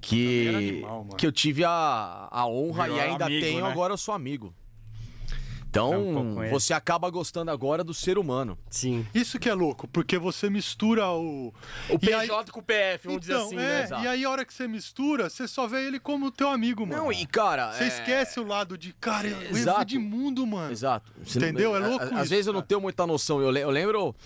Speaker 5: Que,
Speaker 2: Também era animal, mano.
Speaker 5: que eu tive a, a honra
Speaker 4: Virou
Speaker 5: e ainda
Speaker 4: amigo,
Speaker 5: tenho,
Speaker 4: né?
Speaker 5: agora eu sou amigo.
Speaker 4: É um
Speaker 5: Então,
Speaker 4: pouco esse.
Speaker 5: você acaba gostando agora do ser humano.
Speaker 1: Sim.
Speaker 2: Isso que é louco, porque você mistura o.
Speaker 1: O
Speaker 2: E
Speaker 1: PJ
Speaker 2: aí-
Speaker 1: com o PF, vamos dizer
Speaker 2: Então,
Speaker 1: assim,
Speaker 2: é,
Speaker 1: né?
Speaker 2: E aí, a hora que você mistura, você só vê ele como teu amigo, mano.
Speaker 5: Não, e cara.
Speaker 2: Você
Speaker 5: é-
Speaker 2: esquece o lado de, cara, eu
Speaker 5: Exato.
Speaker 2: de mundo, mano.
Speaker 5: Exato. Você
Speaker 2: Entendeu?
Speaker 5: não-
Speaker 2: É louco
Speaker 5: a- Às
Speaker 2: isso,
Speaker 5: vezes eu não
Speaker 2: cara.
Speaker 5: tenho muita noção. Eu, le- eu lembro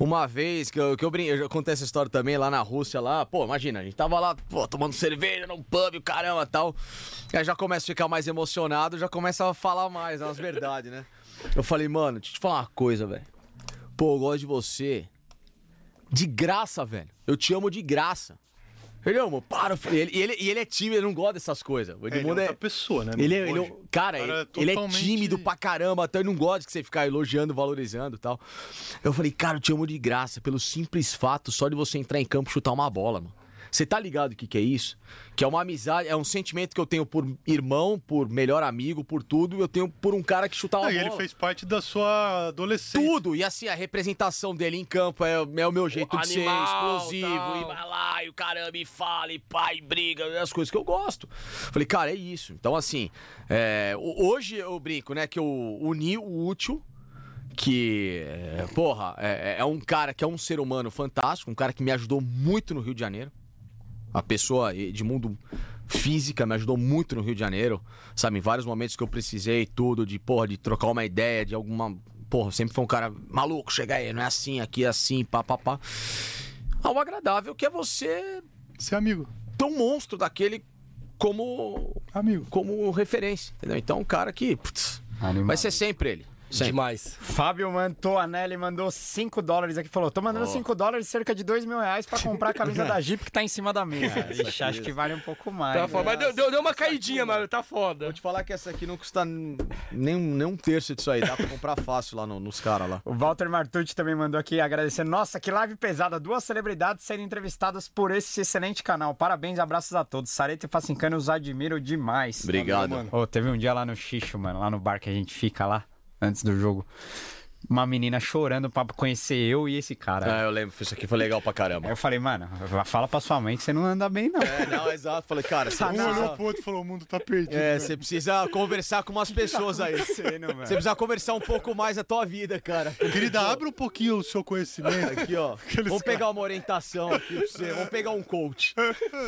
Speaker 5: uma vez que eu, que eu brin- eu já contei essa história também lá na Rússia, lá. Pô, imagina, a gente tava lá, pô, tomando cerveja num pub, caramba, tal. Aí já começa a ficar mais emocionado, já começa a falar mais, né, as verdades, né? Eu falei, mano, deixa eu te falar uma coisa, velho. Pô, eu gosto de você. De graça, velho. Eu te amo de graça. Ele, amor, para. eu falei, Ele, e, ele, e ele é tímido, ele não gosta dessas coisas. O
Speaker 2: É, ele é
Speaker 5: Edmundo
Speaker 2: outra pessoa, né?
Speaker 5: ele, é-
Speaker 2: mano?
Speaker 5: ele é um-
Speaker 2: Hoje.
Speaker 5: cara,
Speaker 2: Cara,
Speaker 5: ele, ele é
Speaker 2: totalmente-
Speaker 5: tímido pra caramba, até ele não gosta que você ficar elogiando, valorizando e tal. Eu falei, cara, eu te amo de graça, pelo simples fato só de você entrar em campo e chutar uma bola, mano. Você tá ligado o que, que é isso? Que é uma amizade, é um sentimento que eu tenho por irmão, por melhor amigo, por tudo, eu tenho por um cara que chutar uma
Speaker 2: Ah, e
Speaker 5: bola.
Speaker 2: ele fez parte da sua adolescência.
Speaker 5: Tudo! E assim, a representação dele em campo é, é o meu jeito de
Speaker 1: animal,
Speaker 5: ser, explosivo,
Speaker 1: tal.
Speaker 5: e vai lá, e o caramba, e fala, e pai, briga, é as coisas que eu gosto. Falei, cara, é isso. Então, assim, é, ho- hoje eu brinco, né, que eu uni o útil, que, é, porra, é, é um cara que é um ser humano fantástico, um cara que me ajudou muito no Rio de Janeiro. A pessoa de mundo física me ajudou muito no Rio de Janeiro, sabe? Em vários momentos que eu precisei, tudo, de porra, de trocar uma ideia, de alguma. Porra, sempre foi um cara maluco, chega aí, não é assim, aqui é assim, pá, pá, pá. Ao agradável que é você
Speaker 2: Você é amigo.
Speaker 5: ter um monstro daquele como.
Speaker 2: Amigo.
Speaker 5: como referência, entendeu? Então, um cara que. putz, vai ser sempre ele. Sempre.
Speaker 1: Demais.
Speaker 6: Fábio Mantoanelli mandou 5 dólares aqui. Falou: tô mandando 5 dólares, cerca de 2 mil reais pra comprar a camisa da Jeep que tá em cima da minha.
Speaker 2: É,
Speaker 6: Ixi, acho que vale um pouco mais.
Speaker 1: Tá foda.
Speaker 6: né?
Speaker 1: Mas deu, deu, deu uma caidinha, mano. Tá foda.
Speaker 5: Vou te falar que essa aqui não custa nem, um- nem um terço disso aí, dá pra comprar fácil lá no- nos caras lá.
Speaker 6: O Walter Martucci também mandou aqui agradecendo. Nossa, que live pesada. Duas celebridades sendo entrevistadas por esse excelente canal. Parabéns, abraços a todos. Sareta e Facincano os admiro demais.
Speaker 5: Obrigado.
Speaker 2: Valeu, mano.
Speaker 6: Ô, teve um dia lá no Xixo, mano, lá no bar que a gente fica lá, antes do jogo.
Speaker 4: uma menina chorando pra conhecer eu e esse cara.
Speaker 5: Ah, eu lembro, isso aqui foi legal pra caramba.
Speaker 2: É.
Speaker 4: Aí eu falei, mano, fala pra sua mãe que você não anda bem, não.
Speaker 5: É, não, exato. Falei, cara,
Speaker 4: Ah,
Speaker 5: você
Speaker 2: Um olhou
Speaker 5: precisa,
Speaker 2: pro outro e falou: o mundo tá perdido.
Speaker 5: é, você precisa conversar com umas pessoas aí. Você
Speaker 4: Sei, não, né, mano.
Speaker 5: precisa conversar um pouco mais a tua vida, cara.
Speaker 2: Querida, abre um pouquinho o seu conhecimento.
Speaker 5: Aqui, ó. Vamos pegar uma orientação aqui pra você. Vamos pegar um coach.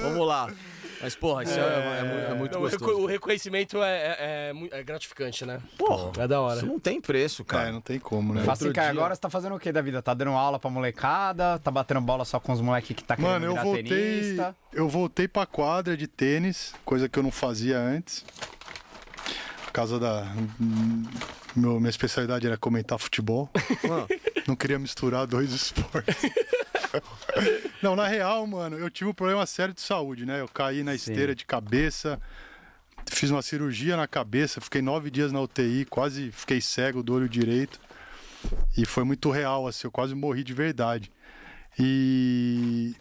Speaker 5: Vamos lá. Mas, porra, isso é, é mu- é muito
Speaker 1: Não, Então, o recon-
Speaker 5: gostoso.
Speaker 1: o reconhecimento é, é- é mu- é gratificante, né? Porra. É da hora.
Speaker 5: Isso não tem preço,
Speaker 2: É,
Speaker 5: cara.
Speaker 2: não tem como, né?
Speaker 4: Fala assim, cara,
Speaker 5: dia-
Speaker 4: agora você tá fazendo o que da vida? Tá dando aula pra molecada? Tá batendo bola só com os moleques que tá querendo
Speaker 2: Mano, eu
Speaker 4: virar
Speaker 2: voltei.
Speaker 4: tenista?
Speaker 2: Eu voltei pra quadra de tênis, coisa que eu não fazia antes. Por causa da. hum, meu- minha especialidade era comentar futebol. não queria misturar dois esportes. não, na real, mano, eu tive um problema sério de saúde, né? Eu caí na esteira de cabeça. Fiz uma cirurgia na cabeça, fiquei nove dias na UTI, quase fiquei cego do olho direito. E foi muito real, assim, eu quase morri de verdade. E,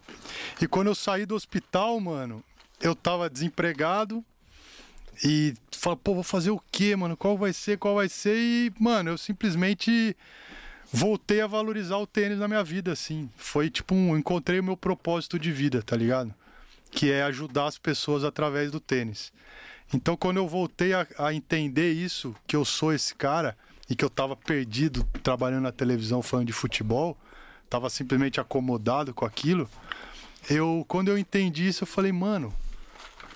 Speaker 2: e quando eu saí do hospital, mano, eu tava desempregado e falei, pô, vou fazer o quê, mano? Qual vai ser? Qual vai ser? E, mano, eu simplesmente voltei a valorizar o tênis na minha vida, assim. Foi tipo um. Encontrei o meu propósito de vida, tá ligado? Que é ajudar as pessoas através do tênis. Então, quando eu voltei a, a entender isso, que eu sou esse cara e que eu tava perdido trabalhando na televisão falando de futebol, tava simplesmente acomodado com aquilo. Eu, quando eu entendi isso, eu falei, mano,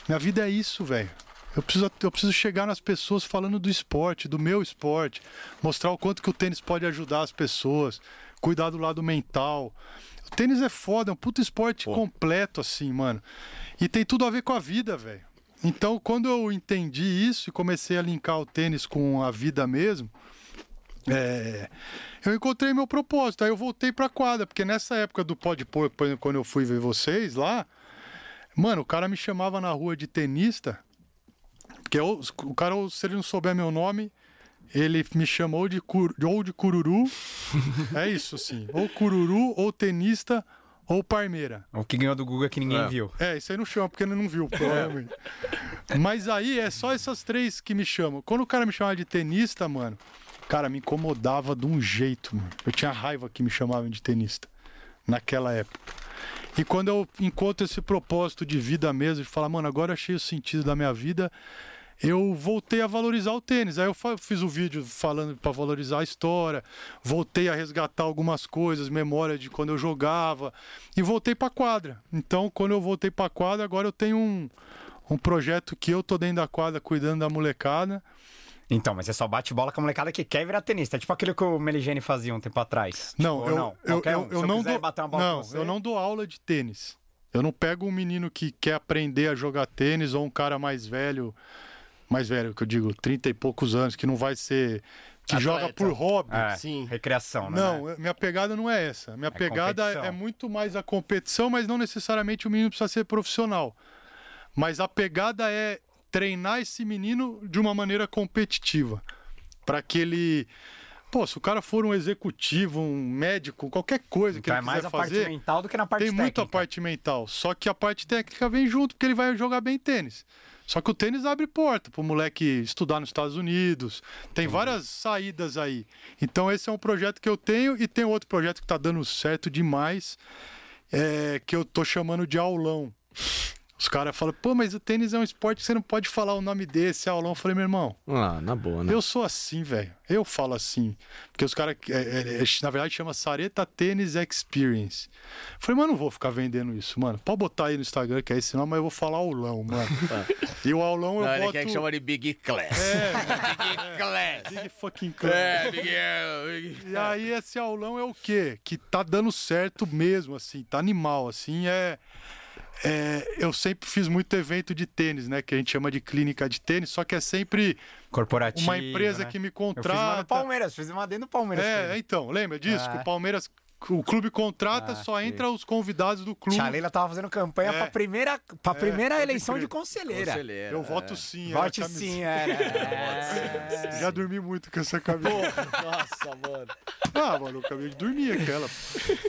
Speaker 2: minha vida é isso, velho. Eu preciso, eu preciso chegar nas pessoas falando do esporte, do meu esporte, mostrar o quanto que o tênis pode ajudar as pessoas, cuidar do lado mental. O tênis é foda, é um puto esporte completo, assim, mano. E tem tudo a ver com a vida, velho. Então, quando eu entendi isso e comecei a linkar o tênis com a vida mesmo, é, eu encontrei meu propósito, aí eu voltei pra quadra, porque nessa época do pó de porco, por exemplo, quando eu fui ver vocês lá, mano, o cara me chamava na rua de tenista, porque eu- o cara, se ele não souber meu nome, ele me chamou de, cur, ou de cururu, é isso assim, ou cururu, ou tenista, ou parmeira.
Speaker 4: O que ganhou do Guga que ninguém viu.
Speaker 2: É, isso aí não chama, porque ele não viu, provavelmente. Mas aí é só essas três que me chamam. Quando o cara me chamava de tenista, mano, cara, me incomodava de um jeito, mano. Eu tinha raiva que me chamavam de tenista naquela época. E quando eu encontro esse propósito de vida mesmo, de falar, mano, agora achei o sentido da minha vida, eu voltei a valorizar o tênis. Aí eu fa- fiz um vídeo falando para valorizar a história, voltei a resgatar algumas coisas, memória de quando eu jogava e voltei para quadra. Então, quando eu voltei para quadra, agora eu tenho um, um projeto que eu tô dentro da quadra cuidando da molecada.
Speaker 4: Então, mas você só bate bola com a molecada que quer virar tenista. É tipo aquilo que o Meligeni fazia um tempo atrás.
Speaker 2: Não,
Speaker 4: Ou
Speaker 2: eu
Speaker 4: não.
Speaker 2: eu,
Speaker 4: Qualquer
Speaker 2: eu,
Speaker 4: um. Se
Speaker 2: eu
Speaker 4: eu
Speaker 2: não
Speaker 4: quiser
Speaker 2: dou,
Speaker 4: bater uma bola
Speaker 2: não,
Speaker 4: com você-
Speaker 2: eu não dou aula de tênis. Eu não pego um menino que quer aprender a jogar tênis ou um cara mais velho, mais velho que eu digo, 30 e poucos anos, que não vai ser que joga por hobby.
Speaker 4: É,
Speaker 1: Sim.
Speaker 4: Recreação, né?
Speaker 2: Não, eu- minha pegada não é essa. Minha pegada
Speaker 4: competição.
Speaker 2: é muito mais a competição, mas não necessariamente o menino precisa ser profissional. Mas a pegada é treinar esse menino de uma maneira competitiva. Para que ele. Pô, se o cara for um executivo, um médico, qualquer coisa que
Speaker 4: Então
Speaker 2: ele
Speaker 4: é mais
Speaker 2: quiser
Speaker 4: a
Speaker 2: fazer,
Speaker 4: parte mental do que na parte
Speaker 2: tem muito a
Speaker 4: técnica.
Speaker 2: parte mental. Só que a parte técnica vem junto, porque ele vai jogar bem tênis. Só que o tênis abre porta pro moleque estudar nos Estados Unidos. Tem várias saídas aí. Então esse é um projeto que eu tenho e tem outro projeto que tá dando certo demais, é, que eu tô chamando de aulão. Os caras falam, pô, mas o tênis é um esporte que você não pode falar o nome desse, aulão. Eu falei, meu irmão,
Speaker 5: Ah, na boa, né?
Speaker 2: eu sou assim, velho. Eu falo assim. Porque os caras, é, é, é, na verdade, chama Sareta Tênis Experience. Falei, mas eu não vou ficar vendendo isso, mano. Pode botar aí no Instagram, que é esse nome, mas eu vou falar aulão, mano. e o aulão eu
Speaker 5: Ah. Não, ele
Speaker 2: boto... é,
Speaker 5: quer que chama de Big Class. Big Class.
Speaker 2: Big fucking Class.
Speaker 5: É, Big, é, Big...
Speaker 2: E aí esse aulão é o quê? Que tá dando certo mesmo, assim, tá animal, assim, é... é, eu sempre fiz muito evento de tênis, né? Que a gente chama de clínica de tênis, só que é sempre
Speaker 4: Corporativo.
Speaker 2: uma empresa
Speaker 4: né?
Speaker 2: que me
Speaker 4: Eu fiz uma
Speaker 2: contrata.
Speaker 4: do Palmeiras, fiz uma dentro do Palmeiras.
Speaker 2: É,
Speaker 4: cara.
Speaker 2: então, lembra disso?
Speaker 4: Ah.
Speaker 2: Que o Palmeiras, o clube contrata, só entra os convidados do clube.
Speaker 4: Tia Leila tava fazendo campanha
Speaker 2: É.
Speaker 4: pra primeira, pra primeira eleição
Speaker 2: crer.
Speaker 4: de conselheira.
Speaker 5: Conselheiro,
Speaker 2: Eu
Speaker 5: né?
Speaker 4: É.
Speaker 2: voto sim. era
Speaker 4: Vote
Speaker 2: camisa-
Speaker 4: sim, era. É.
Speaker 2: Já dormi muito com essa camisa.
Speaker 5: É. Nossa, mano.
Speaker 2: ah, mano, eu acabei de dormir aquela.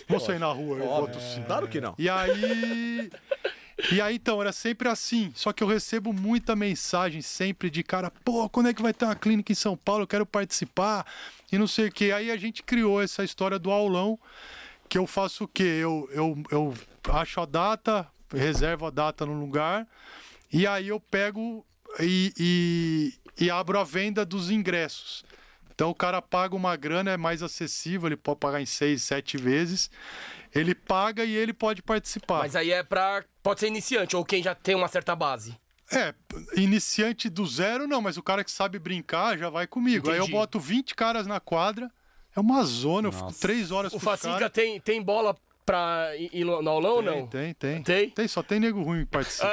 Speaker 2: Vou sair na rua, eu voto sim.
Speaker 5: Claro que não.
Speaker 2: E aí. E aí, então, era sempre assim. Só que eu recebo muita mensagem sempre de cara, pô, quando é que vai ter uma clínica em São Paulo? Eu quero participar e não sei o quê. Aí a gente criou essa história do aulão, que eu faço o quê? Eu, eu, eu acho a data, reservo a data no lugar, e aí eu pego e, e, e abro a venda dos ingressos. Então o cara paga uma grana, é mais acessível, ele pode pagar em seis, sete vezes. Ele paga e ele pode participar.
Speaker 1: Mas aí é pra. Pode ser iniciante ou quem já tem uma certa base.
Speaker 2: É, iniciante do zero não, mas o cara que sabe brincar já vai comigo. Aí eu
Speaker 1: Entendi.
Speaker 2: boto 20 caras na quadra, é uma zona, eu fico três
Speaker 1: O
Speaker 2: horas com os
Speaker 1: Facinca
Speaker 2: caras.
Speaker 1: tem, tem bola pra ir ir no no aulão ou não?
Speaker 2: Tem, tem,
Speaker 1: Tem?
Speaker 2: tem. só tem nego ruim que participa.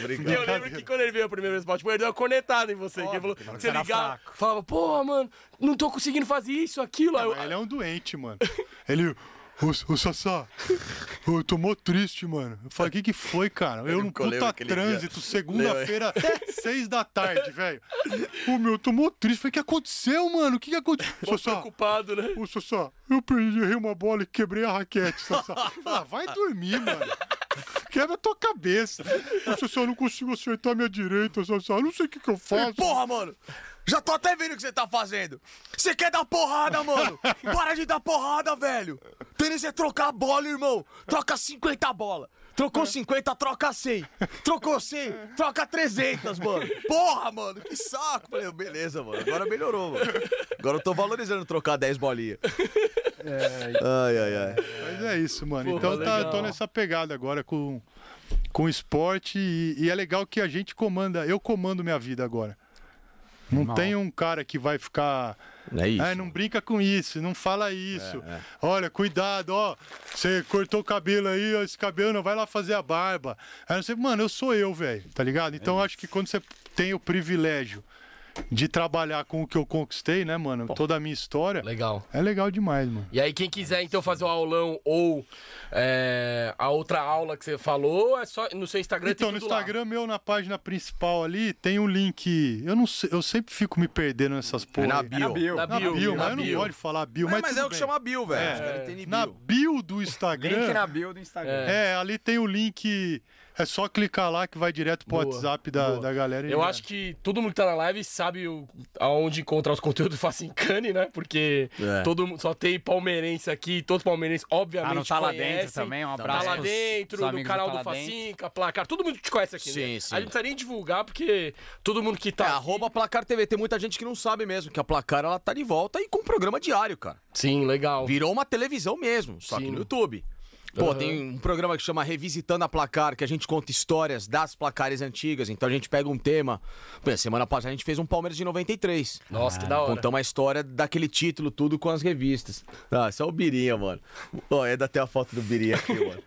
Speaker 1: Eu lembro que quando ele veio a primeira vez no Spot, ele deu uma cornetada em você. que ele falou, você ligava, falava, porra, mano, não tô conseguindo fazer isso, aquilo. Aí eu- "Ah,
Speaker 2: Ele é um doente, mano. Ele. Ô, ô Sassá, eu tô mó triste, mano. Eu falei, o que que foi, cara? Eu num
Speaker 5: ficou lembro
Speaker 2: puta
Speaker 5: aquele dia.
Speaker 2: trânsito, segunda-feira, seis da tarde, velho. Ô, meu, eu tô mó triste. Eu Falei, o que aconteceu, mano? O que que aconteceu? Sassá,
Speaker 1: preocupado, né?
Speaker 2: Ô, Sassá, eu perdi, errei uma bola e quebrei a raquete, Sassá. Ah, vai dormir, mano. Quebra a tua cabeça. Ô, Sassá, eu não consigo acertar a minha direita, Sassá. Eu não sei o que que eu faço.
Speaker 3: Porra, mano! Já tô até vendo o que você tá fazendo! Você quer dar porrada, mano! Para de dar porrada, velho! Tênis é trocar a bola, irmão! Troca 50 bola!
Speaker 2: É.
Speaker 3: Trocou 50, troca 100! Trocou 100, troca 300, mano! Porra, mano! Que saco! Falei, beleza, mano, agora melhorou, mano! Agora eu tô valorizando trocar 10 bolinhas!
Speaker 2: É,
Speaker 3: Ai, ai, ai.
Speaker 2: Mas é isso, mano. então tá,
Speaker 1: legal.
Speaker 2: eu tô nessa pegada agora com, com esporte e, e é legal que a gente comanda, eu comando minha vida agora. Não tem um cara que vai ficar.
Speaker 5: É isso.
Speaker 2: "Ai, não brinca com isso, não fala isso. Olha, cuidado, ó. Você cortou o cabelo aí, ó, esse cabelo não vai lá fazer a barba. Aí você, mano, eu sou eu, velho, tá ligado? Então eu acho que quando você tem o privilégio de trabalhar com o que eu conquistei, né, mano? Toda a minha história.
Speaker 1: Legal.
Speaker 2: É legal demais, mano.
Speaker 1: E aí, quem quiser, então, fazer o aulão ou é, a outra aula que você falou, é só no seu Instagram
Speaker 2: Então,
Speaker 1: tem
Speaker 2: no
Speaker 1: tudo lá.
Speaker 2: Instagram meu, na página principal ali, tem um link. Eu não sei, eu sempre fico me perdendo nessas porra.
Speaker 5: na
Speaker 2: aí.
Speaker 5: bio.
Speaker 1: Na
Speaker 2: Na
Speaker 1: bio,
Speaker 2: bio,
Speaker 1: na
Speaker 2: mas eu não
Speaker 1: bio.
Speaker 2: gosto de falar bio, mas,
Speaker 3: É, Mas, mas é
Speaker 2: tudo
Speaker 3: o que
Speaker 2: bem.
Speaker 3: chama Bill, velho. Os caras têm
Speaker 2: Na
Speaker 3: Bill.
Speaker 2: bio do Instagram.
Speaker 6: Link na bio do Instagram.
Speaker 2: É, ali tem o link. É só clicar lá que vai direto pro
Speaker 1: Boa,
Speaker 2: WhatsApp da,
Speaker 1: boa.
Speaker 2: da galera. e
Speaker 1: Eu
Speaker 4: né?
Speaker 2: já.
Speaker 1: acho que todo mundo que tá na live sabe o- aonde encontrar os conteúdos do Facincani, né? Porque
Speaker 5: É.
Speaker 1: todo mundo só tem palmeirense aqui, todos palmeirenses, obviamente.
Speaker 4: Ah, não tá lá
Speaker 1: conhecem.
Speaker 4: dentro também? Um
Speaker 1: Tá
Speaker 4: abraço.
Speaker 1: lá
Speaker 4: pros- pros
Speaker 1: dentro, no
Speaker 4: amigos
Speaker 1: canal
Speaker 4: Tá
Speaker 1: do
Speaker 4: Lá Dentro.
Speaker 1: Facinca, placar. Todo mundo que te conhece aqui, né?
Speaker 5: Sim, sim.
Speaker 1: A gente não precisa nem divulgar, porque todo mundo que tá.
Speaker 5: É,
Speaker 1: aqui-
Speaker 5: arroba Placar TV. Tem muita gente que não sabe mesmo que a Placar ela tá de volta e com um programa diário, cara.
Speaker 1: Sim, legal.
Speaker 5: Virou uma televisão mesmo, só
Speaker 1: Sim.
Speaker 5: que no YouTube. Pô, tem um programa que chama Revisitando a Placar, que a gente conta histórias das placares antigas. Então a gente pega um tema. Pô, semana passada a gente fez um Palmeiras de 93.
Speaker 1: Nossa, que da hora.
Speaker 5: Contamos a história daquele título, tudo com as revistas. Ah, isso é o Birinha, mano. Pô, ainda tem a foto do Birinha aqui, mano.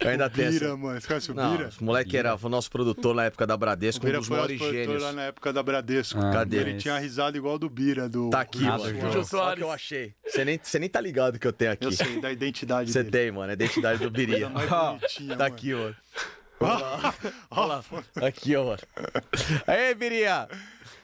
Speaker 5: Eu ainda tenho. essa-
Speaker 2: Bira, mano. Você conhece o
Speaker 5: é Não,
Speaker 2: Bira?
Speaker 5: esse moleque era o nosso produtor na época da Bradesco, um
Speaker 2: Bira
Speaker 5: dos
Speaker 2: foi
Speaker 5: maiores
Speaker 2: produtor
Speaker 5: gênios.
Speaker 2: lá na época da Bradesco.
Speaker 5: Cadê?
Speaker 2: Ele tinha a risada igual do Bira, do.
Speaker 5: Tá aqui,
Speaker 2: do-
Speaker 5: mano.
Speaker 2: do-
Speaker 1: Jô
Speaker 5: Só
Speaker 1: Soares.
Speaker 5: que eu achei. Você nem, você nem tá ligado que eu tenho aqui.
Speaker 2: Eu sei, da identidade
Speaker 5: Você
Speaker 2: dele.
Speaker 5: tem, mano. É a identidade do Biria.
Speaker 2: Mais bonitinha,
Speaker 5: Tá
Speaker 2: mano.
Speaker 5: aqui, mano. Olha lá. Aqui, ó, mano. Aê, Biria!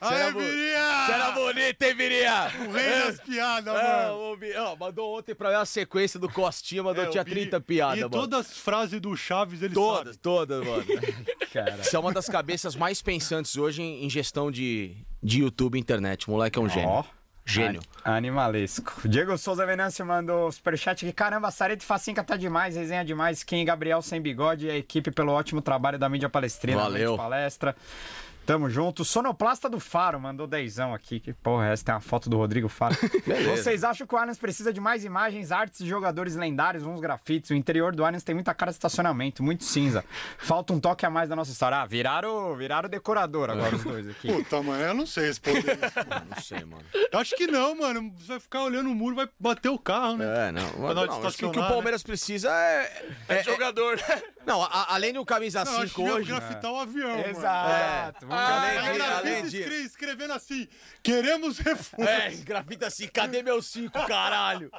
Speaker 5: Você
Speaker 2: Aê,
Speaker 5: era bo-
Speaker 2: Biria!
Speaker 5: Você era bonito, hein, Biria?
Speaker 2: O rei das piadas,
Speaker 5: Ah,
Speaker 2: mano.
Speaker 5: ô, Bi- ó, mandou ontem pra mim a sequência do Costinha, mandou
Speaker 2: É, o
Speaker 5: tinha
Speaker 2: Billy-
Speaker 5: 30 piadas,
Speaker 2: E
Speaker 5: mano.
Speaker 2: todas as frases do Chaves ele
Speaker 5: Todas,
Speaker 2: sabe.
Speaker 5: todas, mano. Você é uma das cabeças mais pensantes hoje em em gestão de, de YouTube e internet. O moleque é um gênio.
Speaker 6: Ó.
Speaker 5: Gênio.
Speaker 6: Animalesco. Diego Souza Venâncio mandou superchat aqui. Caramba, Sareta e Facinca tá demais, resenha demais. Quem Gabriel Sem Bigode e a equipe pelo ótimo trabalho da mídia palestrina.
Speaker 5: Valeu.
Speaker 6: grande palestra. Tamo junto. Sonoplasta do Faro mandou dezão aqui. Que porra é essa? Tem uma foto do Rodrigo Faro. Vocês acham que o Allianz precisa de mais imagens, artes e jogadores lendários, uns grafites? O interior do Allianz tem muita cara de estacionamento, muito cinza. Falta um toque a mais da nossa história. Ah, viraram, viraram decorador agora os dois aqui.
Speaker 2: Puta, mano, eu não sei responder isso.
Speaker 5: Não sei, mano.
Speaker 2: Eu acho que não, mano. Você vai ficar olhando o muro, vai bater o carro, né?
Speaker 5: É, não.
Speaker 2: Pra nós
Speaker 5: não acho que o que o
Speaker 2: estacionar,
Speaker 5: Palmeiras precisa é. é-
Speaker 1: Jogador, né?
Speaker 5: não, a- a- além do camisa
Speaker 2: Não, eu acho
Speaker 5: 5
Speaker 2: que ia
Speaker 5: hoje.
Speaker 2: grafitar o
Speaker 5: É,
Speaker 2: avião, mano.
Speaker 6: Exato. Vamos dar
Speaker 2: Aí
Speaker 5: Além de-
Speaker 2: grafita
Speaker 5: além de-
Speaker 2: escre- escrevendo assim, queremos reforço.
Speaker 5: É, grafita assim, cadê meu cinco, caralho?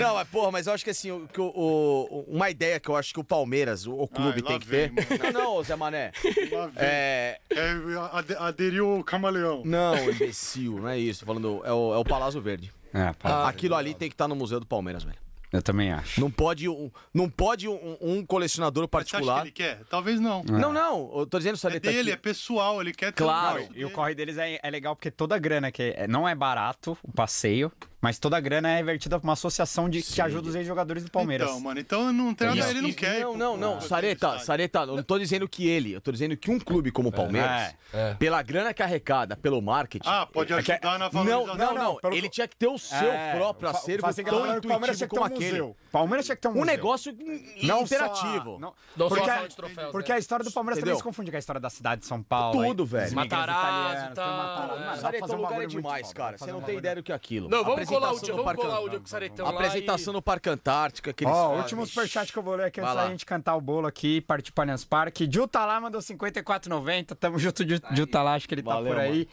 Speaker 5: Não, mas porra, mas eu acho que assim, o, que o- o- uma ideia que eu acho que o Palmeiras, o, o clube,
Speaker 2: lá
Speaker 5: tem que
Speaker 2: vem,
Speaker 5: ter.
Speaker 2: mano.
Speaker 5: Não, não, Zé Mané.
Speaker 2: Lá vem.
Speaker 5: É.
Speaker 2: É, ade- aderiu o camaleão.
Speaker 5: Não, imbecil, não é isso. Tô Falando, é o, é o Palácio Verde.
Speaker 6: É, pá.
Speaker 2: Ah,
Speaker 5: Aquilo ali tem que estar no tá Museu do Palmeiras, velho.
Speaker 11: Eu também acho.
Speaker 5: Não pode um, não pode um, um colecionador
Speaker 2: Você acha que
Speaker 5: particular.
Speaker 2: ele quer? Talvez não.
Speaker 5: Não, não, eu tô dizendo só
Speaker 2: É dele, é
Speaker 5: aqui.
Speaker 2: pessoal, ele quer ter
Speaker 5: Claro,
Speaker 2: um
Speaker 11: E o corre deles é, é legal porque toda a grana que é- não é barato, o passeio, mas toda a grana é revertida pra uma associação de, que ajuda os ex-jogadores do Palmeiras.
Speaker 2: Então, mano, então não tem nada, ele não quer.
Speaker 5: É Não, não, não, Sareta, Sareta, eu não tô dizendo que ele, eu tô dizendo que um clube como o Palmeiras,
Speaker 1: é.
Speaker 5: pela grana que arrecada, pelo marketing.
Speaker 2: Ah, pode
Speaker 5: é que-
Speaker 2: ajudar na
Speaker 5: Não,
Speaker 2: valorização.
Speaker 5: não, não,
Speaker 4: não, pelo-
Speaker 5: ele tinha que ter o
Speaker 4: É,
Speaker 5: seu próprio acervo
Speaker 4: Fazem
Speaker 5: tão
Speaker 4: galera, o Palmeiras tinha que
Speaker 5: intuitivo
Speaker 4: ter um
Speaker 5: como aquele.
Speaker 4: museu. Palmeiras tinha que ter um
Speaker 5: Um
Speaker 4: museu.
Speaker 5: negócio
Speaker 4: Não só-
Speaker 5: interativo.
Speaker 4: não-
Speaker 1: Não só
Speaker 4: porque
Speaker 1: a sala de troféus,
Speaker 4: porque
Speaker 1: né?
Speaker 4: a história do Palmeiras
Speaker 5: Entendeu?
Speaker 4: também se confunde com a história da cidade de São Paulo.
Speaker 5: Tudo,
Speaker 4: aí,
Speaker 5: velho.
Speaker 4: os miguéis
Speaker 1: Matarazzo,
Speaker 4: italianos,
Speaker 1: tá-
Speaker 4: tudo Matarazzo.
Speaker 1: é.
Speaker 4: Mano, dá pra
Speaker 5: Sareta,
Speaker 4: fazer
Speaker 5: o
Speaker 4: um
Speaker 5: lugar é
Speaker 4: bagulho muito
Speaker 5: demais,
Speaker 4: foda,
Speaker 5: cara.
Speaker 4: dá pra
Speaker 5: Você
Speaker 4: fazer
Speaker 5: não
Speaker 4: um
Speaker 5: tem
Speaker 4: bagulho
Speaker 5: ideia do que é aquilo.
Speaker 1: Não, vamos colar o
Speaker 5: Apresentação
Speaker 1: Diogo,
Speaker 5: no
Speaker 1: vamos
Speaker 5: Parque
Speaker 1: colar o
Speaker 5: Antártico.
Speaker 1: Diogo Saretão lá.
Speaker 5: Apresentação
Speaker 1: e-
Speaker 5: no Parque Antártica que eles
Speaker 4: Ó,
Speaker 5: fazem.
Speaker 4: últimos superchat que eu vou ler aqui
Speaker 5: Vai
Speaker 4: antes da
Speaker 5: lá.
Speaker 4: gente cantar o bolo aqui e partir para Allianz Parque. Gil tá lá, mandou 54,90. Tamo junto, Gil Gil tá lá, acho que ele tá por aí.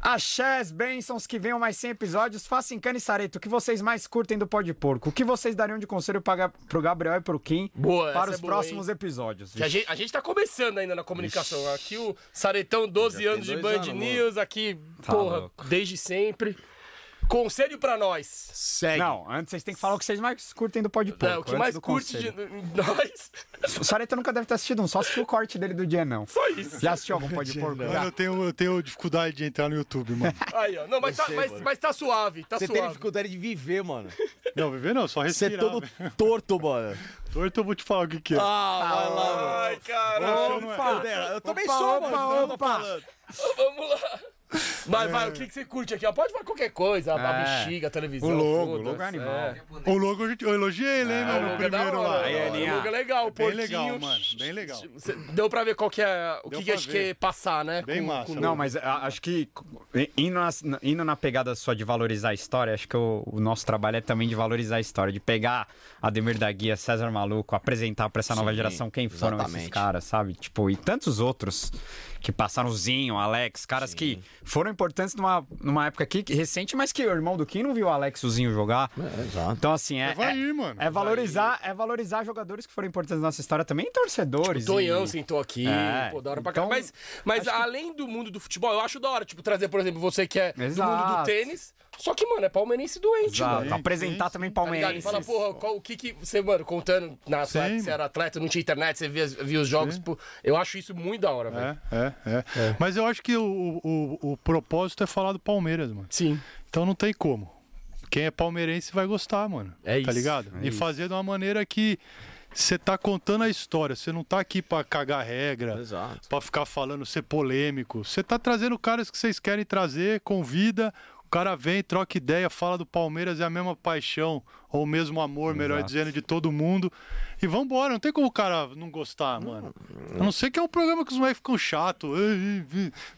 Speaker 4: Axés, bênçãos, que venham mais 100 episódios. Faça Cana e Sareto, o que vocês mais curtem do Pó de Porco? O que vocês dariam de conselho pra, Ga- pro Gabriel e pro Kim
Speaker 1: Boa, essa
Speaker 4: para os
Speaker 1: é boa,
Speaker 4: próximos episódios?
Speaker 1: Que a, gente, a gente tá começando ainda na comunicação. Aqui o Saretão, 12 anos de
Speaker 5: dois
Speaker 1: Band
Speaker 5: anos, mano.
Speaker 1: News, aqui, porra,
Speaker 11: louco.
Speaker 1: desde sempre. Conselho pra nós.
Speaker 5: Segue.
Speaker 4: Não, antes vocês têm que falar o que vocês mais curtem do Pó de Porco.
Speaker 1: É, o que
Speaker 4: antes
Speaker 1: mais
Speaker 4: do
Speaker 1: curte de
Speaker 4: conselho.
Speaker 1: nós,
Speaker 4: O Sareto nunca deve ter assistido um, só assistiu o corte dele do dia, não.
Speaker 1: só isso.
Speaker 4: Já assistiu algum Pó de Porco?
Speaker 2: Mano, eu tenho, eu tenho dificuldade de entrar no YouTube, mano.
Speaker 1: Aí, ó. Não, mas, tá, mas, mas tá suave, tá
Speaker 5: Você tem
Speaker 1: suave.
Speaker 5: dificuldade de viver, mano.
Speaker 2: Não, viver não, só
Speaker 5: Você
Speaker 2: respirar.
Speaker 5: é todo
Speaker 2: velho.
Speaker 5: torto, mano.
Speaker 2: Torto, eu vou te falar o que que é.
Speaker 5: Ah, vai lá, mano.
Speaker 1: Ai, caralho.
Speaker 5: Eu também sou,
Speaker 4: opa,
Speaker 5: mano. Eu tô
Speaker 4: opa.
Speaker 5: falando.
Speaker 1: Vamos lá. Mas vai, o que, que você curte aqui? ó? Pode falar qualquer coisa, a- a
Speaker 4: É.
Speaker 1: bexiga, a televisão.
Speaker 4: O logo,
Speaker 1: foda-se,
Speaker 4: o logo é animal.
Speaker 2: O logo eu eu elogiei ele, hein,
Speaker 1: É, o
Speaker 2: mano, no
Speaker 1: logo é da
Speaker 2: primeiro
Speaker 1: hora.
Speaker 2: lá.
Speaker 1: Aí,
Speaker 2: Bem
Speaker 1: O logo é legal, o porquinho.
Speaker 2: legal, mano, bem legal.
Speaker 1: Cê- Deu pra ver qual que é, o
Speaker 2: Deu
Speaker 1: que, que a
Speaker 2: pra
Speaker 1: gente
Speaker 2: ver.
Speaker 1: quer passar, né?
Speaker 2: Bem massa.
Speaker 4: Não, mas a- acho que indo na, indo na pegada só de valorizar a história, acho que o, o nosso trabalho é também de valorizar a história, de pegar Ademir da Guia, César Maluco, apresentar pra essa nova
Speaker 5: Sim,
Speaker 4: geração quem foram esses
Speaker 5: exatamente.
Speaker 4: caras, sabe? Tipo, e tantos outros que passaram, Zinho, Alex, caras que foram importantes numa, numa época aqui que- recente, mas que o irmão do Kim não viu o Alex e o Zinho jogar. Então, assim, é.
Speaker 2: É, vai
Speaker 4: é-
Speaker 2: ir, mano.
Speaker 4: é valorizar, é valorizar jogadores que foram importantes na nossa história também, e torcedores.
Speaker 1: Tonhão
Speaker 4: e-
Speaker 1: sentou aqui,
Speaker 4: É.
Speaker 1: pô, da hora pra
Speaker 4: Então,
Speaker 1: cá. Mas, mas além do mundo do futebol, eu acho da hora, tipo, trazer, por exemplo, você que é do mundo do
Speaker 4: Exato.
Speaker 1: tênis. Só que, mano, é palmeirense doente, mano.
Speaker 4: Exato,
Speaker 2: Sim,
Speaker 4: apresentar
Speaker 2: sim,
Speaker 4: também
Speaker 1: Tá ligado? E
Speaker 4: Palmeiras.
Speaker 1: fala, porra, qual- o que que você, mano, contando na atleta,
Speaker 2: Sim.
Speaker 1: você era atleta, não tinha internet, você via, via os jogos, pô, eu acho isso muito da hora, velho.
Speaker 2: É, é, é, Mas eu acho que o, o, o propósito é falar do Palmeiras, mano.
Speaker 1: Sim.
Speaker 2: Então não tem como. Quem é palmeirense vai gostar, mano.
Speaker 1: É isso,
Speaker 2: Tá ligado? e fazer de uma maneira que você tá contando a história. Você não tá aqui pra cagar regra,
Speaker 5: Exato.
Speaker 2: pra ficar falando, ser polêmico. Você tá trazendo caras que vocês querem trazer, convida. O cara vem, troca ideia, fala do Palmeiras, é a mesma paixão, ou o mesmo amor, melhor dizendo, de todo mundo. E vambora, não tem como o cara não gostar, mano. A não ser que é um programa que os moleques ficam chato.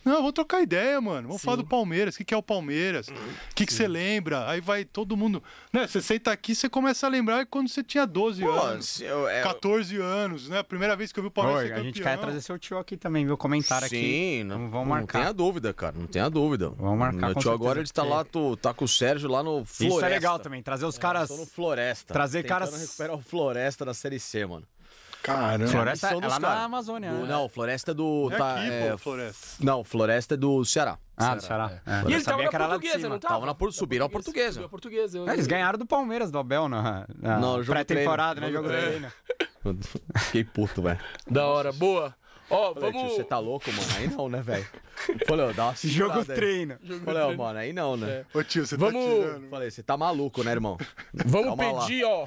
Speaker 2: Não, vamos trocar ideia, mano. Vamos falar do Palmeiras. O que que é o Palmeiras? O que que você lembra? Aí vai todo mundo. Né? Você senta aqui, você começa a lembrar quando você tinha 12
Speaker 5: Pô,
Speaker 2: anos.
Speaker 5: se eu- é-
Speaker 2: 14 anos, né? A primeira vez que eu vi o Palmeiras.
Speaker 4: Oi,
Speaker 2: ser
Speaker 4: a gente
Speaker 2: campeão.
Speaker 4: quer trazer seu tio aqui também, viu? Comentário aqui.
Speaker 5: Sim, não,
Speaker 4: Vamos- vamos
Speaker 5: não tem
Speaker 4: marcar.
Speaker 5: a dúvida, cara. Não tem a dúvida.
Speaker 4: Vamos marcar,
Speaker 5: Meu
Speaker 4: com
Speaker 5: tio
Speaker 4: certeza,
Speaker 5: agora ele tá
Speaker 4: porque-
Speaker 5: lá, tô- tá com o Sérgio lá no Floresta.
Speaker 4: Isso é legal também, trazer os caras.
Speaker 5: Tô no Floresta.
Speaker 4: Trazer
Speaker 5: Tentando
Speaker 4: caras-
Speaker 5: recuperar o Floresta da Série C, mano.
Speaker 2: Caramba.
Speaker 4: Floresta é
Speaker 5: Missão dos
Speaker 4: lá
Speaker 5: caras.
Speaker 4: na Amazônia.
Speaker 5: Do-
Speaker 4: né?
Speaker 5: Não, Floresta é do...
Speaker 2: É
Speaker 5: tá,
Speaker 2: aqui,
Speaker 5: é,
Speaker 2: pô, Floresta.
Speaker 5: Não, Floresta é do Ceará.
Speaker 4: Ah, do Ceará.
Speaker 1: E
Speaker 4: É. Eu
Speaker 1: ele tava
Speaker 4: sabia
Speaker 1: na
Speaker 4: que era lá de
Speaker 1: portuguesa,
Speaker 4: cima.
Speaker 1: não tava?
Speaker 5: Tava na... por- Subiram a portuguesa.
Speaker 1: Subiu a portuguesa. eu-
Speaker 4: É, Eles ganharam do Palmeiras, do Abel, na, na
Speaker 5: Não, jogo
Speaker 4: pré-temporada, né?
Speaker 5: treino.
Speaker 4: Jogo
Speaker 5: Jogo
Speaker 4: treino.
Speaker 5: Fiquei puto, velho.
Speaker 1: Da hora, boa. Ó,
Speaker 5: Falei, tio,
Speaker 1: vamos...
Speaker 5: você tá louco, mano? Aí não, né, velho? Falei, ó, dá uma segurada
Speaker 4: Jogo É.
Speaker 5: aí.
Speaker 4: treino.
Speaker 5: Falei, ó, mano, aí não, né?
Speaker 2: Ô tio, você
Speaker 1: Vamos-
Speaker 2: tá tirando.
Speaker 5: Falei, você tá maluco, né, irmão?
Speaker 1: Vamos
Speaker 5: Calma lá.
Speaker 1: pedir, ó.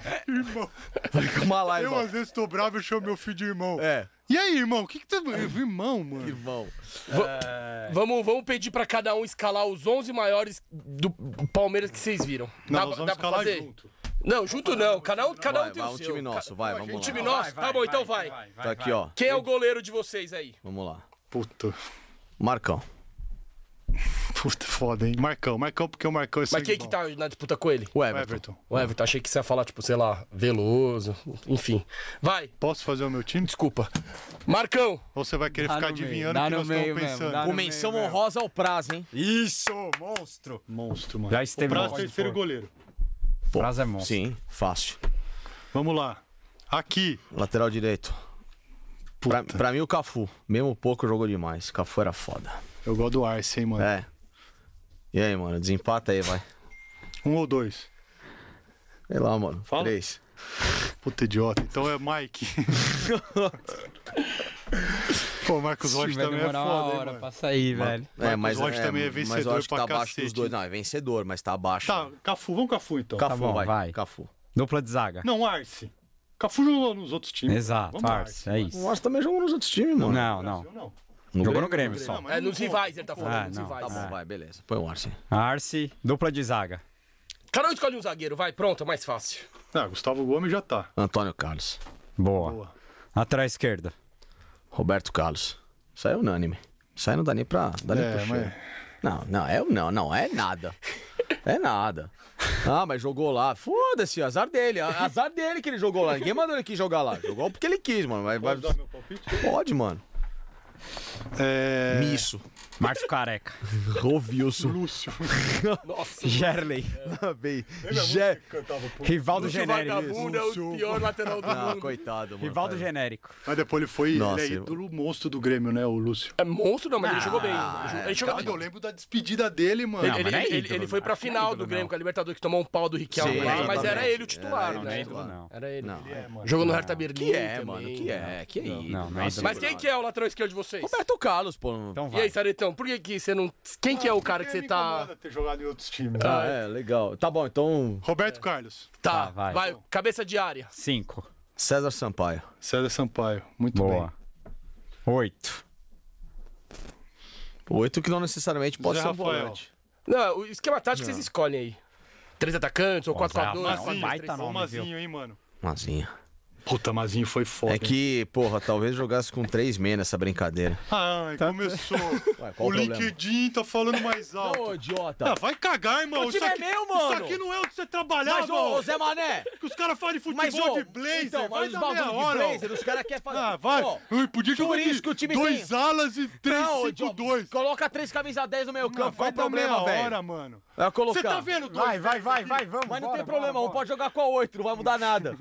Speaker 5: Falei, calma lá,
Speaker 2: Eu
Speaker 5: irmão.
Speaker 2: às vezes tô bravo e chamo meu filho de irmão.
Speaker 5: É,
Speaker 2: E aí, irmão? O que que tá... Irmão, mano.
Speaker 5: irmão.
Speaker 1: É. Vamos, vamos pedir pra cada um escalar os 11 maiores do Palmeiras que vocês viram.
Speaker 2: Não, nós vamos escalar junto.
Speaker 1: Não, junto não. Cada um, cada um
Speaker 5: Vai,
Speaker 1: tem
Speaker 5: vai,
Speaker 1: o
Speaker 5: um
Speaker 1: seu.
Speaker 5: time nosso, vai, vamos
Speaker 1: Um
Speaker 5: lá.
Speaker 1: time nosso? tá bom, então vai.
Speaker 5: Tá aqui, ó.
Speaker 1: Quem é o goleiro de vocês aí?
Speaker 5: Vamos lá.
Speaker 2: Puta.
Speaker 5: Marcão.
Speaker 2: Puta foda, hein? Marcão, Marcão, porque o Marcão é
Speaker 1: Mas
Speaker 2: sangue
Speaker 1: quem que
Speaker 2: bom.
Speaker 1: tá na disputa com ele?
Speaker 5: O
Speaker 2: Vai,
Speaker 5: Everton.
Speaker 2: Everton.
Speaker 1: O Everton, achei que você ia falar, tipo, sei lá, Veloso, enfim. Vai,
Speaker 2: Posso fazer o meu time?
Speaker 1: desculpa. Marcão,
Speaker 2: Ou você vai querer
Speaker 4: Dá
Speaker 2: ficar
Speaker 4: no meio,
Speaker 2: adivinhando o
Speaker 4: dá
Speaker 2: que
Speaker 4: no
Speaker 2: nós
Speaker 4: meio
Speaker 2: estamos
Speaker 4: mesmo,
Speaker 2: pensando?
Speaker 4: dá
Speaker 5: Com
Speaker 4: no
Speaker 5: menção
Speaker 4: meio,
Speaker 5: honrosa ao prazo, hein?
Speaker 4: Isso, monstro.
Speaker 2: Monstro, mano.
Speaker 4: Já
Speaker 2: o
Speaker 4: esteve
Speaker 2: é Prazo
Speaker 4: no-
Speaker 2: terceiro goleiro.
Speaker 5: Pô,
Speaker 4: Prazo é monstro.
Speaker 5: Sim, fácil.
Speaker 2: Vamos lá. Aqui.
Speaker 5: Lateral direito. Pra, pra mim, o Cafu. Mesmo pouco jogou demais. Cafu era foda.
Speaker 2: Eu gosto do Arce, hein, mano.
Speaker 5: É. E aí, mano? Desempata aí, vai.
Speaker 2: Um ou dois.
Speaker 3: Sei lá, mano.
Speaker 1: Fala.
Speaker 3: Três.
Speaker 2: Puta idiota. Então é Mike. Pô, Marcos Rocha
Speaker 4: vai
Speaker 2: também é
Speaker 4: demorar uma
Speaker 2: foda, hein,
Speaker 4: hora
Speaker 2: mano.
Speaker 4: pra sair, velho.
Speaker 5: É, mas,
Speaker 2: Rocha
Speaker 5: é,
Speaker 2: também é
Speaker 5: mas eu
Speaker 2: vencedor
Speaker 5: acho que
Speaker 2: pra
Speaker 5: tá abaixo dos
Speaker 2: cacete,
Speaker 5: dois.
Speaker 2: né?
Speaker 5: Não, é vencedor, mas tá abaixo.
Speaker 2: Tá, Cafu, vamos Cafu então.
Speaker 5: Cafu,
Speaker 4: bom,
Speaker 5: vai.
Speaker 4: vai.
Speaker 5: Cafu.
Speaker 4: Dupla de zaga.
Speaker 2: Não, Arce. Cafu jogou nos outros times.
Speaker 4: Exato,
Speaker 2: Vamos,
Speaker 4: Arce, é isso.
Speaker 3: O Arce também jogou nos outros times, mano.
Speaker 4: Não, não.
Speaker 2: Brasil, não.
Speaker 4: Jogou no Grêmio só.
Speaker 2: mas
Speaker 1: É,
Speaker 2: não
Speaker 1: nos
Speaker 2: conta.
Speaker 1: rivais, ele tá falando,
Speaker 4: Ah,
Speaker 1: nos
Speaker 4: não,
Speaker 1: rivais.
Speaker 5: Tá bom, vai, beleza. Põe o Arce.
Speaker 4: Arce, dupla de zaga.
Speaker 1: Cada um escolhe um zagueiro, vai, pronto, é mais fácil.
Speaker 2: Ah, Gustavo Gomes já tá.
Speaker 5: Antônio Carlos.
Speaker 4: Boa.
Speaker 2: Boa.
Speaker 4: Atrás esquerda.
Speaker 5: Roberto Carlos. Isso aí é unânime. Isso aí não dá nem pra. Dá nem pro
Speaker 2: É,
Speaker 5: cheiro.
Speaker 2: mas...
Speaker 5: Não, não, é não, não, é nada. É nada. Ah, mas jogou lá. Foda-se, azar dele. a- Azar dele que ele jogou lá. Ninguém mandou ele aqui jogar lá. Jogou porque ele quis, mano. Mas, vai-
Speaker 2: Dá meu palpite?
Speaker 5: Pode, mano.
Speaker 2: É...
Speaker 5: Isso.
Speaker 4: Marcos Careca.
Speaker 5: Rovilson.
Speaker 2: Lúcio.
Speaker 1: Nossa,
Speaker 4: Gerley.
Speaker 5: Bem,
Speaker 2: Lembra a música que cantava, pô?
Speaker 4: Rival do
Speaker 1: o
Speaker 4: genérico.
Speaker 1: vagabundo é o pior lateral do
Speaker 5: Ah,
Speaker 1: mundo.
Speaker 5: coitado, mano.
Speaker 4: Rival do genérico.
Speaker 2: Mas depois ele foi
Speaker 5: Nossa,
Speaker 2: ele é
Speaker 5: eu-
Speaker 2: ídolo monstro do Grêmio, né? O Lúcio.
Speaker 1: É monstro, não, mas ele jogou bem. Ele jogou- Ele jogou
Speaker 2: Cara, eu
Speaker 1: bem.
Speaker 2: lembro da despedida dele, mano.
Speaker 1: Ele,
Speaker 4: mas não é
Speaker 1: ele- ele-
Speaker 4: ídolo,
Speaker 1: ele foi
Speaker 4: não.
Speaker 1: pra
Speaker 4: Acho que não é
Speaker 1: final do
Speaker 4: ídolo,
Speaker 1: Grêmio
Speaker 4: não. é
Speaker 1: com a Libertadores que tomou um pau do Riquelme
Speaker 5: Sim,
Speaker 1: lá, mas era
Speaker 5: exatamente.
Speaker 1: ele o titular,
Speaker 5: Era ele o
Speaker 1: né?
Speaker 5: titular.
Speaker 4: Não.
Speaker 1: Era ele.
Speaker 5: Não.
Speaker 1: Jogou no Hertha Berlim.
Speaker 5: Que é,
Speaker 1: também.
Speaker 5: mano? Que é? Que é isso?
Speaker 4: Não, não é isso.
Speaker 1: Mas quem que é o lateral esquerdo de vocês?
Speaker 5: Roberto Carlos, pô.
Speaker 4: Então
Speaker 1: E
Speaker 4: vai.
Speaker 1: aí, Saretão, por que, que você não. Quem que é o cara que
Speaker 2: Ah, Porque
Speaker 1: você
Speaker 2: me
Speaker 1: tá.
Speaker 2: incomoda ter jogado em outros times. É.
Speaker 5: Ah, é, legal. Tá bom, então.
Speaker 2: Roberto Carlos.
Speaker 1: Tá,
Speaker 4: Tá, vai.
Speaker 1: vai, cabeça de área.
Speaker 4: Cinco.
Speaker 5: César Sampaio.
Speaker 2: César Sampaio. Muito
Speaker 4: Boa.
Speaker 2: bem.
Speaker 4: Oito.
Speaker 5: Oito que não necessariamente pode
Speaker 2: Zé
Speaker 5: ser um
Speaker 2: Rafael.
Speaker 5: volante.
Speaker 1: Não, o esquema tático vocês escolhem aí. Três atacantes, ou
Speaker 4: Zé
Speaker 1: 4-4-2,
Speaker 4: Rafael,
Speaker 1: 4-3-3.
Speaker 2: Mazinho,
Speaker 4: baita
Speaker 2: bom
Speaker 4: nome,
Speaker 2: Mazinho, hein, mano?
Speaker 5: Mazinho.
Speaker 2: Puta, Mazinho foi foda.
Speaker 5: É que, porra, talvez jogasse com três meia nessa brincadeira.
Speaker 2: Ai, começou.
Speaker 5: Tá. qual é
Speaker 2: o
Speaker 5: o problema?
Speaker 2: LinkedIn tá falando mais alto.
Speaker 5: Ô, idiota.
Speaker 2: Ah, vai cagar, irmão.
Speaker 5: O time
Speaker 2: Isso aqui,
Speaker 5: é meu,
Speaker 2: isso
Speaker 5: mano.
Speaker 2: aqui não é onde você trabalhava,
Speaker 5: Mas, ô,
Speaker 2: ó.
Speaker 5: ô, Zé Mané.
Speaker 2: Que os caras falam de futebol
Speaker 5: Mas, ô,
Speaker 2: de blazer.
Speaker 5: então,
Speaker 2: vai
Speaker 5: mas
Speaker 2: dar
Speaker 5: os bagulho
Speaker 2: meia hora,
Speaker 5: de
Speaker 2: ó.
Speaker 5: blazer, os caras querem fazer...
Speaker 2: Ah, vai.
Speaker 5: Ó,
Speaker 2: Ui, podia
Speaker 5: por
Speaker 2: jogar de
Speaker 5: isso que o time
Speaker 2: dois
Speaker 5: tem-
Speaker 2: alas e três,
Speaker 5: não,
Speaker 2: cinco,
Speaker 5: idiota,
Speaker 2: dois.
Speaker 5: Coloca três camisa 10 no meio
Speaker 2: Não,
Speaker 5: campo.
Speaker 2: vai
Speaker 5: Qual o
Speaker 2: dar meia
Speaker 5: problema,
Speaker 2: hora,
Speaker 5: velho?
Speaker 2: mano.
Speaker 5: Vai colocar.
Speaker 2: Você tá vendo? Dois?
Speaker 4: Vai, vai, vai, vai, vamos.
Speaker 5: Mas não tem problema, um pode jogar com a 8, não vai mudar nada.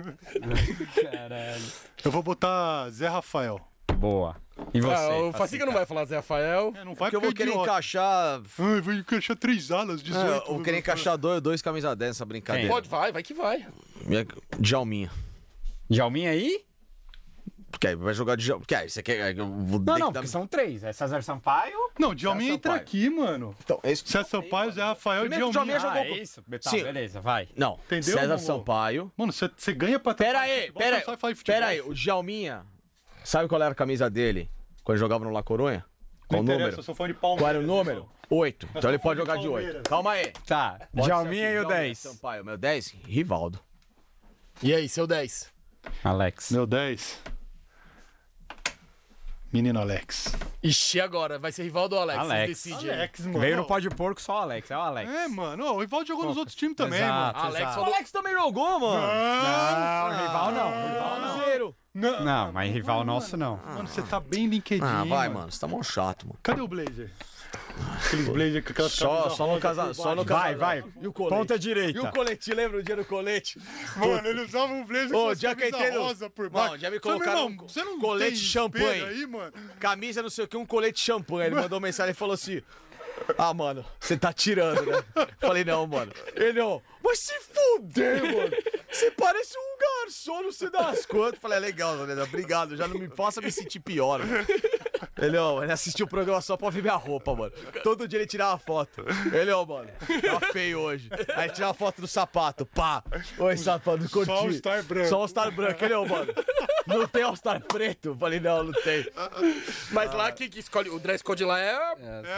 Speaker 2: Eu vou botar Zé Rafael.
Speaker 4: Boa. E você?
Speaker 1: Ah, o Facica não vai falar Zé Rafael.
Speaker 2: É, não vai
Speaker 5: Porque eu vou
Speaker 2: porque é
Speaker 5: querer
Speaker 2: idiota.
Speaker 5: encaixar.
Speaker 2: Ai, vou encaixar três alas, 18.
Speaker 5: É, eu vou querer encaixar dois, dois camisa 10 nessa brincadeira.
Speaker 1: Pode, vai, vai que vai.
Speaker 5: Minha- Djalminha.
Speaker 4: Djalminha aí?
Speaker 5: Porque aí vai jogar de Djalminha. Porque aí você quer. Eu vou
Speaker 4: Não,
Speaker 5: ter
Speaker 4: não,
Speaker 5: que dar...
Speaker 4: porque são três. É César Sampaio.
Speaker 2: Não, Djalminha entra
Speaker 5: Sampaio.
Speaker 2: aqui, mano.
Speaker 5: Então, é isso.
Speaker 2: César Sampaio, Zé Rafael e
Speaker 5: Primeiro que o Djalminha
Speaker 2: Djalminha.
Speaker 5: jogou
Speaker 4: Ah,
Speaker 5: com-
Speaker 4: é isso? Tá,
Speaker 5: Sim.
Speaker 4: beleza, vai.
Speaker 5: Não,
Speaker 2: Entendeu,
Speaker 5: César
Speaker 2: Momô?
Speaker 5: Sampaio.
Speaker 2: Mano, você- você ganha pra
Speaker 5: Pera
Speaker 2: trabalhar em
Speaker 5: aí,
Speaker 2: futebol,
Speaker 5: pera
Speaker 2: você só fala
Speaker 5: aí.
Speaker 2: de futebol.
Speaker 5: Pera aí, o Djalminha. Sabe qual era a camisa dele quando jogava no La Coruña?
Speaker 2: Não
Speaker 5: Qual o
Speaker 2: interessa,
Speaker 5: número?
Speaker 2: eu sou fã de Palmeiras.
Speaker 5: Qual era o número? Oito. Então
Speaker 2: sou
Speaker 5: ele
Speaker 2: fã
Speaker 5: pode
Speaker 2: de
Speaker 5: jogar de oito.
Speaker 2: Palmeiras.
Speaker 5: Calma aí.
Speaker 4: Tá,
Speaker 5: Pode ser
Speaker 4: Djalminha é
Speaker 5: aqui,
Speaker 4: e o
Speaker 5: Djalminha,
Speaker 4: 10.
Speaker 5: Sampaio, meu 10, Rivaldo.
Speaker 1: E aí, seu 10?
Speaker 4: Alex.
Speaker 2: Meu 10. Menino Alex.
Speaker 1: Ixi, agora, vai ser Rivaldo ou Alex?
Speaker 4: Alex.
Speaker 1: Vocês decidem. aí.
Speaker 2: mano.
Speaker 4: Veio no pódio porco só o Alex, é o Alex.
Speaker 2: É, mano. Ah, ó, O Ivaldo jogou nos outros times também,
Speaker 4: Exato,
Speaker 1: Alex
Speaker 4: exato.
Speaker 1: falou-
Speaker 5: Alex também jogou, mano.
Speaker 4: Não, rival não, rival não.
Speaker 5: Zero.
Speaker 2: mano.
Speaker 4: Não, mas rival nosso não.
Speaker 2: Mano, você tá bem LinkedIn.
Speaker 5: Ah, vai, mano. Você tá mó chato, mano.
Speaker 2: Cadê o Blazer? Aqueles Blazer com aquelas
Speaker 5: Só,
Speaker 2: camisas
Speaker 5: só no casal. Só no
Speaker 4: Vai,
Speaker 5: casal.
Speaker 4: vai.
Speaker 5: E o colete?
Speaker 4: Ponta direita.
Speaker 5: E o colete, lembra o dia do colete?
Speaker 2: Mano, ele usava um blazer
Speaker 5: Ô,
Speaker 2: com as
Speaker 5: já que eu
Speaker 2: camisas
Speaker 5: entendo-
Speaker 2: rosa por
Speaker 5: Mano,
Speaker 2: baixo.
Speaker 5: já me
Speaker 2: Você, meu
Speaker 5: colocaram
Speaker 2: irmão,
Speaker 5: um
Speaker 2: você não
Speaker 5: colete
Speaker 2: tem
Speaker 5: champanhe.
Speaker 2: espelho aí, mano?
Speaker 5: Camisa, não sei o que, um colete champanhe. Ele mandou mensagem e falou assim: Ah, mano, você tá tirando, né? Falei, não, mano. Ele, ó, mas se fuder, mano. Você parece um garçom, não sei das quantas. Falei, é legal, Zaneda, obrigado. Já não me faça me sentir pior, mano. Ele, ó, ele assistiu o programa só pra ver minha roupa, mano. Todo dia ele tirava foto. Ele, ó, mano, tá feio hoje. Aí ele tirava foto do sapato, pá. Oi, sapato, não curti.
Speaker 2: Só o Star branco.
Speaker 5: Só o Star branco. Ele, ó, mano, não tem All Star preto? Falei, não, não tem.
Speaker 1: Mas lá, quem que escolhe? O dress code lá é...
Speaker 2: É,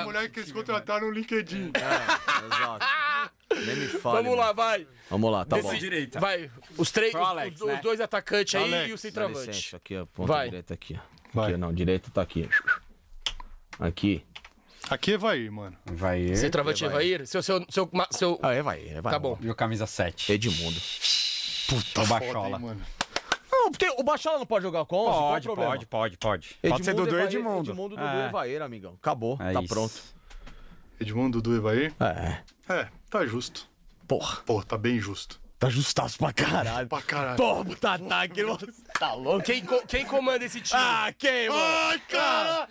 Speaker 2: a mulher que eles contrataram no LinkedIn.
Speaker 5: Exato. Nem me fale.
Speaker 1: Vamos
Speaker 5: mano.
Speaker 1: lá, vai.
Speaker 5: Vamos lá, tá
Speaker 1: Decide.
Speaker 5: bom.
Speaker 4: direita.
Speaker 1: Vai, os três,
Speaker 4: Pro
Speaker 1: os,
Speaker 4: Alex,
Speaker 1: os- os
Speaker 4: né?
Speaker 1: dois atacantes aí
Speaker 2: Alex,
Speaker 1: e o
Speaker 5: Dá
Speaker 1: centroavante.
Speaker 5: licença, aqui, a ponta
Speaker 1: Vai.
Speaker 5: direita aqui. ó.
Speaker 2: Vai.
Speaker 5: Aqui, não, direita tá aqui. Aqui.
Speaker 2: Aqui vai ir, mano.
Speaker 4: Vai ele.
Speaker 1: Centroavante Evair? Seu, seu, seu, ma- seu-
Speaker 5: Ah, é, vai, é, vai.
Speaker 1: Tá bom.
Speaker 4: E o camisa 7.
Speaker 5: Edmundo.
Speaker 4: Puta, o
Speaker 2: Foda,
Speaker 4: Bachola.
Speaker 2: hein, mano.
Speaker 5: Não, porque o Bachola não pode jogar com 11? qual o
Speaker 4: Pode,
Speaker 5: problema?
Speaker 4: pode, pode, pode. Pode ser Dudu e
Speaker 5: Evair,
Speaker 4: Edmundo.
Speaker 5: Edmundo, Dudu
Speaker 4: É.
Speaker 5: e Vaeira, amigão. Acabou,
Speaker 4: É
Speaker 5: tá
Speaker 4: isso.
Speaker 5: pronto.
Speaker 2: Edmundo, Dudu e Evair?
Speaker 5: É,
Speaker 2: É, tá justo.
Speaker 5: porra.
Speaker 2: Pô, tá bem justo.
Speaker 5: Tá justaço pra caralho.
Speaker 2: Pra caralho.
Speaker 5: Toma, tá, tá, que... tá louco?
Speaker 1: Quem, co- quem comanda esse time?
Speaker 5: Ah, quem, mano?
Speaker 2: Ai, cara!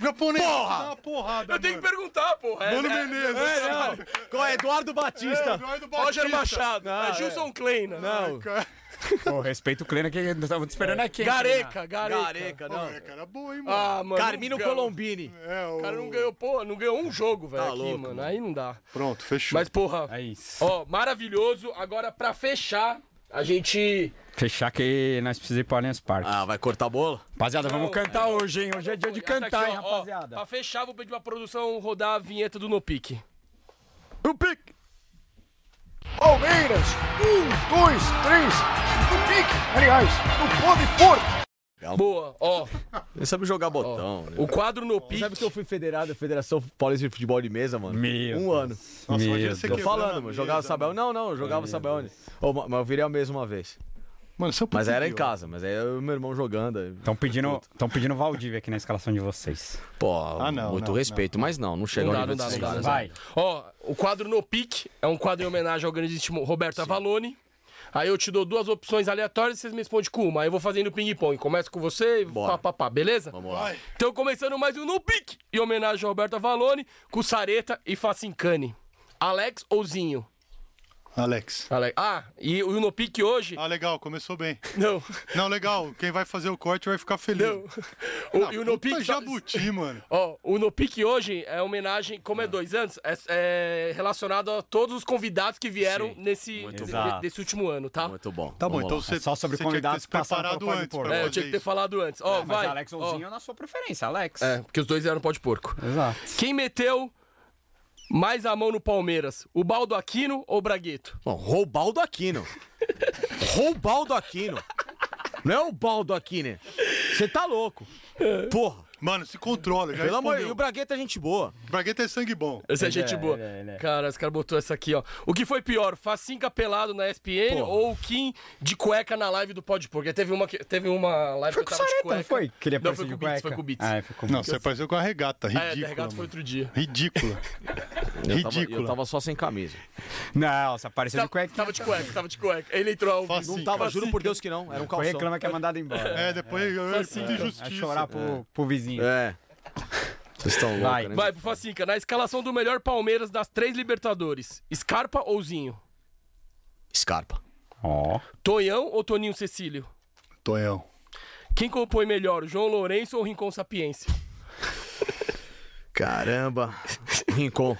Speaker 2: Japonês, porra! Dá uma porrada,
Speaker 1: eu tenho que
Speaker 2: mano.
Speaker 1: perguntar, porra. É-
Speaker 2: Mano
Speaker 1: é-
Speaker 2: Menezes.
Speaker 1: é, não.
Speaker 3: Qual é? Eduardo Batista.
Speaker 2: Eduardo Batista.
Speaker 1: Roger Machado.
Speaker 3: Não,
Speaker 1: é Gilson Kleina. Ah,
Speaker 3: Não,
Speaker 2: Cara,
Speaker 4: Pô, respeito o Kleina que eu tava te esperando aqui. hein, Kleina?
Speaker 1: Gareca, Gareca.
Speaker 3: Careca, não.
Speaker 2: é cara boa, hein, mano?
Speaker 1: Ah, mano.
Speaker 3: Carmino
Speaker 1: não ganha.
Speaker 3: Colombini.
Speaker 2: É, o...
Speaker 1: O cara não ganhou, porra, não ganhou um jogo, velho, aqui,
Speaker 3: louco,
Speaker 1: mano. Aí não dá.
Speaker 2: Pronto, fechou.
Speaker 1: Mas, porra,
Speaker 4: É isso.
Speaker 1: ó, maravilhoso. Agora, pra fechar, a gente...
Speaker 4: Fechar que nós precisamos ir pro Allianz Parque.
Speaker 5: Ah, vai cortar a bola?
Speaker 4: Rapaziada, vamos cantar hoje, hein? Hoje é dia de
Speaker 1: Até
Speaker 4: cantar,
Speaker 1: tá aqui,
Speaker 4: hein,
Speaker 1: ó, ó,
Speaker 4: rapaziada.
Speaker 1: pra fechar, vou pedir pra produção rodar a vinheta do No Pique.
Speaker 3: O pique.
Speaker 12: Palmeiras. Um, dois, três. No pique. Aliás, no pôr de porco.
Speaker 1: Boa, ó,
Speaker 5: Ele sabe jogar botão. né?
Speaker 1: o quadro No Pique...
Speaker 3: Sabe que eu fui federado, Federação Paulista de Futebol de Mesa, mano?
Speaker 4: Meu
Speaker 3: um ano.
Speaker 2: Nossa, imagina você
Speaker 3: Tô
Speaker 2: quebrando a
Speaker 3: falando, mano. Jogava
Speaker 2: mesa,
Speaker 3: Sabão. Não, não, eu jogava Sabão. Ô, ma- mas eu virei a mesa uma vez.
Speaker 2: Mano, você é um
Speaker 3: Mas era em
Speaker 2: puto
Speaker 3: casa, mas aí eu e meu irmão jogando. aí-
Speaker 4: Estão pedindo, tão pedindo Valdívia aqui na escalação de vocês.
Speaker 5: Pô,
Speaker 2: não,
Speaker 5: muito
Speaker 2: não,
Speaker 5: respeito, mas Ah, não, não chega
Speaker 1: Não
Speaker 5: ao
Speaker 1: dá,
Speaker 5: nível né?
Speaker 1: não dá,
Speaker 5: desses
Speaker 1: não dá, não
Speaker 5: caras.
Speaker 1: dá.
Speaker 4: Vai.
Speaker 1: Ó, o quadro No Pique é um quadro em homenagem ao grandíssimo Roberto Avalone. Aí eu te dou duas opções aleatórias e vocês me respondem com uma. Aí eu vou fazendo ping-pong. Começo com você e
Speaker 5: Bora.
Speaker 1: pá, pá, pá, beleza?
Speaker 5: Vamos lá.
Speaker 1: Então começando mais um No Pique em homenagem ao Roberto Avalone, com Sareta e Facincani. Alex ou Zinho?
Speaker 2: Alex.
Speaker 1: Ale- Ah, e o No Pique hoje...
Speaker 2: Ah, legal, começou bem.
Speaker 1: Não,
Speaker 2: Não, legal, quem vai fazer o corte vai ficar feliz.
Speaker 1: não. O, e o No
Speaker 2: Ah, Puta
Speaker 1: Pique... só-
Speaker 2: jabuti, mano.
Speaker 1: Ó, o No Pique hoje é homenagem, como é dois anos, é, é relacionado a todos os convidados que vieram nesse de-
Speaker 4: bom.
Speaker 1: desse último ano, tá?
Speaker 5: Muito bom.
Speaker 2: Tá bom,
Speaker 5: vamos
Speaker 2: então
Speaker 5: lá.
Speaker 2: você,
Speaker 4: só sobre
Speaker 2: você tinha que ter
Speaker 4: convidados
Speaker 2: se
Speaker 4: que passaram
Speaker 2: preparado
Speaker 4: pelo Pode
Speaker 2: antes
Speaker 4: Porco.
Speaker 2: pra
Speaker 1: É, eu
Speaker 2: fazer
Speaker 1: tinha que ter
Speaker 2: isso.
Speaker 1: falado antes. Ó,
Speaker 4: Mas
Speaker 1: vai.
Speaker 4: Alex É.
Speaker 1: ó.
Speaker 4: Ouzinho é na sua preferência, Alex.
Speaker 1: É, porque os dois eram pó de porco.
Speaker 4: Exato.
Speaker 1: Quem meteu mais a mão no Palmeiras? O Baldo Aquino ou o Bragueto?
Speaker 5: Bom, Roubaldo Aquino. Roubaldo Aquino. Não é o Baldo Aquino. Você tá louco. Porra,
Speaker 2: Mano, se controla, já
Speaker 5: pelo amor de
Speaker 2: respondeu.
Speaker 5: E o Bragueta é gente boa.
Speaker 2: Bragueta é sangue bom.
Speaker 1: Essa é gente boa. Cara, os caras botou essa aqui, ó. O que foi pior? Facinca pelado na ESPN ou o Kim de cueca na live do Pó de Porco? Porque teve uma, que- teve uma live
Speaker 4: Foi
Speaker 1: que
Speaker 4: com o
Speaker 1: eu tava de
Speaker 4: Sareta,
Speaker 1: cueca.
Speaker 4: não foi? Queria
Speaker 1: Não, foi
Speaker 4: aparecer
Speaker 1: com
Speaker 4: de
Speaker 1: o Beats,
Speaker 4: cueca.
Speaker 1: foi com o Beats.
Speaker 4: Ah, foi com o
Speaker 2: Não,
Speaker 4: Beats.
Speaker 2: você apareceu com a regata,
Speaker 1: é, da
Speaker 2: ridícula.
Speaker 1: regata foi
Speaker 2: mano.
Speaker 1: outro dia.
Speaker 2: Ridícula.
Speaker 5: Eu tava, eu
Speaker 2: Ridícula.
Speaker 5: tava só sem camisa.
Speaker 4: Não, você apareceu de cueca.
Speaker 1: Tava de cueca, tava de cueca. Ele entrou ao
Speaker 2: Facinho.
Speaker 1: vivo.
Speaker 5: Tava, juro por Deus que não. Era
Speaker 4: Foi
Speaker 5: um calção.
Speaker 4: reclama que é mandado embora.
Speaker 2: É, depois eu eu sinto
Speaker 4: Vai
Speaker 2: injustiça.
Speaker 4: é chorar pro, pro vizinho.
Speaker 5: É. Vocês estão
Speaker 4: Vai,
Speaker 5: loucos, né?
Speaker 1: Vai pro Facinca. Na escalação do melhor Palmeiras das três Libertadores: Scarpa ou Zinho?
Speaker 5: Scarpa.
Speaker 4: Ó.
Speaker 1: Tonhão ou Toninho Cecílio?
Speaker 2: Tonhão.
Speaker 1: Quem compõe melhor, João Lourenço ou Rincon Sapiência?
Speaker 5: Caramba. Rincon.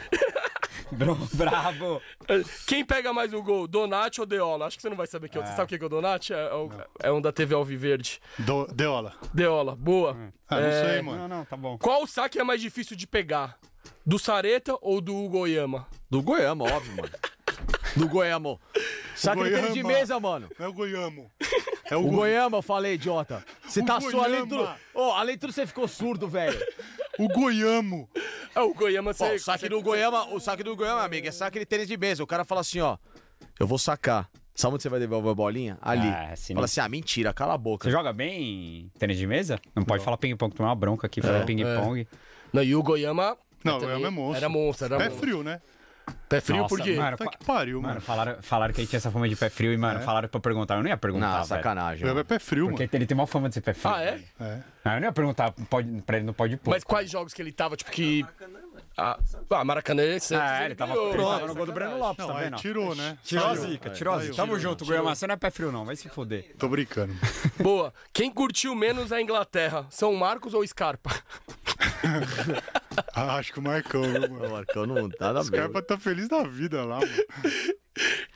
Speaker 4: Bro- Bravo.
Speaker 1: É, Quem pega mais o gol, Donati ou Deola? Acho que você não vai saber que é. outro. Você sabe o que que é o Donati? É, é o- é um da TV Alviverde.
Speaker 2: Do- Deola.
Speaker 1: Deola, boa.
Speaker 2: Ah, não sei, mano.
Speaker 4: Não, não, tá bom.
Speaker 1: Qual saque é mais difícil de pegar? Do Sareta ou do Goiama?
Speaker 5: Do Goiama, óbvio, mano. Do Goiama.
Speaker 3: Sabe aquele tênis de
Speaker 2: Goiama.
Speaker 3: mesa, mano?
Speaker 2: Não é o Goiamo. É o,
Speaker 3: O
Speaker 2: Goi-
Speaker 3: Goiama, eu falei, idiota. Você
Speaker 2: O
Speaker 3: tá só além tudo.
Speaker 2: Goiama.
Speaker 3: Ô, além de tudo, você ficou surdo, velho.
Speaker 2: o Goiamo.
Speaker 1: É, o Goiama você.
Speaker 5: Pô, o saque do Goiama, o saque do Goiama, amigo, é saque de tênis de mesa. O cara fala assim, ó, eu vou sacar. Sabe onde você vai devolver a bolinha? Ali.
Speaker 4: Ah, é sinistro.
Speaker 5: fala assim, ah, mentira, cala a
Speaker 4: Você
Speaker 5: boca.
Speaker 4: joga bem tênis de mesa? Não pode falar ping-pong, tomar uma bronca
Speaker 5: É.
Speaker 4: aqui, falar
Speaker 1: É.
Speaker 4: ping-pong.
Speaker 1: Não, e o Goiama.
Speaker 2: Não, o
Speaker 1: né, também
Speaker 2: Goiama é monstro.
Speaker 1: Era monstro, era
Speaker 2: Pé
Speaker 1: monstro.
Speaker 2: frio, né?
Speaker 1: Pé frio
Speaker 4: Nossa,
Speaker 1: por quê?
Speaker 4: Mano,
Speaker 2: Tá
Speaker 4: qua-
Speaker 2: que pariu,
Speaker 4: mano
Speaker 2: mano.
Speaker 4: falaram, falaram que ele tinha essa fama de pé frio e, mano,
Speaker 1: É.
Speaker 4: falaram pra eu perguntar. Eu não ia perguntar,
Speaker 5: Não,
Speaker 4: velho.
Speaker 5: sacanagem.
Speaker 2: Goiama é
Speaker 5: mano.
Speaker 2: pé frio,
Speaker 4: Porque ele tem uma fama de ser pé frio.
Speaker 1: Ah, é?
Speaker 2: mano. É.
Speaker 4: Ah, eu não ia perguntar pode, pra ele não pode pôr.
Speaker 1: Mas quais jogos que ele tava, tipo, que. Ah, ah, Maracanã é Santos.
Speaker 4: Ah,
Speaker 1: ele
Speaker 4: ele tava,
Speaker 1: ganhou.
Speaker 4: ele tava no gol do Breno Lopes,
Speaker 2: Não,
Speaker 4: tá
Speaker 2: aí
Speaker 1: é
Speaker 4: vendo?
Speaker 2: tirou, né?
Speaker 4: Tirou a
Speaker 2: Saiu.
Speaker 4: zica, tirou a zica. Tamo junto, Goiama. Você não é pé frio, não. Vai se foder.
Speaker 2: Tô brincando.
Speaker 1: Boa. Quem curtiu menos a Inglaterra? São Marcos ou Scarpa?
Speaker 2: Ah, acho que o Marcão, viu, mano?
Speaker 5: O Marcão não tá na
Speaker 2: O cara
Speaker 5: bem.
Speaker 2: tá feliz da vida lá, mano.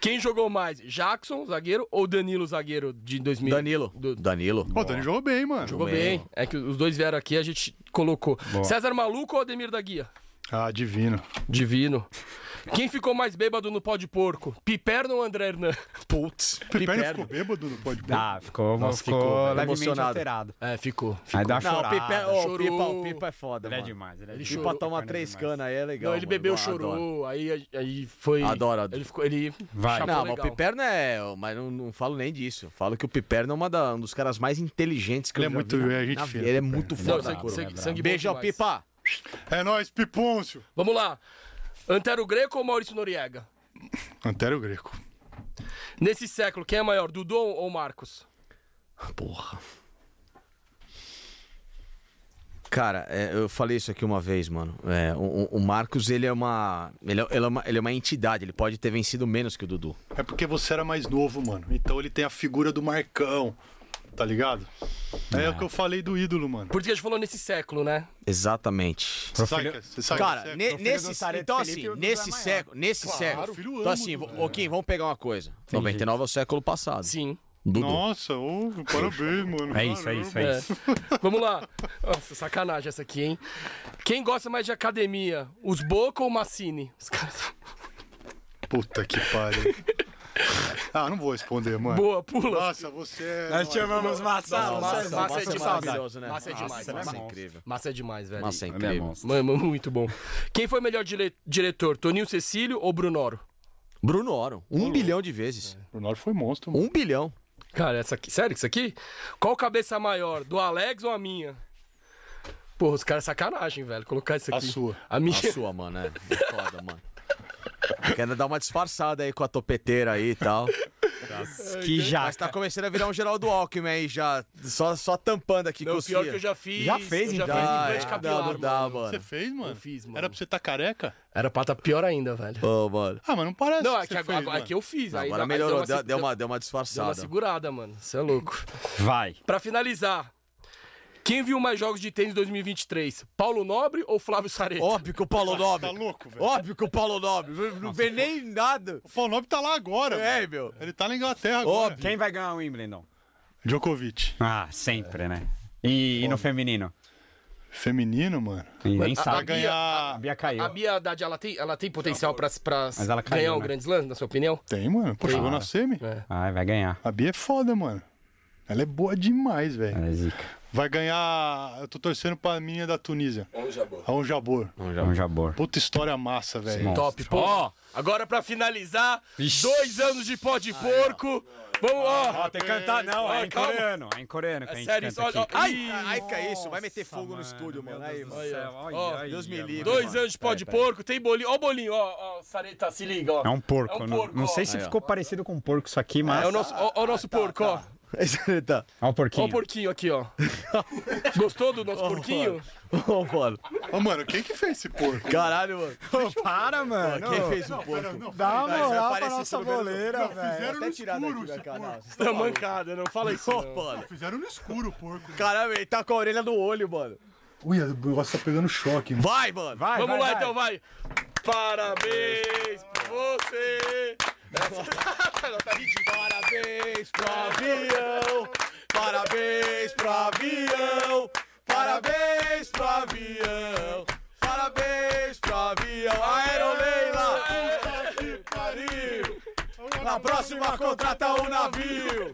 Speaker 1: Quem jogou mais? Jackson, zagueiro, ou Danilo, zagueiro de 2000?
Speaker 5: Danilo. Danilo.
Speaker 2: Pô, o Dani jogou bem, mano.
Speaker 1: Jogou bem. É que os dois vieram aqui, a gente colocou. César Maluco ou Ademir da Guia?
Speaker 2: Ah, divino.
Speaker 1: Divino. Quem ficou mais bêbado no pó de porco? Piperno ou André Hernan?
Speaker 5: Putz.
Speaker 2: Piperno ficou bêbado no pode
Speaker 4: Ah, ficou, ficou,
Speaker 5: ficou, velho.
Speaker 4: levemente
Speaker 5: Emocionado.
Speaker 4: alterado.
Speaker 1: É, ficou.
Speaker 4: Aí dá uma
Speaker 3: Não, o
Speaker 4: chorada.
Speaker 3: Pipa, ô,
Speaker 1: chorou.
Speaker 3: Pipa, o Pipa é foda,
Speaker 4: Ele é
Speaker 3: mano.
Speaker 4: demais, ele é
Speaker 1: Ele
Speaker 4: demais.
Speaker 3: Pipa
Speaker 1: chorou.
Speaker 3: toma
Speaker 4: Carne
Speaker 3: três
Speaker 4: demais.
Speaker 3: canas aí, é legal.
Speaker 1: Não, ele
Speaker 3: mano.
Speaker 1: bebeu,
Speaker 3: Eu
Speaker 1: chorou,
Speaker 3: adoro.
Speaker 1: aí, aí foi...
Speaker 5: Adoro, adoro.
Speaker 1: Ele ficou, ele...
Speaker 4: Vai.
Speaker 1: chapou
Speaker 5: Ah, Não, mas o
Speaker 1: legal.
Speaker 5: Piperno é. Mas não, não falo nem disso. Falo que o Piperno é uma da- um dos caras mais inteligentes que
Speaker 2: Ele
Speaker 5: eu
Speaker 2: é
Speaker 5: já
Speaker 2: muito-
Speaker 5: vi. na-
Speaker 2: é gente
Speaker 5: na
Speaker 2: fina,
Speaker 5: vida. Ele é muito
Speaker 1: Não,
Speaker 5: foda.
Speaker 1: sangue, sangue, sangue bom
Speaker 5: Beijo ao
Speaker 1: demais.
Speaker 5: Pipa.
Speaker 2: É nóis, Pipôncio.
Speaker 1: Vamos lá. Antero Greco ou Maurício Noriega?
Speaker 2: Antero Greco.
Speaker 1: Nesse século, quem é maior, Dudu ou Marcos?
Speaker 5: Porra. Cara, é, eu falei isso aqui uma vez, mano. É, o, o Marcos, ele é, uma, ele, é, ele é uma. Ele é uma entidade, ele pode ter vencido menos que o Dudu.
Speaker 2: É porque você era mais novo, mano. Então ele tem a figura do Marcão, tá ligado? É, o que eu falei do ídolo, mano.
Speaker 1: Por isso que a gente falou nesse século, né?
Speaker 5: Exatamente.
Speaker 2: Você sabe, que- você sabe que
Speaker 5: Cara,
Speaker 2: você- é-
Speaker 5: ne- nesse,
Speaker 6: do Tarek
Speaker 5: então
Speaker 6: Felipe
Speaker 5: assim,
Speaker 6: e o Dudu
Speaker 5: nesse
Speaker 6: é maior.
Speaker 5: século, nesse século.
Speaker 2: filho
Speaker 5: então
Speaker 2: ama
Speaker 5: assim,
Speaker 2: o
Speaker 5: vo-
Speaker 1: né?
Speaker 5: ô Kim, vamos pegar uma coisa. 99 é o século passado.
Speaker 1: Sim.
Speaker 5: Dudu.
Speaker 2: Nossa, ô, parabéns, mano.
Speaker 4: É isso, é isso, é
Speaker 1: É.
Speaker 4: isso.
Speaker 1: Vamos lá. Nossa, sacanagem essa aqui, hein? Quem gosta mais de academia? Os Boca ou o Massini? Os caras...
Speaker 2: Puta que pariu. Ah, não vou responder, mano.
Speaker 1: Boa, pula.
Speaker 2: Nossa, você é.
Speaker 6: Nós te amamos, Massa.
Speaker 1: Massa,
Speaker 6: Massa,
Speaker 1: Massa é
Speaker 6: Massa,
Speaker 1: demais.
Speaker 6: Massa.
Speaker 5: né?
Speaker 1: Massa é demais,
Speaker 5: Massa
Speaker 1: Massa.
Speaker 5: é incrível.
Speaker 1: Massa é demais, velho.
Speaker 5: Massa é
Speaker 6: Ele é
Speaker 5: incrível.
Speaker 6: monstro.
Speaker 1: Mano, muito bom. Quem foi melhor dire- diretor, Toninho Cecílio ou Brunoro?
Speaker 5: Bruno Oro, um bilhão de vezes.
Speaker 1: É.
Speaker 2: O Noro foi monstro, mano.
Speaker 5: Um bilhão.
Speaker 1: Cara, essa aqui. Sério, isso aqui? Qual cabeça maior, do Alex ou a minha? Porra, os caras é sacanagem, velho. Colocar isso
Speaker 2: A
Speaker 1: aqui.
Speaker 2: sua.
Speaker 1: A minha.
Speaker 5: A sua, mano, é. É Foda, mano. Quero dar uma disfarçada aí com a topeteira aí e tal.
Speaker 6: Que já.
Speaker 5: Mas tá começando a virar um Geraldo Alckmin aí já. Só, só tampando aqui com
Speaker 1: Não,
Speaker 5: os
Speaker 1: pior
Speaker 5: fios.
Speaker 1: que eu já fiz.
Speaker 6: Já fez,
Speaker 1: eu já
Speaker 6: então.
Speaker 1: fiz
Speaker 5: Dá,
Speaker 1: implante
Speaker 5: é.
Speaker 1: capilar,
Speaker 5: Não, não dá,
Speaker 1: mano.
Speaker 5: mano.
Speaker 2: Você fez, mano?
Speaker 1: Eu fiz, mano.
Speaker 2: Era pra você estar careca?
Speaker 1: Era pra tá pior ainda, velho.
Speaker 5: Ô, mano.
Speaker 2: Ah, mas não parece.
Speaker 1: Não,
Speaker 2: que
Speaker 1: é que
Speaker 2: você
Speaker 1: agora,
Speaker 2: fez,
Speaker 1: é que eu fiz. aí
Speaker 5: Agora
Speaker 1: dá- aí deu
Speaker 5: melhorou, deu,
Speaker 1: uma,
Speaker 5: deu uma, deu uma
Speaker 1: deu uma
Speaker 5: disfarçada.
Speaker 1: segurada, mano. Você é louco.
Speaker 6: Vai.
Speaker 1: Pra finalizar, quem viu mais jogos de tênis 2023? Paulo Nobre ou Flávio Sareta?
Speaker 5: Óbvio que o Paulo Nobre.
Speaker 2: Tá louco, velho.
Speaker 5: Óbvio que o Paulo Nobre. Não vê nem nada.
Speaker 2: O Paulo Nobre tá lá agora.
Speaker 5: É,
Speaker 2: mano.
Speaker 5: meu.
Speaker 2: Ele tá na Inglaterra agora.
Speaker 5: Óbvio.
Speaker 6: Quem vai ganhar o Wimbledon?
Speaker 2: Djokovic.
Speaker 6: Ah, sempre, né? E, e no feminino?
Speaker 2: Feminino, mano.
Speaker 6: E nem
Speaker 2: Vai
Speaker 6: sabe.
Speaker 2: ganhar.
Speaker 6: A Bia caiu.
Speaker 1: A Bia Haddad, ela tem, ela tem potencial pra, pra
Speaker 6: Mas ela caiu,
Speaker 1: ganhar o
Speaker 6: né?
Speaker 1: Grand Slam, na sua opinião?
Speaker 2: Tem, mano. Pô,
Speaker 5: Ah.
Speaker 2: chegou na semi.
Speaker 4: Ah,
Speaker 6: Ai, vai ganhar.
Speaker 2: A Bia é foda, mano. Ela é boa demais, velho.
Speaker 6: É zica.
Speaker 2: Vai ganhar. Eu tô torcendo pra menina da Tunísia. A um Jabor.
Speaker 6: Um jabor.
Speaker 2: Puta história massa, velho.
Speaker 1: Top, pô. Ó, agora pra finalizar, dois anos de pó de porco. Vamos, ó.
Speaker 6: Tem que cantar, não. É em
Speaker 1: calma.
Speaker 6: coreano. É em coreano que a
Speaker 1: É
Speaker 6: gente
Speaker 1: sério, isso,
Speaker 6: canta
Speaker 1: olha, ó.
Speaker 6: aqui.
Speaker 1: Ai,
Speaker 5: Ai, que é isso? Vai meter fogo no estúdio, mano. Aí, mano.
Speaker 1: Ó,
Speaker 5: Deus me livre.
Speaker 1: dois
Speaker 5: mano.
Speaker 1: anos de pó de porco, tem bolinho. Ó o bolinho, ó, ó, Sareta, se liga, ó.
Speaker 6: É um porco.
Speaker 1: É um
Speaker 6: não-
Speaker 1: porco,
Speaker 6: não,
Speaker 1: ó.
Speaker 6: sei se
Speaker 5: Aí, ó.
Speaker 6: ficou parecido com um porco isso aqui, mas...
Speaker 1: É o nosso, ó, ó o nosso porco, ó.
Speaker 5: Esse tá.
Speaker 6: Olha o
Speaker 1: Ó
Speaker 6: porquinho.
Speaker 1: o porquinho aqui, ó. Gostou do nosso porquinho?
Speaker 5: Ô, Paulo.
Speaker 2: Ô, mano, quem que fez esse porco?
Speaker 5: Caralho, mano.
Speaker 6: Para, mano.
Speaker 5: Quem fez o porco?
Speaker 6: Dá uma
Speaker 5: Vai
Speaker 6: moral pra
Speaker 5: aparecer
Speaker 6: nossa
Speaker 5: tudo bem no-
Speaker 6: boleira, velho.
Speaker 2: Fizeram
Speaker 5: Até
Speaker 2: no
Speaker 5: tirado
Speaker 2: escuro
Speaker 5: aqui da
Speaker 2: esse
Speaker 5: canal. Vocês
Speaker 1: Tá
Speaker 5: tão maluco.
Speaker 1: mancada, não fala isso.
Speaker 5: Ô,
Speaker 1: não.
Speaker 5: mano.
Speaker 2: Fizeram no escuro o porco.
Speaker 5: Caramba, ele tá com a orelha no olho, mano.
Speaker 2: Ui, o negócio tá pegando choque, mano.
Speaker 5: Vai, mano.
Speaker 6: Vai,
Speaker 1: Vamos
Speaker 6: vai,
Speaker 1: lá
Speaker 6: vai.
Speaker 1: então, vai. Parabéns pra você. Essa- tá ridículo.
Speaker 5: Parabéns pro avião. Parabéns pro avião. Parabéns pro avião. Parabéns pro avião. Aeroleila. Puta que pariu. Na próxima contrata um navio.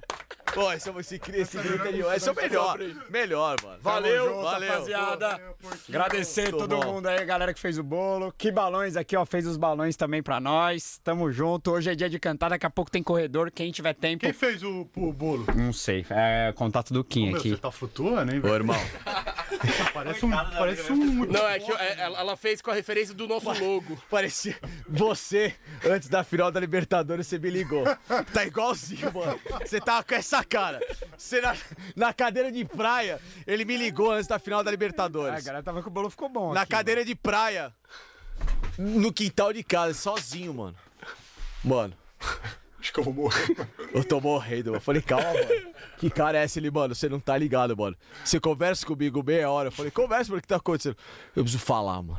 Speaker 5: Pô, esse, esse, esse grito é de... Esse é o melhor. Melhor, mano.
Speaker 1: Valeu,
Speaker 5: Tamo junto,
Speaker 1: rapaziada.
Speaker 6: Agradecer
Speaker 5: Muito
Speaker 6: todo
Speaker 5: bom.
Speaker 6: mundo aí, galera que fez o bolo. Que balões aqui, ó, fez os balões também pra nós. Tamo junto. Hoje é dia de cantar, daqui a pouco tem corredor. Quem tiver tempo.
Speaker 2: Quem fez o, o bolo?
Speaker 6: Não sei, é contato do Kim
Speaker 2: Meu,
Speaker 6: aqui.
Speaker 2: você tá flutuando, hein,
Speaker 5: Ô,
Speaker 2: velho?
Speaker 5: irmão.
Speaker 2: Parece um. Parece um.
Speaker 1: Não, é que eu- é- ela ela fez com a referência do nosso logo.
Speaker 5: Parecia você, antes da final da Libertadores, você me ligou. Tá igualzinho, mano. Você tava com essa cara. Você na, na cadeira de praia, ele me ligou antes da final da
Speaker 6: Ah, a
Speaker 5: Libertadores.
Speaker 6: galera tava que o bolo ficou bom.
Speaker 5: na
Speaker 6: aqui,
Speaker 5: cadeira de praia, no quintal de casa, sozinho, mano. Mano,
Speaker 2: Acho que eu vou morrer.
Speaker 5: eu tô morrendo, mano. Eu falei, calma, mano. Que cara é essa? Ele, mano, você não tá ligado, mano. Você conversa comigo meia hora. Eu falei, conversa, mano, o que tá acontecendo? Eu preciso falar, mano.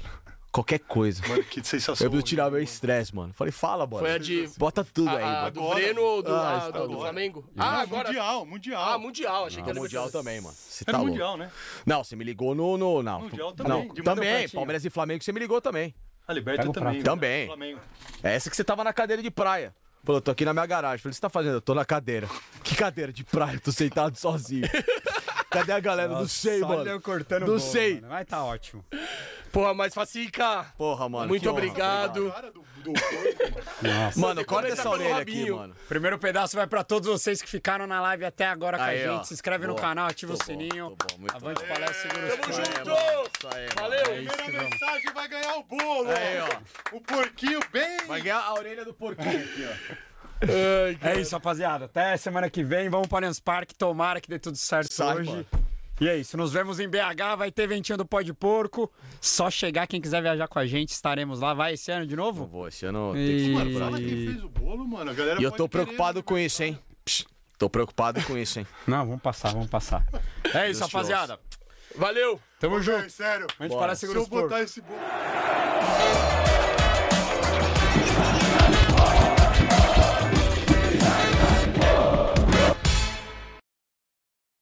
Speaker 5: Qualquer coisa.
Speaker 2: Mano, que sensação.
Speaker 5: Eu preciso tirar meu estresse, mano. Falei, fala, mano.
Speaker 1: Foi a de.
Speaker 5: Bota tudo aí,
Speaker 1: A, a
Speaker 5: mano.
Speaker 1: do
Speaker 2: Agora.
Speaker 1: Breno ou do,
Speaker 5: Ah,
Speaker 1: a-
Speaker 5: isso
Speaker 1: do- do
Speaker 2: agora.
Speaker 1: Flamengo? Ah, agora.
Speaker 2: Mundial, mundial.
Speaker 1: Ah, Mundial, achei que
Speaker 5: No
Speaker 1: era
Speaker 5: Mundial também, mano. Você
Speaker 2: É
Speaker 5: tá louco.
Speaker 2: mundial, né?
Speaker 5: Não, você me ligou no. no não.
Speaker 2: Mundial também,
Speaker 5: Não,
Speaker 2: de
Speaker 5: também.
Speaker 2: Mundial.
Speaker 5: Palmeiras e Flamengo, você me ligou também.
Speaker 2: A Liberta também. né?
Speaker 5: Também.
Speaker 2: Flamengo.
Speaker 5: É essa que você tava na cadeira de praia. Falou, tô aqui na minha garagem. Falei, o que você tá fazendo? Eu tô na cadeira. Que cadeira de praia? Eu tô sentado sozinho. Cadê a galera? não sei,
Speaker 6: Só
Speaker 5: mano.
Speaker 6: eu cortando o
Speaker 5: Não
Speaker 6: bolo,
Speaker 5: sei.
Speaker 6: mano. Vai tá ótimo.
Speaker 1: Porra, mas Facica,
Speaker 5: Porra, mano. que
Speaker 1: muito
Speaker 5: honra. tá
Speaker 1: obrigado.
Speaker 5: Mano, corta
Speaker 1: começar
Speaker 5: essa
Speaker 1: pelo
Speaker 5: orelha aqui,
Speaker 1: rabinho.
Speaker 5: mano.
Speaker 6: Primeiro pedaço vai pra todos vocês que ficaram na live até agora com
Speaker 5: Aí,
Speaker 6: a
Speaker 5: ó.
Speaker 6: gente. Se inscreve no
Speaker 5: Boa.
Speaker 6: canal, ativa
Speaker 5: Tô
Speaker 6: o sininho.
Speaker 5: Bom, tô bom, muito bom.
Speaker 6: Avante palestra, segura
Speaker 1: Tamo
Speaker 6: os
Speaker 1: junto!
Speaker 5: É Isso aí, mano.
Speaker 1: Valeu!
Speaker 2: Primeira mensagem vai ganhar o bolo.
Speaker 5: Aí, ó.
Speaker 2: O porquinho bem.
Speaker 5: Vai ganhar a orelha do porquinho aqui, ó.
Speaker 1: Ai,
Speaker 4: É isso, rapaziada. Até semana que vem. Vamos para o Allianz Parque. Tomara que dê tudo certo
Speaker 13: Sai,
Speaker 4: hoje.
Speaker 13: mano.
Speaker 4: E é isso. Nos vemos em BH. Vai ter ventinho do pó de porco. Só chegar. Quem quiser viajar com a gente, estaremos lá. Vai esse ano de novo?
Speaker 5: Vou, esse ano tem que
Speaker 4: E-
Speaker 5: ficar por
Speaker 2: Fala
Speaker 5: aqui.
Speaker 2: quem fez o bolo, mano. A galera
Speaker 5: E eu
Speaker 2: pode
Speaker 5: tô
Speaker 2: querer,
Speaker 5: preocupado
Speaker 2: né?
Speaker 5: com isso, hein? Psh, tô preocupado com isso, hein?
Speaker 4: Não, vamos passar, vamos passar. É isso,
Speaker 5: Deus te
Speaker 4: rapaziada.
Speaker 1: Valeu!
Speaker 4: Tamo junto.
Speaker 2: Sério.
Speaker 4: A gente para
Speaker 2: Se
Speaker 4: segura
Speaker 2: eu
Speaker 4: os porcos.
Speaker 2: botar esse bolo.